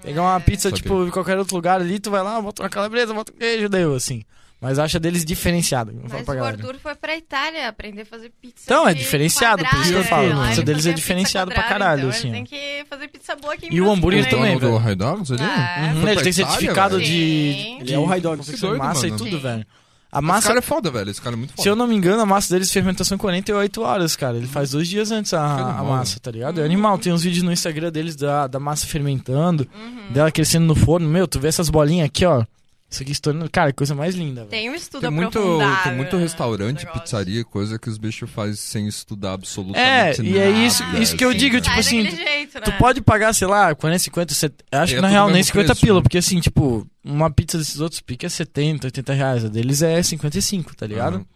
B: Pegar uma pizza,
F: É.
C: Saquei.
B: "Ah, tipo, em qualquer outro lugar ali, tu vai lá, bota uma calabresa, bota um queijo, deu, assim. Mas acha deles diferenciado. Não fala
F: Mas
B: pra
F: o
B: galera.
F: Arthur foi pra Itália aprender a fazer pizza.
B: Então, é
F: de
B: diferenciado, por isso que eu
F: quadrada,
D: falo.
F: lá
D: Isso
F: eles
B: deles é
F: fazem pizza
B: diferenciado pra
F: quadrada,
B: caralho,
F: então
B: assim.
F: Eles têm que fazer pizza boa aqui em
B: E o
F: Brasília né?
B: hambúrguer
F: também.
B: também,
C: Dono Então, do
B: velho.
C: High Dogs ali?
F: Ah,
C: Uhum.
B: Né,
C: Foi
B: Ele
C: pra
B: tem
C: Itália,
B: certificado
C: velho?
F: velho?
B: de.
F: Sim.
D: Ele é o high dog.
B: confecção
C: Que doido,
B: de massa
C: mano.
B: e tudo,
F: Sim.
B: velho. A
C: Esse cara
B: massa,
C: é foda, velho. Esse cara é muito foda.
B: se eu não me engano, a massa deles fermentação em 48 horas, cara. Ele faz dois dias antes a,
C: Animal,
B: a massa, tá ligado? É animal. Tem uns vídeos no Instagram deles da, da massa fermentando,
F: Uhum.
B: dela crescendo no forno. Meu, tu vê essas bolinhas aqui, ó. Isso aqui estourando. Cara, que coisa mais linda, velho.
F: Tem um estudo
C: Tem muito,
F: aprofundado.
C: tem muito
F: né,
C: restaurante,
F: negócio.
C: pizzaria, coisa que os bichos fazem sem estudar
B: É,
C: absolutamente nada.
B: e é isso, isso que eu
C: assim.
B: digo, tipo
F: Sai
B: assim.
F: daquele jeito,
B: Tu
F: né?
B: pode pagar, sei lá, 40, 50, 70, acho
C: É,
B: que na
C: tudo
B: real nem
C: mesmo
B: 50
C: preço,
B: pila,
C: né?
B: porque assim, tipo, uma pizza desses outros pica é 70, 80 reais, a deles é 55, tá ligado?
C: Aham.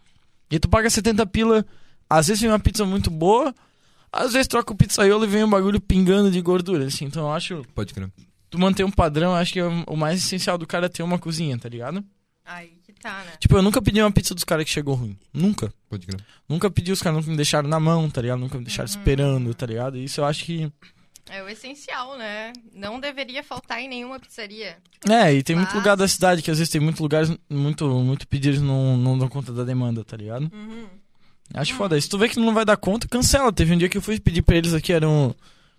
B: E tu paga 70 pila, às vezes vem uma pizza muito boa, às vezes troca o pizzaiolo e vem um bagulho pingando de gordura, assim, então eu acho,
C: Pode crer.
B: tu manter um padrão, eu acho que é o mais essencial do cara é ter uma cozinha, tá ligado?
F: Aí que tá, né?
B: Tipo, eu nunca pedi uma pizza dos caras que chegou ruim, nunca.
C: Pode crer.
B: Nunca pedi, os caras nunca me deixaram na mão, tá ligado? Nunca me deixaram esperando, tá ligado? Isso eu acho que...
F: É o essencial, né? Não deveria faltar em nenhuma pizzaria.
B: É, e tem muito
F: Mas-
B: lugar da cidade que às vezes tem muitos lugares, muito, muito pedidos não, não dão conta da demanda, tá ligado?
F: Uhum.
B: Acho foda. Se tu vê que não vai dar conta, cancela. Teve um dia que eu fui pedir pra eles aqui, era um. Não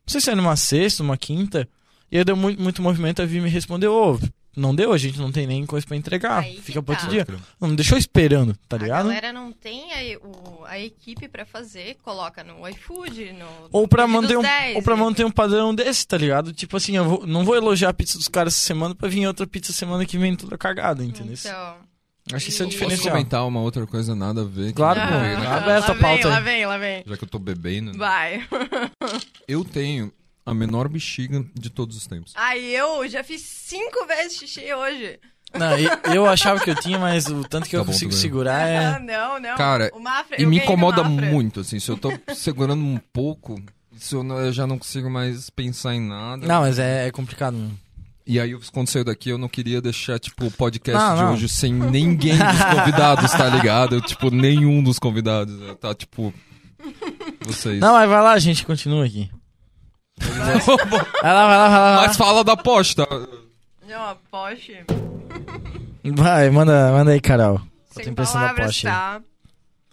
B: sei se era uma sexta, uma quinta. E aí deu muito, muito movimento, a Vi me respondeu, ô, não deu, a gente não tem nem coisa pra entregar.
F: Aí que
B: Fica pra outro
F: tá.
B: dia.
C: Pode crer.
B: Não me deixou esperando, tá
F: A
B: ligado?
F: galera não tem a, o- a equipe pra fazer, coloca no iFood, no.
B: Ou pra,
F: no
B: manter um,
F: dos 10,
B: ou pra
F: né?
B: manter um padrão desse, tá ligado? Tipo assim, eu vou- não vou elogiar a pizza dos caras essa semana pra vir outra pizza semana que vem toda cagada, entendeu?
F: Então.
B: Acho que isso é
F: e-
C: Posso
B: diferencial.
C: comentar uma outra coisa nada a ver? que
B: Claro,
C: não
B: pô.
C: tem a ver, né?
B: Tá aberta a
F: Ah, lá
B: pauta
F: Vem,
B: aí.
F: lá vem, lá vem.
C: Já que eu tô bebendo. né?
F: Vai.
C: Eu tenho a menor bexiga de todos os tempos.
F: Aí eu já fiz cinco vezes xixi hoje.
B: Não, e- eu achava que eu tinha, mas o tanto que eu
C: Tá bom,
B: consigo
C: tudo bem.
B: segurar é.
F: Ah, não, não.
C: Cara,
F: O Mafra,
C: E
F: eu
C: me
F: ganhei do
C: incomoda
F: Mafra.
C: muito, assim. Se eu tô segurando um pouco, se eu, não- eu já não consigo mais pensar em nada.
B: Não, mas é, é complicado mesmo.
C: E aí, eu- quando saiu daqui, eu não queria deixar, tipo, o podcast
B: Não,
C: de
B: não.
C: hoje sem ninguém dos convidados, tá ligado? Eu, tipo, nenhum dos convidados. eu Tá, tipo. Vocês.
B: Não, mas vai lá, gente, continua aqui. Vai lá, vai lá, vai lá.
C: Mas fala da aposta.
F: Não, a Porsche.
B: Vai, lá. vai manda, manda aí, Carol. Tô
F: Sem
B: impressão da
F: palavras,
B: Porsche.
F: tá?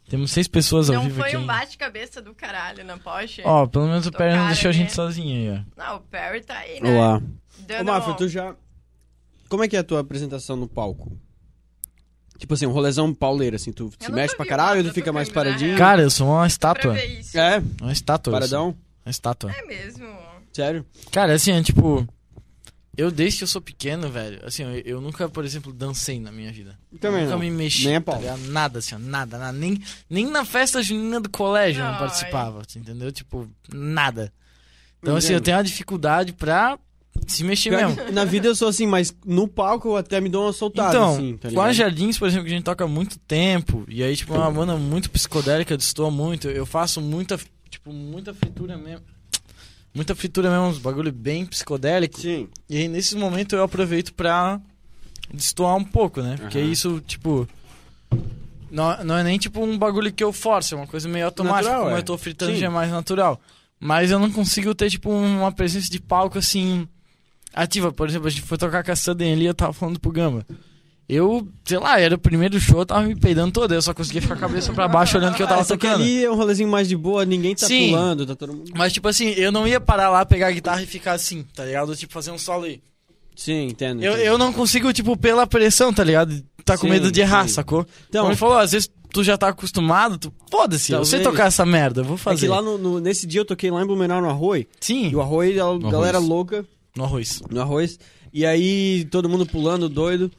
B: Temos seis pessoas ao
F: Não
B: vivo
F: foi
B: aqui.
F: um
B: hein?
F: bate-cabeça do caralho na Porsche.
B: Ó, pelo menos o
F: Tô
B: Perry não
F: cara,
B: deixou a
F: né?
B: gente sozinho aí, ó.
F: Não, o Perry tá aí, né?
D: Olá. Ô,
F: Dando
D: Mafra,
F: um-
D: tu já. Como é que é a tua apresentação no palco? Tipo assim, um rolezão pauleira, assim, tu se
F: nunca
D: mexe pra
F: vi
D: caralho,
F: nada
D: tu fica
F: tocando
D: mais
F: na
D: paradinho.
F: real.
B: Cara, eu sou uma
F: pra
B: estátua.
F: ver isso.
D: É,
B: Uma estátua. eu sou.
D: paradão,
B: Uma estátua.
F: É mesmo.
D: sério.
B: Cara, assim, é tipo. Eu desde que eu sou pequeno, velho, assim, eu, eu nunca, por exemplo, dancei na minha vida.
D: Também
B: nunca
D: não.
B: me mexi.
D: Nem a
B: tá
D: pau.
B: ligado? nada, assim, ó, nada, nada. Nem, nem na festa junina do colégio eu não
F: Ai.
B: participava, tu entendeu? Tipo, nada. Então, assim,
D: Entendo.
B: eu tenho uma dificuldade pra se mexer
D: Pior
B: mesmo.
D: que Tipo, Na vida eu sou assim, mas no palco eu até me dou uma soltada,
B: Então,
D: assim, tá
B: com a
D: ligado?
B: Jardins, por exemplo, que a gente toca há muito tempo, e aí, tipo, é uma banda muito psicodélica, eu destoa muito, eu faço muita, tipo, muita fritura mesmo. Muita fritura mesmo, uns bagulho bem psicodélico.
D: Sim.
B: E aí, nesse momento, eu aproveito pra destoar um pouco, né? Porque
D: Aham.
B: isso, tipo. Não, não é nem tipo um bagulho que eu forço, é uma coisa meio automática.
D: Natural,
B: como
D: é.
B: eu tô fritando
D: Sim.
B: já é mais natural. Mas eu não consigo ter, tipo, uma presença de palco assim. ativa. Por exemplo, a gente foi tocar com a Sudden ali, eu tava falando pro Gama. Eu, sei lá, era o primeiro show, eu tava me peidando todo, eu só conseguia ficar a cabeça pra baixo olhando o que eu tava
D: Só que
B: tocando.
D: ali é um rolezinho mais de boa, ninguém tá
B: Sim.
D: pulando, tá todo mundo.
B: Mas, tipo assim, eu não ia parar lá, pegar a guitarra e ficar assim, tá ligado? Tipo, fazer um solo aí.
D: Sim, entendo.
B: Eu,
D: entendo.
B: eu não consigo, tipo, pela pressão, tá ligado? Tá com
D: Sim,
B: medo de errar,
D: sim.
B: sacou? Então,
D: Então,
B: Como ele falou, às vezes tu já tá acostumado, tu. Foda-se, eu sei
D: Talvez.
B: tocar essa merda, eu vou
D: é que
B: fazer.
D: lá no, no- nesse dia eu toquei lá em Blumenau no Arroi,
B: Sim,
D: e o Arroi, a
C: No
D: galera
C: Arroz.
D: louca,
B: no arroz.
D: no arroz. E aí, todo mundo pulando, doido.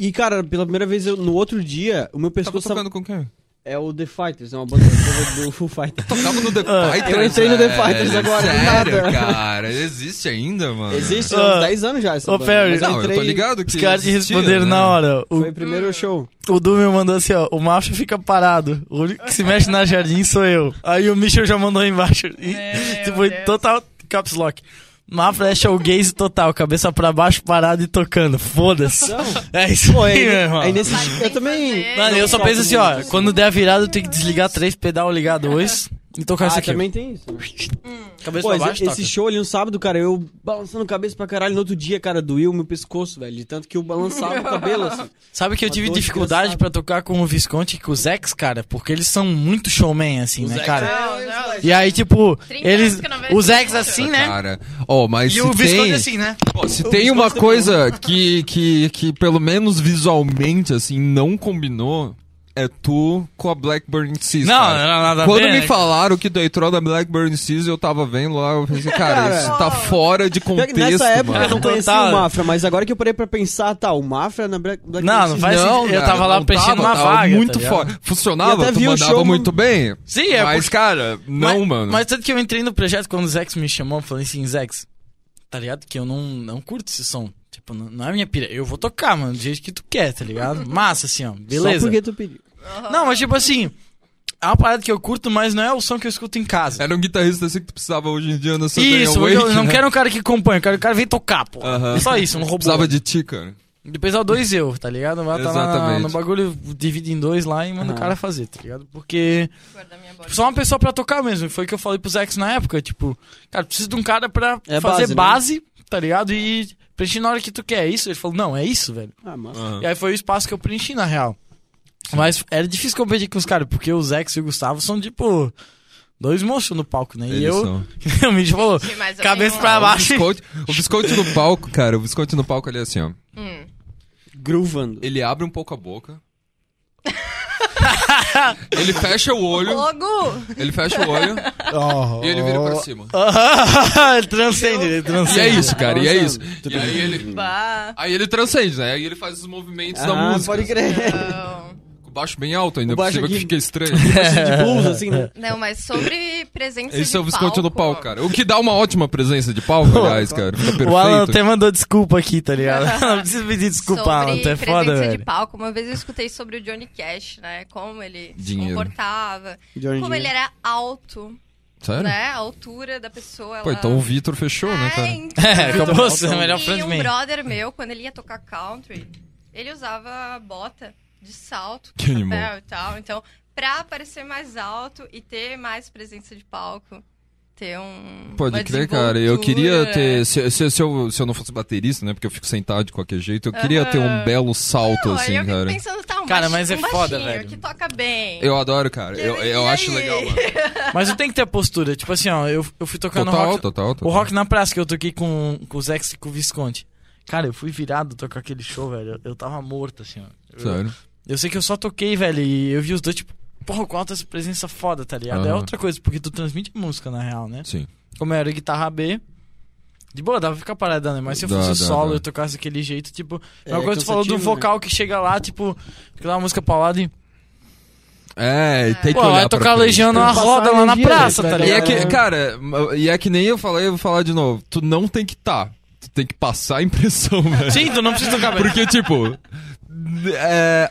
D: E, cara, pela primeira vez, eu- no outro dia, o meu
C: Tava
D: pescoço tava-
C: tocando com quem?
D: é o The Fighters, é uma banda do do Foo Fighters.
C: Tava no The Fighters.
D: Ah, eu entrei no The
C: velho.
D: Fighters agora, do nada.
C: Sério, cara. Existe ainda, mano.
D: Existe há
B: Ah.
D: uns 10 anos já essa
B: Ô,
D: banda. né?
B: Perry.
D: mas
C: Não, eu tô
D: entrei-
C: ligado que.
B: Os caras te
C: existia,
B: responderam
C: né?
B: na hora.
D: Foi o
B: O,
D: primeiro show.
B: o Dumil mandou assim, ó. O macho fica parado. O único que se mexe na jardim sou eu. Aí o Michel já mandou aí embaixo. E,
F: Meu
B: tipo,
F: Deus.
B: total caps lock. Mafra é showgaze total, cabeça pra baixo, parado e tocando. Foda-se. É isso
D: Pô,
B: aí,
D: aí,
B: meu irmão.
D: aí nesse
F: Mas
D: dia-
F: tem né?
D: eu também...
F: que fazer.
B: É, Mano, eu só
D: toco
B: penso assim,
D: muito,
B: ó, quando der a virada eu tenho que desligar três, pedal ligar dois. Então, cara, isso
H: ah,
B: aqui.
H: também tem isso.
B: Cabeça
H: Pô,
B: pra
H: esse,
B: baixo,
H: esse show ali no sábado, cara, eu balançando cabeça pra caralho. No outro dia, cara, doía o meu pescoço, velho. De tanto que eu balançava o cabelo, assim.
B: Sabe que eu
H: Uma
B: tive
H: dor
B: dificuldade
H: desgraçada.
B: pra tocar com o Visconti e com os ex, cara, porque eles são muito showman, assim, né, cara?
H: é-
B: E aí, tipo,
F: 30
B: eles.
F: anos que não vejo
B: Os ex
F: Visconti.
B: assim, né?
C: Cara, ó, mas
B: E
C: se
B: o Visconti
C: tem,
B: assim, né?
C: se tem uma coisa que, que, que, pelo menos visualmente, assim, não combinou, é tu com a Blackburn Sis,
B: Não,
C: cara.
B: não, nada a
C: Quando
B: ver,
C: me
B: né?
C: falaram que tu entrou na Blackburn Sis, eu tava vendo lá, eu pensei, cara, isso tá fora
B: Um
C: de
H: Pior que
C: contexto,
H: Nessa época
C: mano.
H: eu não conhecia
B: Total.
H: o Mafra, mas agora que eu parei pra pensar, tá, o Mafra na Black, Black é-
B: Não,
H: Eyed
B: não
H: Peas-
B: faz sentido. Eu tava lá preenchendo
C: tava,
B: uma
C: tava
B: vaga,
C: Muito
B: tá
C: foda.
B: ligado?
H: E
C: Funcionava,
H: até
C: tu
H: vi o
C: mandava
H: show,
C: muito bem.
B: Sim, é
C: Mas, cara, não,
B: mas,
C: mano.
B: Mas tanto que eu entrei no projeto quando o Zex me chamou, eu falei assim, Zex, tá ligado? Que eu não, não curto esse som. Tipo, não, não é minha pira. Eu vou tocar, mano, do jeito que tu quer, tá ligado? Massa, assim, ó. Beleza.
H: Só porque tu pediu.
B: Não, mas tipo assim, é uma parada que eu curto, mas não é o som que eu escuto em casa.
C: Era um guitarrista assim que tu precisava hoje em dia na Santa
B: Isso, porque eu não
C: né?
B: quero um cara que acompanha, eu quero um cara que vem tocar, pô.
C: Aham.
B: Só isso, um robô.
C: Precisava de ti, cara.
B: Depois dá dois eu, tá ligado? Vai tá lá
C: Exatamente.
B: no bagulho, divide em dois lá e manda o
H: Ah.
B: cara fazer, tá ligado? Porque
F: Guarda minha bola.
B: só uma pessoa pra tocar mesmo. Foi o que eu falei pro Zex na época, tipo, cara, preciso de um cara pra
H: É
B: fazer
H: base, né?
B: base, tá ligado? E preencher na hora que tu quer. É isso? Ele falou, não, é isso, velho.
H: Ah, massa.
C: Aham.
B: E aí foi o espaço que eu preenchi, na real. Mas era difícil competir com os caras, porque o Zex e o Gustavo são, tipo, dois monstros no palco, né? e
C: Eles
B: eu,
C: são.
B: o Mitch falou,
F: Mas eu
B: cabeça
F: tenho-
B: pra baixo.
C: Biscoito- o biscoito no palco, cara, o biscoito no palco ele é assim, ó.
F: Hum.
H: Groovando.
C: Ele abre um pouco a boca. ele fecha o olho,
F: Ô, Gu!
C: ele fecha o olho e ele vira pra cima.
B: ele transcende, ele
C: E
B: transcende.
C: é isso, cara, e é isso.
H: Tudo
C: E aí
H: bem.
C: ele,
F: Bah!
C: aí ele transcende, né? Aí ele faz os movimentos da
H: Ah,
C: música.
H: pode crer.
F: Não.
C: Com o baixo bem alto ainda,
H: O baixo
C: pra você ver
H: aqui-
C: que fica estranho.
H: De blues, assim, né?
F: Não, mas sobre presença
C: Esse
F: de
C: é o biscoito no palco,
F: palco,
C: cara. O que dá uma ótima presença de palco, aliás, cara. Fica perfeito.
B: O Alan até mandou desculpa aqui, tá ligado? Não precisa pedir desculpa, Alan,
F: sobre
B: tu é
F: presença
B: foda,
F: de
B: velho.
F: palco. Uma vez eu escutei sobre o Johnny Cash, né? Como ele
C: Dinheiro.
F: se comportava.
H: Johnny
F: Como
H: Jr.
F: ele é era alto,
C: Sério?
F: né? A altura da pessoa.
C: Pô,
F: ela-
C: então o Vitor fechou, né,
F: É,
C: cara?
F: então.
B: É, acabou sendo a melhor
F: E um
B: frontman.
F: brother meu, quando ele ia tocar country, ele usava bota de salto,
C: Que
F: com chapéu
C: animal.
F: e tal. Então, pra parecer mais alto e ter mais presença de palco, ter um.
C: Pode
F: uma
C: crer, cara. Eu queria
F: desenvoltura.
C: ter. Se, se- se eu, se eu não fosse baterista, né? Porque eu fico sentado de qualquer jeito, eu queria ter um
F: Aham.
C: belo salto,
F: Não, aí
C: assim,
F: eu fico
C: cara.
F: pensando, tá, um
B: Cara,
F: baixi-
B: mas é
F: um
B: foda,
F: baixinho
B: velho.
F: que toca bem.
C: Eu adoro, cara.
F: Que-
C: Eu, eu
F: e
C: acho
F: aí?
C: legal, mano.
B: Mas eu tenho que ter a postura. Tipo assim, ó, eu, eu fui tocar no
C: Total,
B: rock.
C: total,
B: O
C: total.
B: rock na praça que eu toquei com, com o Zex e com o Visconde. Cara, eu fui virado tocar aquele show, velho. Eu, eu tava morto, assim, ó. Eu-
C: Sério.
B: Eu sei que eu só toquei, velho, e eu vi os dois, tipo, porra, quanta essa presença foda, tá ligado? É
C: Aham.
B: outra coisa, porque tu transmite música, na real, né?
C: Sim.
B: Como eu era guitarra B, de boa, dava pra ficar parada, né? Mas se eu
C: Dá,
B: fosse
C: dá,
B: solo
C: dá.
B: e eu tocasse daquele jeito, tipo, é
H: É
B: uma coisa que tu falou do
H: cansativo, né?
B: vocal que chega lá, tipo, aquela música pra lá e.
C: É, tem que
B: Pô, vai
C: olhar pra
B: tocar
C: frente.
B: Legião numa
H: Tem que
B: roda
H: passar
B: lá na
H: energia,
B: praça,
H: né?
B: tá
C: E
B: ligado?
C: é que, cara, e é que nem eu falei, eu vou falar de novo. Tu não tem que tá. Tu tem que passar a impressão, velho.
B: Sim, tu não precisa tocar bem.
C: Porque, tipo. É,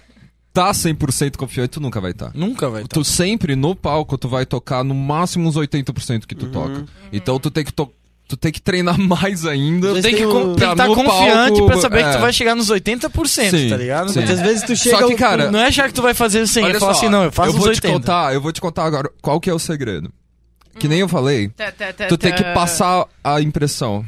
C: tá 100% confiante, tu nunca vai tá.
B: Nunca, velho.
C: Tu sempre no palco tu vai tocar no máximo uns 80% que tu toca. Então tu tem que to- tu tem que treinar mais ainda.
H: Vocês
B: Tem que
H: têm o-
B: estar
C: tá no
B: confiante
C: palco,
B: pra saber que tu
C: é.
B: vai chegar nos 80%,
C: Sim,
B: tá ligado?
C: sim.
H: Porque às vezes tu chega...
C: Só que, cara,
B: Não é achar que tu vai fazer 100,
C: olha
B: ele fala
C: só,
B: assim, não, eu faço
C: eu
B: uns
C: vou te
B: 80.
C: contar, eu vou te contar agora qual que é o segredo. Que nem eu falei,
F: Tá, tá, tá,
C: tu tem que
F: tá.
C: passar a impressão.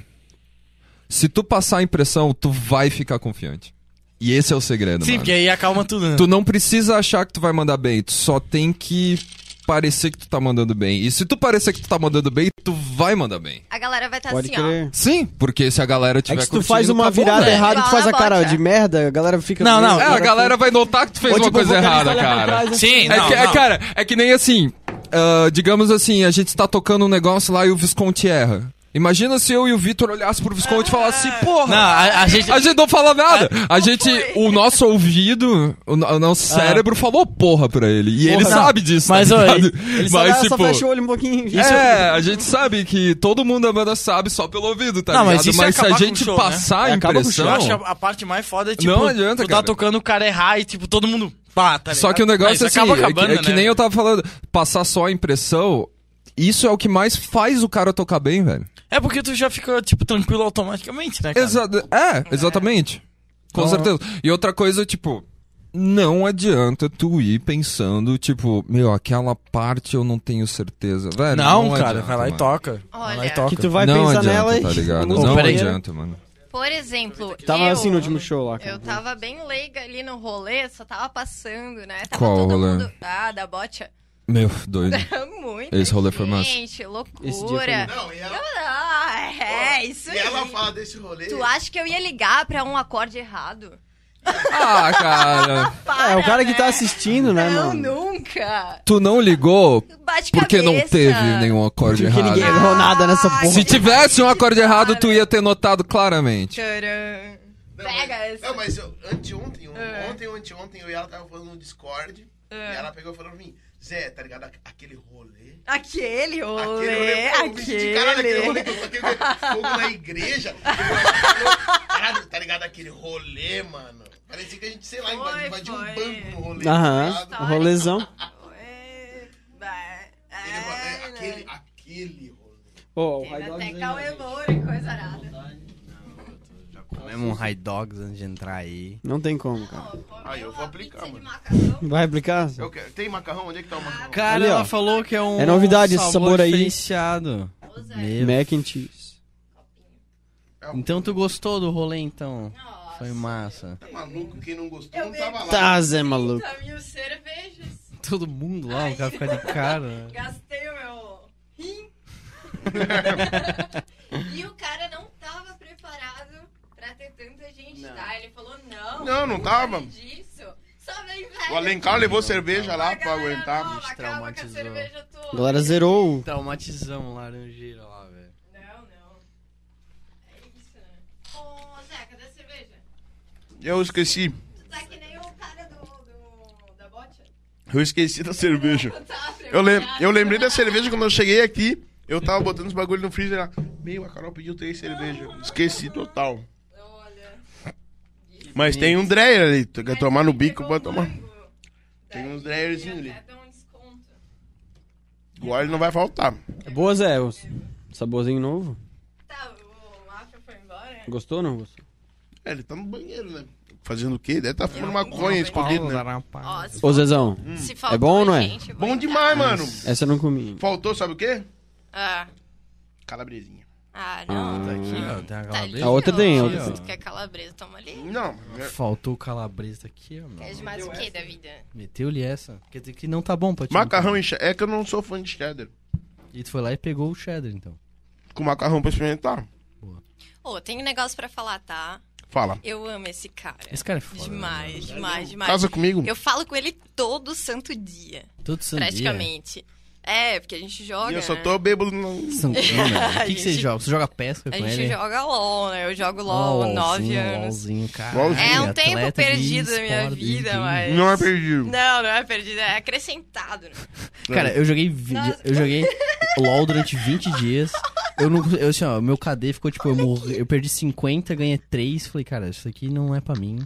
C: Se tu passar a impressão, tu vai ficar confiante. E esse é o segredo,
B: Sim,
C: mano.
B: porque aí acalma tudo, né?
C: Tu não precisa achar que tu vai mandar bem, tu só tem que parecer que tu tá mandando bem. E se tu parecer que tu tá mandando bem, tu vai mandar bem.
F: A galera vai estar
H: Pode
F: assim, ó.
H: crer.
C: Sim, porque se a galera
H: É
C: tiver
H: que se tu
C: curtindo,
H: faz uma
C: acabou,
H: virada
C: né?
H: errada, tu faz a
F: Igual a
H: cara
F: bote,
H: de
F: é.
H: merda, a galera fica...
B: Não, não,
C: É, a galera vai notar que tu fez
H: Ou,
C: uma
H: tipo, o
C: coisa
H: vocalista
C: errada,
H: olha pra
C: cara.
H: trás, assim,
B: Sim,
C: É,
B: não,
C: que, é,
B: não.
C: cara, é que nem assim, ah, digamos assim, a gente tá tocando um negócio lá e o Visconde erra. Imagina se eu e o Vitor olhassem pro Visconde e falassem,
B: Não,
C: porra,
B: a, a gente...
C: a gente não fala nada. A gente, o nosso ouvido, o, no- o nosso
B: Ah.
C: cérebro falou porra pra ele. E ele
B: Porra.
C: sabe disso, tá
B: Mas, ó,
C: ligado? tipo,
H: Ele só, dá- só fecha o olho um pouquinho.
C: é, a gente sabe que todo mundo da banda sabe só pelo ouvido, tá
B: Não, mas
C: ligado?
B: isso é
C: se a
B: acabar com
C: gente
B: o show, né?
C: passar
H: É,
C: a
H: acaba com o
C: impressão...
B: Eu acho a, a parte mais foda é, tipo,
C: Não adianta,
B: tu tá
C: cara.
B: tocando, o cara errar e, tipo, todo mundo... Pá, tá
C: Só
B: ligado?
C: que o negócio
B: Ah,
C: é
B: isso
C: assim,
B: acaba
C: é que-
B: acabando,
C: é que
B: né,
C: nem
B: velho?
C: eu tava falando, passar só a impressão, isso é o que mais faz o cara tocar bem, velho.
B: É porque tu já fica, tipo, tranquilo automaticamente, né, cara?
C: Exa é, exatamente. Com
B: Então-
C: certeza. E outra coisa, tipo, não adianta tu ir pensando, tipo, meu, aquela parte eu não tenho certeza. Velho,
B: Não, cara,
C: adianta,
B: vai lá
C: mano.
B: e toca. vai lá e
F: Olha.
B: toca.
H: Que tu vai
C: não
H: pensar
C: adianta,
H: nela
C: tá
H: e.
C: ligado?
H: Ô,
C: Não
B: peraí.
C: adianta, mano.
F: Por exemplo,
H: Tava
F: eu,
H: assim no último show lá, cara.
F: eu tava bem leiga ali no rolê, só tava passando, né? Tava
C: Qual
F: todo
C: rolê?
F: mundo... Ah, da bocha.
C: Meu, doido.
F: Muito.
C: Esse rolê foi massa.
F: Gente, loucura.
H: Esse dia foi massa.
A: Não, e ela,
F: Ah, é, isso
A: e ela
F: aí.
A: fala desse rolê. né?
F: Tu acha que eu ia ligar pra um acorde errado?
C: Ah, cara. É,
F: Para,
H: É, o cara que
F: né?
H: tá assistindo, né,
F: Não,
H: mano?
F: nunca.
C: Tu não ligou
F: Bate
C: porque não
F: cabeça.
C: teve nenhum acorde
H: Porque
C: errado.
H: ninguém errou nada nessa
F: Ah,
H: porra.
C: Se tivesse um acorde errado, tu ia ter notado claramente.
F: Tcharam.
A: Não,
F: Pega
A: mas,
F: essa.
A: Não, mas eu, anteontem, um-
F: É.
A: ontem, anteontem, eu e ela tava falando no Discord. E ela pegou e falou pra mim, Zé, tá ligado? Aqu- Aquele rolê.
F: Aquele
A: Aquele
F: rolê,
A: rolê, é pô, eu me senti, caralho, aquele rolê que eu toquei fogo na igreja. Caralho, tá ligado? Aquele rolê, mano. Parecia que a gente, sei lá,
F: Foi,
A: invadiu um
F: foi.
A: banco no rolê. tá
H: Aham,
A: ligado?
H: um rolezão.
F: É, vai,
A: Aquele rolê,
F: é,
A: aquele,
F: né?
A: aquele rolê.
H: Ô, o
F: Teve
H: High Dogs
F: até
H: aí,
F: Cauê
H: né?
F: Moura e coisa arada.
D: Comemos um high dogs antes de entrar aí.
H: Não tem como, cara.
A: Aí eu vou aplicar, mano.
H: Vai aplicar?
A: Eu quero- Tem macarrão? Onde é que tá o macarrão?
D: Cara,
H: Ali, ó.
D: ela falou que é um
H: É novidade esse sabor aí.
D: diferenciado. Meu.
H: Mac and Cheese.
A: É um
D: Então tu gostou do rolê, então? Foi massa.
A: Tá maluco? Quem não gostou
F: Eu
A: não tava lá.
H: Tá, Zé maluco.
F: 30 mil cervejas.
D: Todo mundo lá, o cara fica de cara.
F: Gastei o meu rim. e o cara não tava preparado pra ter tanta gente, tá? Ele falou, não.
A: Não, não
F: nada
A: tava.
F: Disso. Só vem velho.
A: O Alencar levou cerveja lá pra aguentar.
F: Não, acaba com a
D: Traumatizou.
F: cerveja toda.
H: A galera zerou. o-
D: Traumatizão, laranjeira lá, velho.
F: Não, não. É isso, né? Ô, Zé, cadê a cerveja?
A: Eu esqueci.
F: Tu tá que nem o cara do... do da bocha?
A: Eu esqueci da cerveja.
F: Tu tá
A: Eu, lem
F: preparado?
A: eu lembrei da cerveja quando eu cheguei aqui. Eu tava botando os bagulho no freezer lá. Meu, a Carol pediu três cervejas. Esqueci total.
F: Olha.
A: Mas tem um dreyer ali. Tu quer tomar no bico,
F: Pegou
A: pode tomar.
F: mango.
A: Tem
F: Daí
A: uns dreierzinho
F: eu
A: ali.
F: até dou um desconto.
A: O óleo não vai faltar.
H: É boa, Zé. o Saborzinho novo.
F: Tá, o Afro foi embora.
H: Gostou ou não gostou?
A: É, ele tá no banheiro, né? Fazendo o quê? Deve tá fumando maconha escondido, né?
F: Ó, se
H: Ô,
F: fal-
H: Zezão.
F: se faltou
H: É bom, não é?
F: gente, eu vou
A: Bom
F: entrar.
A: demais, mano.
H: Essa eu não comi.
A: Faltou, sabe o quê?
F: Ah,
A: Calabresinha.
F: ah, não.
H: Ah,
F: tá aqui.
D: Aqui, ó, tem a
F: Tá
D: calabresa.
F: ali,
H: A outra
F: ó.
H: tem, a
D: outra
F: Se
D: tem.
F: tu quer calabresa, toma ali. Tá
A: Não, é-
D: Faltou o calabresa aqui, ó, meu.
F: Quer mais o que da vida?
D: Meteu-lhe essa. Quer dizer que não tá bom pra ti. então.
A: macarrão e cheddar. É que eu não sou fã de cheddar.
D: E tu foi lá e pegou o cheddar, então.
A: Com macarrão pra experimentar.
F: Ô, tem um negócio pra falar, tá?
A: Fala.
F: Eu amo esse cara.
D: Esse cara é foda.
F: Demais, demais, demais.
A: Casa um. comigo.
F: Eu falo com ele todo santo dia,
D: né? Todo santo dia.
F: praticamente. É, porque a gente joga.
A: E eu só
F: né?
A: tô bêbado. no-
D: Santo dia, né? O que,
F: A
D: que você
F: gente-
D: joga? Você joga pesca
F: né? A
D: com
F: gente
D: ele?
F: joga LOL, né? Eu jogo LOL
D: Ó,
F: há nove
D: LOLzinho,
F: anos.
D: LOLzinho, cara.
A: LOLzinho.
F: É um tempo
D: Atleta de
F: perdido da minha
D: esporte, de
F: vida,
D: game.
F: mas.
A: Não é perdido.
F: Não, não é perdido, é acrescentado. Né?
D: Cara, eu joguei vi-
F: Nossa.
D: eu joguei LOL durante 20 dias. Eu não eu assim, ó, meu KD ficou tipo, eu morri, eu perdi 50, ganhei 3, falei, cara, isso aqui não é pra mim.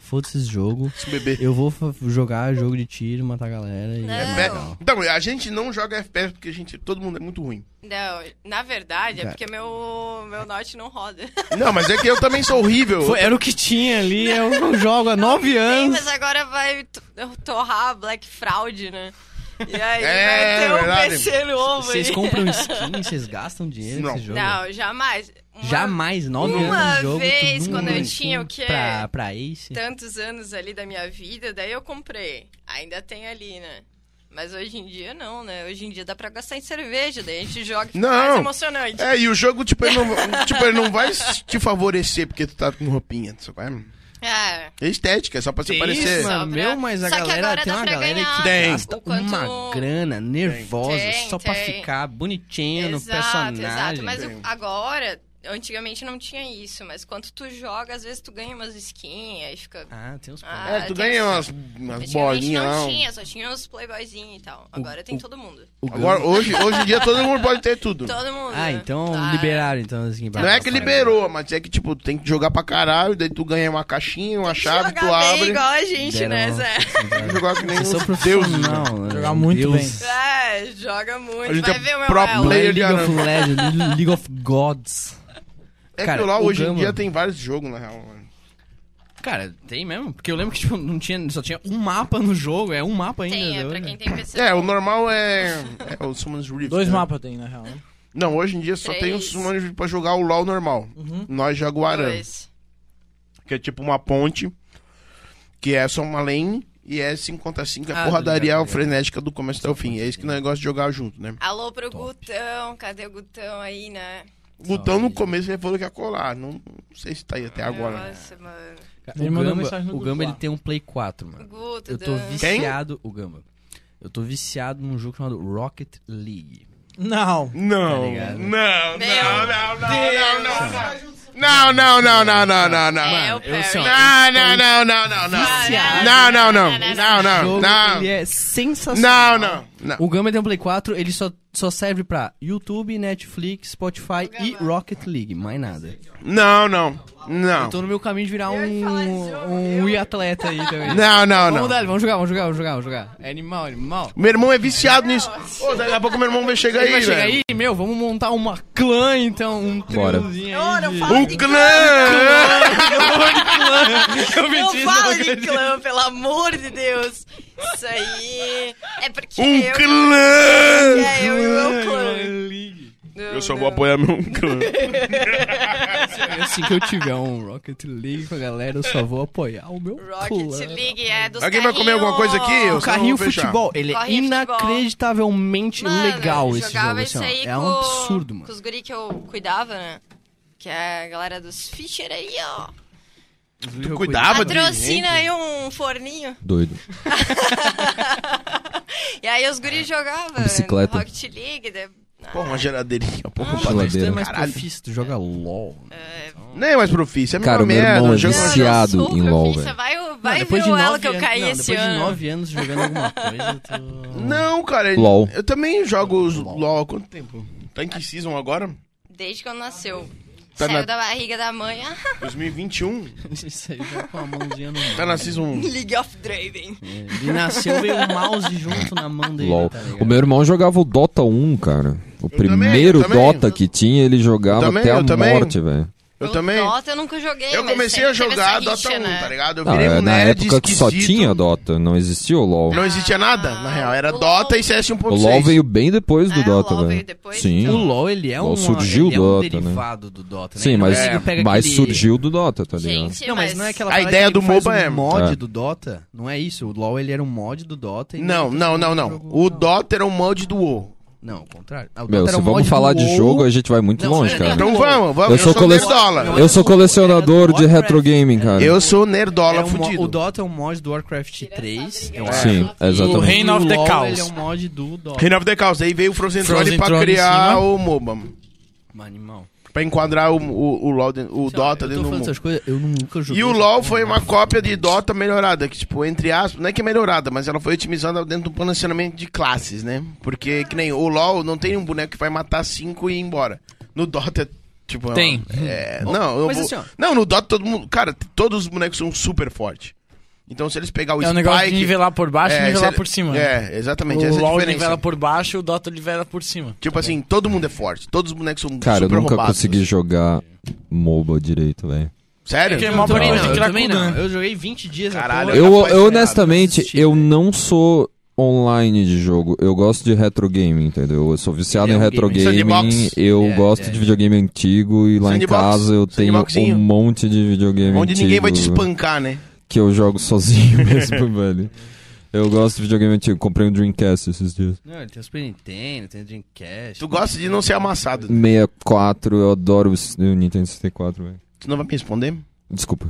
D: Foda-se esse jogo.
A: Esse bebê.
D: Eu vou fa- jogar jogo de tiro, matar a galera e é
F: Não.
A: Pé-
D: legal.
A: Então, a gente não joga FPS porque a gente, todo mundo é muito ruim.
F: Não, na verdade é
D: Cara.
F: porque meu, meu note não roda.
A: Não, mas é que eu também sou horrível.
D: Foi- era o que tinha ali, eu não jogo há 9
F: Sim,
D: anos.
F: mas agora vai t- torrar Black Fraud, né? E aí
A: É,
F: vai ter um
A: verdade.
F: PC novo
D: Vocês
F: aí.
D: compram skin, vocês gastam dinheiro
A: Não.
D: nesse jogo?
F: Não, jamais. Uma-
D: Jamais, 9
F: Uma
D: anos de jogo. tu
F: vez,
D: nunca
F: quando eu
D: ganhou
F: tinha o
D: skin
F: quê?
D: Pra, pra Ace.
F: Tantos anos ali da minha vida, daí eu comprei. Ainda tem ali, né? Mas hoje em dia não, né? Hoje em dia dá pra gastar em cerveja, daí a gente joga e fica
A: Não.
F: mais emocionante.
A: É, e o jogo, tipo, ele não, tipo, ele não vai te favorecer porque tu tá com roupinha. tu sabe?
F: É.
A: É estética, é só pra você parecer.
F: mano.
D: mano, meu, mas a
F: Só que
D: galera
F: agora
D: tem
F: dá
D: uma
F: pra
D: galera
F: ganhar
D: que
A: Tem.
D: gasta
F: o quanto-
D: uma grana nervosa
F: Tem,
D: só pra
F: tem.
D: ficar bonitinha no
F: exato,
D: personagem.
F: exato. Mas o-
A: Tem.
F: agora, antigamente não tinha isso, mas quando tu joga, às vezes tu ganha umas skins, aí fica.
D: Ah, tem uns
F: Ah,
A: É, tu ganha umas, umas
F: Antigamente
A: bolinhas
F: não
A: lá. um-
F: tinha, só tinha os playboyzinhos e tal. Agora tem todo mundo.
A: Agora, hoje, hoje em dia todo mundo pode ter tudo.
F: Todo mundo.
D: Ah, então
F: Tá.
D: liberaram então assim, pra-
A: Não é que
D: pra-
A: liberou, mas é que, tipo, tu tem que jogar pra caralho, daí tu ganha uma caixinha, uma chave,
F: Jogar
A: tu
F: bem
A: abre. um-
F: igual a gente, né,
D: Deram-
F: Zé?
A: Jogar que nem um
D: Eu sou
A: os deuses.
D: profissional. né?
B: Jogar muito
D: Deus.
B: bem.
F: É, joga
A: A
F: muito.
A: gente
F: Vai
A: é
F: ver o meu
A: pro
F: elo.
D: Não é
A: player.
D: League
A: Leia,
D: of
A: né?
D: Legends, League of Gods.
A: É
D: Cara,
A: que lá
D: o
A: hoje em
D: Gama-
A: dia tem vários jogos, na real. mano.
D: Cara, tem mesmo? Porque eu lembro que, tipo, não tinha, só tinha um mapa no jogo, é um mapa ainda.
F: Tem, é
D: né?
F: pra quem tem PC.
A: É, o normal é, é o Summoners Rift.
B: Dois
A: né?
B: mapas tem, na real. né?
A: Não, hoje em dia só tem o
F: Três.
A: Summoners Rift pra jogar o LoL normal.
B: Uhum.
A: Nós Jaguarã.
F: Dois.
A: Que é tipo uma ponte, que é só uma lane, e é 5 contra 5, é
D: Ah,
A: porradaria
D: ligado, ligado.
A: frenética do começo até o fim. É isso que nós gostamos de jogar junto, né?
F: Alô pro Gutão, cadê o Gutão aí, né?
A: O Gutão no começo ele falou que ia colar, não, não sei se tá aí até agora.
F: Nossa, mano.
D: Cara,
B: Ele
D: o
B: mandou
D: Gamba,
B: mensagem no
D: o
B: grupo
D: Gamba
B: lá.
D: ele tem um Play 4, mano.
F: Guto,
D: Eu tô
F: Dan.
D: viciado, o Gamba. Eu tô viciado num jogo chamado Rocket League.
B: Não.
A: Não,
D: Tá ligado?
A: não, não,
F: Meu
A: não, não, não, não, não, não, não, não, não, não.
F: É, o
D: eu,
F: Perry.
D: assim, ó,
A: Não, não, não, não, não, não.
F: Viciado.
A: Não, não, não. Não,
D: O
A: não,
D: jogo,
A: não.
D: ele é sensacional.
A: Não, não, não.
D: O Gamba tem um Play 4, ele só, só serve pra YouTube, Netflix, Spotify e
F: Gamba.
D: Rocket League, mais nada.
A: Não, não. Não.
D: Eu tô no meu caminho de virar
F: Eu ia
D: um,
F: falar esse jogo,
D: um
F: eu-
D: Wii atleta aí também.
A: Não, Ah, não,
D: Vamos
A: não.
D: dar, vamos jogar, vamos jogar, vamos jogar, vamos jogar. É animal, animal.
A: Meu irmão é viciado nisso. Ô, daqui a pouco meu irmão vai chegar
D: Ele vai
A: aí,
D: chegar
A: velho.
D: aí, meu, vamos montar uma clã, então, um
C: Bora.
D: triozinho aí.
F: Ora,
D: de-
F: fala
A: O clã!
D: Eu
F: Não
D: menti,
F: fala
D: não.
F: de clã, pelo amor de Deus. Isso aí. É porque
A: Um
F: eu.
A: clã!
F: É, eu e o meu clã. Não,
A: Eu só vou
F: não.
A: apoiar meu clã.
D: Assim que eu tiver um Rocket League com a galera, eu só vou apoiar o meu
F: Rocket League é dos
A: Alguém vai comer alguma coisa aqui? Eu
D: O carrinho
A: vou fechar.
D: futebol, ele é
F: Corrinho futebol.
D: inacreditavelmente
F: Mano,
D: legal
F: eu
D: esse jogo.
F: jogava
D: Assim,
F: isso
D: ó.
F: aí
D: é
F: com,
D: um absurdo, mano.
F: Com os guri que eu cuidava, né? Que é a galera dos Fischer aí, ó.
A: Tu cuidava de
F: Patrocina aí um forninho.
C: Doido.
F: E aí os
D: É.
F: guri jogavam. né?
C: Bicicleta.
F: Rocket League. né?
A: Pô, uma geladeirinha, pô.
D: Tu
F: Ah.
D: é
C: Geladeira.
D: mais
A: Caralho.
D: profício, tu joga LOL.
A: Nem mais profício, é a
C: Cara,
A: mesma
C: o meu irmão
A: merda.
C: é
A: jogo-
C: viciado.
F: sou
C: em LOL,
F: profissa,
C: velho.
F: Vai, o-
D: Não,
F: vai
D: depois
F: ver
D: de
F: o
D: nove
F: elo que eu
D: anos-
F: caí
D: não,
F: esse
D: depois de
F: ano.
D: nove anos jogando alguma coisa, tu...
A: Não, cara.
C: LOL.
A: Eu também jogo os LOL há quanto tempo? Tá em que season agora?
F: Desde que eu nasceu.
A: Tá
F: Saiu
A: na-
F: da barriga da mãe. ah,
A: 2021.
D: Isso aí, já com a mãozinha no...
A: Tá na season.
F: League of Draven.
D: Ele nasceu, veio o mouse junto na mão dele,
C: LOL.
D: tá
C: O
D: ligado?
C: meu irmão jogava o Dota 1, cara. O primeiro
A: também, eu
C: Dota que tinha, ele jogava
A: Eu também,
C: até a
A: eu também.
C: morte, velho.
A: Eu
F: O
A: também.
F: Dota eu nunca joguei,
A: Eu
F: mas
A: comecei
F: sempre
A: a jogar
F: teve essa
A: Dota 1,
F: rixa, né?
A: tá ligado? Eu
C: Não,
A: virei
C: é,
A: um
C: na
A: nerd
C: época que só
A: esquisito.
C: tinha Dota, não existia o LoL.
A: Não existia nada, na real. Era
F: O
A: Dota
F: LOL-
A: e um CS
C: O LoL
A: 1.6.
C: veio bem depois do
D: É,
F: Ah, o
C: Dota,
F: LoL veio
C: velho.
F: depois,
C: Sim.
D: O LOL, ele é,
C: LOL
D: um,
C: surgiu
D: ele é
C: o
D: um
C: Dota, né?
D: derivado do Dota, né?
C: Sim, mas,
A: É,
D: Ele pega
C: mas
D: aquele-
C: surgiu do Dota, tá ligado?
F: Gente,
D: Não, mas não é aquela
A: A
D: parada
A: ideia
D: que ele
A: do
D: faz
A: MOBA
D: um
A: é-
D: mod
C: É.
D: do Dota? Não é isso. O LoL ele era um mod do Dota. e
A: Não,
D: ele-
A: não, não, não. O Dota era um mod do WoW.
D: Não, ao contrário. Ah, o
C: Meu,
D: Dota era
C: se
D: um mod
C: vamos
D: do
C: falar de
D: WoW.
C: jogo, a gente vai muito
D: Não,
C: longe,
D: é-
C: cara.
A: Então
D: WoW.
A: vamos, vamos.
C: Eu sou cole-
A: nerdola.
D: Não,
C: Eu sou colecionador de
D: Warcraft.
C: retro gaming,
D: é,
C: cara.
A: Eu sou
D: Era
A: nerdola
D: um mo-
A: fudido.
D: o Dota é um mod do Warcraft 3. eu acho.
C: Sim,
D: E o
C: exatamente.
B: Reign of the
D: LoL,
B: Chaos.
D: Ele é um mod do Dota.
A: Reino of the Chaos. Aí veio o Frozen,
B: Frozen
A: Throne pra
B: Throne em
A: criar
B: cima.
A: o MOBA. mano.
D: Animal.
A: Pra enquadrar o, o, o, LOL den- o Dota
D: eu
A: dentro do
D: tô falando
A: mundo.
D: essas coisas, eu nunca joguei.
A: E o LoL foi uma cópia de Dota melhorada, que tipo, entre aspas, não é que é melhorada, mas ela foi otimizada dentro do planejamento de classes, né? Porque que nem o LoL não tem um boneco que vai matar cinco e ir embora. No Dota tipo, é
B: Tem. Uhum.
A: uma- é, não, eu
D: Mas
A: vou-
D: assim, ó.
A: Não, no Dota todo mundo, cara, t- todos os bonecos são super fortes. Então se eles pegar o
B: É
A: Spike,
B: um negócio de nivelar por baixo
A: é,
B: e nivelar
A: se-
B: por cima. né?
A: É, exatamente,
B: O
A: essa é a
B: LoL
A: diferença.
B: nivela por baixo, o Dota nivela por cima.
A: Tipo assim, todo mundo é forte, todos os bonecos são
C: Cara, eu
A: super assim.
C: nunca
A: roubados.
C: consegui jogar MOBA direito, velho.
A: Sério? Então,
B: Porque é
D: Eu
B: mó
D: também
B: bagulho de
D: não, eu também
B: cracudo,
D: não.
B: né?
D: Eu joguei 20 dias.
A: Caralho,
D: até
A: eu-
C: Eu,
D: hoje.
A: Capaz de
C: eu
A: nada,
C: honestamente,
D: tá assisti,
C: eu
D: né?
C: não sou online de jogo. Eu gosto de retro game, entendeu? Eu sou viciado
D: Ele é
C: em
D: um
C: retro
D: gamer.
A: Sandbox.
C: gaming. Eu
D: É,
C: gosto
D: é.
C: de videogame antigo e lá
A: Sandbox.
C: em casa eu tenho
A: Sandboxinho.
C: um monte de videogame
A: Onde
C: antigo.
A: ninguém vai te espancar, né?
C: Que eu jogo sozinho mesmo, velho. Eu gosto de videogame antigo. Comprei um Dreamcast esses dias.
D: Não, ele tem o Super Nintendo, tem o Dreamcast.
A: Tu gosta de não ser amassado.
C: 64, eu adoro o s- o Nintendo 64, velho.
A: Tu não vai me responder?
C: Desculpa.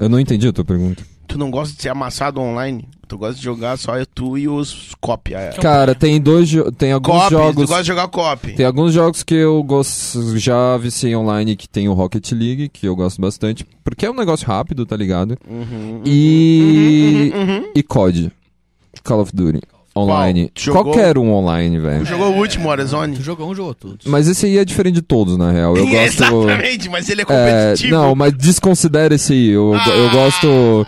C: Eu não entendi a tua pergunta.
A: Tu não gosta de ser amassado online? Tu gosta de jogar só tu e os copy. É.
C: Cara, tem dois jo- tem alguns
A: Copy, tu
C: jogos
A: gosta de jogar copy.
C: Tem alguns jogos que eu gosto, já viciei online, que tem o Rocket League, que eu gosto bastante, porque é um negócio rápido, tá ligado?
A: Uhum.
C: E.
A: Uhum, uhum.
C: E COD. Call of Duty. Online.
A: Tu jogou?
C: Qualquer um online,
A: Tu
C: velho.
A: jogou o último,
D: Tu
A: Horizon?
D: jogou um jogo, tudo.
C: Mas esse aí é diferente de todos, na real. Eu gosto.
A: Exatamente, mas ele é
C: É,
A: competitivo.
C: não, mas desconsidera esse aí. Eu, eu
A: Ah!
C: gosto.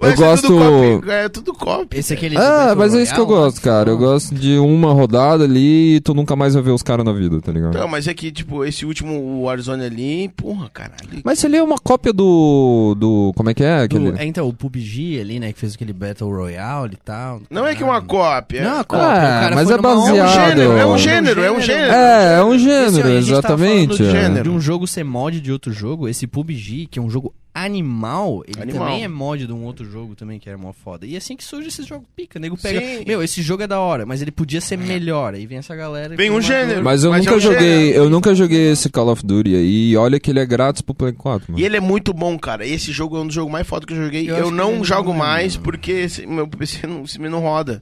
C: Eu gosto.
A: Tudo copy, é tudo copy.
I: Esse aqui ele
C: Ah, mas é isso que eu gosto, cara. Eu gosto de uma rodada ali e tu nunca mais vai ver os caras na vida, tá ligado?
A: Não, mas é que, tipo, esse último, o Arizona ali, porra, caralho.
C: Mas se ele é uma cópia do. do. Como é que é? Aquele...
I: Do, é, então, o PUBG ali, né? Que fez aquele Battle Royale e tal.
A: Não é que é uma cópia.
I: Não, é uma
A: é
I: cópia.
C: É,
I: o cara
C: mas
I: foi
C: é
I: numa né? onda-
A: um
C: baseado.
A: gênero, é um gênero, é um gênero.
C: É, é um
I: Esse
C: gênero,
I: aí a gente tava falando
C: exatamente.
I: de,
C: é.
I: de
A: gênero.
I: um jogo ser mod de outro jogo, esse PUBG, que é um jogo animal, ele
A: Animal.
I: também é mod de um outro jogo também, que era mó foda. E assim que surge esses jogos pica, nego pega,
A: Sim.
I: meu, esse jogo é da hora, mas ele podia
C: É.
I: ser melhor. Aí vem essa galera... e
A: Vem
I: põe
A: um
I: uma
A: gênero.
I: dor.
C: Mas eu
A: Mas é
C: nunca
A: um
C: joguei.
A: gênero.
C: Eu nunca joguei esse Call of Duty aí. E olha que ele é grátis pro Play 4, mano.
A: E ele é muito bom, cara. Esse jogo é um dos jogos mais foda que eu joguei.
I: Eu
A: Eu,
I: acho que
A: não
I: ele
A: jogo
I: não é,
A: mais
I: mano.
A: porque esse- meu PC não, esse não roda.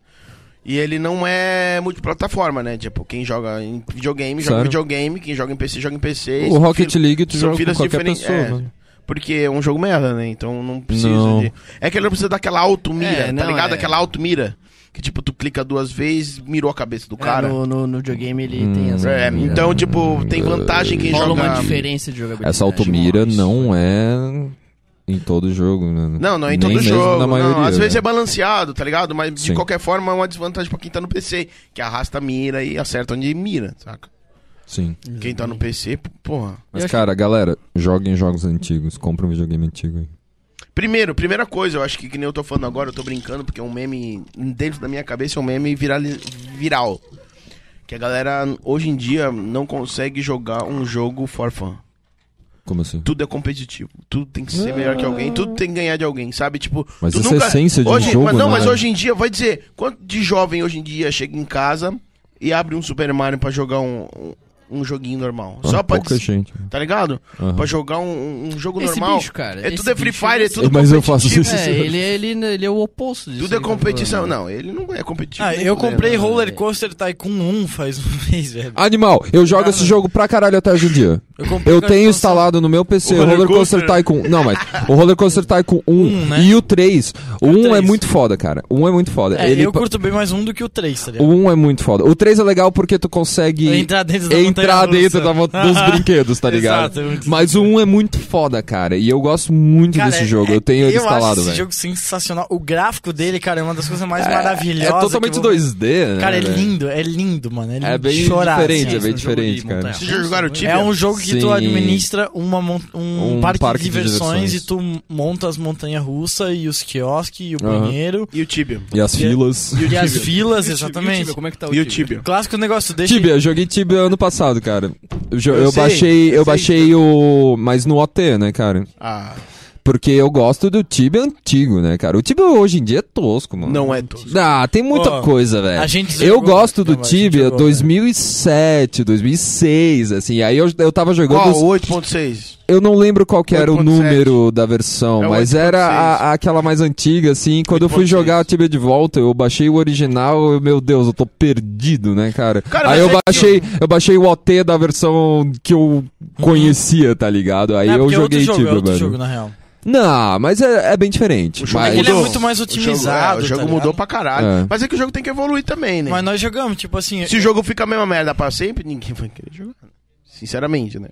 A: E ele não é multiplataforma, né? Tipo, quem joga em videogame, joga em
C: Sério?
A: videogame. Quem joga em PC, joga em PC.
C: O Rocket
A: League.
C: League tu
A: é são
C: joga com
A: filas
C: qualquer
A: diferentes,
C: pessoa,
A: é.
C: né?
A: Porque é um jogo merda, né? Então não precisa
C: Não.
A: de... É que ele não precisa daquela auto-mira,
I: É,
A: tá
I: não,
A: ligado?
I: é.
A: Aquela auto-mira. Que tipo, tu clica duas vezes, mirou a cabeça do
I: É,
A: cara.
I: no, no, no videogame ele
C: Hum.
I: tem essa...
A: É, então, tipo, tem vantagem quem
I: Rola
A: joga...
I: uma diferença de jogabilidade.
C: Essa automira
A: né?
I: Nossa.
C: não é em todo jogo, né?
A: Não, não é em
C: Nem
A: todo
C: mesmo
A: jogo.
C: Na
A: não.
C: maioria,
A: Às vezes
C: né?
A: é balanceado, tá ligado? Mas de
C: Sim.
A: qualquer forma é uma desvantagem pra quem tá no PC, que arrasta a mira e acerta onde mira, saca?
C: Sim.
A: Quem tá no PC, p- porra.
C: Mas, cara, galera, joguem jogos antigos. Compra um videogame antigo aí.
A: Primeiro, primeira coisa, eu acho que, que nem eu tô falando agora, eu tô brincando, porque é um meme dentro da minha cabeça, é um meme virali- viral. Que a galera hoje em dia não consegue jogar um jogo for fun.
C: Como assim?
A: Tudo é competitivo, tudo tem que ser melhor que alguém, tudo tem que ganhar de alguém, sabe? Tipo,
C: Mas
A: tu
C: essa é a
A: nunca...
C: essência de um
A: hoje,
C: jogo,
A: mas não,
C: né?
A: mas hoje em dia, vai dizer, quanto de jovem hoje em dia chega em casa e abre um Super Mario pra jogar um, um, um joguinho normal?
C: Ah,
A: Só pra.
C: pouca
A: des-
C: gente. Ah.
A: Tá ligado?
C: Aham.
A: Pra jogar um, um jogo
I: Esse
A: normal.
I: bicho, cara,
A: é
I: esse
A: tudo é Free
I: bicho,
A: Fire, é
I: esse-
A: tudo
C: Mas eu
A: competitivo.
C: faço isso.
I: É, ele, ele, ele é o oposto disso.
A: Tudo é
I: aí que eu tô
A: competição.
I: falando.
A: Não, ele não é
C: tipo,
A: competitivo.
B: Ah,
A: nem
B: eu
A: fudendo.
B: comprei
I: né,
B: Roller
I: velho?
B: Coaster Tycoon 1 faz um mês, velho.
C: Animal, eu jogo esse jogo pra caralho até hoje em dia.
B: Eu, comprei
C: Ah, Eu
B: com a
C: tenho
B: expansão.
C: instalado no meu PC
A: O
C: o
A: Roller
C: Roller, Coaster
A: Coaster.
C: Tycoon. Não, mas o Roller Coaster Tycoon 1
B: Um, né?
C: e o 3. O 1 é
B: três.
C: muito foda, cara. O 1 é muito foda.
B: É,
C: Ele
B: eu
C: pa-
B: curto bem mais um do que o 3, tá
C: O
B: ligado?
C: 1 é muito foda. O 3 é legal porque tu consegue
B: Entrar dentro da
C: entrar
B: montanha-russa.
C: dentro da monta- dos brinquedos, tá ligado?
B: Exato, é muito-
C: Mas o 1 é muito foda, cara. E eu gosto muito
B: Cara,
C: desse
B: é-
C: jogo. Eu tenho ele
B: eu acho
C: instalado,
B: esse
C: velho.
B: jogo sensacional. O gráfico dele, cara, é uma das coisas mais
C: É
B: maravilhosas.
C: totalmente
B: que eu-
C: 2D, né?
B: Cara, é
C: velho?
B: lindo, é lindo, mano. É, lindo de
C: É bem
B: chorar,
C: diferente,
B: assim.
C: é bem
I: Esse jogo
C: diferente,
I: de
C: cara.
I: montanha-russa,
A: Vocês já jogaram
I: né?
A: Tibia?
B: É um jogo que
C: Sim.
B: tu administra uma mon- um,
C: Um
B: parque,
C: parque
B: de
C: de
B: diversões,
C: diversões.
B: e tu monta as montanhas russas e os quiosques e o
C: Aham.
B: banheiro
A: E o Tibia?
C: E as filas.
B: e as filas,
I: E o Tibia,
B: exatamente.
I: Como é que tá
A: E o Tibia?
B: Clássico negócio, deixa
C: Tibia, eu joguei Tibia ano passado, cara. Eu, jo-
A: Eu
C: eu
A: sei,
C: baixei, eu
A: eu sei.
C: baixei o, mas no OT, né, cara?
A: Ah,
C: Porque eu gosto do Tibia antigo, né, cara? O Tibia hoje em dia é tosco, mano.
A: não é tosco.
C: Ah, tem muita
B: Ó,
C: coisa, velho.
B: a gente
C: Eu
B: jogou-
C: gosto do
B: Não, mas a gente
C: Tibia
B: jogou, né?
C: 2007, 2006, assim. Aí eu, eu tava jogando.
A: Qual?
C: os-
A: 8.6.
C: eu não lembro qual que era o
A: 8.7.
C: número da versão,
A: É o
C: mas
A: 8.6.
C: era a- a- aquela mais antiga, assim. Quando eu fui
A: 8.6.
C: jogar o Tibia de volta, eu baixei o original, eu- meu Deus, eu tô perdido, né, cara?
A: Cara, mas
C: Aí eu
A: é que-
C: baixei, eu baixei o OT da versão que eu conhecia, tá ligado? Aí
B: Uhum. Não,
C: eu
B: porque é outro
C: joguei
B: jogo, é
C: Tibia,
B: outro
C: velho.
B: jogo, na real.
C: Não, mas é, é bem diferente.
A: O jogo
B: É
C: mas-
B: que ele é
A: mudou.
B: muito mais otimizado.
A: O jogo, é, o jogo
B: tá
A: mudou
B: ligado?
A: pra caralho.
C: É.
A: Mas é que o jogo tem que evoluir também, né?
B: Mas nós jogamos, tipo assim.
A: Se o jogo fica a mesma merda pra sempre, ninguém vai querer jogar. né? Sinceramente, né?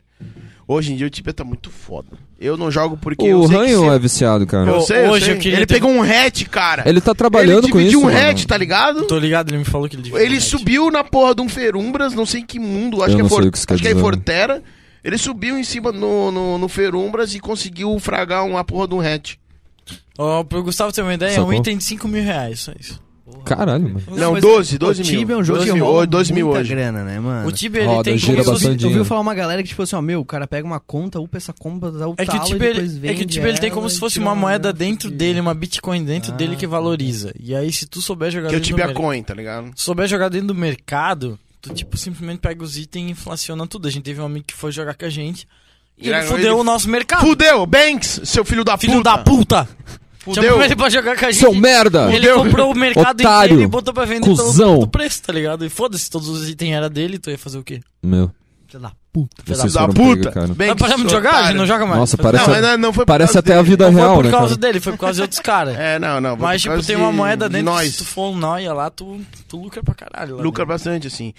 A: Hoje em dia o Tibia tá muito foda. Eu não jogo porque eu sei
C: O
A: que...
C: Ranho
A: se-
C: é viciado, cara.
A: Eu sei, eu
B: Hoje
A: sei.
B: eu queria
A: Ele
B: ter-
A: pegou um hatch, cara.
C: Ele tá trabalhando
A: ele
C: com isso.
A: dividiu um
C: mano.
A: hatch, tá ligado?
B: Tô ligado, ele me falou que ele dividiu
I: um
A: Ele
B: net.
A: subiu na porra de um Ferumbras, não sei em que mundo, acho
C: Eu
A: que é,
C: não sei
A: For-
C: o que isso quer
A: acho que é
C: dizer.
A: Fortera. Ele subiu em cima no, no, no Ferumbras e conseguiu fragar uma porra de um hatch.
B: Ó, pro Gustavo ter uma ideia, é um
C: Sacou?
B: item de 5 mil reais, só isso.
C: Caralho, mano.
A: Não, 12, 12
I: o
A: mil.
I: Tibia é um jogo
A: 12
I: que
A: mil,
I: rola
A: 12 mil
I: muita
A: hoje.
I: grana, né, mano?
B: O Tibia, ele
C: roda,
B: tem
C: gira
B: como se fosse-
C: bastante.
I: Eu
C: dinheiro.
I: ouvi falar uma galera que, tipo assim, ó, meu, o cara pega uma conta, upa essa conta, dá o
B: É que o
I: talo
B: Tibia,
I: e depois
B: ele,
I: vende
B: é que o Tibia, ele tem
I: ela
B: como
I: e
B: se fosse
I: tira
D: um
B: uma moeda
I: grana,
B: dentro
I: porque-
B: dele, uma Bitcoin dentro
I: Ah,
B: dele que valoriza. E aí, se tu souber jogar
A: Que é o
B: dentro do
A: Tibia
B: mercado-
A: Coin, tá ligado?
B: se souber jogar dentro do mercado, tu, tipo, simplesmente pega os itens e inflaciona tudo. A gente teve um amigo que foi jogar com a gente e ele
A: Cara,
B: fudeu
A: ele-
B: o nosso mercado.
A: Fudeu, Banks, seu filho da
B: Filho
A: puta.
B: da puta! um
A: Fudeu.
B: Chamou ele pra jogar com a gente.
C: Seu merda!
B: Ele
A: Fudeu.
B: comprou o mercado
C: Otário.
B: inteiro e botou pra vender pelo
C: Cusão.
B: dobro do preço, tá ligado? E foda-se, todos os itens eram dele, tu ia fazer o quê?
C: Meu,
I: Filha da puta.
A: Filho
C: vocês
A: da
C: foram
A: puta.
C: pega, cara.
A: Banks,
B: Nós paramos de
A: seu
B: jogar, a gente
A: otário.
B: não joga mais.
C: Nossa,
B: Fazer-
C: parece-
A: Não, mas não, não foi por
C: Parece
A: causa
C: até a
A: dele.
C: vida
B: Não foi
C: real,
B: por
C: né,
B: causa
C: cara?
B: dele, foi por causa de outros caras.
A: É, não, não. foi
B: Mas,
A: por
B: tipo,
A: causa
B: tem uma
A: de-
B: moeda
A: de
B: dentro,
A: nós.
B: se tu for um nóia lá, tu, tu lucra pra caralho. Lá
A: lucra
B: dentro.
A: bastante, assim.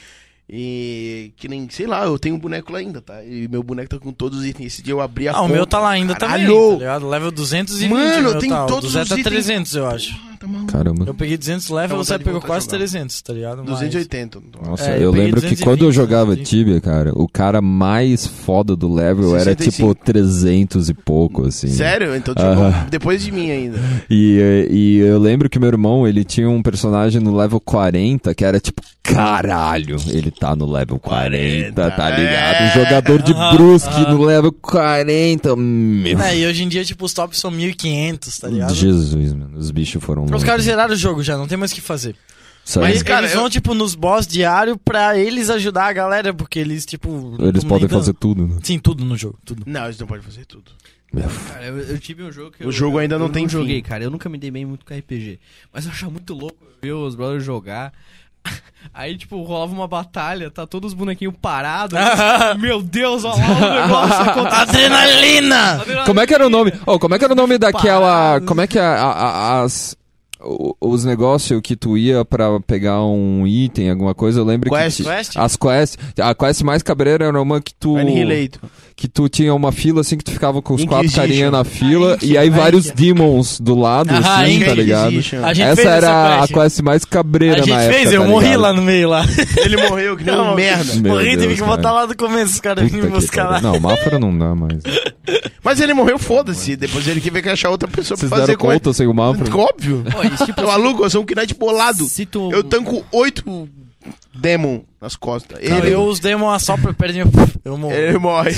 A: E que nem, sei lá, eu tenho um boneco lá ainda, tá? E meu boneco tá com todos os itens. Esse dia eu abri a
B: Ah, o meu
A: conta.
B: tá lá ainda também,
A: Caralho!
B: tá ligado? Level 220.
A: Mano,
B: meu
A: tem
B: tá. O
A: todos
B: do Zé
A: os
B: tá
A: itens.
B: 300, eu acho.
A: Ah, tá maluco.
C: Caramba.
B: Eu peguei 200 level,
A: Dá
B: você
A: vontade de
B: pegou
A: voltar a
B: quase
A: jogar.
B: 300, tá ligado? Mas-
A: 280.
C: Nossa,
B: É, eu
C: eu
B: peguei
C: lembro que
B: 220,
C: quando eu jogava
B: 230.
C: Tibia, cara, o cara mais foda do level era
A: 65.
C: tipo 300 e pouco, assim.
A: Sério? Então, tipo,
C: Aham.
A: depois de mim ainda.
C: E, eh, e eu lembro que meu irmão, ele tinha um personagem no level 40 que era tipo, caralho, ele tá no level 40, tá ligado?
A: É.
C: Um jogador de
B: Aham,
C: brusque
B: aham.
C: no level 40, meu
B: É, e hoje em dia, tipo, os tops são 1500, tá ligado?
C: Jesus, mano, os bichos foram
B: Os
C: longe.
B: caras zeraram o jogo já, não tem mais o que fazer.
C: Sabe?
A: Mas,
B: Mas,
A: cara,
B: eles
A: eu-
B: vão, tipo, nos boss diário pra eles ajudar a galera, porque eles, tipo.
C: Eles
B: tão
C: podem
B: lidando.
C: fazer tudo, né?
B: Sim, tudo no jogo, tudo.
A: Não, eles não podem fazer tudo.
I: Cara, eu, eu tive um jogo que
A: O
I: eu-
A: jogo ainda
I: eu
A: não tem
I: joguei,
A: fim.
I: cara. Eu nunca me dei bem muito com RPG. Mas eu achava muito louco ver os brothers jogar. Aí, tipo, rolava uma batalha, tá todos os bonequinhos parados. Meu Deus, olha lá o negócio
A: é
I: acontecendo.
B: Adrenalina!
C: Como é que era o nome? Oh, como é que era o nome daquela.
I: Paradas.
C: Como é que a- a- a- as. o- Os negócios que tu ia pra pegar um item, alguma coisa, eu lembro
A: Quest.
C: que. ti-
B: Quest?
C: As quests. A quest mais cabreira era uma que tu.
A: Annihilator.
C: Que tu tinha uma fila assim que tu ficava com os quatro
A: Inquisition.
C: carinha na fila
B: Inquisition.
C: e aí
B: Ah,
C: vários
B: Inquisition.
C: demons do lado,
B: Ah,
C: assim, tá
A: Inquisition.
C: ligado?
A: né?
B: A gente
C: Essa
B: fez
C: era
B: essa
C: a
B: quest.
C: quest mais cabreira
B: A gente
C: na
B: fez,
C: época.
B: eu
C: tá
B: morri
C: ligado?
B: lá no meio lá.
A: Ele morreu que nem um merda.
C: Meu
B: morri, tive
C: Deus,
B: que voltar
C: cara.
B: lá do começo, os caras vinham
C: Puta
B: me
C: que
B: buscar lá.
C: pariu. Não, Mafra não dá mais.
A: Mas ele morreu, foda-se. Depois ele que vem que achar outra pessoa
C: Vocês
A: pra fazer
C: deram
A: com ele.
C: conta sem o Mafra?
A: Óbvio. Eu maluco, eu sou um Knight bolado.
I: Se tu-
A: Eu tanco
I: Hum.
A: oito Demon nas costas.
B: Não,
A: ele,
B: eu os demon só pra perder. Eu morro.
A: ele morre.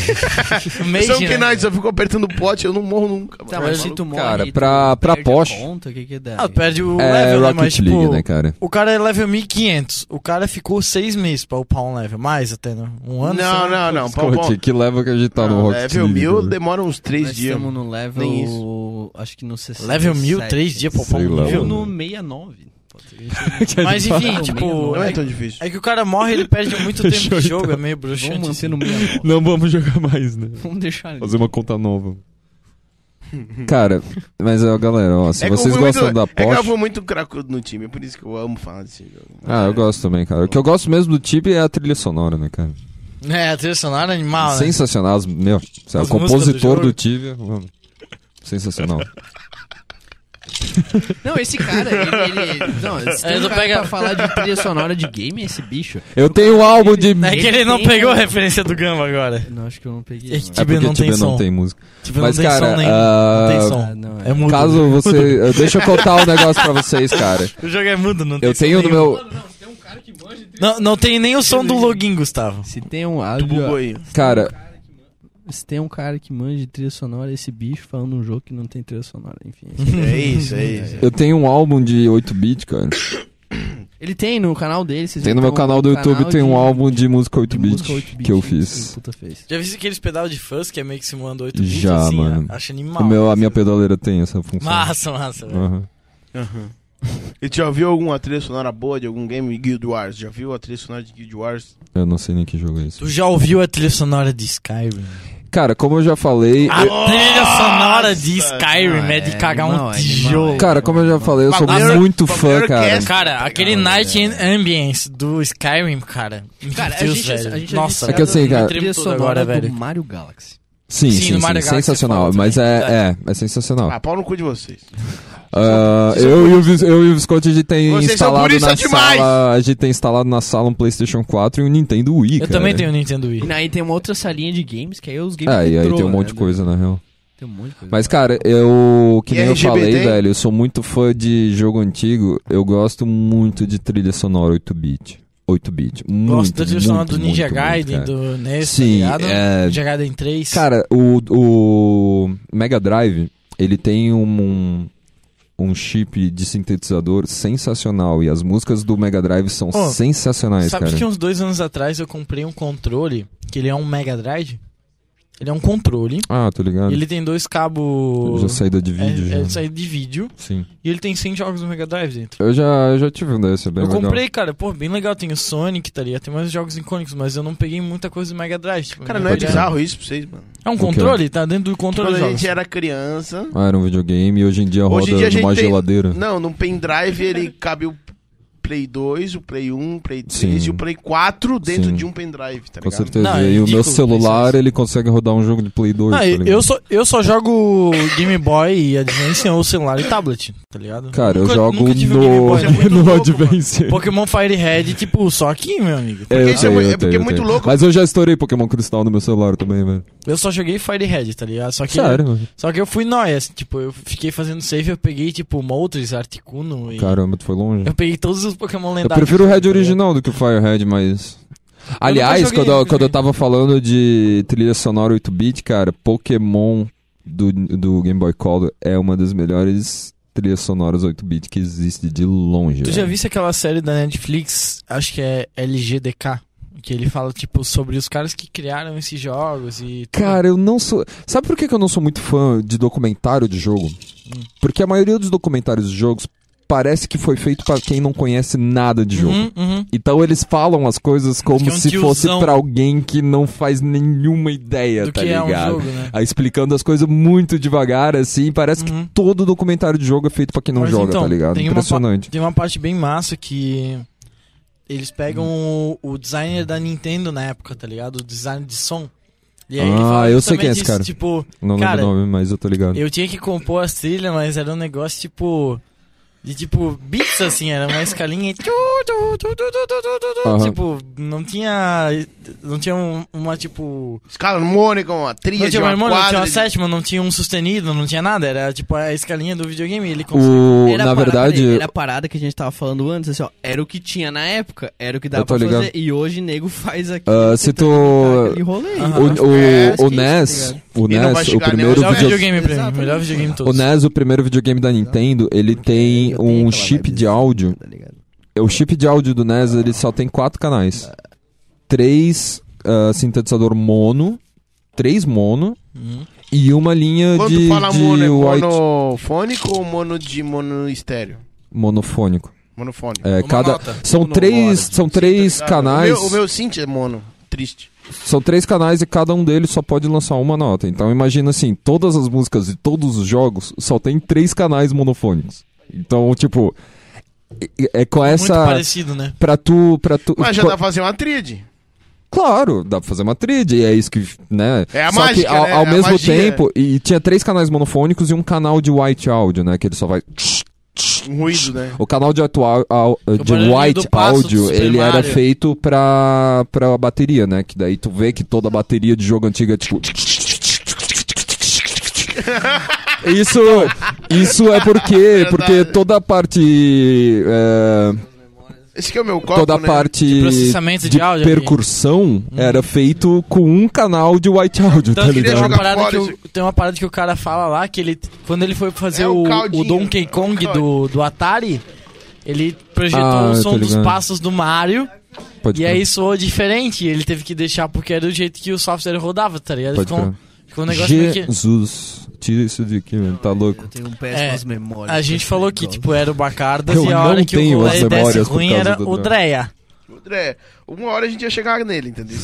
B: Mage,
A: Eu sou um
B: né?
A: Knight, só fico apertando o pote, eu não morro nunca. mano. É
I: Tá, mas se
A: Maluco.
I: tu morre,
C: Cara,
I: tu
C: pra- pra
I: perde a
C: Porsche.
I: conta, o que que dá?
B: Ah, perde o
C: É
B: level, né? Mas,
C: Rocket
B: tipo,
C: League, né, cara?
B: O cara é level 1500. O cara ficou seis meses pra upar um level. Mais até, né? Um ano?
A: Não,
B: sei lá.
A: não, não. Pau, pau.
C: Escute, que level que a gente tá no
B: Ah,
A: Não,
C: Rocket
A: level
C: League?
A: mil
C: né?
A: demora uns três
I: Nós
A: dias.
I: estamos no level.
A: Nem
I: Acho que no 67.
B: Level 1000, três dias pra upar
C: Sei
B: um
C: lá,
I: Eu
B: level.
I: no 69. Pode ser que a gente
B: Mas enfim, tipo.
A: Não é
B: É,
A: tão difícil.
B: é que o cara morre, ele perde muito tempo de jogo. É meio bruxante.
I: Vamos manter
B: assim.
I: no 69.
C: Não vamos jogar mais, né?
I: Vamos deixar ali.
C: Fazer uma conta nova. Cara, mas ó, galera, ó, se
A: É que eu
C: vocês
A: fui
C: gostam
A: muito,
C: da
A: É que eu
C: Porsche.
A: fui muito cracudo no time, é por isso que eu amo falar desse jogo.
C: Ah, eu gosto também, cara. O que eu gosto mesmo do Tib é a trilha sonora, né, cara?
B: É, a trilha sonora é animal, né?
C: Sensacional. as- Meu, sei lá,
B: As
C: o compositor
B: músicas do
C: do,
B: jogo.
C: Tibia. mano, Sensacional.
I: Não, esse cara, ele. ele- não, esse um
B: É, tu
I: cara
B: pega-
I: pra falar de trilha sonora de game é esse bicho.
C: Eu tenho um álbum de.
B: É que ele não
I: Ele tem-
B: pegou a referência do Gamba agora.
I: Não, acho que eu não peguei.
B: É
I: não.
B: que
C: É porque
B: Tibia não tem
C: Tibia não
B: som.
C: tem música.
B: Tipo,
C: Mas,
B: não tem
C: cara,
B: som nenhum.
C: ah,
B: Não tem som.
I: Ah, não, é.
B: é.
C: um
B: mudo.
C: Caso você. eu- Deixa eu contar um negócio pra vocês, cara.
B: O jogo é mudo, não tem
C: Eu
B: som
C: tenho no
B: nenhum.
C: meu.
B: Não, não tem nem o som do login, Gustavo.
I: Se tem um
A: Tu bugou
I: áudio.
A: aí.
C: Cara,
I: Se tem um cara que manja de trilha sonora, é esse bicho falando um jogo que não tem trilha sonora, enfim.
A: É isso, é isso.
C: eu tenho um álbum de 8-bit, cara.
I: Ele tem no canal dele, vocês
C: Tem no meu
I: entram
C: canal do
I: no
C: YouTube, tem um
I: de-
C: álbum de música
I: de música
C: 8-bit
I: 8-bit
C: que eu
I: o
C: fiz.
I: Puta fez.
B: Já viu aqueles pedal de fãs que é meio que simulando 8 bits?
C: Já,
B: assim,
C: mano.
B: Acho animal.
C: O meu, a minha pedaleira tem essa função.
B: Massa, massa. velho.
C: Aham.
A: E tu já viu alguma trilha sonora boa de algum game Guild Wars? Já viu a trilha sonora de Guild Wars?
C: Eu não sei nem que jogo é isso.
B: Tu já ouviu a trilha sonora de Skyrim?
C: Cara, como eu já falei.
B: A trilha sonora de
A: Nossa!
B: Skyrim é de
I: é
B: cagar
I: animal,
B: um
I: é
B: tijolo.
I: animal,
C: eu- Cara, como eu já falei, eu sou
A: Bagulho-
C: muito fã,
A: bagulho
C: cara.
A: orquestra.
B: Cara, aquele Night and Ambience do Skyrim, cara. Meu
I: Cara, a
B: Deus,
I: gente-
B: velho.
I: a gente é
B: Nossa,
I: viciado
C: É que assim,
B: eu
C: cara-
B: tremo
I: Trilha
B: todo
I: sonora
B: agora,
I: do
B: velho.
I: Mario Galaxy.
C: Sim,
B: Sim,
C: sim,
B: no
C: sim.
B: Mario
A: é
B: Galaxy
C: sensacional.
B: fala
C: Mas
B: também,
C: é, é, é sensacional.
A: né? Ah, pau no cu de vocês.
C: Ah, eu, e o, Vis- eu e o Visconti, a gente tem
A: Vocês são
C: instalado
A: purista
C: na
A: demais!
C: sala. A gente tem instalado na sala um Playstation 4 e um Nintendo Wii.
B: Eu
C: cara.
B: também tenho Nintendo Wii.
I: E aí tem uma outra salinha de games, que aí é os games
C: É, e aí
I: retrô,
C: tem um
I: né,
C: monte de
I: do-
C: coisa, na real.
I: Tem um monte de coisa.
C: Mas, cara, eu. Que
A: E
C: nem eu
A: RGB
C: falei,
A: tem?
C: velho, eu sou muito fã de jogo antigo. Eu gosto muito de trilha sonora 8-bit. 8-bit.
B: Gosto
C: Muito,
B: da trilha sonora do
C: muito,
B: Ninja
C: muito, muito,
B: Gaiden,
C: cara.
B: do NES, tá
C: Sim,
B: ligado?
C: é.
B: Ninja Gaiden 3.
C: Cara, o, o Mega Drive, ele tem um, um, um chip de sintetizador sensacional. E as músicas do Mega Drive são
B: Ô,
C: sensacionais,
B: Sabe
C: cara.
B: que uns dois anos atrás eu comprei um controle, que ele é um Mega Drive. Ele é um controle.
C: Ah, tô ligado.
B: E ele tem dois cabos.
C: Já saída de vídeo,
B: é, é,
C: já.
B: saída de vídeo.
C: Sim.
B: E ele tem 100 jogos do Mega Drive dentro.
C: Eu já, eu já tive um desse, é bem
B: eu
C: legal.
B: comprei, cara, pô, bem legal. Tem o Sonic, tá ligado? Tem mais jogos icônicos, mas eu não peguei muita coisa do Mega Drive. tipo,
A: Cara,
B: né?
A: não é
C: Pode-
A: bizarro Tipo, é, isso pra vocês, mano.
B: É um
C: quê?
B: controle, tá dentro do controle
A: Quando
B: de
A: a
B: jogos.
A: gente era criança.
C: Ah, era um videogame e hoje em dia
A: Hoje em
C: roda
A: dia a gente
C: numa
A: tem-
C: geladeira.
A: Não, num pendrive ele cabe o Play 2, o Play 1, o Play 3
C: Sim.
A: e o Play 4 dentro
C: Sim.
A: de um pendrive, tá
C: Com
A: ligado?
C: certeza.
B: Não, é
C: e o meu
B: ridículo pensar
C: celular,
B: isso.
C: ele consegue rodar um jogo de Play 2.
B: Ah,
C: tá ligado?
B: eu, só, eu só jogo Game Boy e Advance ou celular e tablet, tá ligado?
C: Cara, eu
B: Nunca-
C: jogo
B: nunca tive um Game
C: no,
B: Boy, né?
A: muito
C: no
A: louco,
C: Advance.
B: Pokémon Fire Red, tipo, só aqui, meu amigo.
C: É, eu
A: isso é
C: tenho,
A: mu-
C: eu
A: é porque
C: tenho,
A: é
C: eu
A: muito
C: tenho.
A: louco.
C: Mas eu já estourei Pokémon Cristal no meu celular também, velho.
B: Eu só joguei Fire Red, tá ligado? Só que,
C: Sério, mano.
B: Só que eu fui nóia, assim, tipo, eu fiquei fazendo save, eu peguei, tipo, Moltres, Articuno e...
C: Caramba, tu foi longe.
B: Eu peguei todos os Pokémon
C: Eu
B: lendários.
C: prefiro o
B: tá
C: Red
B: ligado?
C: original do que o Fire Red, mas. Aliás,
I: joguei,
C: quando, eu-
I: nunca
C: quando eu
I: joguei.
C: tava falando de trilha sonora 8-bit, cara, Pokémon do, do Game Boy Color é uma das melhores trilhas sonoras 8-bit que existe de longe.
B: Tu já
C: velho.
B: viste aquela série da Netflix, acho que é LGDK, que ele fala, tipo, sobre os caras que criaram esses jogos e... tudo.
C: Cara, eu não sou. Sabe por que que eu não sou muito fã de documentário de jogo?
B: Hum.
C: Porque a maioria dos documentários de jogos parece que foi feito pra quem não conhece nada de jogo.
B: Uhum, uhum.
C: Então eles falam as coisas como
B: Que é um
C: se fosse
B: tiozão.
C: pra alguém que não faz nenhuma ideia,
B: Do
C: tá
B: que é um
C: ligado?
B: jogo, né?
C: Aí explicando as coisas muito devagar, assim, parece
B: Uhum.
C: que todo documentário de jogo é feito pra quem não
B: Mas
C: joga,
B: então,
C: tá ligado?
B: tem uma
C: Impressionante.
B: Tem uma parte bem massa que eles pegam
C: Hum.
B: o, o designer da Nintendo na época, tá ligado? O design de som. E aí ele
C: Ah,
B: fala
C: eu sei quem é
B: justamente
C: esse cara.
B: isso, Tipo,
C: Não
B: Cara,
C: lembro o nome, mas eu tô ligado.
B: eu tinha que compor as trilhas, mas era um negócio tipo. De tipo, beats assim, era uma escalinha e. tu, tu, tu, tu, tu, tu, tu, tu, tu.
C: Aham.
B: Tipo, não tinha. Não tinha um- uma tipo.
A: Escala harmônica, uma trilha
B: Não
A: de
B: tinha
A: uma
B: uma harmônica, não
A: quadra.
B: tinha uma
A: de-
B: sétima, não tinha um sustenido, não tinha nada. Era tipo a escalinha do videogame. Ele conseguiu.
C: O-
I: Era a
C: na
I: parada-
C: verdade,
I: Era a parada que a gente tava falando antes, assim, ó. Era o que tinha na época, era o que dava
C: Eu tô
I: pra
C: ligado.
I: fazer. E hoje nego faz aqui.
C: ah, se
E: tá
C: tu.
I: E rolei.
B: Aham.
C: O, o,
A: É,
C: o
I: esquece,
C: NES,
I: tá
C: o
A: E não vai
C: NES, o
A: chegar nem
C: primeiro
A: aos
B: Melhor
A: Exatamente.
C: videogame.
B: né? videogame pra mim, melhor videogame de
C: O
B: todos.
C: NES, o primeiro videogame da Nintendo, ele tem
I: Eu tenho
C: um
I: aquela
C: chip
I: vibe
C: de áudio.
I: Tá ligado?
C: É, O chip de áudio do NES, ele só tem quatro canais. Três ah, sintetizador mono, três mono
B: Uhum.
C: e uma linha
A: Quando
C: de,
A: fala
C: de
A: mono, é
C: white
A: monofônico ou mono de mono estéreo?
C: monofônico.
A: Monofônico. Tá
C: É,
B: Uma
C: cada
B: nota.
C: são
I: Mono,
C: três,
I: hora.
C: são três canais.
A: O meu, o meu synth é mono. Triste.
C: São três canais e cada um deles só pode lançar uma nota. Então imagina assim, todas as músicas de todos os jogos só tem três canais monofônicos. Então, tipo, é- é com
B: Muito
C: essa
B: parecido, né?
C: Pra tu, pra tu.
A: Mas já
C: co-
A: dá pra fazer uma tríade.
C: Claro, dá pra fazer uma trilha, e é isso que, né?
A: É a
C: só
A: mágica,
C: que ao,
A: né?
C: ao
A: É a
C: mesmo
A: magia.
C: tempo, e, e tinha três canais monofônicos e um canal de white áudio, né, que ele só vai
A: Um ruído, né?
C: o canal de, atu- au- au- de
B: barulho
C: white
B: do passo do
C: áudio,
B: Super
C: ele era
B: Mario.
C: feito pra, pra bateria, né? Que daí tu vê que toda a bateria de jogo antiga é tipo. Isso, isso é porque, porque toda a parte. é,
A: Esse aqui é o meu copo,
C: toda a
A: né?
C: parte de,
B: processamento de áudio Hum. aqui.
C: percussão era feito com um canal de white áudio,
B: Tanto
C: tá
B: que tem,
C: ligado?
B: uma
A: Então jogar
B: parada
A: fora
B: que
A: isso.
B: o, tem uma parada que o cara fala lá que ele. Quando ele foi fazer
A: É um
B: o,
A: caldinho,
B: o Donkey
A: é um
B: Kong do,
A: caldinho.
B: do Atari, ele projetou
C: Ah,
B: o
C: eu tô
B: som dos
C: ligado.
B: passos do Mario
C: Pode
B: e é
C: crer,
B: aí soou diferente. Ele teve que deixar porque era do jeito que o software rodava, tá ligado?
C: pode
B: Ficou,
C: crer.
B: ficou um negócio meio que.
C: Jesus, tira isso daqui, mano, tá louco.
I: Eu
E: um
I: tenho péssimas memórias.
B: A
E: assim,
B: gente falou que, tipo, era o Bacardas
C: Eu
B: e a
C: não
B: hora que o
C: tenho as
B: rolê desse
C: memórias por
B: ruim
C: causa
B: era
C: do
B: o
C: Dra-
B: Dreia.
A: André, é, uma hora a gente ia chegar nele, entendeu?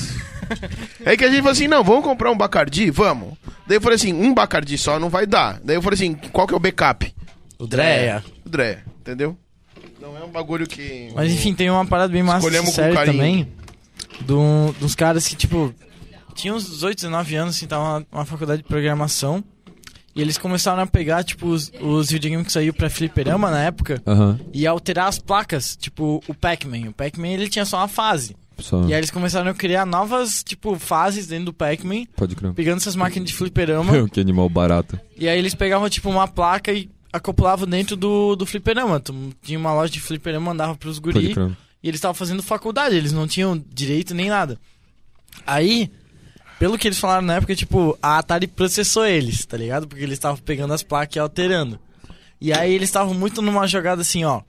A: Aí que a gente falou assim, não, vamos comprar um Bacardi? Vamos. Daí eu falei assim, um Bacardi só não vai dar. Daí eu falei assim, qual que é o backup?
B: O Dreia.
A: André, entendeu? Não é um bagulho que...
B: É, Mas enfim, tem uma parada bem massa
A: Escolhemos
B: de
A: com
B: série
A: carinho.
B: também. do- dos caras que, tipo, tinham uns 18, 19 anos, assim, tava numa faculdade de programação. E eles começaram a pegar, tipo, os, os videogames que saiu pra fliperama na época
C: Aham,
B: e alterar as placas, tipo, o Pac-Man. O Pac-Man, ele tinha só uma fase.
C: só.
B: E aí eles começaram a criar novas, tipo, fases dentro do Pac-Man,
C: Pode crer.
B: pegando essas máquinas de fliperama.
C: que animal barato.
B: E aí eles pegavam, tipo, uma placa e acoplavam dentro do, do fliperama. Tu- Tinha uma loja de fliperama, mandava pros
C: Pode
B: guri.
C: crer.
B: E eles estavam fazendo faculdade, eles não tinham direito nem nada. Aí, pelo que eles falaram na época, tipo, a Atari processou eles, tá ligado? Porque eles estavam pegando as placas e alterando. E aí eles estavam muito numa jogada assim, ó.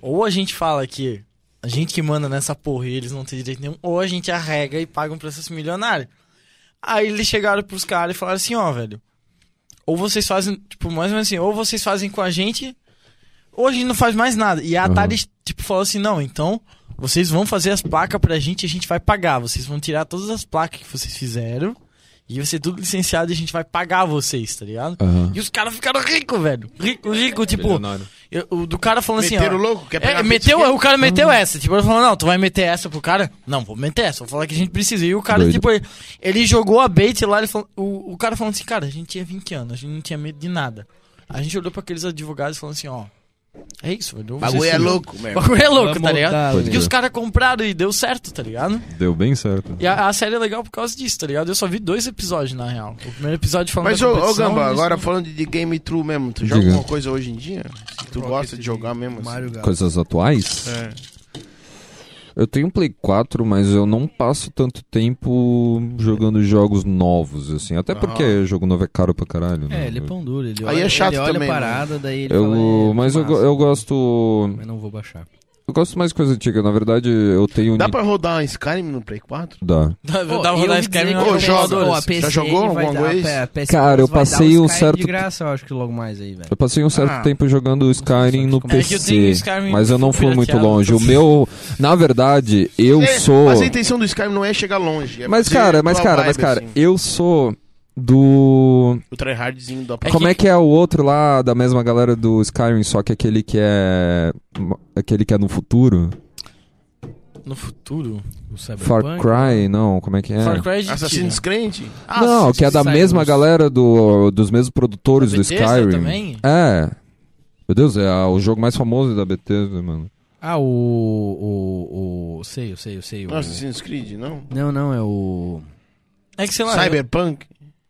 B: Ou a gente fala que a gente que manda nessa porra e eles não têm direito nenhum, ou a gente arrega e paga um processo milionário. Aí eles chegaram pros caras e falaram assim, ó, velho. Ou vocês fazem, tipo, mais ou menos assim, ou vocês fazem com a gente, ou a gente não faz mais nada. E a
C: Aham.
B: Atari, tipo, falou assim, não, então vocês vão fazer as placas pra gente e a gente vai pagar. Vocês vão tirar todas as placas que vocês fizeram e vai ser tudo licenciado e a gente vai pagar vocês, tá ligado?
C: Aham.
B: E os caras ficaram ricos, velho. Rico, rico, tipo, Eu- o do cara falando assim,
A: Meteram
B: ó,
A: louco? Quer pegar
B: É,
A: a Uhum.
B: meteu,
A: pizza?
B: o cara meteu essa. Tipo, ele falou, não, tu vai meter essa pro cara? Não, vou meter essa, vou falar que a gente precisa. E o cara,
C: Doido.
B: tipo, ele, ele jogou a bait lá, ele falou, o, o cara falando assim, cara, a gente tinha 20 anos, a gente não tinha medo de nada. A gente olhou pra aqueles advogados e falou assim, ó, é isso, velho.
A: O
B: eu vou
A: bagulho
B: ser
A: é
B: sujo."
A: louco,
B: O
A: meu.
B: bagulho é louco,
I: Vamos
B: tá ligado?
I: dar,
C: Pode
B: Porque
C: crer.
B: os caras compraram e deu certo, tá ligado?
C: Deu bem certo.
B: E a, a série é legal por causa disso, tá ligado? Eu só vi dois episódios, na real. O primeiro episódio falando
A: Mas,
B: da
A: ô, ô
B: competição,
A: Gamba,
B: e o
A: agora
B: segundo-
A: falando de game true mesmo, tu joga
C: Diga.
A: alguma coisa hoje em dia? Se tu gosta de jogar mesmo assim.
E: Mario Galo.
C: Coisas atuais?
A: É.
C: Eu tenho um Play 4, mas eu não passo tanto tempo jogando jogos novos, assim. Até
A: Ah.
C: porque jogo novo é caro pra caralho, né?
E: É, ele é pão duro. Ele
A: Aí
E: olha,
A: é chato
E: ele olha
A: também,
E: a
A: né?
E: parada, daí ele
C: Eu-
E: fala, é,
C: mas eu, go-
E: massa.
C: eu gosto.
E: Mas não vou baixar.
C: Eu gosto mais de coisa antiga. Na verdade, eu tenho.
A: Dá
C: Ni-
A: pra rodar um Skyrim no Play 4?
C: Dá.
B: Dá-
E: Pô,
B: dá
E: e
B: um
E: eu
B: rolê
E: ouvi
B: Skyrim
E: dizer
B: na
A: Ô,
E: que
A: jogos,
E: o
B: computadora.
E: a PSN
A: já jogou
E: vai
A: alguma
E: dar-
A: vez?
E: a PS
C: Cara, eu
E: vai dar o
C: passei um
E: Skyrim
C: certo
E: de graça, eu acho que logo mais aí, velho.
C: Eu passei um certo
A: Ah.
C: tempo jogando Skyrim no
E: É que eu
B: tenho
C: PC,
B: Skyrim
C: mas eu não fui muito
B: pirateado,
C: longe.
B: então-
C: O meu, na verdade, eu
A: É,
C: sou.
A: Mas a intenção do Skyrim não é chegar longe. é
C: Mas
A: fazer
C: cara, mas
A: tua
C: cara,
A: vibe,
C: mas cara,
A: assim.
C: eu sou do
A: O tryhardzinho da
C: Como é que é o outro lá da mesma galera do Skyrim, só que aquele que é aquele que é no futuro?
B: No futuro.
E: O
C: Far
E: Cyberpunk.
C: Cry, não, como é que é?
B: Far Cry é de tiro.
A: Assassin's Creed?
B: Ah,
C: não, que é da
B: Cyber-
C: mesma galera do dos mesmos produtores
B: Da
C: do
B: Bethesda
C: Skyrim.
B: também?
C: É. Meu Deus, é a- o jogo mais famoso da Bethesda, mano.
E: Ah, o, o, o. Sei, eu sei, eu sei. o-
A: Não, Assassin's Creed, não?
E: Não, não, é o.
B: É que sei lá.
A: Cyberpunk?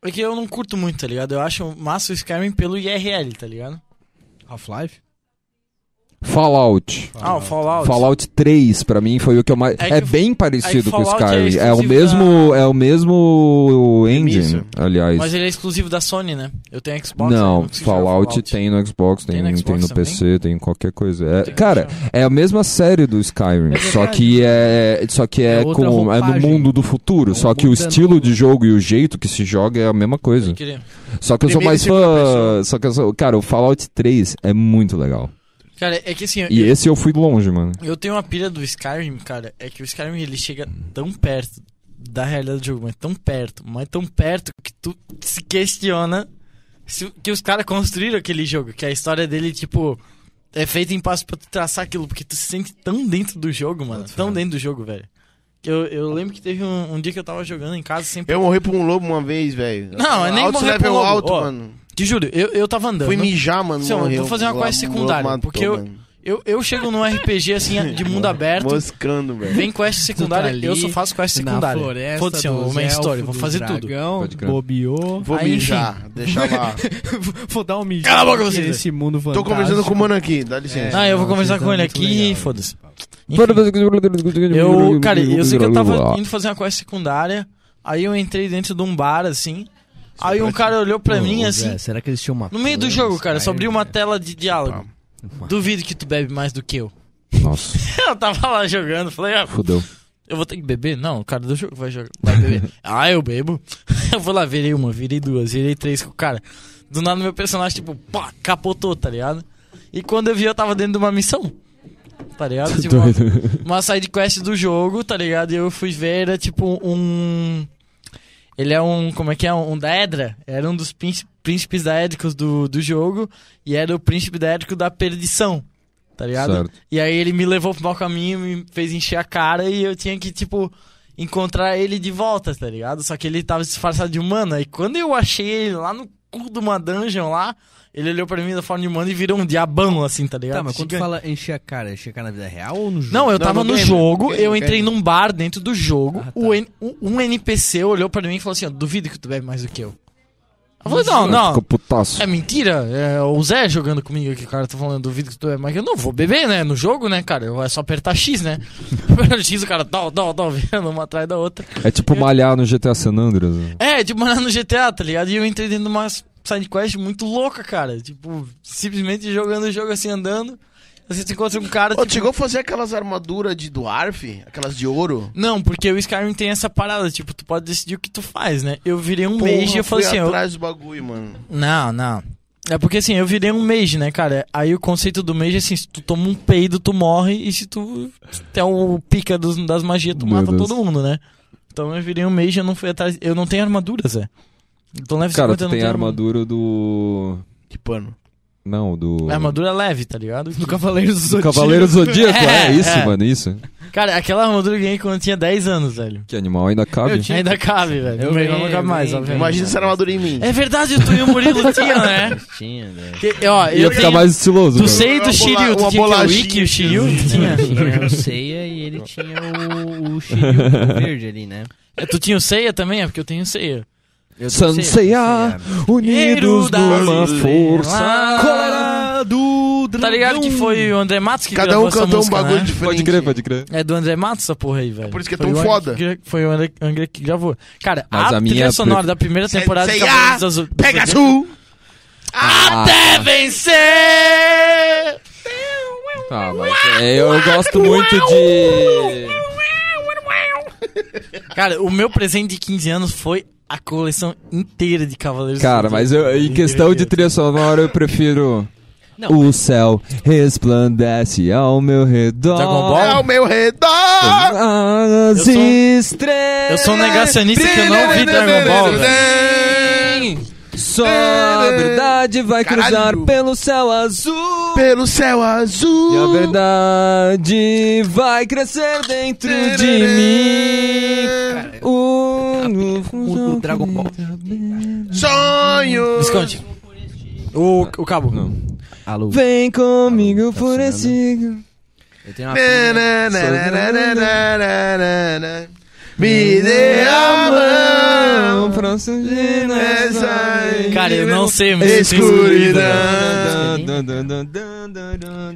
B: É que eu não curto muito, tá ligado? Eu acho massa o Skyrim pelo IRL, tá ligado?
E: Half-Life?
C: Fallout.
B: Ah, o Fallout.
C: Fallout 3 pra mim foi o que eu mais
B: É que
C: é,
B: o-
C: bem parecido com o
B: Fallout é
C: Skyrim. É, o
B: exclusivo
C: mesmo é o mesmo engine,
A: Premissa.
C: aliás.
B: Mas ele é exclusivo da Sony, né? Eu tenho Xbox. eu
C: Não,
B: consigo jogar
C: Fallout, tem no Xbox, tem,
B: Tem no
C: tem no,
B: Xbox também?
C: PC, tem em qualquer coisa. É,
B: Tem que
C: cara,
B: achar.
C: é a mesma série do Skyrim,
E: É
C: só
E: verdade.
C: que é só que é,
E: É outra
C: com, é no
E: roupagem.
C: mundo do futuro,
E: É
C: só que o
E: mudando.
C: estilo de jogo e o jeito que se joga é a mesma coisa.
B: Pode crer.
C: Só que eu sou
A: Primeira e
C: mais
A: segunda
C: fã,
A: pessoa.
C: só que eu sou, cara, o Fallout 3 é muito legal.
B: Cara, é que assim,
C: E
B: eu,
C: esse eu fui longe, mano.
B: eu tenho uma pilha do Skyrim, cara. É que o Skyrim ele chega tão perto da realidade do jogo, mas tão perto, mas tão perto que tu se questiona se, que os caras construíram aquele jogo. Que a história dele, tipo, é feita em passo pra tu traçar aquilo, porque tu se sente tão dentro do jogo, mano. Tão dentro do jogo, velho. Que eu, eu lembro que teve um, um dia que eu tava jogando em casa sempre.
A: Eu morri por um lobo uma vez, velho.
B: Não, eu nem
A: Alto
B: morri
A: level
B: por um lobo,
A: alto,
B: ó.
A: mano.
B: Te juro, eu, eu tava andando.
A: Fui mijar, mano.
B: Sim, eu vou
A: morreu.
B: fazer uma
A: Lá,
B: quest
A: o lobo
B: secundária,
A: matou,
B: porque eu-
A: mano.
B: Eu, eu chego num RPG, assim, de mundo aberto.
A: Moscando, velho.
B: Vem quest secundária,
E: ali,
B: eu só faço quest
E: Na
B: secundária.
E: floresta
B: Foda-se, é
E: dos
B: uma
E: elfos,
B: história, vou
E: dos
B: fazer tudo.
E: dragão,
C: Pode crer.
E: bobeou.
A: Vou
B: Aí, enfim.
A: mijar, deixa lá.
E: Vou dar um mijo.
B: Cala a boca,
E: aqui
B: vocês.
E: Nesse mundo
A: Tô
E: fantástico.
A: conversando com o mano aqui, dá licença.
B: Ah, eu vou
E: Não,
B: conversar
E: vocês
B: com ele
E: são muito
B: aqui e
E: legal.
B: foda-se. Enfim, Eu, cara, eu sei que eu tava indo fazer uma quest secundária, aí eu entrei dentro de um bar, assim, aí um cara olhou pra mim,
E: Ô,
B: assim,
E: Zé, é, será que eles tinham uma
B: no meio do
E: planta,
B: jogo, cara, só
E: Skyrim,
B: abriu uma
E: né?
B: tela de diálogo. Duvido que tu bebe mais do que eu.
C: Nossa,
B: Tá. Eu tava lá jogando, falei, ah,
C: fudeu.
B: eu vou ter que beber? Não, o cara do jogo vai jogar, vai beber. ah, eu bebo. eu vou lá, virei uma, virei duas, virei três com o cara. Do nada meu personagem, tipo, pá, capotou, tá ligado? E quando eu vi, eu tava dentro de uma missão. Tá ligado? Tipo, uma, uma side quest do jogo, tá ligado? E eu fui ver, era tipo um. Ele é um. Como é que é? Um da Edra. Era um dos príncipe- príncipes da Édricos do, do jogo. E era o príncipe da Édrico da perdição. Tá ligado?
C: Certo.
B: E aí ele me levou pro mau caminho, me fez encher a cara e eu tinha que, tipo, encontrar ele de volta, tá ligado? Só que ele tava disfarçado de humano. E quando eu achei ele lá no cu de uma dungeon lá, ele olhou pra mim da forma de humano e virou um diabão, assim, tá ligado?
E: Tá, mas quando tu
B: Gigante.
E: fala encher a cara, encher a cara na vida real ou no jogo?
B: Não, eu
A: Não,
B: tava
A: no
B: no,
A: game,
B: jogo,
A: no game,
B: eu
A: no
B: entrei
A: game.
B: num bar dentro do jogo,
E: Ah, tá.
B: o N- um- um NPC olhou pra mim e falou assim, ó, duvido que tu bebe mais do que eu. Eu falei, não, não,
C: Ficou putaço.
B: é mentira, é o Zé jogando comigo aqui, cara, tá falando, duvido que tu é, mas eu não vou beber, né, no jogo, né, cara, eu- é só apertar X, né, apertar X, o cara, tal, tal, tal, virando uma atrás da outra.
C: É tipo malhar no GTA San Andreas. né?
B: É, tipo, morar no GTA, tá ligado, e eu entrei dentro de uma sidequest muito louca, cara, tipo, simplesmente jogando o jogo assim, andando, você se encontra com um cara,
A: Ô,
B: tipo,
A: chegou a fazer aquelas armaduras de Dwarf? Aquelas de ouro?
B: Não, porque o Skyrim tem essa parada, tipo, tu pode decidir o que tu faz, né? Eu virei um
A: Porra,
B: mage e eu falei
A: fui
B: assim, eu-
A: atrás do bagulho, mano.
B: não, não. É porque assim, eu virei um mage, né, cara? Aí o conceito do mage é assim, se tu toma um peido, tu morre, e se tu tem o pica dos- das magias, tu
C: Meu
B: mata
C: Deus.
B: todo mundo, né? Então eu virei um mage, eu não fui atrás, eu não tenho armadura, Zé. Então leve
C: Cara,
B: 50 eu
C: tu
B: não
C: tem a
B: tenho
C: armadura do
A: Que pano.
C: Não, do.
B: A armadura leve, tá ligado?
I: No Cavaleiro do
C: do
I: Zodíaco.
C: Cavaleiro Zodíaco, é,
B: É,
C: isso,
B: é.
C: mano, isso.
B: Cara, aquela armadura eu ganhei quando eu tinha 10 anos, velho.
C: Que animal ainda cabe.
I: Eu tinha-
B: Ainda cabe, velho.
I: Eu
B: Eu
I: ganhei,
B: não cabe mais,
I: eu ganhei.
B: obviamente.
A: Imagina essa armadura em mim.
B: É verdade, tu e o Murilo tinha, né?
E: Tinha,
A: é.
E: né?
B: Que- ó,
C: Ia
B: eu
C: ficar
B: tenho-
C: mais estiloso.
B: Tu
C: né? mano.
B: sei do
A: Uma
B: Shiryu,
A: bola-
B: tu
A: uma
B: tinha que né? é o
A: bolachinha.
B: Ikki e o Shiryu?
E: Tinha,
B: Tinha.
E: tinha o Seiya e ele tinha o, o Shiryu verde ali, né?
B: É, Tu tinha o Seiya também? É porque eu tenho o Seiya.
E: Eu
C: Sanseiya, unidos
B: Guerreiro da
C: numa
B: luz.
C: força.
B: Ah,
I: do
B: Tá ligado que foi o André Matos que
A: Cada
B: gravou
A: um
B: essa
A: cantou um
B: música,
A: bagulho
B: né?
A: diferente.
C: Pode crer, pode crer.
B: É do André Matos essa porra aí, velho.
A: por isso que é
B: Foi
A: tão
B: o
A: foda.
B: André- Foi o André, André que gravou. Cara,
C: Mas
B: a,
C: a minha
B: trilha sonora
C: pre-
B: da primeira
A: Sei-
B: temporada
A: sei
B: de Cavaleiros
A: lá,
B: do Zodíaco-
A: Pega azul!
B: Até vencer!
C: Ah, mas é, eu gosto muito de.
B: Cara, o meu presente de 15 anos foi a coleção inteira de Cavaleiros
C: Cara,
B: do
C: mas
B: Zodíaco.
C: eu, em questão de trilha sonora, eu prefiro. O céu resplandece ao meu redor.
B: Dragon Ball?
A: Ao é meu redor!
C: As
B: Eu sou um-
C: estrelas.
B: eu sou um negacionista que eu não vi Dragon Ball,
C: Só a verdade vai cruzar
A: Caralho.
C: pelo céu azul.
A: Pelo céu azul!
C: E a verdade vai crescer dentro de mim.
E: O, o Dragon Ball.
A: Sonho!
B: Visconde. O, o Cabo.
E: Alô.
C: Vem comigo
E: Tá
C: por esse.
E: Eu tenho uma
A: né?
E: filha.
A: Nananananananana. Me dê a mão pra
C: pra surgir nessa.
B: Cara, eu não sei, mas eu tenho
A: escuridão.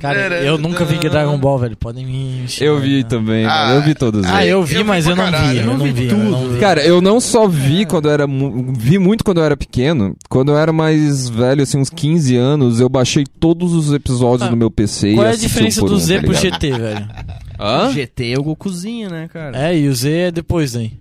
B: Cara, eu nunca vi que Dragon Ball, velho. Podem me. encher,
C: Eu
B: né?
C: vi também,
A: Ah,
C: mano, eu vi todos
B: Ah,
C: eles.
B: eu vi,
A: Eu vi
B: mas
A: pra
B: eu não
A: caralho.
B: vi. Eu não vi, eu não vi.
C: Cara, eu não só vi quando eu era mu- vi muito quando eu era pequeno, quando eu era mais velho, assim uns 15 anos, eu baixei todos os episódios
B: Ah,
C: no meu PC
B: Qual
C: e
B: é a
C: assisti um
B: diferença
C: por
B: do
C: um,
B: Z
C: tá
B: pro
C: ligado?
B: GT, velho?
C: Hã?
E: GT é o Gokuzinho, né, cara?
B: É, e o Z é depois, hein?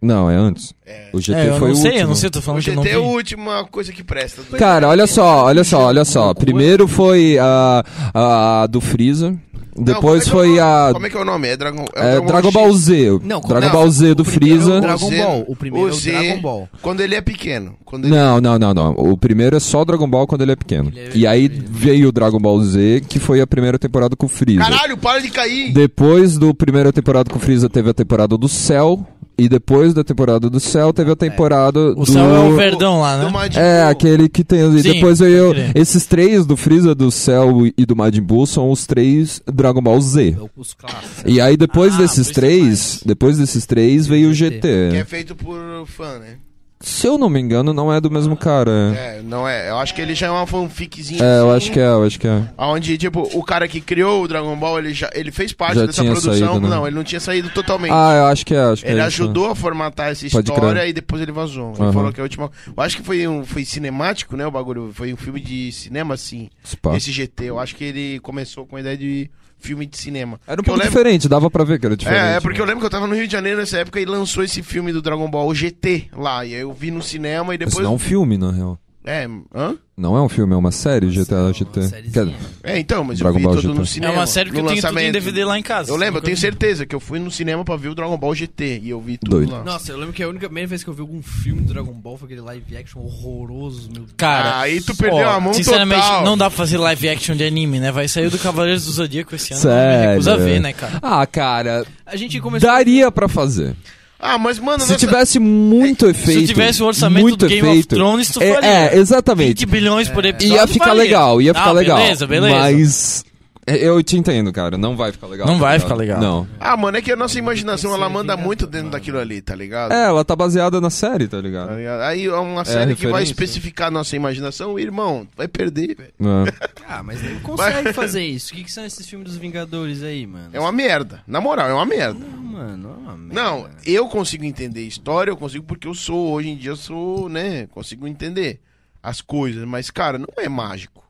C: Não, é antes. O GT
B: É, eu
C: foi
B: não
C: o
B: sei,
C: último.
B: eu não sei, eu tô
A: O
B: falando que eu não
A: GT
B: vi.
A: é a última coisa que presta.
C: Cara, olha só, olha só, olha só. Primeiro foi a, a do Freeza, depois
A: Não, como é que
C: foi
A: é o
C: a
A: nome? Como é que é o nome? É Dragon, é o
C: é, Dragon Ball
A: X.
C: Z.
E: Não, como-
C: Dragon
A: não,
C: Ball Z do
E: primeiro é o
C: Freeza.
E: Dragon
A: Z-
E: Ball, o primeiro é o
A: Z-
E: Dragon Ball.
A: Quando ele é pequeno. Quando ele...
C: Não, não, não, não. O primeiro é só Dragon Ball quando ele é pequeno. E aí veio o Dragon Ball Z, que foi a primeira temporada com o Freeza.
A: Caralho, para de cair!
C: Depois do primeira temporada com o Freeza teve a temporada do Cell. E depois da temporada do Cell teve a temporada do.
B: O céu é o verdão lá, né?
A: Tomar de
C: É,
A: cu.
C: aquele que tem. E
B: Sim,
C: depois veio.
B: pode crer.
C: Esses três, do Freeza, do Cell e do Majin Buu, são os três Dragon Ball Z.
E: É o- Os clássicos.
C: E aí depois
B: Ah,
C: desses
B: por isso
C: três.
B: mais.
C: Depois desses três veio o
A: Que é
C: GT.
A: feito por fã, né?
C: Se eu não me engano, não é do mesmo cara.
A: É, não é. Eu acho que ele já é uma fanficzinha.
C: É, eu
A: assim,
C: acho que é, eu acho que é.
A: Onde, tipo, o cara que criou o Dragon Ball, ele, já, ele fez parte
C: Já
A: dessa
C: tinha
A: produção.
C: saído, né?
A: Não, ele não tinha saído totalmente.
C: Ah, eu acho que é, acho que
A: ele
C: é isso.
A: ajudou a formatar essa
C: Pode
A: história
C: crer.
A: e depois ele vazou. Ele
C: Aham.
A: falou que a última. Eu acho que foi um foi cinemático, né? O bagulho. Foi um filme de cinema, assim.
C: Spa.
A: Esse GT. Eu acho que ele começou com a ideia de filme de cinema.
C: Era um
A: Porque eu
C: pouco
A: lembro-
C: diferente, dava pra ver que era diferente. né?
A: É, é porque eu lembro que eu tava no Rio de Janeiro nessa época e lançou esse filme do Dragon Ball, o GT, lá. E aí eu vi no cinema e
C: Isso
A: depois.
C: não é um filme, na real.
A: É, hã?
C: Não é um filme, é uma série, GTA,
E: Uma
C: GT.
E: sériezinha.
A: É, então, mas
C: Dragon
A: eu vi
C: Ball
A: tudo
C: GT.
A: no
B: É
A: cinema.
B: uma série que
A: no
B: eu tenho tudo em
A: lançamento.
B: DVD lá em casa.
A: Eu lembro, eu
B: Nunca
A: tenho
B: vi.
A: certeza que eu fui no cinema pra ver o Dragon Ball GT e eu vi tudo
C: Doido.
A: lá.
I: Nossa, eu lembro que a única primeira vez que eu vi algum filme do Dragon Ball foi aquele live action horroroso, meu Deus.
B: Cara,
A: Aí tu perdeu a mão
B: sinceramente,
A: total.
B: não dá pra fazer live action de anime, né? Vai sair do Cavaleiros do Zodíaco esse ano.
C: Sério?
B: Não me recusa a ver, né, cara?
C: Ah, cara,
I: A gente começou.
C: daria pra fazer.
A: Ah, mas mano,
C: Se
A: nossa-
C: tivesse muito efeito.
B: Se tivesse o orçamento
C: muito
B: do Game
C: efeito,
B: of Thrones, tu faria.
C: é, é,
B: 20
C: exatamente.
B: bilhões por episódio.
C: Ia ficar
B: faria.
C: legal, ia
B: Tá,
A: Ah,
C: ficar legal.
B: Beleza, beleza.
C: Mas é, eu te entendo, cara, não vai ficar legal.
B: Não
C: tá
B: vai
C: ligado?
B: ficar legal.
C: Não.
A: Ah, mano, é que a nossa imaginação ela manda muito dentro daquilo ali, tá ligado?
C: É, ela tá baseada na série, tá ligado?
A: Tá ligado? Aí é uma série que vai
C: referência.
A: especificar a nossa imaginação, irmão, vai perder, velho.
C: É.
E: Ah, mas não consegue fazer isso. O que, que são esses filmes dos Vingadores aí, mano?
A: É uma merda. Na moral, é uma merda.
E: Não, mano, é uma merda.
A: Não, eu consigo entender história, eu consigo porque eu sou, hoje em dia eu sou, né, consigo entender as coisas, mas cara, não é mágico.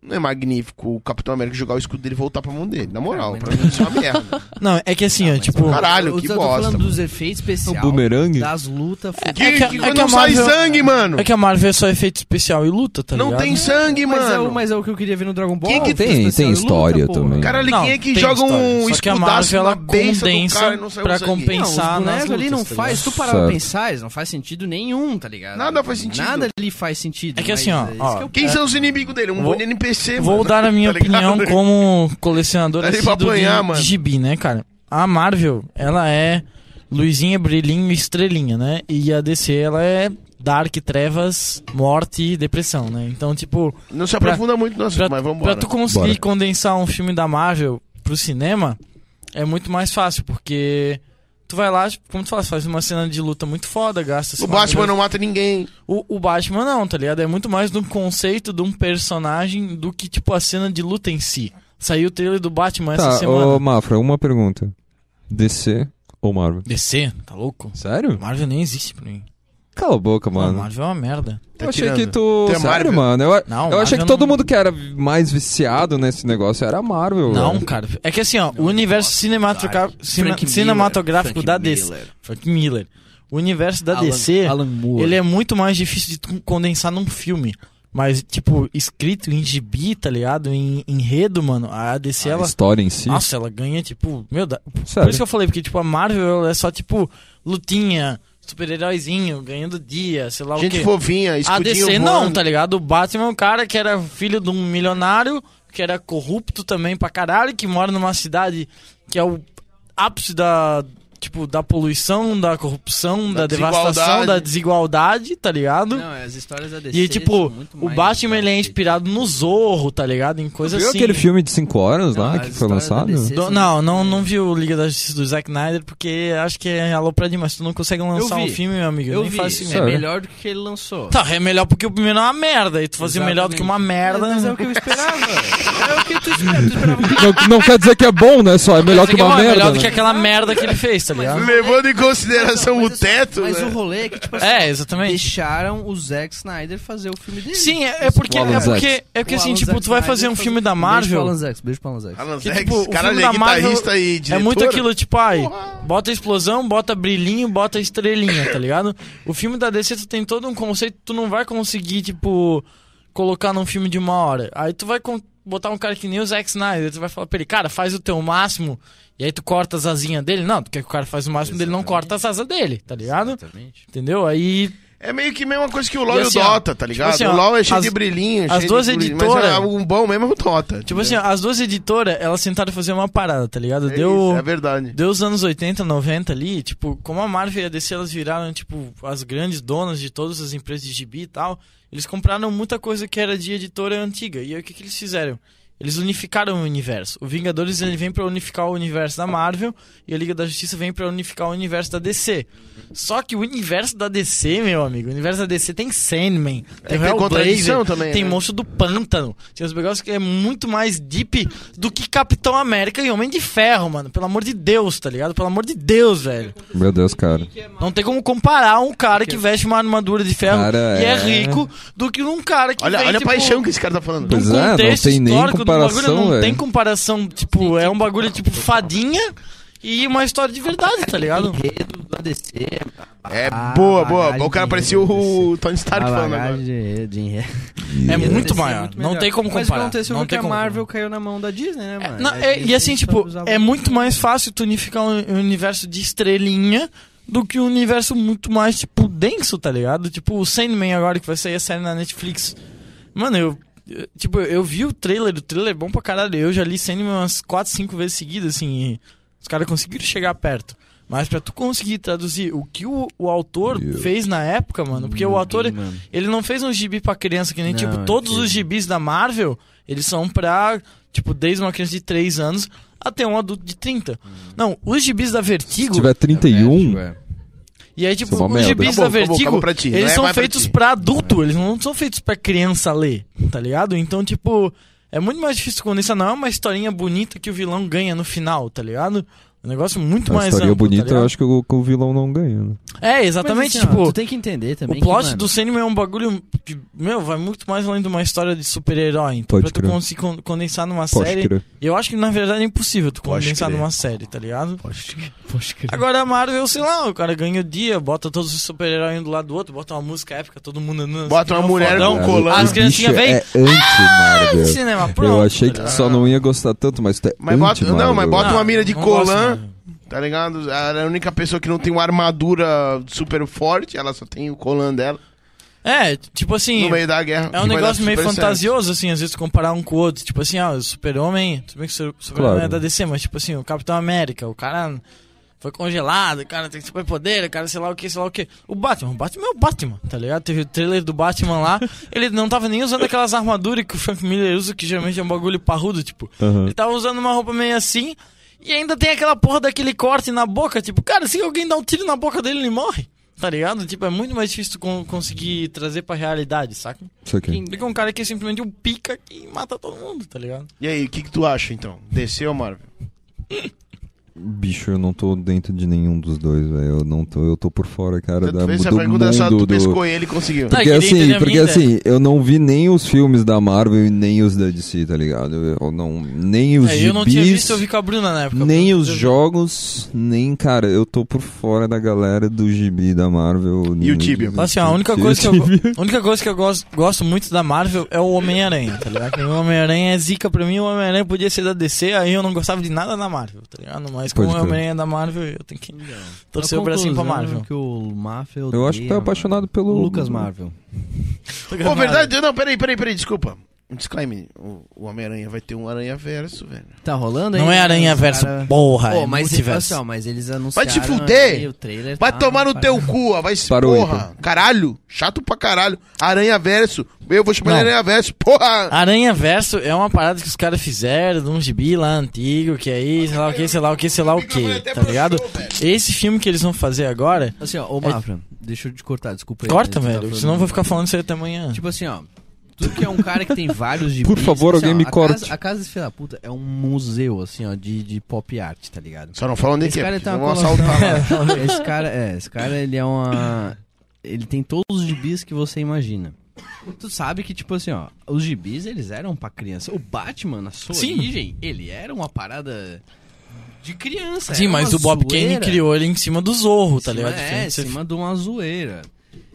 A: Não é magnífico o Capitão América jogar o escudo dele e voltar pra mão dele. Na moral, pra mim isso é uma merda.
B: Não, é que assim, ó, tipo.
A: Caralho,
E: eu
A: que
E: tô
A: bosta.
E: falando
A: mano. É
E: dos efeitos especiais.
C: bumerangue?
E: Das lutas.
A: Que,
E: fu-
B: É que-
A: que
B: é que
A: não
B: a
A: sai
B: Marvel-
A: sangue, mano.
B: É que a Marvel é só efeito especial e luta, tá
A: Não
B: ligado?
A: tem sangue,
I: Mas é,
A: mano.
I: o, mas é o que eu queria ver no Dragon Ball.
A: Quem que
I: Luta
C: tem-
I: especial,
C: tem história
I: porra.
C: também.
A: Caralho,
B: Não,
A: quem é que
B: tem
A: joga
B: história.
A: um
B: Só que a
A: escudaço
B: Marvel,
A: na
B: ela
A: benção do
B: condensa
A: cara e não saiu
B: pra
A: sangue?
B: compensar.
I: não, os
B: nas
I: bonecos ali
B: lutas,
I: não
B: tá
I: faz. Se
B: ligado?
I: tu parar pra
C: Certo.
I: pensar, eles não faz sentido nenhum, tá ligado?
A: Nada faz sentido.
I: Nada ali faz sentido.
B: É que
I: mas
B: assim, ó,
I: isso
B: ó,
I: que eu
A: Quem
I: quero.
A: são os inimigos dele? Um
B: Vou-
A: bom NPC,
B: Vou
A: mano.
B: dar a minha
A: Tá ligado?
B: opinião como colecionador
A: Tá ali
B: assíduo
A: pra apanhar,
B: de,
A: mano.
B: de gibi, né, cara? A Marvel, ela é luzinha, brilhinho e estrelinha, né? E a DC, ela é dark, trevas, morte e depressão, né? Então, tipo,
A: Não se aprofunda muito, não,
B: pra,
A: mas
B: pra
A: vambora.
B: tu conseguir
C: Bora.
B: condensar um filme da Marvel pro cinema, é muito mais fácil, porque tu vai lá, tipo, como tu fala, faz uma cena de luta muito foda, gasta... sei
A: O
B: lá, um
A: Batman não mata ninguém.
B: o, o Batman não, tá ligado? É muito mais do conceito de um personagem do que, tipo, a cena de luta em si. Saiu o trailer do Batman essa
C: Tá,
B: semana.
C: ô Mafra, uma pergunta. DC ou Marvel?
B: DC, tá louco?
C: Sério?
B: Marvel nem existe pra mim.
C: Cala a boca,
B: Mano.
C: mano.
B: Marvel é uma merda.
A: Tá
C: eu achei
A: tirando.
C: que tu.
A: Tu é Marvel?
C: Sério, mano? Eu,
B: Não,
C: eu achei
B: Marvel
C: que todo
B: não-
C: mundo que era mais viciado nesse negócio era a Marvel.
B: Não,
C: velho.
B: cara. É que assim, ó, o universo cinematogra- cine-
E: Frank Miller,
B: cinematográfico
E: Frank
B: da DC.
E: Miller.
B: Frank Miller. O universo da DC,
I: Alan Moore.
B: ele é muito mais difícil de tu condensar num filme. Mas, tipo, escrito em gibi, tá ligado? Em enredo, mano, a DC,
C: A
B: ela...
C: história em si.
B: é Nossa, ela ganha, tipo, meu, da- Por
C: sério.
B: isso que eu falei, porque, tipo, a Marvel ela é só, tipo, lutinha, super-heróizinho, ganhando dia, sei lá o
A: Gente
B: quê.
A: fofinha,
B: A
A: escudinho
B: DC
A: voando.
B: não, tá ligado? O Batman é um cara que era filho de um milionário, que era corrupto também pra caralho, que mora numa cidade que é o ápice da, tipo, da poluição, da corrupção,
A: Da
B: da, devastação,
A: desigualdade.
B: da desigualdade, tá ligado?
E: Não, as histórias da DC.
B: e, tipo,
E: são muito
B: o
E: mais-
B: Batman, ele é inspirado no Zorro, tá ligado? Em coisa
C: Viu
B: assim.
C: aquele filme de 5 horas
E: Não,
C: lá
E: as
C: que foi
E: histórias da
C: lançado?
E: DC
B: Do-
E: são-
B: não, não, não vi o Liga da Justiça do Zack Snyder, porque acho que é alô pra demais. Tu não consegue lançar
E: vi.
B: um filme, meu amigo.
E: Eu
B: nem
E: vi.
B: faz isso.
E: é
C: Sério?
E: melhor do que ele lançou.
B: Tá, é melhor porque o primeiro é uma merda. E tu fazer melhor do que uma merda.
E: Mas é o que eu esperava. é o que tu esperava. Tu esperava
C: não, não quer dizer que é bom, né? Só é melhor
B: Quer
C: que
B: dizer
C: uma
B: é
C: merda.
B: melhor do
C: né?
B: que aquela merda que ele fez, tá ligado?
A: Levando em consideração
E: Mas
A: o teto,
E: Mas
A: né?
E: o rolê é que, tipo assim,
B: É, exatamente.
E: deixaram o Zack Snyder fazer o filme dele.
B: Sim, é, é porque.
C: O Alan
B: É porque,
C: Zack.
B: é porque
E: O
B: assim,
E: Alan
B: tipo,
E: Zack
B: tu vai
E: Snyder
B: fazer um
E: faz-
B: filme da
E: Beijo pro Alan
B: Marvel.
E: Zack, beijo pro Alan Zack.
A: Alan
B: Que,
A: Zex,
B: tipo, o
A: caralho,
B: filme
A: ele é
B: da Marvel
A: guitarrista e
B: É
A: diretor. né?
B: muito aquilo, tipo, ai, bota explosão, bota brilhinho, bota estrelinha, tá ligado? O filme da DC, tu tem todo um conceito, tu não vai conseguir, tipo, colocar num filme de uma hora. Aí tu vai con- botar um cara que nem o Zack Snyder, tu vai falar pra ele, cara, faz o teu máximo, e aí tu corta as asinhas dele. Não, tu quer que o cara faz o máximo dele, não corta as asas dele, tá ligado?
E: Exatamente.
B: Entendeu? Aí
A: É meio que a mesma coisa que o LoL e,
B: E assim,
A: o
B: ó,
A: Dota, tá ligado?
B: assim, ó,
A: o LoL é cheio
B: as-
A: de brilhinho,
B: as
A: cheio de
B: duas
A: brilhinho,
B: editoras-
A: Mas é, um bom mesmo é o Dota.
B: Tipo
A: entendeu?
B: assim, as duas editoras, elas tentaram fazer uma parada, tá ligado?
A: É
B: deu,
A: isso, é verdade.
B: deu os anos 80, 90 ali, tipo, como a Marvel e a DC, elas viraram, tipo, as grandes donas de todas as empresas de gibi e tal, eles compraram muita coisa que era de editora antiga. E aí o que, que eles fizeram? Eles unificaram o universo. O Vingadores ele vem pra unificar o universo da Marvel e a Liga da Justiça vem pra unificar o universo da DC. Só que o universo da DC, meu amigo, o universo da DC tem Sandman, tem
A: que ter É, contradição
B: Hellblazer,
A: também,
B: tem
A: né?
B: Monstro do Pântano. Tem uns negócios que é muito mais deep do que Capitão América e Homem de Ferro, mano. Pelo amor de Deus, tá ligado? Pelo amor de Deus, velho.
C: Meu Deus, cara.
B: Não tem como comparar um cara que veste uma armadura de ferro
C: Cara,
B: e é
C: é.
B: rico do que um cara que
A: Olha,
B: vem,
A: olha a
B: tipo,
A: paixão que esse cara tá falando.
C: Pois
B: um
C: é, não
B: contexto
C: tem nem
B: histórico do
C: comparação,
B: bagulho, não
C: velho.
B: tem comparação, tipo, é um bagulho tipo fadinha e uma história de verdade, tá ligado?
E: Enredo da DC.
A: É
E: Ah,
A: boa, boa.
E: bagagem
A: O cara
E: de
A: parecia o Tony Stark
B: Ah,
E: a
A: falando
E: bagagem
A: agora.
E: de enredo, de enredo.
B: É Tá muito maior,
I: muito
B: não
I: melhor.
B: tem como comparar.
I: Mas o que aconteceu
B: não
I: foi que
B: tem
I: a
B: como
I: Marvel caiu na mão da Disney, né, mano?
B: Não,
I: A
B: é- e
I: Disney
B: assim,
I: só
B: tipo,
I: usava-
B: é muito mais fácil tu unificar um um universo de estrelinha do que um universo muito mais, tipo, denso, tá ligado? Tipo, o Sandman agora que vai sair a série na Netflix. Mano, eu. eu- Tipo, eu vi o trailer, o trailer é bom pra caralho. Eu já li Sandman umas 4, 5 vezes seguidas, assim, e os caras conseguiram chegar perto. Mas pra tu conseguir traduzir o que o, o autor
C: Meu.
B: fez na época, mano, porque o autor,
E: mano.
B: ele não fez um gibi pra criança, que nem,
E: Não,
B: tipo, todos
E: entendi.
B: os gibis da Marvel, eles são pra, tipo, desde uma criança de 3 anos até um adulto de 30. Não, os gibis da
C: Se
B: Vertigo,
C: tiver 31,
B: e aí, tipo,
C: Isso é
B: os
C: uma merda.
B: gibis
A: Acabou,
B: da
A: acabou,
B: Vertigo,
A: acabou tá pra ti. Não
B: eles
A: é
B: são
A: mais pra
B: feitos
A: ti.
B: pra, adulto, eles não são feitos pra criança ler, tá ligado? Então, tipo, é muito mais difícil quando isso não é uma historinha bonita que o vilão ganha no final, tá ligado? Um negócio muito
C: Uma
B: mais
C: história
B: amplo, tá
C: bonita, eu
B: ligado?
C: acho que o, que o vilão não ganha. né?
B: É, exatamente,
D: Mas, assim, ó,
B: tipo...
D: tu tem que entender também.
B: O plot
D: que, mano,
B: do cinema é um bagulho que, meu, vai muito mais além de uma história de super-herói. Então,
C: Pode
B: pra tu
C: crer.
B: conseguir con- condensar numa
C: Pode
B: série.
C: crer.
B: Eu acho que na verdade é impossível tu
A: Pode
B: condensar
A: crer.
B: numa série, tá ligado?
J: Poxa, que...
B: Agora a Marvel, sei lá, o cara ganha o dia, bota todos os super-heróis um do lado do outro, bota uma música épica, todo mundo andando.
A: Bota
B: assim,
A: uma
B: que
A: mulher
B: nem um fodão.
A: com
C: Cara,
A: colã.
B: As
C: o
B: criancinhas
C: bicho
B: vêm.
C: É anti-Marvel.
B: Cinema, pronto.
C: eu achei que tu só não ia gostar tanto, mas tu é
A: Mas bota- não,
C: anti-Marvel.
A: mas bota- uma mina de
B: não gosto,
A: colã.
B: mano.
A: Tá ligado? Ela é a única pessoa que não tem uma armadura super forte, ela só tem o colã dela
B: É, tipo assim.
A: no meio da guerra.
B: É um
A: que vai dar
B: negócio meio
A: super certo.
B: fantasioso, assim, às vezes comparar um com o outro. Tipo assim, ah, o Super-Homem, tudo bem que o Super- Super-Homem
C: Claro.
B: é da DC, mas tipo assim, o Capitão América, o cara foi congelado, o cara tem superpoder, o cara sei lá o que, sei lá o que. O Batman, o Batman é o Batman, tá ligado? Teve o trailer do Batman lá, ele não tava nem usando aquelas armaduras que o Frank Miller usa, que geralmente é um bagulho parrudo, tipo.
C: né? Aham.
B: Ele tava usando uma roupa meio assim, e ainda tem aquela porra daquele corte na boca, tipo, cara, se alguém dá um tiro na boca dele, ele morre. Tá ligado? Tipo, é muito mais difícil tu con- conseguir trazer pra realidade, saca?
C: Isso aqui.
B: Do que um cara que é simplesmente um pica que mata todo mundo, tá ligado?
A: E aí, o que, que tu acha então? Desceu, Marvel?
C: Bicho, eu não tô dentro de nenhum dos dois, velho. Eu não tô, eu tô por fora, cara,
A: Tu
C: da,
A: fez essa
C: do
A: pergunta, é só
C: mundo
A: tu
C: do,
A: pescou ele e conseguiu.
B: Tá,
C: Porque
B: queria entender
C: assim,
B: a
C: porque
B: minha
C: assim, eu não vi nem os filmes da Marvel e nem os da DC, tá ligado? Eu não, nem os
B: É,
C: gibis,
B: eu não tinha visto, eu vi com a Bruna na época.
C: nem
B: Eu-
C: os
B: eu-
C: jogos, nem, cara, eu tô por fora da galera do gibi da Marvel.
A: E o
C: nem-
A: Tibia?
B: Fala Assim, ó, a única
C: E o
B: coisa que eu,
C: Tibia.
B: a única coisa que eu gosto, gosto muito da Marvel é o Homem-Aranha, tá ligado? Porque O Homem-Aranha é zica pra mim, o Homem-Aranha podia ser da DC, aí eu não gostava de nada da Marvel, tá ligado? Mas como
C: Pode
B: o
C: crer.
B: Homem-Aranha é da Marvel, eu tenho que torcer
D: a
B: o bracinho pra
D: conclusão
B: Marvel.
D: né, Que o Mafia
C: Eu acho que
D: odeia,
C: tá apaixonado
D: mano.
C: pelo-
D: O Lucas Marvel.
B: Tá
A: Pô, verdade, não, peraí, peraí, peraí, desculpa. Um disclaimer. O, o Homem-Aranha vai ter um Aranha Verso, velho.
D: Tá rolando aí?
B: Não é
D: né?
B: Aranha
D: Os
B: Verso,
D: cara-
B: porra,
D: Pô,
B: é
D: mas,
B: multiverso.
D: assim, ó, mas eles anunciaram.
A: te fuder!
D: aí o trailer,
A: Vai
D: tá,
A: tomar no
D: pá.
A: teu cu, ó, vai se
C: Parou, então.
A: porra. Caralho, chato pra caralho. Aranha Verso. Eu vou chamar
B: Não.
A: de Aranha Verso, porra.
B: Aranha Verso é uma parada que os caras fizeram de um gibi lá antigo, que aí, sei lá o que, sei lá o que, sei lá o que, tá ligado? Esse filme que eles vão fazer agora,
D: Assim, ó, ô Mafra, deixa eu te cortar, desculpa aí.
B: corta,
D: mas tu tá
B: velho,
D: falando-
B: senão eu vou ficar falando isso aí até amanhã.
D: Tipo assim, ó. Tu que é um cara que tem vários gibis.
C: Por favor,
D: assim,
C: alguém
D: ó,
C: me
D: a
C: corte.
D: Casa, a Casa desse Filho da Puta é um museu, assim, ó, de, de pop art, tá ligado?
A: Só não fala onde é
D: Esse
A: que é,
D: cara
A: porque
B: então,
D: ele tem
A: senão vão
D: uma
A: assaltar lá.
D: coleção. Esse cara, é, esse cara, ele é uma. Ele tem todos os gibis que você imagina. Tu sabe que, tipo assim, ó, os gibis eles eram pra criança. O Batman, na sua
B: Sim.
D: origem, ele era uma parada de criança.
B: Sim,
D: era
B: mas
D: é uma
B: o Bob Kane
D: zoeira.
B: criou ele em cima do Zorro, tá
D: Em
B: ligado?
D: cima-
B: Filme
D: É, em
B: que você-
D: cima de uma zoeira.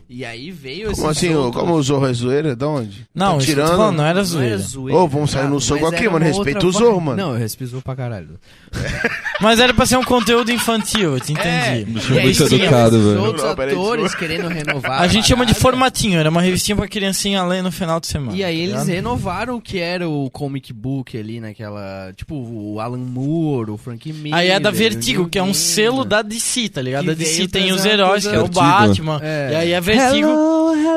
D: E aí veio esse.
A: Como assim? ô, Como o Zorro é zoeira? Da onde?
B: Não,
A: Tá
B: isso que eu tô
A: tirando.
B: falando, não era zoeira.
D: zoeira.
A: Ô, vamos sair no
D: mas
A: soco
D: era
A: aqui, mano,
D: uma
A: respeita
D: outra
A: o Zorro, mano.
D: Não, eu respeito o Zorro pra caralho.
B: Mas era pra ser um conteúdo infantil, eu te entendi.
D: É, e aí,
C: muito
D: sim,
C: educado,
D: esses
C: velho.
D: Outros
A: Não, peraí,
D: atores querendo renovar.
B: A gente chama de
D: parada.
B: formatinho, era uma revistinha pra criancinha ler no final de semana.
D: E aí
B: tá
D: eles
B: ligado?
D: renovaram o que era o comic book ali naquela. Tipo, o Alan Moore, o Frank Miller.
B: Aí é da
D: o
B: Vertigo,
D: Neil
B: que é um
D: Gaiman.
B: selo da DC, tá ligado?
D: Que
B: A DC
D: veio
B: tem os
D: trazer uma
B: heróis,
D: coisa-
B: que é o
C: Vertigo.
B: Batman.
D: É.
B: E aí a Vertigo.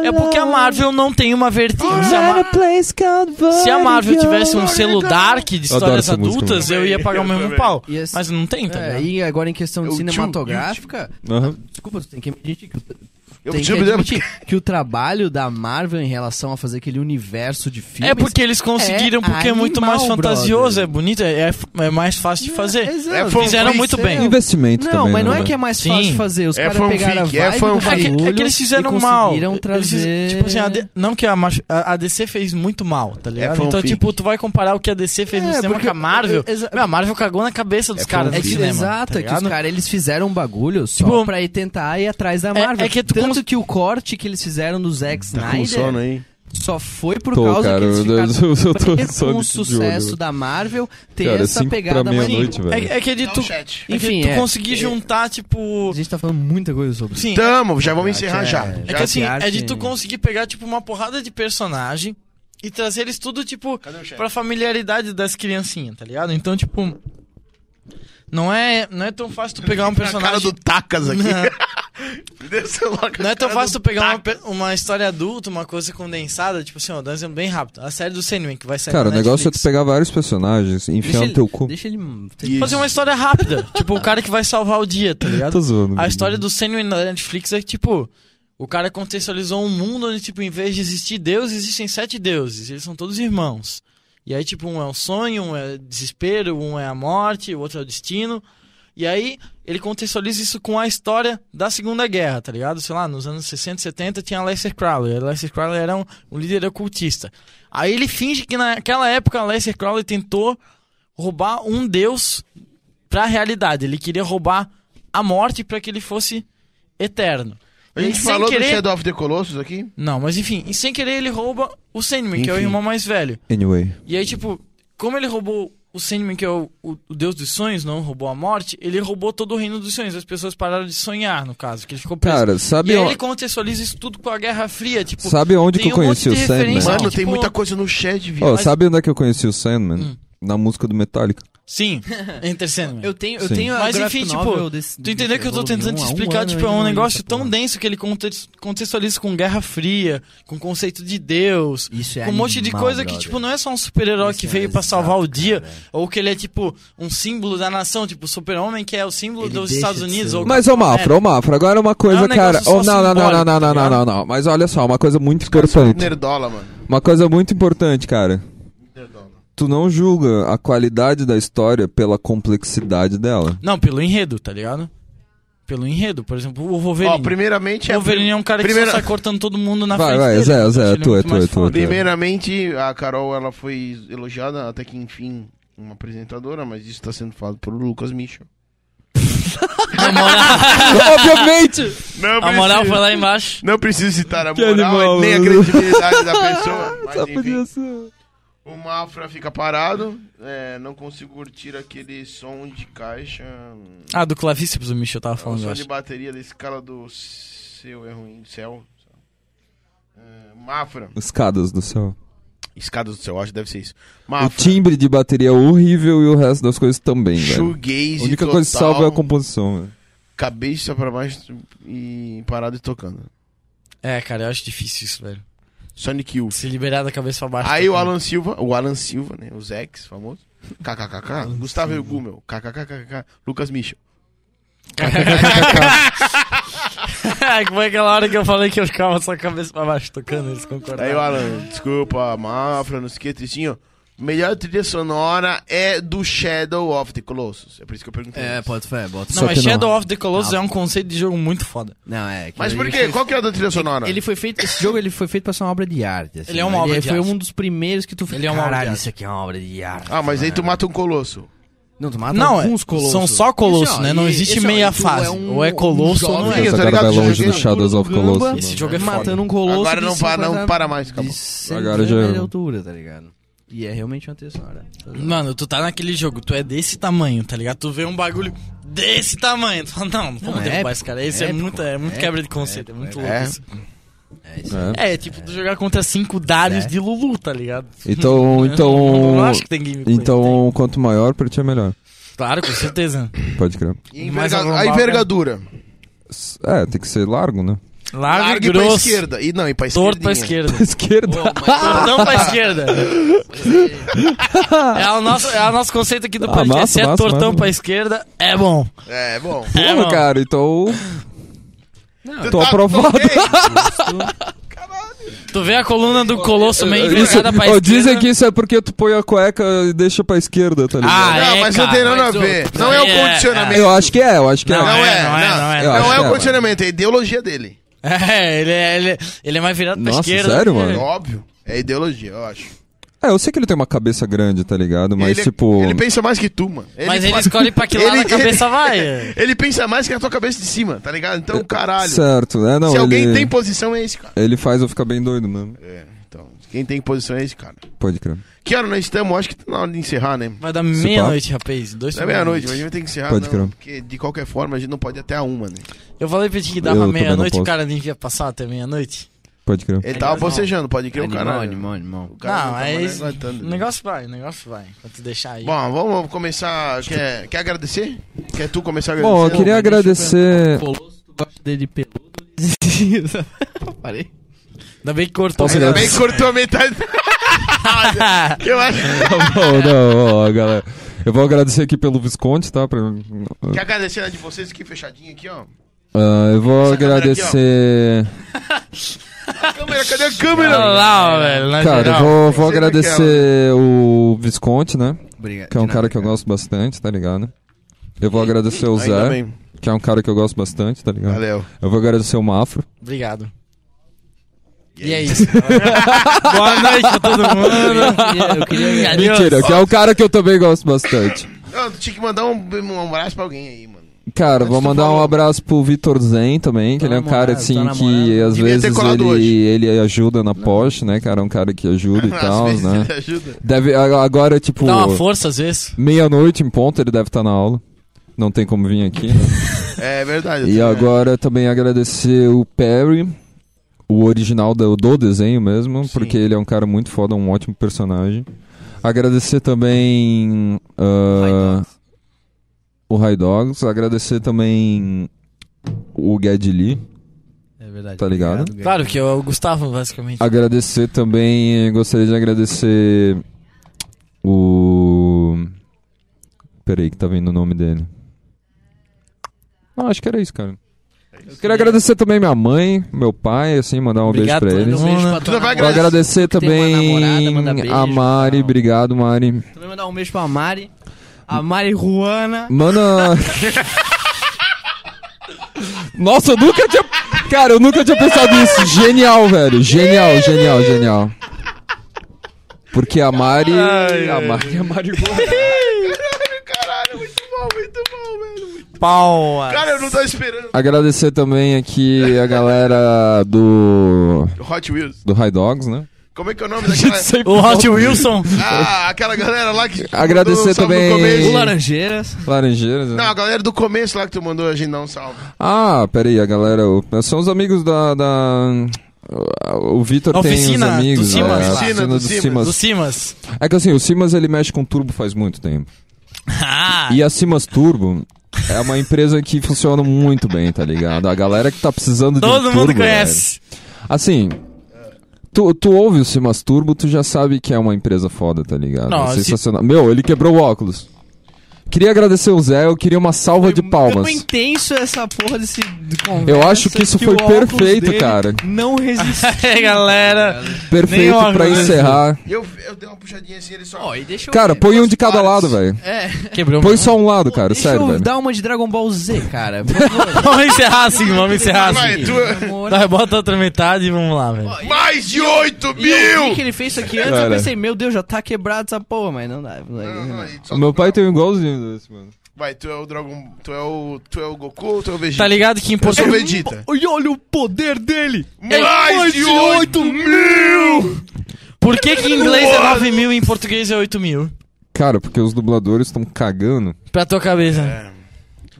B: É porque a Marvel não tem uma Vertigo.
D: Ah,
B: Se a, Ma- se a Marvel tivesse um selo Dark de
C: Adoro
B: histórias
C: essa música,
B: adultas, eu ia pagar o mesmo pau.
D: E esse-
B: Mas não tem, tá
D: É,
B: ligado?
D: e agora em questão
A: Eu
D: de
A: tinha- um
D: cinematográfica,
C: Aham.
D: desculpa, tu tem que admitir que, o-
A: Eu
D: tem que,
A: preciso dizer- tá
D: admitir que o trabalho da Marvel em relação a fazer aquele universo de filmes
B: É porque eles conseguiram,
D: é
B: porque é muito
D: animal,
B: mais fantasioso,
D: brother.
B: é bonito, é, é f- é mais fácil de fazer.
D: Exato.
A: É fanfic.
B: Fizeram muito bem.
C: Investimento
D: Não,
C: também.
D: mas não
C: né,
D: é que é
C: velho?
D: mais
B: Sim.
D: fácil de fazer. Os
A: É
D: caras pegaram a
A: fanfic, é
D: vibe do
A: fanfic.
B: É que, é que
D: bagulho
B: eles fizeram
D: e
B: mal.
D: conseguiram
B: Eles fiz-
D: trazer...
B: tipo assim, a D- não que a, Mar- a- a DC fez muito mal, tá ligado? então,
A: fanfic.
B: tipo, tu vai comparar o que a DC fez no
D: É,
B: cinema
D: porque-
B: com a Marvel.
D: é, exa-
B: Meu, a Marvel cagou na cabeça dos caras
D: É
B: no
D: que,
B: cinema.
D: exato,
B: tá
D: é que os
B: ligado?
D: caras eles fizeram um bagulho só
B: Tipo,
D: pra ir tentar ir atrás da
B: é-
D: Marvel.
B: é que tu
D: Tanto
B: cons-
D: que o corte que eles fizeram no Zack
A: Tá
B: né?
A: com
D: Snyder
A: sono aí.
D: só foi por
C: Tô,
D: causa
C: cara,
D: que eles
C: eu,
D: ficaram
C: eu, eu tô
D: presos
C: só
D: com o
C: de- de olho,
D: sucesso
C: velho.
D: da Marvel, ter
C: Cara,
D: essa
C: cinco pra
D: pegada mais...
C: meia-noite. noite, velho.
B: é, é que
A: um
B: de tu,
A: chat.
D: Enfim,
B: é que tu
D: é.
B: conseguir juntar,
D: A
B: tipo.
D: gente tá falando muita coisa sobre
B: Sim,
A: Tamo, já vamos encerrar já.
D: É
B: É
A: Já-
B: que assim,
D: arte-
B: é de tu conseguir pegar, tipo, uma porrada de personagem e trazer eles tudo, tipo, pra familiaridade das criancinhas, tá ligado? Então, tipo. Não é, não é tão fácil tu pegar um
A: A cara
B: personagem.
A: do Tacas aqui.
B: Não.
A: Deu celular com a
B: Não é tão
A: cara
B: fácil tu
A: do
B: pegar uma,
A: Tacas.
B: pe- uma história adulta, uma coisa condensada, tipo assim, ó, dá um exemplo bem rápido. A série do Sandman que vai sair
C: Cara, o
B: Tá, na
C: negócio é tu
B: Netflix.
C: pegar vários personagens e enfiar
D: Deixa
C: no teu
D: ele,
C: cu.
D: deixa ele...
B: Fazer uma história rápida, tipo, o cara que vai salvar o dia, tá ligado?
C: Tô zoando.
B: A história do Sandman na Netflix é que, tipo, o cara contextualizou um mundo onde, tipo, em vez de existir Deus, existem sete deuses. Eles são todos irmãos. E aí, tipo, um é o sonho, um é desespero, um é a morte, o outro é o destino. E aí ele contextualiza isso com a história da Segunda Guerra, tá ligado? Sei lá, nos anos 60, 70 tinha Lester Crowley. Lester Crowley era um, um líder ocultista. Aí ele finge que naquela época Lester Crowley tentou roubar um deus pra realidade. Ele queria roubar a morte pra que ele fosse eterno.
A: A
B: E
A: gente
B: sem
A: falou do
B: querer-
A: Shadow of the Colossus aqui.
B: Não, mas enfim, e sem querer ele rouba o Sandman, que é o
C: Enfim.
B: irmão mais velho.
C: Anyway.
B: E aí, tipo, como ele roubou o Sandman, que é o, o, o deus dos sonhos, não roubou a morte, ele roubou todo o reino dos sonhos. As pessoas pararam de sonhar, no caso, que ele ficou preso.
C: Cara, sabe,
B: e aí
C: o-
B: ele contextualiza isso tudo com a Guerra Fria, tipo...
C: sabe onde que
B: tem
C: eu
B: um monte
C: conheci
B: de
C: o Sandman?
B: referência.
A: Mano,
B: Não,
A: tem
B: tipo-
A: muita coisa no chat, viu?
C: Ó,
B: mas-
C: sabe onde é que eu conheci o Sandman?
B: Hum.
C: Na música do Metallica.
B: Sim, Enter Sandman.
E: Eu tenho, eu
C: Sim.
E: tenho a
B: Mas,
E: graphic
B: enfim,
E: novel
B: tipo,
E: desse-
B: Tu entendeu que eu tô
E: volume
B: tentando
E: um,
B: te
E: há um
B: explicar?
E: ano
B: tipo, é
E: eu
B: um
E: ainda não li
B: negócio
E: essa
B: tão
E: porra.
B: denso que ele conte- contextualiza com Guerra Fria, com conceito de Deus,
E: Isso é
B: com um monte de
E: animal,
B: coisa que,
E: brother.
B: tipo, não é só um super-herói
E: Isso
B: que
E: é
B: veio pra
E: exato,
B: salvar o dia,
E: cara.
B: ou que ele é, tipo, um símbolo da nação, tipo, o super-homem que é o símbolo
E: Ele
B: dos
E: deixa
B: Estados
E: de
B: Unidos.
E: ser
B: Ou...
E: um-
C: Mas, ô Mafra, ô Mafra, agora uma coisa,
B: É um negócio
C: cara.
B: só
C: Ô, não, não, não,
B: simbólico, tá
C: não, não, não, não,
B: ligado?
C: não, não. Mas olha só, uma coisa muito importante.
A: Nerdola, mano.
C: Uma coisa muito importante, cara. Tu não julga a qualidade da história pela complexidade dela.
B: Não, pelo enredo, tá ligado? Pelo enredo, por exemplo, o
A: Ó,
B: Wolverine.
A: primeiramente...
B: o
A: a-
B: Wolverine é um cara
A: primeira-
B: que só sai cortando todo mundo na
C: Vai,
B: frente
C: vai,
B: dele.
C: Zé,
B: Eu
C: Zé,
B: acho ele
C: tu é,
B: muito
C: tu é,
B: mais
C: tu é,
B: foda.
C: tu é.
A: Primeiramente, a Carol, ela foi elogiada, até que enfim, uma apresentadora, mas isso tá sendo falado pelo Lucas Michel.
B: Na moral,
C: Obviamente!
A: Não
B: a moral foi lá embaixo.
A: Não preciso citar a
C: Que
A: moral, é
C: animal,
A: nem a
C: mano.
A: credibilidade da pessoa. Mas,
C: Só
A: enfim,
C: podia ser.
A: O Mafra fica parado, é, não consigo curtir aquele som de caixa.
B: Ah, do clavíceps o Michel tava
A: o
B: falando, eu
A: som
B: acho.
A: de bateria da escala do seu é ruim, céu. É, Mafra.
C: Escadas do céu.
A: Escada do céu, acho que deve ser isso.
C: O
A: Mafra.
C: timbre de bateria é horrível e o resto das coisas também, velho.
A: Shoegaze
C: A única
A: total,
C: coisa que salva é a composição, velho.
A: Cabeça pra baixo e parado e tocando.
B: É, cara, eu acho difícil isso, velho.
A: Sonic U.
B: Se liberar da cabeça pra baixo.
A: Aí
B: tá
A: o
B: ligado?
A: Alan Silva, o Alan Silva, né? O Zex, famoso. KKKK. Gustavo Gumel. KKKKK. Lucas Michel.
B: Como é aquela hora que eu falei que eu ficava só a cabeça pra baixo tocando, eles concordaram.
A: Aí o Alan, desculpa, Mafra, não sei o que, tristinho. Melhor trilha sonora é do Shadow of the Colossus. É por isso que eu perguntei.
E: É,
A: isso.
E: pode ser, bota
B: Não,
E: só
B: mas
E: que Ah.
B: Shadow of the Colossus
E: Não.
B: é um conceito de jogo muito foda.
E: Não, é. que
A: Mas por
E: ele
A: quê?
E: foi-
A: Qual que é a da trilha sonora?
E: Ele foi feito, esse jogo ele foi feito pra ser uma obra de arte. assim,
B: Ele é uma
E: né?
B: obra de
E: foi
B: arte.
E: um dos primeiros que tu fez.
B: Ele é uma obra de
E: Caralho,
B: arte.
E: isso aqui é uma obra de arte.
A: Ah, mas aí tu mata um colosso.
E: Não, tu mata
B: Não, é-
E: alguns colossos.
B: são só colossos,
E: Isso, ó,
B: né? Não
E: e-
B: existe
E: esse, ó,
B: meia
E: e tu
B: fase.
E: é um-
B: ou é
E: um
B: colosso ou não
A: jovem.
B: é.
A: Isso,
C: Essa
A: tá
C: cara
A: ligado?
C: vai
A: Esse
C: longe
A: jogo
C: do
A: é
C: Shadows of
E: Gamba.
C: Colossus.
B: Esse
C: mano.
B: jogo é foda.
E: matando um colosso
A: Agora
E: de
A: não para- não
E: 50
A: para mais, Cabral.
E: de 100
C: Agora já-
E: metros de altura, tá ligado? E é realmente uma trilha sonora.
B: Mano, tu tá naquele jogo, tu é desse tamanho, tá ligado? Tu vê um bagulho desse tamanho. Tu fala, não, não vamos
E: Não, é
B: derrubar
E: épico,
B: esse cara. Isso é,
E: épico,
B: muito, é muito
E: épico,
B: quebra de conceito, é,
E: épico,
B: muito
E: é.
B: louco
A: É.
B: isso.
E: É isso.
C: É.
B: É, tipo, tu jogar contra cinco Darius
E: É.
B: de Lulu, tá ligado?
C: Então,
B: Eu não
C: então...
B: acho que tem gameplay.
C: Então, quanto maior, pra ti é melhor.
B: Tem. Claro, com certeza.
C: Pode crer.
A: E a
B: Mas
A: enverga-
B: arrombar,
A: a envergadura.
C: S- É, tem que ser largo, né?
B: Largo, e
A: Largue pra
B: grosso,
A: esquerda. E não, e pra esquerda.
B: torto pra esquerda.
C: Esquerda.
B: Tortão pra esquerda. É o nosso, é o nosso conceito aqui do
C: Ah,
B: podcast.
C: massa,
B: Se é
C: massa,
B: tortão
C: massa.
B: pra esquerda, é bom.
A: É, bom.
B: É
C: Porra,
B: bom.
C: cara, então...
A: Tu
C: Tô
A: tá-
C: aprovado.
A: ok?
B: Tu vê a coluna do Colosso meio
C: Isso,
B: envergada pra
C: ó,
B: esquerda.
C: dizem que isso é porque tu põe a cueca e deixa pra esquerda, tá ligado?
B: Ah,
A: Não,
B: é,
A: mas não
B: cara,
A: tem nada a
B: mas o-
A: ver. Não é o
B: Aí é-
A: condicionamento.
C: eu acho que é, eu acho que
B: Não,
C: é.
A: Não é,
B: não é, não é,
C: Eu
B: não é.
A: Não é
C: acho
A: o
C: que é,
A: condicionamento, é a ideologia dele.
B: É, ele, é- ele, ele é mais virado pra
C: Nossa,
B: esquerda.
C: sério, mano?
A: É
C: É.
A: óbvio. É ideologia, eu acho.
C: É, eu sei que ele tem uma cabeça grande, tá ligado? Mas,
A: ele, é-
C: tipo.
A: ele pensa mais que tu, mano.
B: Mas ele
A: faz-
B: escolhe pra que lado
A: Ele-
B: a cabeça
A: ele-
B: vai.
A: Ele pensa mais que a tua cabeça de cima, tá ligado? Então, caralho.
C: Certo, né? É, Não,
A: Se alguém
C: ele,
A: tem posição, é esse cara.
C: ele faz eu ficar bem doido mesmo.
A: É, então. Quem tem posição é esse cara.
C: Pode crer.
A: Que hora nós estamos? Acho que tá na hora de encerrar, né?
B: Vai dar
C: pá.
B: meia-noite, rapaz. Dois
A: Não é
B: pra
A: meia-noite, mas a gente vai ter que encerrar,
C: Pode
A: não,
C: crer.
A: porque de qualquer forma a gente não pode ir até a uma, né?
B: Eu falei pra ti que
C: Eu
B: dava
C: também não
B: meia-noite, o
C: posso.
B: cara nem ia passar até meia-noite.
C: Pode crer.
A: Ele tava bocejando, pode crer o
E: Animal,
A: caralho.
E: animal, animal.
A: O cara
B: não,
A: tava
B: é
A: nem
B: isso.
A: aguentando,
B: O
A: né?
B: negócio vai, o negócio vai. Pra tu deixar aí.
A: Bom, vamos começar. é, Quer, quer agradecer? Quer tu começar agradecendo?
C: Bom, eu queria agradecer.
E: Colosso, tu gosta dele peludo? desliza. Parei.
B: Ainda bem que cortou.
C: Posso
A: Ainda
C: agradecer?
A: bem que cortou a metade. Eu acho.
C: não, não, ó, galera. Eu vou agradecer aqui pelo Visconde, tá? Pra-
A: Quer agradecer a de vocês aqui fechadinho aqui, ó.
C: Ah, eu vou
A: Essa câmera aqui,
C: agradecer.
A: Câmera, cadê a câmera?
B: Olha lá, velho. na
C: Cara, eu
B: geral.
C: vou, vou
A: É Sempre
C: agradecer o Visconde, né?
E: Obrigado.
C: Que é um
E: de nada,
C: cara que eu gosto bastante, tá ligado? Eu vou agradecer o
A: Ainda
C: Zé,
A: bem.
C: que é um cara que eu gosto bastante, tá ligado?
A: Valeu.
C: Eu vou agradecer o Mafro.
B: Obrigado. E é isso. Boa noite pra tá todo mundo.
K: Eu queria...
C: Mentira, que é um cara que eu também gosto bastante.
A: Eu tinha que mandar um, um abraço pra alguém aí, mano.
C: Cara, vou
A: tu
C: mandar um
A: falou.
C: abraço pro Vitor Zen também, que
K: Tá
C: ele é um
K: namorado,
C: cara
K: tá
C: assim que
K: namorado.
C: às
A: Devia ter
C: vezes
A: colado
C: ele,
A: hoje.
C: ele ajuda na Porsche, né, cara? É um cara que ajuda e
A: Às
C: tal,
A: vezes
C: né?
A: ele ajuda.
C: Deve, a- agora, tipo,
B: Dá uma força às vezes.
C: meia-noite em ponto ele deve estar na aula. Não tem como vir aqui. né?
A: É verdade. eu
C: e
A: também-
C: agora também agradecer o Perry, o original do, do desenho mesmo,
A: Sim.
C: porque ele é um cara muito foda, um ótimo personagem. Agradecer também. ah, o High Dogs. Agradecer também o Ged Lee.
K: É verdade.
C: Tá ligado?
K: Obrigado,
B: Claro que é o Gustavo, basicamente.
C: Agradecer também, eh, gostaria de agradecer o. Peraí, que tá vindo o nome dele. Não, acho que era isso, cara. Eu queria agradecer também minha mãe, meu pai, assim, mandar um
K: Obrigado,
C: beijo pra
K: mano.
C: eles.
K: Um
C: Vou
K: beijo
B: Mona.
K: pra
A: Tu
K: tua
A: vai
K: namorada.
A: agradecer
C: agradecer
K: que tem uma
C: também
K: namorada, manda beijo,
C: a Mari,
K: tal.
C: obrigado, Mari.
K: Também mandar um beijo pra Mari. A Mari Ruana.
C: Manda. Nossa, eu nunca tinha. Cara, eu nunca tinha pensado nisso. Genial, velho. Genial, genial, genial. Porque a Mari. a Mari é a Mari Gomes.
A: Caralho, caralho, muito bom, muito bom, velho. muito-
B: Pau. ah.
A: Cara, eu não tava esperando.
C: Agradecer também aqui a galera do.
A: Hot Wheels.
C: Do High Dogs, né?
A: Como é que é o nome daquela...
B: O Hot Wilson.
A: Ah, aquela galera lá que...
C: Agradecer
A: mandou um salve
C: também-
A: No
C: O
A: começo.
C: Laran-
K: Laranjeiras.
C: Laranjeiras.
A: Não,
C: Né?
A: a galera do começo lá que tu mandou a gente dar um salve.
C: Ah, peraí, a galera. o- São os amigos da. da... O Vitor
B: A
C: tem os
B: oficina do
C: amigos.
B: Simas.
C: é, a
A: Oficina
C: oficina
A: do
C: do
A: Simas.
C: Simas.
B: Do Simas.
C: É que assim, o Simas ele mexe com turbo faz muito tempo.
B: Ah,
C: E a Simas Turbo é uma empresa que funciona muito bem, tá ligado? A galera que tá precisando de um
B: todo mundo
C: turbo,
B: conhece.
C: velho. Assim, tu, tu ouve o Simas Turbo, tu já sabe que é uma empresa foda, tá ligado?
B: Não,
C: é
B: se-
C: sensacional. Meu, ele quebrou o óculos. Queria agradecer o Zé, eu queria uma salva de
D: Foi
C: palmas.
D: intenso essa porra desse de conversa.
C: Eu acho que isso
D: que
C: foi
D: o óculos
C: perfeito,
D: dele
C: cara.
D: Não resistiu.
B: Aí, galera.
C: Perfeito
B: óculos,
C: pra
B: né?
C: encerrar.
A: Eu, eu dei uma puxadinha assim, ele só...
D: Ó, e deixa eu
C: Cara,
D: ver.
C: põe um de cada lado, velho.
B: Quebrou
C: Põe só um lado, cara,
K: Deixa
C: sério,
K: eu
C: velho.
K: dar uma de Dragon Ball Z, cara. Por favor.
B: Vamos encerrar assim, vamos encerrar
A: Vai,
B: assim.
A: tu...
B: Tá, bota outra metade e vamos lá, velho.
A: Mais de 8
D: E Eu vi
A: mil!
D: que ele fez isso aqui antes, eu
C: Cara.
D: pensei, meu Deus, já tá quebrado essa porra, mas não dá. não dá.
A: Não, não, ele só-
C: Meu pai tem um igualzinho desse, mano.
A: Vai, tu é o Dragon... Tu é o... Tu é o Goku ou tu é o Vegeta?
B: Tá ligado que em
A: Eu sou o
B: Portugal.
A: Vegeta.
D: E olha o poder dele!
A: Mais de 8 mil!
B: Por que, que em inglês é 9 mil e em português é 8 mil?
C: Cara, porque os dubladores estão cagando.
B: Pra tua cabeça.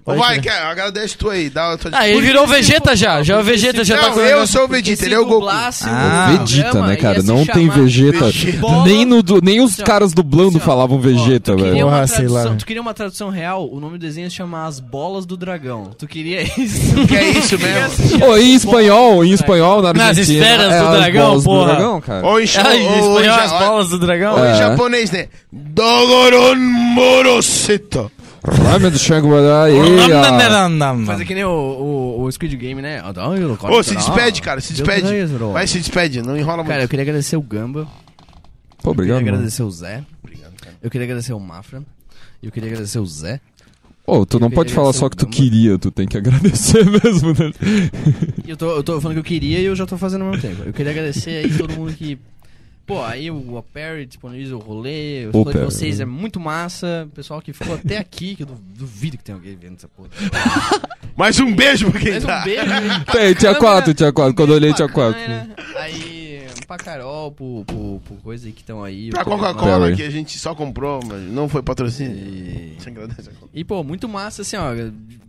B: Pode
A: Vai,
B: crer.
A: cara, agradece tu aí. Dá a tua...
B: Ah, ele virou o Vegeta já. Já o Vegeta já tá
A: Não,
B: com
A: Então, eu sou o Vegeta, ele é o Goku.
C: Ah, Vegeta, né, cara? Não tem Vegeta.
A: Vegeta.
C: Nem, no du- nem os
D: Assim, ó.
C: caras dublando
D: Assim, ó.
C: falavam Vegeta,
D: tu queria
C: velho.
D: uma
B: Porra, sei
D: tradução,
B: lá.
D: Tu queria uma tradução real? O nome do desenho se chama As Bolas do Dragão. Tu queria isso?
A: Que é isso mesmo?
C: Ou em espanhol, em espanhol, na
B: Nas
C: Argentina.
B: esferas
C: é
B: do
C: as
B: dragão,
C: bolas do
B: porra.
C: dragão, cara.
A: Ou em cha-
B: Ai,
A: ou- ou em
B: espanhol,
A: ja-
B: as bolas do dragão.
A: ou em
C: É.
A: japonês, né? Doloron Moroseta.
C: Ramen do Shango Badai, e a-
D: Fazer é que nem o, o, o Squid Game, né? Ó, dá um-
A: Ô, se despede, cara, se
D: Deus
A: despede.
D: abençoe, bro.
A: Vai, se despede, não enrola muito.
D: Cara, eu queria agradecer o Gamba.
C: Pô,
D: Eu queria
C: obrigado, mano.
D: agradecer o Zé. Eu queria agradecer o Mafra. Eu queria agradecer o Zé.
C: Ô, tu não
D: Eu
C: pode
D: queria
C: falar
D: agradecer
C: só
D: o
C: que tu
D: Gamba.
C: queria, tu tem que agradecer mesmo, né?
D: E Eu tô, eu tô falando que eu queria e eu já tô fazendo ao mesmo tempo. Eu queria agradecer aí todo mundo que. Pô, aí o Perry disponibiliza o rolê. O rolê de
C: Perry.
D: vocês é muito massa. O pessoal que ficou até aqui, que eu du- duvido que tenha alguém vendo essa porra.
A: Mais um beijo pra quem
D: Mas
A: tá.
D: um beijo.
C: Tem, tinha
D: câmera,
C: quatro, tinha quatro. Quando eu olhei, tinha
D: pra
C: é quatro.
D: câmera, né? Aí, pra Carol, pro, pro, pro coisa aí que estão aí.
A: Pra
D: pro
A: Coca-Cola,
C: Barry.
A: que a gente só comprou, mas não foi patrocínio.
D: E,
A: Você agradece a Coca-Cola.
D: e, pô, muito massa, assim, ó.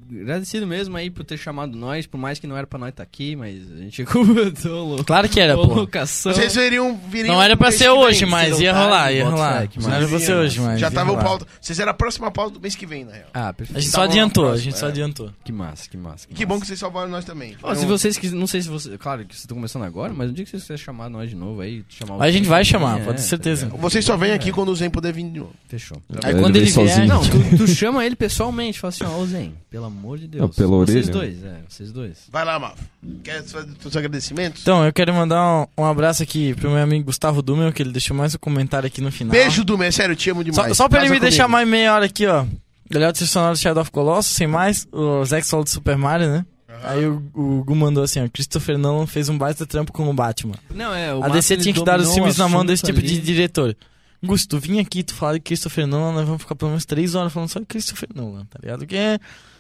D: Agradecido mesmo aí por ter chamado nós, por mais que não era pra nós estar aqui, mas a gente conversou.
B: Claro que era, É, pô.
D: Locação.
A: Vocês veriam, viriam
B: Não era pra
A: mês que
B: ser
A: vem,
B: hoje,
A: se
B: mas
A: não
B: ia
A: tá.
B: rolar, ia
D: bota fé,
B: rolar.
D: que
B: Não era pra ser hoje, mas. é
A: Já
B: ia
A: tava o
B: rolar.
A: pauta. Vocês eram a próxima pauta do mês que vem, na real.
D: Ah, perfeito.
B: A gente só adiantou, a gente só
A: é.
B: adiantou.
D: Que massa, que massa.
A: Que bom que vocês salvaram nós também. Então,
D: Ó, se vocês quis- não sei se vocês, claro que vocês estão começando agora, mas no dia que vocês quiserem chamar nós de novo aí, chamar
B: A gente vai chamar,
D: É,
B: pode ter
D: tá
B: certeza.
A: Vocês só vêm aqui quando o Zen poder vir de novo.
D: ligado? Fechou. Tá
B: Aí quando
C: vem
B: ele vier-
D: Não, tu, tu chama ele pessoalmente, fala assim, ó, ô Zen, pelo amor de Deus.
C: Não, pela
D: vocês
C: orelha. né?
D: dois, é, vocês dois.
A: Vai lá, Mafo. Quer fazer os agradecimentos?
B: Então, eu quero mandar um, um abraço aqui pro meu amigo Gustavo Dumel, que ele deixou mais um comentário aqui no final.
A: Beijo, Dumé. Sério, eu te amo demais.
B: Só, só pra ele
A: Casa
B: me deixar
A: comigo.
B: mais meia hora aqui, ó. Galera do Sonora do Shadow of Colossus, sem mais, o Zack Solo do Super Mario, né? Aí o, o Gu mandou assim, ó, Christopher Nolan fez um baita trampo com o Batman.
E: Não, é, o
B: a DC
E: Márcio,
B: tinha
E: ele
B: que dar os
E: dominou
B: filmes
E: o
B: na mão
E: assunto
B: desse tipo
E: ali.
B: de diretor. Gusto, tu vim aqui, tu falar de Christopher Nolan, nós vamos ficar pelo menos três horas falando só de Christopher Nolan, tá ligado? Que é...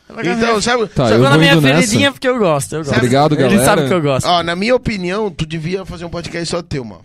A: Então, sabe,
C: Tá, eu
B: Só na
C: vou
B: minha
C: indo nessa.
B: feridinha é porque eu gosto, eu gosto.
C: Obrigado,
B: Ele
C: galera.
B: sabe que eu gosto.
A: ó, na minha opinião, tu devia fazer um podcast só teu, mano.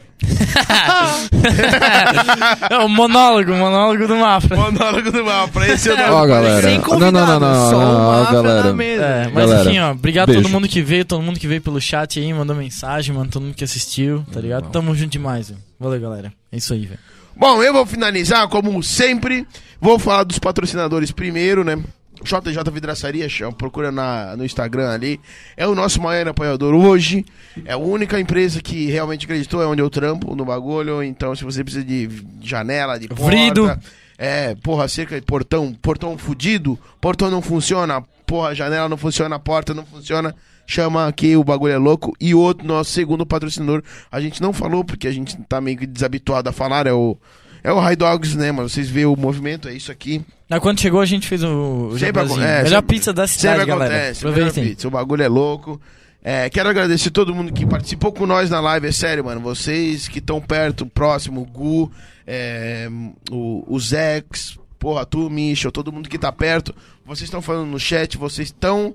B: É o monólogo, o monólogo do Mafra.
A: Monólogo do mal, pra esse eu não.
C: Ó, galera.
I: Sem
C: não, não,
I: convidado,
C: não, não, não,
I: só
C: não,
I: uma
C: ó,
I: afra na
C: galera.
I: mesa.
B: É, mas
C: Galera,
B: enfim, ó, obrigado a
C: beijo.
B: todo mundo que veio, todo mundo que veio pelo chat aí, mandou mensagem, mano, todo mundo que assistiu, tá ligado? Tamo junto demais, velho. Valeu, galera. É isso aí, velho.
A: Bom, eu vou finalizar, como sempre. Vou falar dos patrocinadores primeiro, né? JJ Vidraçaria, chama, procura na, no Instagram ali. É o nosso maior apoiador hoje. É a única empresa que realmente acreditou, é onde eu trampo no bagulho. Então, se você precisa de janela, de porta,
B: Vrido.
A: É, porra, cerca de portão, portão fudido, portão não funciona, porra, janela não funciona, porta não funciona. Chama aqui, o bagulho é louco. E outro, nosso segundo patrocinador, a gente não falou, porque a gente tá meio que desabituado a falar, é o. É o High Dogs, né, mano? Vocês vê o movimento, é isso aqui.
B: Mas quando chegou, a gente fez o. o
A: Sempre
B: jabazinho.
A: aco- é,
B: Melhor
A: sempre-
B: pizza da cidade,
A: Sempre
B: galera.
A: acontece, melhor
B: Aproveitem.
A: pizza, o bagulho é louco. É, quero agradecer todo mundo que participou com nós na live, é sério, mano. Vocês que estão perto, próximo, o Gu, é, o, o Zex, porra, tu, Michel, todo mundo que tá perto. Vocês estão falando no chat, vocês estão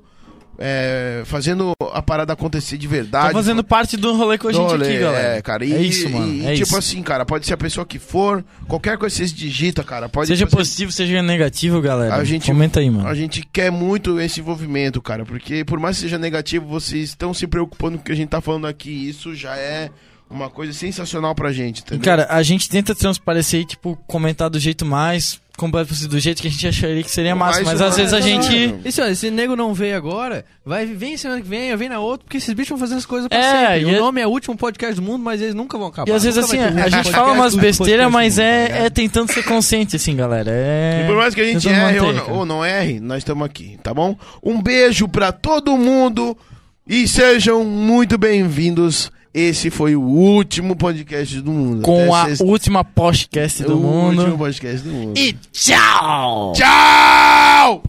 A: é, fazendo a parada acontecer de verdade.
B: Tá fazendo parte do rolê com a gente aqui, galera.
A: É, cara, e,
B: é isso, mano.
A: e,
B: é
A: tipo
B: isso.
A: assim, cara, pode ser a pessoa que for, qualquer coisa que vocês digita, cara. Pode
B: seja
A: você-
B: positivo, seja negativo, galera.
A: um A gente-
B: Comenta aí,
A: a
B: mano.
A: gente quer muito esse envolvimento, cara, porque por mais que seja negativo, vocês estão se preocupando com o que a gente tá falando aqui. Isso já é uma coisa sensacional pra gente,
B: E,
A: entendeu?
B: cara, a gente tenta transparecer e, tipo, comentar do jeito mais completo possível, do jeito que a gente acharia que seria massa.
A: Mais
B: Mas Então, às
A: humano,
B: vezes a
A: né,
B: gente.
A: mano?
E: Esse, ó, esse nego não veio agora, vai, vem semana que vem, vem na outra, porque esses bichos vão fazer as coisas pra
B: É,
E: sempre.
B: e é-
E: O nome é o último podcast do mundo, mas eles nunca vão acabar.
B: E às vezes,
E: Nunca
B: assim,
E: vai ter um
B: a gente
E: podcast
B: fala umas
E: do mundo,
B: besteiras,
E: podcast
B: mas
E: do mundo,
B: é,
E: tá ligado?
B: é tentando ser consciente, assim, galera. É...
A: né? E por mais que a gente
B: tentando
A: erre ou,
B: manter,
A: não-
B: cara.
A: ou não erre, nós estamos aqui, tá bom? Um beijo pra todo mundo e sejam muito bem-vindos. Esse foi o último podcast do mundo.
B: Com
A: Até
B: a
A: sexta-
B: última podcast do
A: o
B: mundo.
A: último podcast do mundo.
B: E tchau!
A: Tchau!